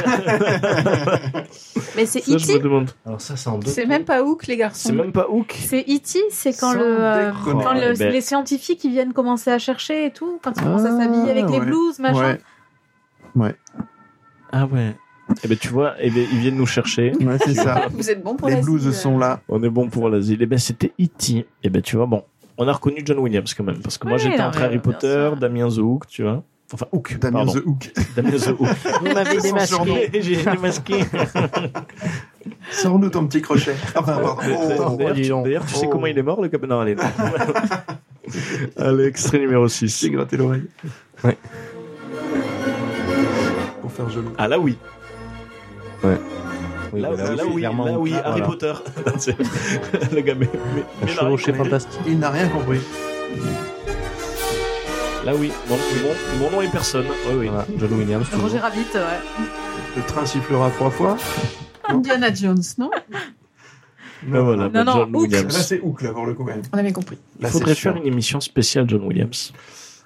Speaker 10: Mais c'est
Speaker 5: ça,
Speaker 7: E
Speaker 9: E
Speaker 5: je me
Speaker 10: E.T.
Speaker 5: demande.
Speaker 8: Alors ça, c'est en deux.
Speaker 10: C'est même pas Hook, les
Speaker 5: C'est
Speaker 9: Ah.
Speaker 10: garçons.
Speaker 5: même pas Hook.
Speaker 10: C'est E.T., c'est quand
Speaker 6: Sans
Speaker 10: le. euh,
Speaker 6: déconner.
Speaker 10: Quand le-
Speaker 5: Eh ben.
Speaker 10: les scientifiques ils viennent commencer à chercher et tout, quand ils commencent à
Speaker 6: Ah,
Speaker 10: s'habiller avec les
Speaker 6: ouais.
Speaker 10: blouses, machin.
Speaker 6: ouais,
Speaker 5: Ah ouais. Eh ben tu vois, eh ben, ils viennent nous chercher.
Speaker 6: ouais, c'est ça.
Speaker 10: Vous êtes bon pour
Speaker 6: <laughs> Les
Speaker 10: la euh,
Speaker 6: blues
Speaker 10: cible.
Speaker 6: <laughs> sont là.
Speaker 5: On est bon pour l'asile. Eh ben c'était E.T. Eh ben tu vois, bon, on a reconnu John Williams quand même, parce que moi
Speaker 10: Oui,
Speaker 5: j'étais
Speaker 10: non,
Speaker 5: entre
Speaker 10: mais
Speaker 5: Harry
Speaker 10: bien
Speaker 5: Potter,
Speaker 10: sûr.
Speaker 5: Damien The Hook, tu vois. Enfin Hook,
Speaker 6: Damien
Speaker 5: pardon.
Speaker 6: The Hook. <laughs>
Speaker 5: Damien The Hook.
Speaker 3: Vous
Speaker 7: <laughs>
Speaker 3: m'avez
Speaker 6: Son surnom.
Speaker 3: démasqué.
Speaker 5: <laughs> J'ai démasqué.
Speaker 6: Sors-nous ton petit
Speaker 5: <laughs>
Speaker 6: crochet. Enfin, <laughs> pardon.
Speaker 8: Oh,
Speaker 5: D'ailleurs,
Speaker 8: dis
Speaker 5: tu-
Speaker 8: donc.
Speaker 5: D'ailleurs, tu sais
Speaker 6: Oh.
Speaker 5: comment il est mort le capitaine Non, allez. non. allez, extrait numéro 6.
Speaker 6: J'ai gratté l'oreille.
Speaker 8: Ouais.
Speaker 6: Pour faire joli.
Speaker 5: Ah là oui.
Speaker 8: Oui,
Speaker 5: Là,
Speaker 8: voilà,
Speaker 5: là,
Speaker 8: c'est
Speaker 5: oui,
Speaker 8: clairement-
Speaker 5: là oui,
Speaker 8: voilà.
Speaker 5: Harry Potter. <laughs> Non, c'est- <laughs> le gars, mais, mais-
Speaker 8: Un
Speaker 5: mais là,
Speaker 8: chevauché
Speaker 5: il connaît-
Speaker 8: fantastique.
Speaker 6: Il n'a rien compris.
Speaker 5: Là oui, mon, mon- mon nom est personne. Oui, oui.
Speaker 8: Voilà, John Williams, toujours.
Speaker 10: Ah, Roger Rabbit, ouais.
Speaker 6: Le train sifflera trois fois.
Speaker 10: Indiana Jones, non
Speaker 5: Ben voilà, ben
Speaker 10: non,
Speaker 5: John
Speaker 10: Hook.
Speaker 6: Là,
Speaker 5: Williams.
Speaker 6: c'est Hook, là, pour le coup. ouais.
Speaker 9: On avait compris.
Speaker 5: Il
Speaker 6: Là,
Speaker 5: faudrait
Speaker 6: c'est
Speaker 5: faire
Speaker 6: sûr.
Speaker 5: une émission spéciale John Williams.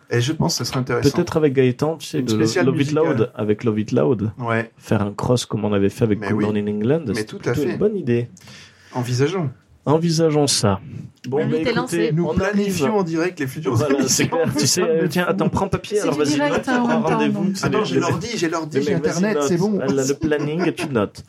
Speaker 6: Et je pense que ce serait intéressant.
Speaker 5: Peut-être avec Gaëtan, tu sais,
Speaker 6: Une
Speaker 5: de
Speaker 6: spéciale
Speaker 5: Love It
Speaker 6: musicale.
Speaker 5: Loud, avec Love It Loud,
Speaker 6: Ouais,
Speaker 5: faire un cross comme on avait fait avec
Speaker 6: Mais
Speaker 5: Cool
Speaker 6: oui.
Speaker 5: Down in England,
Speaker 6: Mais
Speaker 5: c'est
Speaker 6: tout à
Speaker 5: plutôt
Speaker 6: fait.
Speaker 5: une bonne idée.
Speaker 6: envisageons.
Speaker 5: Envisageons ça. Bon,
Speaker 10: Le
Speaker 5: bah,
Speaker 10: mythe est lancé.
Speaker 5: écoutez,
Speaker 6: Nous
Speaker 5: on arrive.
Speaker 6: planifions en direct les futurs
Speaker 5: Voilà, c'est
Speaker 6: émissions.
Speaker 5: clair.
Speaker 6: <laughs>
Speaker 5: Tu sais, euh, tiens, attends, prends papier,
Speaker 10: C'est
Speaker 5: alors
Speaker 10: du
Speaker 5: vas-y,
Speaker 10: direct,
Speaker 5: note,
Speaker 10: hein, en
Speaker 5: prends
Speaker 10: même temps,
Speaker 5: rendez-vous.
Speaker 10: donc.
Speaker 5: C'est
Speaker 6: Attends,
Speaker 5: les-
Speaker 6: j'ai
Speaker 5: les-
Speaker 6: l'ordi, j'ai l'ordi,
Speaker 5: les
Speaker 6: j'ai
Speaker 5: mecs, vas-y,
Speaker 6: internet,
Speaker 5: note.
Speaker 6: c'est bon.
Speaker 5: Elle a le
Speaker 6: <laughs>
Speaker 5: planning et tu notes.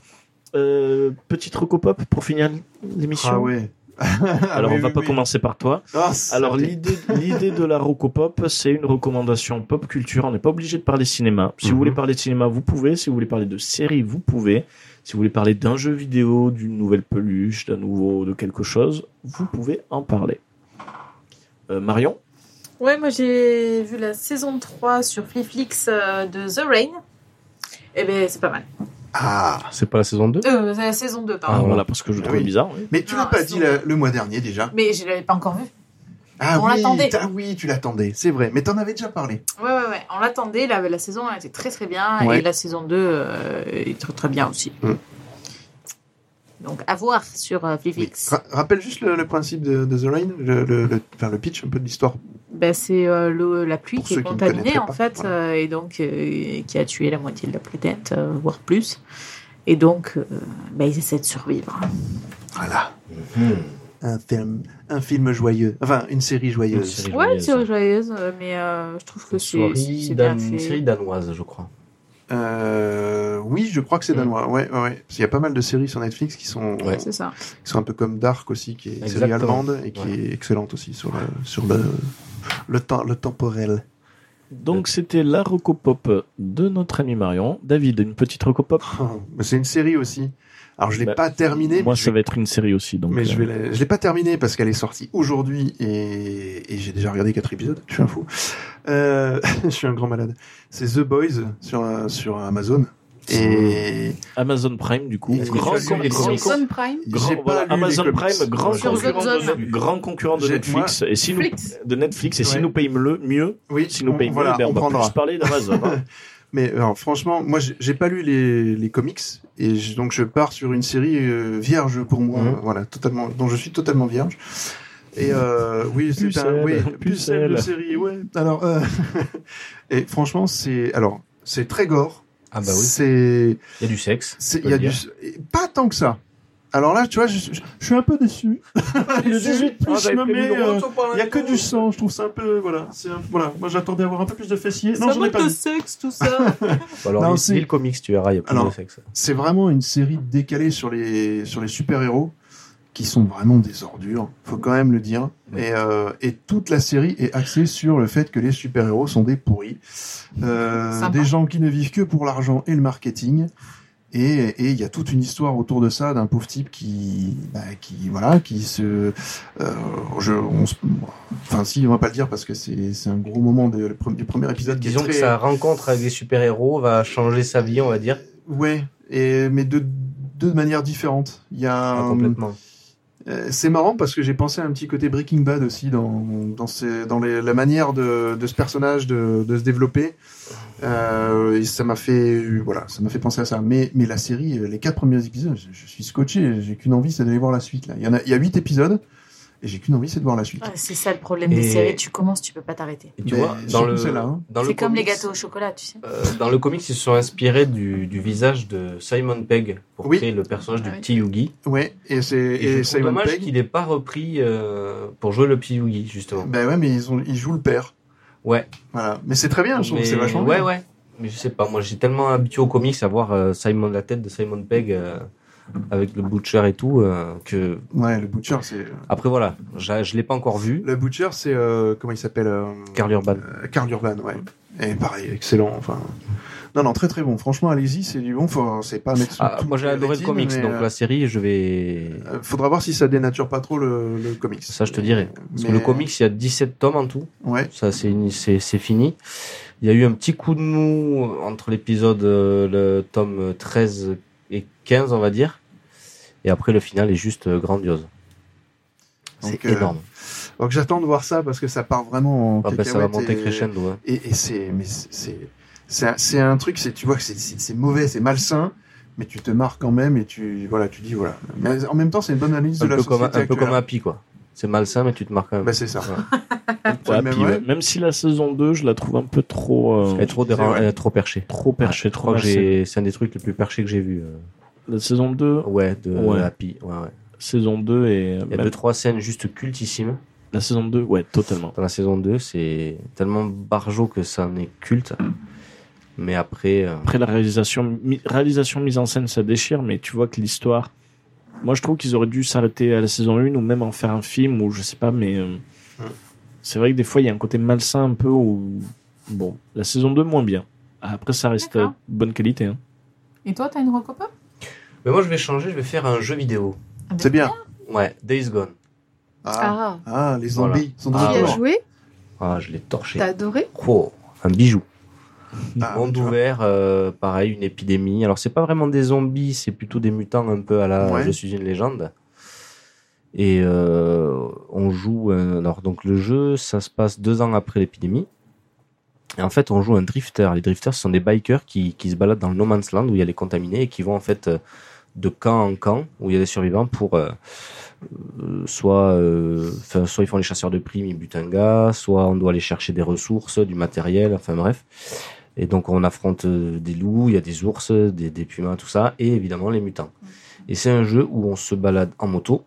Speaker 5: Euh, petite recopop pour finir l'émission.
Speaker 6: Ah ouais. ah
Speaker 5: Alors, on va pas commencer par toi.
Speaker 8: Ah,
Speaker 5: Alors l'idée l'idée de la Rocopop, c'est une recommandation pop culture. On n'est pas obligé de parler cinéma. Si vous
Speaker 8: Mhm.
Speaker 5: voulez parler de cinéma, vous pouvez. Si vous voulez parler de série, vous pouvez. Si vous voulez parler d'un jeu vidéo, d'une nouvelle peluche, d'un nouveau, de quelque chose, vous pouvez en parler. Euh, Marion
Speaker 10: Ouais, moi j'ai vu la saison 3 sur Fliflix euh, de The Rain. Eh ben, c'est pas mal.
Speaker 6: Ah,
Speaker 8: C'est pas la saison
Speaker 5: Hmm.
Speaker 8: 2
Speaker 10: Euh, c'est la saison 2,
Speaker 5: ah,
Speaker 10: pardon.
Speaker 8: ouais.
Speaker 5: Voilà, parce que je
Speaker 6: Ah
Speaker 5: trouve
Speaker 6: oui.
Speaker 5: bizarre. oui.
Speaker 6: mais tu
Speaker 10: Non,
Speaker 6: l'as pas
Speaker 10: elles
Speaker 6: dit
Speaker 10: sont-
Speaker 6: la- le mois dernier déjà.
Speaker 10: Mais je l'avais pas encore vue.
Speaker 6: Ah
Speaker 10: On
Speaker 6: oui,
Speaker 10: l'attendait.
Speaker 6: t'as- oui, tu l'attendais, c'est vrai. Mais t'en avais déjà parlé.
Speaker 10: Ouais, ouais, ouais. On l'attendait. La, la saison 1 était très très bien.
Speaker 6: Ouais.
Speaker 10: Et la saison 2 euh, est très très bien aussi.
Speaker 6: Mm.
Speaker 10: Donc à voir sur euh,
Speaker 6: Oui.
Speaker 10: Fliflix.
Speaker 6: Ra- rappelle juste le, le principe de, de The Rain, le, le- le- enfin, le pitch un peu de l'histoire.
Speaker 10: Ben, c'est euh, l'eau- la pluie
Speaker 6: Pour
Speaker 10: qui
Speaker 6: ceux
Speaker 10: est
Speaker 6: qui ne
Speaker 10: contaminée
Speaker 6: connaîtraient
Speaker 10: en
Speaker 6: pas,
Speaker 10: fait
Speaker 6: voilà.
Speaker 10: euh, et donc euh, qui a tué la moitié de la planète euh, voire plus et donc euh, ben, ils essaient de survivre
Speaker 6: Voilà. Un, film, un film joyeux. Enfin, une série
Speaker 8: Une
Speaker 6: joyeuse.
Speaker 8: série
Speaker 10: ouais
Speaker 8: joyeuse.
Speaker 10: Euh, c'est joyeuse euh, mais euh, je trouve que
Speaker 8: Une
Speaker 10: c'est
Speaker 8: série
Speaker 10: c'est bien
Speaker 8: dan- une
Speaker 10: fait
Speaker 8: série danoise, je crois.
Speaker 6: Euh, oui, je crois que c'est
Speaker 8: Mm.
Speaker 6: danois. Ouais, ouais, ouais. Parce qu'il y a pas mal de séries sur Netflix qui sont,
Speaker 8: Ouais.
Speaker 10: c'est ça
Speaker 6: qui sont un peu comme Dark aussi, qui est une série
Speaker 8: Exactement.
Speaker 6: allemande et qui
Speaker 8: Ouais.
Speaker 6: est excellente aussi sur le, sur le, le temps, le temporel.
Speaker 5: Donc
Speaker 6: Euh.
Speaker 5: c'était la Rocopop de notre ami Marion. David, une petite Rocopop
Speaker 6: <coughs> Mais c'est une série aussi. Alors, je l'ai
Speaker 5: Bah,
Speaker 6: pas terminée.
Speaker 5: Moi,
Speaker 6: mais je
Speaker 5: ça
Speaker 6: vais-
Speaker 5: va être une série aussi. Donc,
Speaker 6: mais je
Speaker 5: euh,
Speaker 6: vais la- je l'ai pas terminée parce qu'elle est sortie aujourd'hui et, et j'ai déjà regardé quatre épisodes. Je suis un fou. Euh, <laughs> je suis un grand malade. C'est The Boys sur euh, sur Amazon et
Speaker 5: Amazon Prime, du coup.
Speaker 6: Est-ce que
Speaker 5: Grand,
Speaker 6: tu as lu les
Speaker 5: grand-
Speaker 6: comics
Speaker 5: grand-
Speaker 9: Amazon Prime
Speaker 5: Grand-
Speaker 6: j'ai pas
Speaker 5: voilà,
Speaker 6: lu les
Speaker 5: Amazon
Speaker 6: comics.
Speaker 5: Prime, grand
Speaker 8: Sur
Speaker 5: concurrent,
Speaker 10: Amazon.
Speaker 5: de, grand concurrent de
Speaker 6: J'ai-
Speaker 5: Netflix. et si nous,
Speaker 10: Flix.
Speaker 5: de Netflix, et si
Speaker 6: Ouais.
Speaker 5: nous payons le mieux,
Speaker 6: oui,
Speaker 5: si nous
Speaker 6: on-
Speaker 5: payons
Speaker 6: voilà,
Speaker 5: mieux, ben,
Speaker 6: on
Speaker 5: on, va
Speaker 6: prendra.
Speaker 5: plus parler d'Amazon.
Speaker 6: <laughs>
Speaker 5: hein.
Speaker 6: Mais alors, franchement, moi, j'ai- j'ai pas lu les, les comics et je- donc je pars sur une série euh, vierge pour moi,
Speaker 8: Mhm.
Speaker 6: euh, voilà, totalement, dont je suis totalement vierge. Et euh, oui, c'est
Speaker 5: Pucelle,
Speaker 6: un oui,
Speaker 5: pucelle.
Speaker 6: pucelle de série, ouais. Alors, euh, <laughs> et franchement, c'est alors c'est très gore.
Speaker 8: Ah bah oui.
Speaker 6: C'est
Speaker 8: Il y a du sexe.
Speaker 6: c'est-
Speaker 8: on
Speaker 6: il
Speaker 8: peut
Speaker 6: y a
Speaker 8: le
Speaker 6: du et pas tant que ça. Alors là, tu vois, je, je- je suis un peu déçu. le 18
Speaker 5: Ah,
Speaker 6: plus
Speaker 5: j'avais
Speaker 6: me
Speaker 5: prévu
Speaker 6: met,
Speaker 5: de
Speaker 6: euh, il y a que du sang, je trouve ça un peu voilà, c'est un- voilà. Moi, j'attendais à avoir un peu plus de fessiers. Non,
Speaker 10: ça
Speaker 6: j'en ai
Speaker 10: manque
Speaker 6: pas.
Speaker 10: de
Speaker 6: vu.
Speaker 10: sexe tout ça
Speaker 8: Ou <laughs> Alors,
Speaker 6: Non,
Speaker 8: lis-
Speaker 6: c'est-
Speaker 8: lis le comics, tu verras, il y a plus
Speaker 6: Alors,
Speaker 8: de sexe.
Speaker 6: C'est vraiment une série décalée sur les, sur les super-héros qui sont vraiment des ordures, faut quand même le dire. Et, euh, et toute la série est axée sur le fait que les super-héros sont des pourris, euh,
Speaker 10: Sympa.
Speaker 6: des gens qui ne vivent que pour l'argent et le marketing. Et et il y a toute une histoire autour de ça d'un pauvre type qui, bah, qui voilà, qui se, euh, je, on se- enfin si, on va pas le dire parce que c'est c'est un gros moment de- le pre- du premier épisode. qui est
Speaker 8: Disons
Speaker 6: très-
Speaker 8: que sa rencontre avec des super-héros va changer sa vie, on va dire.
Speaker 6: Ouais, et, mais de deux manières différentes. Il y a
Speaker 8: Ah,
Speaker 6: un-
Speaker 8: complètement.
Speaker 6: euh, c'est marrant parce que j'ai pensé à un petit côté Breaking Bad aussi dans dans, ces- dans les- la manière de, de ce personnage de, de se développer. Euh, et ça m'a fait voilà, ça m'a fait penser à ça. Mais mais la série, euh, les quatre premiers épisodes, je, je suis scotché. J'ai qu'une envie, c'est d'aller voir la suite. Là, il y en a, il y a huit épisodes. Et j'ai qu'une envie, c'est de voir la suite.
Speaker 7: Ouais, c'est ça le problème
Speaker 8: Et-
Speaker 7: des séries. Tu commences, tu peux pas t'arrêter.
Speaker 8: Et tu
Speaker 6: Mais
Speaker 8: vois, dans
Speaker 6: surtout
Speaker 8: le,
Speaker 6: celle-là, hein.
Speaker 8: dans le
Speaker 7: C'est comme les
Speaker 8: comics,
Speaker 7: gâteaux au chocolat, tu sais.
Speaker 8: euh, dans le comics, ils se sont inspirés du, du visage de Simon Pegg pour
Speaker 6: Oui.
Speaker 8: créer le personnage du
Speaker 9: Ah oui.
Speaker 8: petit Yugi.
Speaker 6: Ouais, et c'est
Speaker 8: Et, je
Speaker 6: et
Speaker 8: trouve
Speaker 6: Simon
Speaker 8: dommage
Speaker 6: Pegg.
Speaker 8: qu'il n'ait pas repris euh, pour jouer le petit Yugi, justement.
Speaker 6: Ben ouais, mais ils, ont, ils jouent le père.
Speaker 8: Ouais.
Speaker 6: Voilà. Mais c'est très bien, je trouve
Speaker 8: Mais-
Speaker 6: que c'est vachement
Speaker 8: ouais,
Speaker 6: bien.
Speaker 8: ouais. Mais je sais pas, moi j'ai tellement habitué aux comics à voir euh, Simon, la tête de Simon Pegg euh, avec le Butcher et tout, euh, que
Speaker 6: Ouais, le Butcher, c'est.
Speaker 8: après voilà, j'a- je l'ai pas encore vu.
Speaker 6: Le Butcher, c'est. euh, comment il s'appelle euh,
Speaker 8: Carl Urban.
Speaker 6: euh, Karl Urban, ouais. Et pareil, excellent. Enfin. Non, non, très très bon. Franchement, allez-y, c'est du bon. Faut... C'est pas mettre. sous
Speaker 8: Ah,
Speaker 6: toute
Speaker 8: moi j'ai
Speaker 6: la
Speaker 8: adoré le
Speaker 6: rétine,
Speaker 8: comics,
Speaker 6: mais,
Speaker 8: donc
Speaker 6: euh,
Speaker 8: la série, je vais.
Speaker 6: euh, Faudra voir si ça dénature pas trop le, le comics.
Speaker 8: Ça, je te dirai. Parce que le
Speaker 6: Mais-
Speaker 8: comics, il y a 17 tomes en tout.
Speaker 6: Ouais.
Speaker 8: Ça, c'est une- c'est c'est fini. Il y a eu un petit coup de mou entre l'épisode, euh, le tome 13 et 15, on va dire. Et après, le final est juste euh, grandiose. C'est
Speaker 6: Donc, euh,
Speaker 8: énorme.
Speaker 6: Donc j'attends de voir ça parce que ça part vraiment en
Speaker 8: Ah, bah, ça va
Speaker 6: cacahuète
Speaker 8: monter
Speaker 6: et-
Speaker 8: crescendo. hein.
Speaker 6: Et, et c'est, mais c'est- c'est, c'est, un- c'est un truc, c'est, tu vois que c'est, c'est, c'est mauvais, c'est malsain, mais tu te marres quand même et tu, voilà, tu dis voilà. Mais en même temps, c'est une bonne analyse
Speaker 8: Un,
Speaker 6: de la
Speaker 8: peu comme,
Speaker 6: société
Speaker 8: un peu
Speaker 6: actuelle.
Speaker 8: comme Happy, quoi. C'est malsain, mais tu te marques quand même.
Speaker 6: Bah, c'est ça.
Speaker 5: Ouais,
Speaker 6: même,
Speaker 5: puis,
Speaker 6: ouais.
Speaker 5: ouais, Même si la saison 2, je la trouve un peu trop, euh,
Speaker 8: Elle est trop, déra-
Speaker 6: C'est vrai.
Speaker 8: elle est trop perchée.
Speaker 5: trop perchée,
Speaker 8: Je
Speaker 5: trop
Speaker 8: crois que
Speaker 5: lassée.
Speaker 8: j'ai- c'est un des trucs les plus perchés que j'ai vu. euh.
Speaker 5: La saison 2,
Speaker 8: Ouais, de
Speaker 5: Ouais.
Speaker 8: Happy. Ouais, ouais.
Speaker 5: saison 2 et
Speaker 8: Il y a
Speaker 5: même
Speaker 8: deux, trois scènes juste cultissimes.
Speaker 5: la saison 2, ouais, totalement.
Speaker 8: dans la saison 2, c'est tellement barjo que ça en est culte. Mais après, euh,
Speaker 5: Après la réalisation, mi- réalisation mise en scène, ça déchire, mais tu vois que l'histoire. Moi, je trouve qu'ils auraient dû s'arrêter à la saison 1 ou même en faire un film ou je sais pas, mais euh,
Speaker 6: Ouais.
Speaker 5: c'est vrai que des fois il y a un côté malsain un peu où bon, la saison 2 moins bien. Après, ça reste
Speaker 7: D'accord.
Speaker 5: euh, bonne qualité. Hein.
Speaker 7: Et toi, t'as une recopa
Speaker 8: mais moi je vais changer, je vais faire un jeu vidéo.
Speaker 9: bah,
Speaker 6: C'est bien.
Speaker 8: Ouais, Days Gone.
Speaker 6: Ah,
Speaker 9: Ah,
Speaker 6: ah, les
Speaker 8: Voilà.
Speaker 6: zombies sont de
Speaker 9: tu y
Speaker 8: Ah,
Speaker 9: as
Speaker 8: ouais.
Speaker 6: retour.
Speaker 9: joué
Speaker 8: Ah, je l'ai torché.
Speaker 9: T'as adoré
Speaker 8: Oh, un bijou.
Speaker 6: Ah,
Speaker 8: Monde
Speaker 6: tu vois.
Speaker 8: ouvert, euh, pareil, une épidémie. Alors c'est pas vraiment des zombies, c'est plutôt des mutants un peu à la
Speaker 6: Ouais.
Speaker 8: Je suis une légende. Et euh, on joue. euh, alors donc le jeu, ça se passe deux ans après l'épidémie. Et en fait, on joue un drifter. Les drifters, ce sont des bikers qui, qui se baladent dans le no man's land où il y a les contaminés et qui vont en fait euh, de camp en camp où il y a des survivants pour euh, euh, soit, euh, 'fin, soit ils font les chasseurs de primes, ils butent un gars, soit on doit aller chercher des ressources, du matériel, enfin bref. Et donc on affronte euh, des loups, il y a des ours, des, des pumas, tout ça, et évidemment les mutants. Et c'est un jeu où on se balade en moto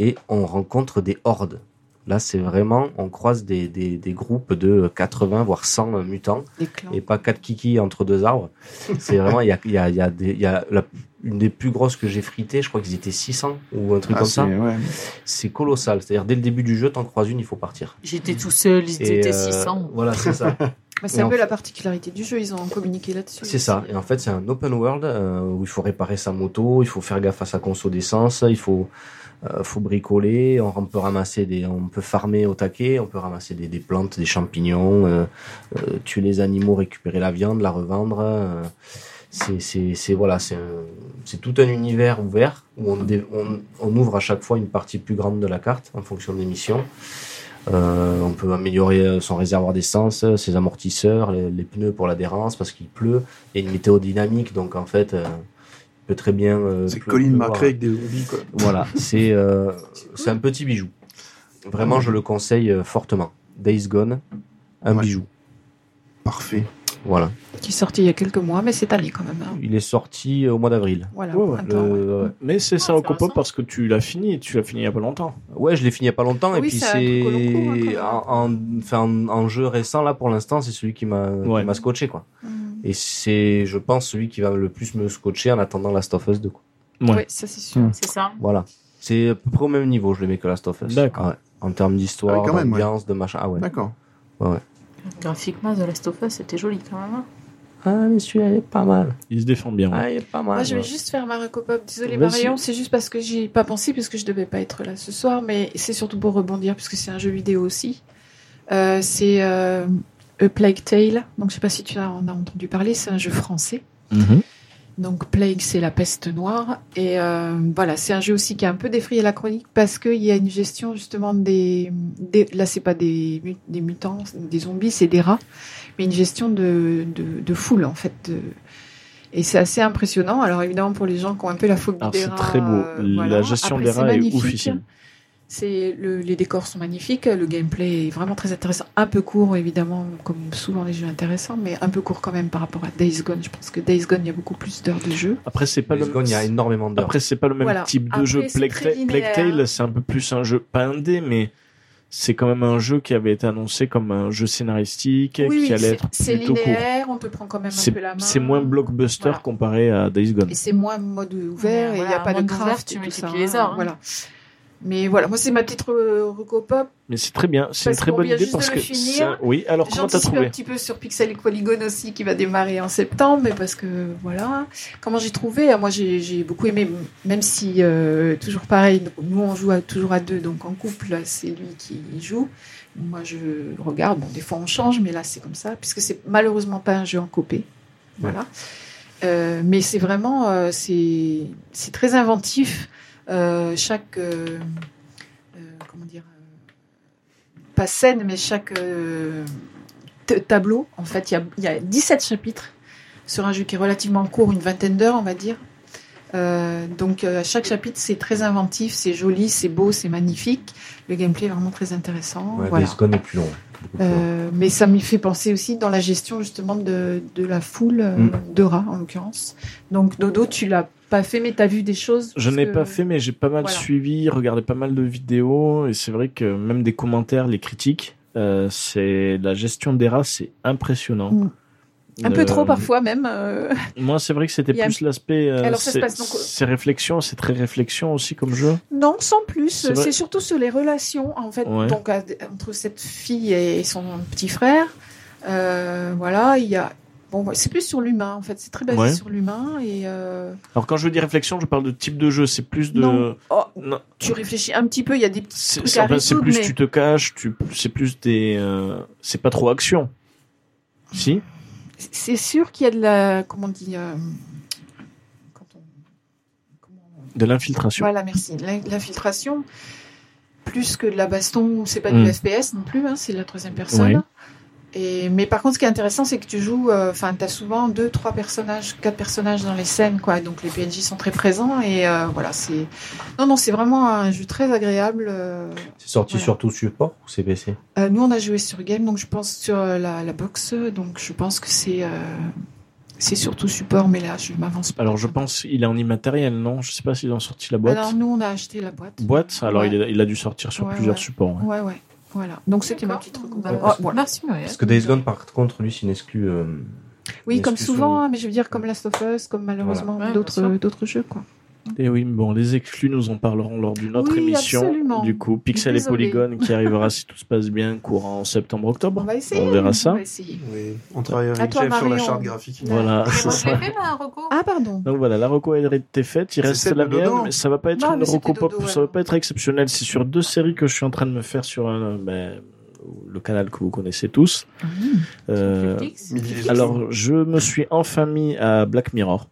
Speaker 8: et on rencontre des hordes. Là, c'est vraiment, on croise des, des, des groupes de 80 voire 100 mutants
Speaker 9: Les clans.
Speaker 8: et pas quatre kiki entre deux arbres. C'est vraiment, il y a, il y a, il y a, des- il y a la- une des plus grosses que j'ai fritées, je crois qu'ils étaient 600 ou un truc
Speaker 6: Ah,
Speaker 8: comme
Speaker 6: c'est-
Speaker 8: ça.
Speaker 6: ouais.
Speaker 5: Euh,
Speaker 8: C'est colossal. C'est-à-dire, dès le début du jeu, t'en croises une, il faut partir.
Speaker 7: J'étais tout seul, ils étaient
Speaker 8: euh,
Speaker 7: 600.
Speaker 8: Voilà, c'est ça.
Speaker 9: Bah, c'est
Speaker 8: Et
Speaker 9: un
Speaker 8: en
Speaker 9: peu
Speaker 8: fait-
Speaker 9: la particularité du jeu, ils ont communiqué là-dessus.
Speaker 8: c'est ça. Et en fait, c'est un open world euh, où il faut réparer sa moto, il faut faire gaffe à sa conso d'essence, il faut, euh, faut bricoler, on, on peut ramasser des, on peut farmer au taquet, on peut ramasser des, des plantes, des champignons, euh, euh, tuer les animaux, récupérer la viande, la revendre. euh, c'est, c'est, c'est voilà, c'est, un- c'est tout un univers ouvert où on, dé- on, on ouvre à chaque fois une partie plus grande de la carte en fonction des missions. Euh, on peut améliorer euh, son réservoir d'essence, euh, ses amortisseurs, les, les pneus pour l'adhérence parce qu'il pleut. Il y a une météo dynamique, donc en fait, euh, il peut très bien. euh,
Speaker 6: C'est
Speaker 8: pleu-
Speaker 6: Colin
Speaker 8: pleuvoir.
Speaker 6: McRae avec des zombies, quoi.
Speaker 8: Voilà, c'est euh, c'est un petit bijou.
Speaker 6: Ah
Speaker 8: Vraiment, je le conseille euh, fortement. Days Gone, un
Speaker 6: Ouais.
Speaker 8: bijou.
Speaker 6: Parfait.
Speaker 8: Voilà.
Speaker 9: Qui est sorti il y a quelques mois, mais cette année quand même. hein.
Speaker 8: Il est sorti euh, au mois d'avril.
Speaker 9: Voilà.
Speaker 5: Ouais, ouais,
Speaker 9: un
Speaker 8: Le-
Speaker 9: temps, ouais.
Speaker 8: ouais.
Speaker 5: Mais c'est ça au copo
Speaker 10: intéressant.
Speaker 5: parce que tu l'as fini, tu l'as fini il y a pas longtemps.
Speaker 8: Ouais, je l'ai fini il y a pas longtemps et
Speaker 9: Oui,
Speaker 8: puis
Speaker 9: c'est un truc au long cours, hein, quand
Speaker 8: c'est
Speaker 9: même.
Speaker 8: en, en- enfin, en- en jeu récent là pour l'instant, c'est celui qui m'a qui
Speaker 5: Ouais.
Speaker 8: m'a scotché quoi.
Speaker 9: Mm.
Speaker 8: Et c'est je pense celui qui va le plus me scotcher en attendant Last of Us 2 quoi.
Speaker 5: Ouais.
Speaker 9: Ouais, ça c'est sûr.
Speaker 10: C'est ça.
Speaker 8: Voilà. C'est à peu près au même niveau, je le mets que Last of Us.
Speaker 5: D'accord.
Speaker 8: Ouais. En termes
Speaker 6: Ah
Speaker 8: d'histoire,
Speaker 6: oui, quand même, ouais.
Speaker 8: d'ambiance, de machin. Ah ouais.
Speaker 6: D'accord.
Speaker 7: Graphiquement, The Last of Us, c'était joli quand même. hein.
Speaker 8: Ah mais celui-là il est pas mal.
Speaker 5: Il se défend bien. ouais.
Speaker 8: Ah il est pas mal.
Speaker 9: Moi, je vais
Speaker 8: ouais.
Speaker 9: juste faire ma recopop. Désolée,
Speaker 5: Vas-y.
Speaker 9: Marion, c'est juste parce que j'y ai pas pensé, parce que je devais pas être là ce soir, mais c'est surtout pour rebondir, puisque c'est un jeu vidéo aussi. Euh, c'est euh, A Plague Tale. Donc, je sais pas si tu en as entendu parler, c'est un jeu français.
Speaker 5: Mhm.
Speaker 9: Donc Plague, c'est la peste noire. Et euh, voilà, c'est un jeu aussi qui a un peu défrayé la chronique parce qu'il y a une gestion justement des... des- là, c'est pas des, mu- des mutants, des zombies, c'est des rats. Mais une gestion de, de, de foule, en fait. de- Et c'est assez impressionnant. Alors évidemment, pour les gens qui ont un peu la phobie
Speaker 5: Alors
Speaker 9: des
Speaker 5: Ah, c'est
Speaker 9: rats...
Speaker 5: très beau.
Speaker 9: euh, voilà.
Speaker 5: La gestion
Speaker 9: Après,
Speaker 5: des
Speaker 9: c'est
Speaker 5: rats est
Speaker 9: magnifique.
Speaker 5: oufissime.
Speaker 7: C'est le- les décors sont magnifiques, le gameplay est vraiment très intéressant. Un peu court, évidemment, comme souvent les jeux intéressants, mais un peu court quand même par rapport à Days Gone. Je pense que Days Gone, il y a beaucoup plus d'heures de jeu.
Speaker 5: Après, c'est pas
Speaker 8: Days
Speaker 5: le
Speaker 8: Gone, il y a énormément d'heures.
Speaker 5: Après, c'est pas le même
Speaker 7: Voilà.
Speaker 5: type de
Speaker 7: Après,
Speaker 5: jeu.
Speaker 7: c'est
Speaker 5: Plague
Speaker 7: très
Speaker 5: Ta- Plague
Speaker 7: linéaire.
Speaker 5: Tale, c'est un peu plus un jeu, pas indé, mais c'est quand même un jeu qui avait été annoncé comme un jeu scénaristique,
Speaker 7: Oui, oui,
Speaker 5: qui allait
Speaker 7: c'est-
Speaker 5: être
Speaker 7: c'est
Speaker 5: plutôt court.
Speaker 7: linéaire, on te prend quand même un
Speaker 5: C'est
Speaker 7: peu la main.
Speaker 5: c'est moins blockbuster
Speaker 7: Voilà.
Speaker 5: comparé à Days Gone.
Speaker 7: Et c'est moins mode ouvert,
Speaker 9: Ouais,
Speaker 7: et il n'y
Speaker 9: voilà,
Speaker 7: a pas de
Speaker 9: mode
Speaker 7: craft.
Speaker 9: ouvert, tu
Speaker 7: et tout
Speaker 9: multiplies
Speaker 7: ça,
Speaker 9: les heures, hein.
Speaker 7: Voilà. Mais voilà, moi c'est ma petite re- recopop.
Speaker 5: Mais c'est très bien, c'est une
Speaker 7: Parce
Speaker 5: très
Speaker 7: qu'on
Speaker 5: bonne
Speaker 7: vient
Speaker 5: idée
Speaker 7: juste
Speaker 5: parce
Speaker 7: de
Speaker 5: que.
Speaker 7: le finir.
Speaker 5: ça- Oui, alors comment t'as
Speaker 7: J'anticipe un
Speaker 5: trouvé
Speaker 7: petit peu sur Pixel et Polygon aussi qui va démarrer en septembre, mais parce que voilà, comment j'ai trouvé Ah, Moi j'ai j'ai beaucoup aimé, même si euh, toujours pareil, nous on joue à- toujours à deux, donc en couple là, c'est lui qui joue, moi je regarde. Bon, des fois on change, mais là c'est comme ça, puisque c'est malheureusement pas un jeu en copé, voilà. Euh, mais c'est vraiment, euh, c'est c'est très inventif. Euh, chaque euh, euh, comment dire euh, pas scène mais chaque euh, t- tableau en fait il y a, il y a 17 chapitres sur un jeu qui est relativement court une vingtaine d'heures on va dire Euh, donc euh, chaque chapitre c'est très inventif c'est joli c'est beau c'est magnifique le gameplay est vraiment très intéressant
Speaker 8: Ouais,
Speaker 7: voilà.
Speaker 8: Days Gone est plus long. Beaucoup plus long.
Speaker 7: Euh, mais ça m'y fait penser aussi dans la gestion justement de, de la foule euh,
Speaker 5: Mm.
Speaker 7: de rats en l'occurrence donc Dodo tu l'as pas fait mais t'as vu des choses
Speaker 5: Je
Speaker 7: parce
Speaker 5: n'ai
Speaker 7: que-
Speaker 5: pas fait, mais j'ai pas mal
Speaker 7: Voilà.
Speaker 5: suivi, regardé pas mal de vidéos, et c'est vrai que même des commentaires, les critiques, euh, c'est la gestion des rats, c'est impressionnant.
Speaker 7: Mm. un peu
Speaker 5: Euh,
Speaker 7: trop parfois même euh, <laughs>
Speaker 5: Moi, c'est vrai que c'était
Speaker 7: Il y a-
Speaker 5: plus l'aspect. euh,
Speaker 7: Alors, ça se
Speaker 5: c'est-
Speaker 7: passe donc-
Speaker 5: C'est réflexion, c'est très réflexion aussi comme jeu.
Speaker 7: Non, sans plus.
Speaker 5: C'est vrai.
Speaker 7: C'est surtout sur les relations, en fait,
Speaker 5: Ouais.
Speaker 7: donc à- entre cette fille et son petit frère. Euh, voilà, il y a. Bon, c'est plus sur l'humain, en fait. C'est très basé
Speaker 5: Ouais.
Speaker 7: sur l'humain et euh,
Speaker 5: Alors, quand je dis réflexion, je parle de type de jeu, c'est plus de.
Speaker 7: Non. oh,
Speaker 5: Non,
Speaker 7: tu réfléchis un petit peu. Il y a des petits.
Speaker 5: c'est
Speaker 7: Truc
Speaker 5: c'est-
Speaker 7: à
Speaker 5: enfin, c'est
Speaker 7: résoudre,
Speaker 5: plus
Speaker 7: mais-
Speaker 5: tu te caches, tu, c'est plus des. euh, c'est pas trop action. Si
Speaker 7: C'est sûr qu'il y a de la. Comment on dit euh, quand on- comment on-
Speaker 5: De l'infiltration.
Speaker 7: Voilà, merci. L'in- L'infiltration, plus que de la baston, c'est pas
Speaker 5: Mm.
Speaker 7: du FPS non plus, hein, c'est de la troisième personne.
Speaker 5: Oui.
Speaker 7: Et, mais par contre, ce qui est intéressant, c'est que tu joues, enfin, tu as souvent deux, trois personnages, quatre personnages dans les scènes, quoi. Donc les PNJ sont très présents et euh, voilà, c'est. Non, non, c'est vraiment un jeu très agréable. euh.
Speaker 8: C'est sorti
Speaker 7: voilà.
Speaker 8: sur tout support ou c'est PC
Speaker 7: Euh, nous, on a joué sur Game, donc je pense sur euh, la, la box, donc je pense que c'est. euh, C'est surtout support, mais là, je m'avance pas.
Speaker 5: Alors, je pense il est en immatériel, non Je sais pas s'ils ont sorti la boîte.
Speaker 7: Alors, nous, on a acheté la boîte.
Speaker 5: boîte Alors,
Speaker 7: Ouais.
Speaker 5: il, a, il a dû sortir sur
Speaker 7: Ouais,
Speaker 5: plusieurs
Speaker 7: ouais.
Speaker 5: supports. ouais.
Speaker 7: Ouais, ouais. Voilà. Donc c'était ma petite
Speaker 9: D'accord.
Speaker 7: recommandation.
Speaker 9: Bah,
Speaker 7: Oh, voilà.
Speaker 9: Merci Muriel.
Speaker 8: Parce que Days Gone, par contre, lui, c'est une exclu. euh,
Speaker 7: Oui, comme
Speaker 8: excuse
Speaker 7: souvent,
Speaker 9: Ah,
Speaker 8: sur-
Speaker 7: hein, mais je veux dire comme Last of Us, comme
Speaker 9: hein,
Speaker 7: malheureusement
Speaker 9: Voilà. Ouais,
Speaker 7: d'autres
Speaker 9: bien
Speaker 7: d'autres jeux quoi.
Speaker 5: Et Eh oui, mais bon, les exclus, nous en parlerons lors d'une autre
Speaker 7: Oui,
Speaker 5: émission.
Speaker 7: absolument.
Speaker 5: Du coup, Pixel et
Speaker 7: Désolée.
Speaker 5: Polygon
Speaker 7: <laughs>
Speaker 5: qui arrivera si tout se passe bien courant en septembre-octobre.
Speaker 7: On va essayer.
Speaker 5: On verra ça.
Speaker 7: va essayer.
Speaker 6: Oui, on travaille
Speaker 7: À
Speaker 6: avec
Speaker 7: toi,
Speaker 6: Jeff sur la
Speaker 7: Marion.
Speaker 6: charte graphique.
Speaker 5: Voilà,
Speaker 9: Et
Speaker 5: Ah, c'est
Speaker 9: moi, je l'ai
Speaker 5: ça.
Speaker 9: fait, ma reco.
Speaker 7: Ah pardon.
Speaker 5: Donc voilà, la reco elle était faite, il
Speaker 6: C'est
Speaker 5: reste
Speaker 6: celle
Speaker 5: la
Speaker 6: de
Speaker 5: mienne,
Speaker 6: Dodo.
Speaker 5: mais ça va pas être
Speaker 7: Non,
Speaker 5: une
Speaker 7: mais c'était
Speaker 5: reco pop,
Speaker 7: Dodo, ouais.
Speaker 5: ça va pas être exceptionnel. C'est sur deux séries que je suis en train de me faire sur un, ben, le canal que vous connaissez tous.
Speaker 7: Ah
Speaker 5: Euh,
Speaker 9: Netflix.
Speaker 6: Midi les autres.
Speaker 5: alors, je me suis enfin mis à Black Mirror.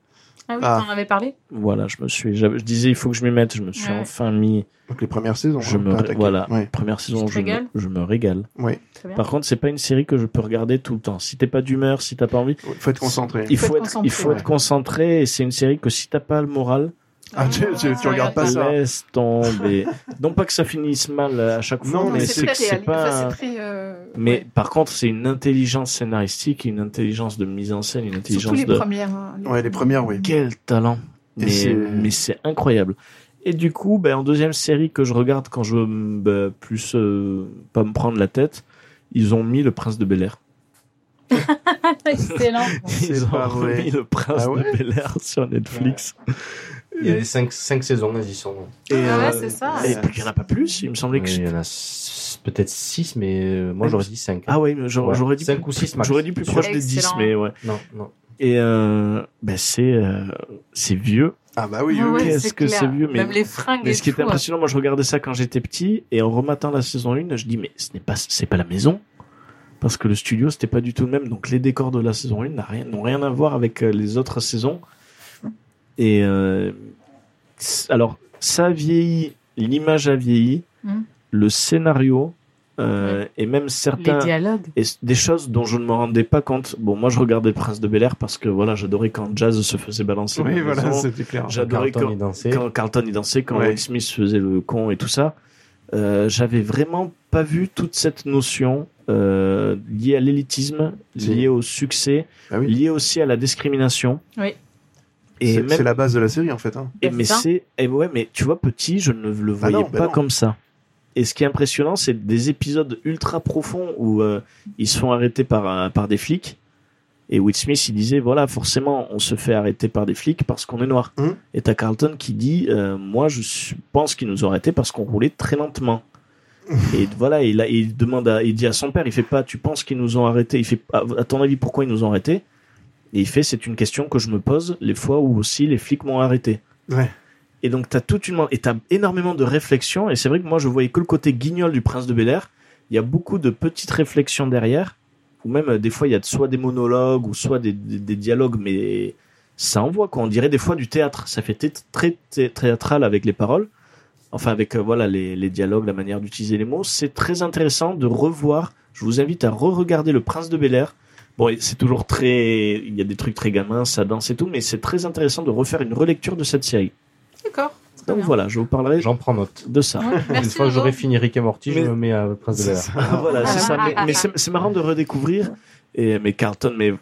Speaker 9: Ah oui,
Speaker 6: Ah.
Speaker 9: t'en avais parlé.
Speaker 5: Voilà, je me suis, j'avais- je disais il faut que je m'y mette, je me suis
Speaker 9: Ouais.
Speaker 5: enfin mis.
Speaker 6: Donc les premières saisons.
Speaker 5: Je
Speaker 6: hein,
Speaker 5: me
Speaker 6: pas
Speaker 5: ré-
Speaker 6: attaquer.
Speaker 5: voilà.
Speaker 6: Ouais.
Speaker 5: Première saison,
Speaker 9: te
Speaker 5: je me,
Speaker 9: régales
Speaker 5: je me régale.
Speaker 6: Ouais.
Speaker 9: Très bien.
Speaker 5: Par contre, c'est pas une série que je peux regarder tout le temps. Si t'es pas d'humeur, si t'as pas envie,
Speaker 6: Faut être concentré.
Speaker 5: il
Speaker 7: Faut
Speaker 5: faut
Speaker 7: être
Speaker 5: être, il faut
Speaker 6: concentré,
Speaker 5: être concentré. Et c'est une série que si t'as pas le moral,
Speaker 6: <laughs> Ah, tu, tu- tu
Speaker 9: Ah,
Speaker 6: regardes pas
Speaker 9: regarde
Speaker 6: ça.
Speaker 5: Laisse tomber. non pas que ça finisse mal à chaque fois,
Speaker 6: Non,
Speaker 5: mais
Speaker 6: mais
Speaker 5: c'est que c'est pas.
Speaker 7: Enfin, c'est très, euh,
Speaker 5: Mais
Speaker 7: ouais.
Speaker 5: par contre, c'est une intelligence scénaristique, une intelligence de mise en scène, une
Speaker 7: surtout
Speaker 5: intelligence
Speaker 7: les
Speaker 5: de.
Speaker 7: premières. hein, les-
Speaker 6: Ouais, les premières, oui.
Speaker 5: Quel talent
Speaker 6: Et
Speaker 5: Mais
Speaker 6: c'est-
Speaker 5: mais c'est incroyable. Et du coup, ben, en deuxième série que je regarde quand je veux mm, ben, plus euh, pas me prendre la tête, ils ont mis le prince de Bel Air.
Speaker 7: <laughs>
Speaker 9: Excellent.
Speaker 5: Ils ont
Speaker 6: pas vrai.
Speaker 5: remis le prince
Speaker 6: Ah ouais
Speaker 5: de Bel Air sur Netflix.
Speaker 8: Il y a les 5 saisons, elles y sont.
Speaker 9: Ah
Speaker 5: Et, euh,
Speaker 9: ouais, c'est ça.
Speaker 5: et puis il y en a pas plus. Il me semblait que.
Speaker 8: Oui, Il y en a s- peut-être 6, mais euh, moi, j'aurais dit 5.
Speaker 5: Ah oui, mais j'aurais
Speaker 8: Ouais.
Speaker 5: j'aurais dit
Speaker 8: Cinq
Speaker 5: plus-
Speaker 8: ou six max.
Speaker 5: J'aurais dit plus proche des 10,
Speaker 9: Excellent.
Speaker 5: mais ouais.
Speaker 8: Non, non.
Speaker 5: Et euh, ben c'est euh, c'est vieux.
Speaker 6: Ah bah oui,
Speaker 9: Ah
Speaker 6: oui,
Speaker 9: ouais,
Speaker 6: oui.
Speaker 5: Qu'est-ce que
Speaker 9: clair.
Speaker 5: c'est vieux, mais-
Speaker 9: Même les fringues
Speaker 5: Mais
Speaker 9: et
Speaker 5: ce qui
Speaker 9: tout,
Speaker 7: hein.
Speaker 5: était impressionnant, moi je regardais ça quand j'étais petit et en rematant la saison 1, je dis mais ce n'est pas c'est pas la maison parce que le studio c'était pas du tout le même donc les décors de la saison 1 n'ont rien, n'ont rien à voir avec euh, les autres saisons. Et euh, c'est- alors ça vieillit, l'image a vieilli,
Speaker 9: Mhm.
Speaker 5: le scénario euh, et même certains
Speaker 9: dialogues.
Speaker 5: et c- des choses dont je ne me rendais pas compte. Bon, moi, je regardais le Prince de Bel Air parce que voilà, j'adorais quand Jazz se faisait balancer. de
Speaker 6: Oui,
Speaker 5: la
Speaker 6: voilà,
Speaker 5: maison,
Speaker 6: c'était clair.
Speaker 5: J'adorais
Speaker 8: Carlton
Speaker 5: quand,
Speaker 8: et danser.
Speaker 5: quand Carlton y dansait, quand
Speaker 6: Ouais.
Speaker 5: Will Smith faisait le con et tout ça. euh, j'avais vraiment pas vu toute cette notion euh, liée à l'élitisme,
Speaker 6: Si.
Speaker 5: liée au succès,
Speaker 6: Ah oui.
Speaker 5: liée aussi à la discrimination.
Speaker 10: Oui.
Speaker 5: Et
Speaker 6: C'est
Speaker 5: même-
Speaker 6: c'est la base de la série en fait. hein.
Speaker 5: et mais
Speaker 10: Putain.
Speaker 5: c'est et ouais mais tu vois petit je ne le voyais
Speaker 6: non, bah
Speaker 5: pas
Speaker 6: non.
Speaker 5: comme ça. Et ce qui est impressionnant c'est des épisodes ultra profonds où euh, ils se font arrêter par euh, par des flics et Will Smith il disait voilà forcément on se fait arrêter par des flics parce qu'on est noir.
Speaker 6: Hum.
Speaker 5: Et t'as Carlton qui dit euh, moi je suis- pense qu'ils nous ont arrêtés parce qu'on roulait très lentement.
Speaker 6: Mmh.
Speaker 5: Et voilà, il, a- il demande, à, il dit à son père, il fait pas, tu penses qu'ils nous ont arrêtés Il fait, à, à ton avis, pourquoi ils nous ont arrêtés Et il fait, c'est une question que je me pose les fois où aussi les flics m'ont arrêté.
Speaker 6: Ouais.
Speaker 5: Et donc t'as toute une, et t'as énormément de réflexions. Et c'est vrai que moi je voyais que le côté guignol du Prince de Bel Air. Il y a beaucoup de petites réflexions derrière, ou même euh, des fois il y a soit des monologues ou soit des, des- des dialogues, mais ça envoie quoi. On dirait des fois du théâtre. Ça fait thé- très, thé- théâtral avec les paroles. Enfin, avec euh, voilà les, les dialogues, la manière d'utiliser les mots, c'est très intéressant de revoir. Je vous invite à re-regarder Le Prince de Bel Air Bon, et c'est toujours très. Il y a des trucs très gamins, ça danse et tout, mais c'est très intéressant de refaire une relecture de cette série.
Speaker 10: D'accord. Très
Speaker 5: Donc
Speaker 10: bien.
Speaker 5: voilà, je vous parlerai
Speaker 8: J'en prends note.
Speaker 5: de ça.
Speaker 10: Merci,
Speaker 8: Une fois que j'aurai
Speaker 10: Laurent.
Speaker 8: fini Rick et Morty,
Speaker 5: Mais-
Speaker 8: je me mets à Prince de
Speaker 6: C'est
Speaker 8: l'air.
Speaker 5: voilà, c'est ça. Mais, mais c'est c'est marrant de redécouvrir. Et, mais Carlton, mais.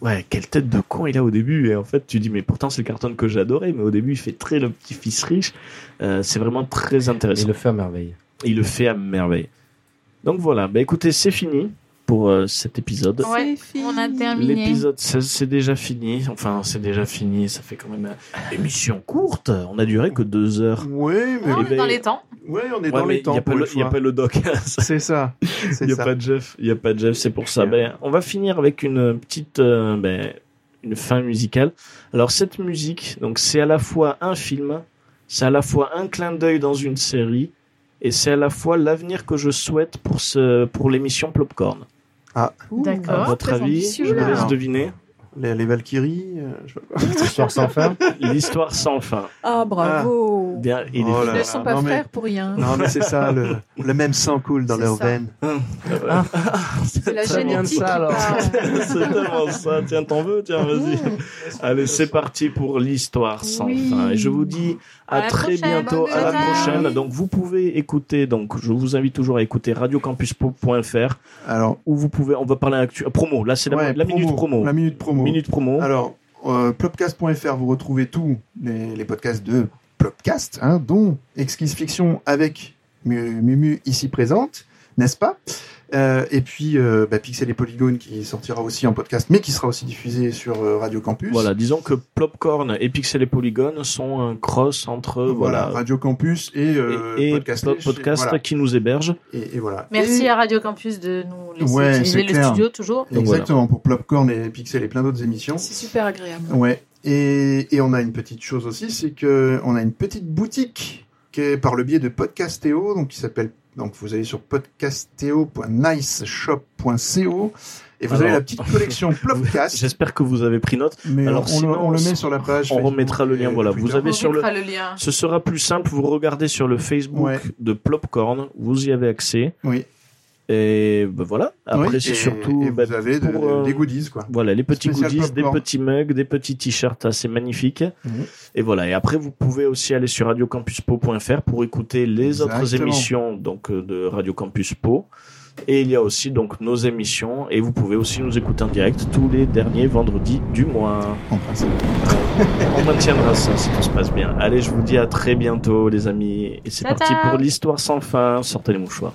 Speaker 5: Ouais, quelle tête de con il a au début. Et en fait, tu dis, mais pourtant, c'est le Carlton que j'adorais. Mais au début, il fait très le petit fils riche. Euh, c'est vraiment très
Speaker 8: Il
Speaker 5: intéressant.
Speaker 8: le fait
Speaker 5: <laughs>
Speaker 8: à merveille.
Speaker 5: Et Il le fait à merveille. Donc voilà, bah écoutez, c'est fini pour euh, cet épisode.
Speaker 10: Ouais,
Speaker 9: fini.
Speaker 10: on a terminé.
Speaker 5: L'épisode 16, c'est déjà fini. Enfin, c'est déjà fini. Ça fait quand même une émission courte. On a duré que deux heures.
Speaker 6: Ouais, mais
Speaker 10: On
Speaker 5: Eh
Speaker 10: est
Speaker 5: ben,
Speaker 10: dans les temps.
Speaker 6: ouais, on est
Speaker 5: Ouais,
Speaker 6: dans
Speaker 5: mais
Speaker 6: les temps.
Speaker 5: Il n'y a, pas
Speaker 6: pour
Speaker 5: le-
Speaker 6: une
Speaker 5: il y a
Speaker 6: fois.
Speaker 5: pas le doc. <laughs> Ça,
Speaker 6: C'est ça.
Speaker 5: Il
Speaker 6: C'est
Speaker 5: n'y a
Speaker 6: ça.
Speaker 5: pas de Jeff. Il n'y a pas de Jeff. C'est pour ça.
Speaker 6: C'est clair.
Speaker 5: Ben, on va finir avec une petite euh, ben, une fin musicale. Alors, cette musique, donc c'est à la fois un film, c'est à la fois un clin d'œil dans une série, et c'est à la fois l'avenir que je souhaite pour, ce, pour l'émission Plopcorn. À
Speaker 10: D'accord.
Speaker 5: votre
Speaker 10: Oh, très
Speaker 5: avis,
Speaker 10: ambitieux.
Speaker 5: je vous
Speaker 6: là.
Speaker 5: laisse
Speaker 6: <laughs>
Speaker 5: deviner.
Speaker 6: Les, les Valkyries. euh, je sais pas.
Speaker 8: Ce soir sans fin.
Speaker 5: L'histoire sans fin.
Speaker 9: Ah, bravo.
Speaker 5: Bien, il est
Speaker 6: Oh là
Speaker 9: Ils ne
Speaker 6: là.
Speaker 9: sont pas
Speaker 6: Non, mais-
Speaker 9: frères pour
Speaker 5: <laughs>
Speaker 9: rien.
Speaker 6: Non, mais c'est ça, le, <laughs> le même sang coule dans
Speaker 9: C'est
Speaker 6: leurs
Speaker 9: ça.
Speaker 6: veines. Ah,
Speaker 9: C'est la
Speaker 5: Très bien
Speaker 9: génétique.
Speaker 5: ça,
Speaker 9: qui
Speaker 5: alors.
Speaker 9: parle.
Speaker 7: euh.
Speaker 5: <laughs> C'est tellement ça. Tiens, t'en veux Tiens, vas-y. Allez, c'est parti pour l'histoire sans
Speaker 9: Oui.
Speaker 5: fin. Et je vous dis à,
Speaker 10: À la
Speaker 5: très
Speaker 10: prochaine,
Speaker 5: bientôt,
Speaker 10: bonne
Speaker 5: à la
Speaker 10: journée.
Speaker 5: prochaine. Donc, vous pouvez écouter. Donc, je vous invite toujours à écouter radiocampuspo.fr
Speaker 6: Alors,
Speaker 5: où vous pouvez. On va parler actu, euh, promo. Là, c'est la,
Speaker 6: ouais,
Speaker 5: la minute promo.
Speaker 6: La minute promo.
Speaker 5: Minute promo.
Speaker 6: Alors, euh, plopcast.fr, vous retrouvez tous les, les podcasts de Plopcast, hein, dont Exquise Fiction avec Mu- Mumu ici présente, n'est-ce pas Euh, Et puis euh, bah, Pixel et Polygone qui sortira aussi en podcast, mais qui sera aussi diffusé sur euh, Radio Campus.
Speaker 5: Voilà, disons que Plopcorn et Pixel et Polygone sont un cross entre
Speaker 6: Euh, Voilà,
Speaker 5: voilà,
Speaker 6: Radio Campus et, euh,
Speaker 5: et, et
Speaker 6: Podcast.
Speaker 5: Plop- podcast
Speaker 6: voilà.
Speaker 5: qui nous héberge.
Speaker 6: Et, et voilà.
Speaker 10: Merci
Speaker 6: Et-
Speaker 10: à Radio Campus de nous laisser
Speaker 6: Ouais,
Speaker 10: utiliser
Speaker 6: c'est
Speaker 10: le
Speaker 6: clair.
Speaker 10: studio toujours.
Speaker 5: Donc voilà.
Speaker 6: Exactement, pour Plopcorn et Pixel et plein d'autres émissions.
Speaker 9: C'est super agréable.
Speaker 6: Ouais. Et, et on a une petite chose aussi, c'est que on a une petite boutique qui est par le biais de Podcastéo, donc qui s'appelle donc vous allez sur podcastéo.niceshop.co et vous
Speaker 5: Alors-
Speaker 6: avez la petite
Speaker 5: <laughs>
Speaker 6: collection Plopcast.
Speaker 5: J'espère que vous avez pris note.
Speaker 6: Mais
Speaker 5: Alors,
Speaker 6: on,
Speaker 5: sinon,
Speaker 6: le, on le met sur la page.
Speaker 5: on
Speaker 6: Facebook
Speaker 5: remettra le
Speaker 6: et
Speaker 5: lien, voilà.
Speaker 6: Twitter.
Speaker 5: Vous avez- Mais
Speaker 10: On
Speaker 5: sur le-
Speaker 10: mettra le lien.
Speaker 5: Ce sera plus simple, vous regardez sur le Facebook
Speaker 6: Ouais.
Speaker 5: de Plopcorn, vous y avez accès.
Speaker 6: Oui.
Speaker 5: Et ben voilà, après
Speaker 6: Oui,
Speaker 5: c'est
Speaker 6: et-
Speaker 5: surtout
Speaker 6: et
Speaker 5: ben,
Speaker 6: vous avez de-
Speaker 5: pour, euh,
Speaker 6: des goodies quoi.
Speaker 5: voilà, les petits
Speaker 6: Spécial
Speaker 5: goodies, des
Speaker 6: Popcorn.
Speaker 5: petits mugs, des petits t-shirts assez magnifiques.
Speaker 6: Mhm.
Speaker 5: Et voilà, et après vous pouvez aussi aller sur radiocampuspo.fr pour écouter les autres
Speaker 6: Exactement.
Speaker 5: émissions donc euh, de Radio Campus Po. Et il y a aussi donc nos émissions et vous pouvez aussi nous écouter en direct tous les derniers vendredis du mois.
Speaker 6: En principe.
Speaker 5: <laughs> On maintiendra ça si tout se passe bien. Allez, je vous dis à très bientôt, les amis. Et c'est
Speaker 10: Ta-ta.
Speaker 5: parti pour l'histoire sans fin. Sortez les mouchoirs.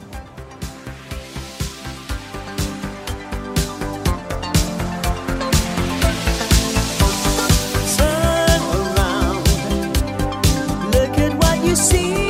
Speaker 13: Turn around. Look at what you see.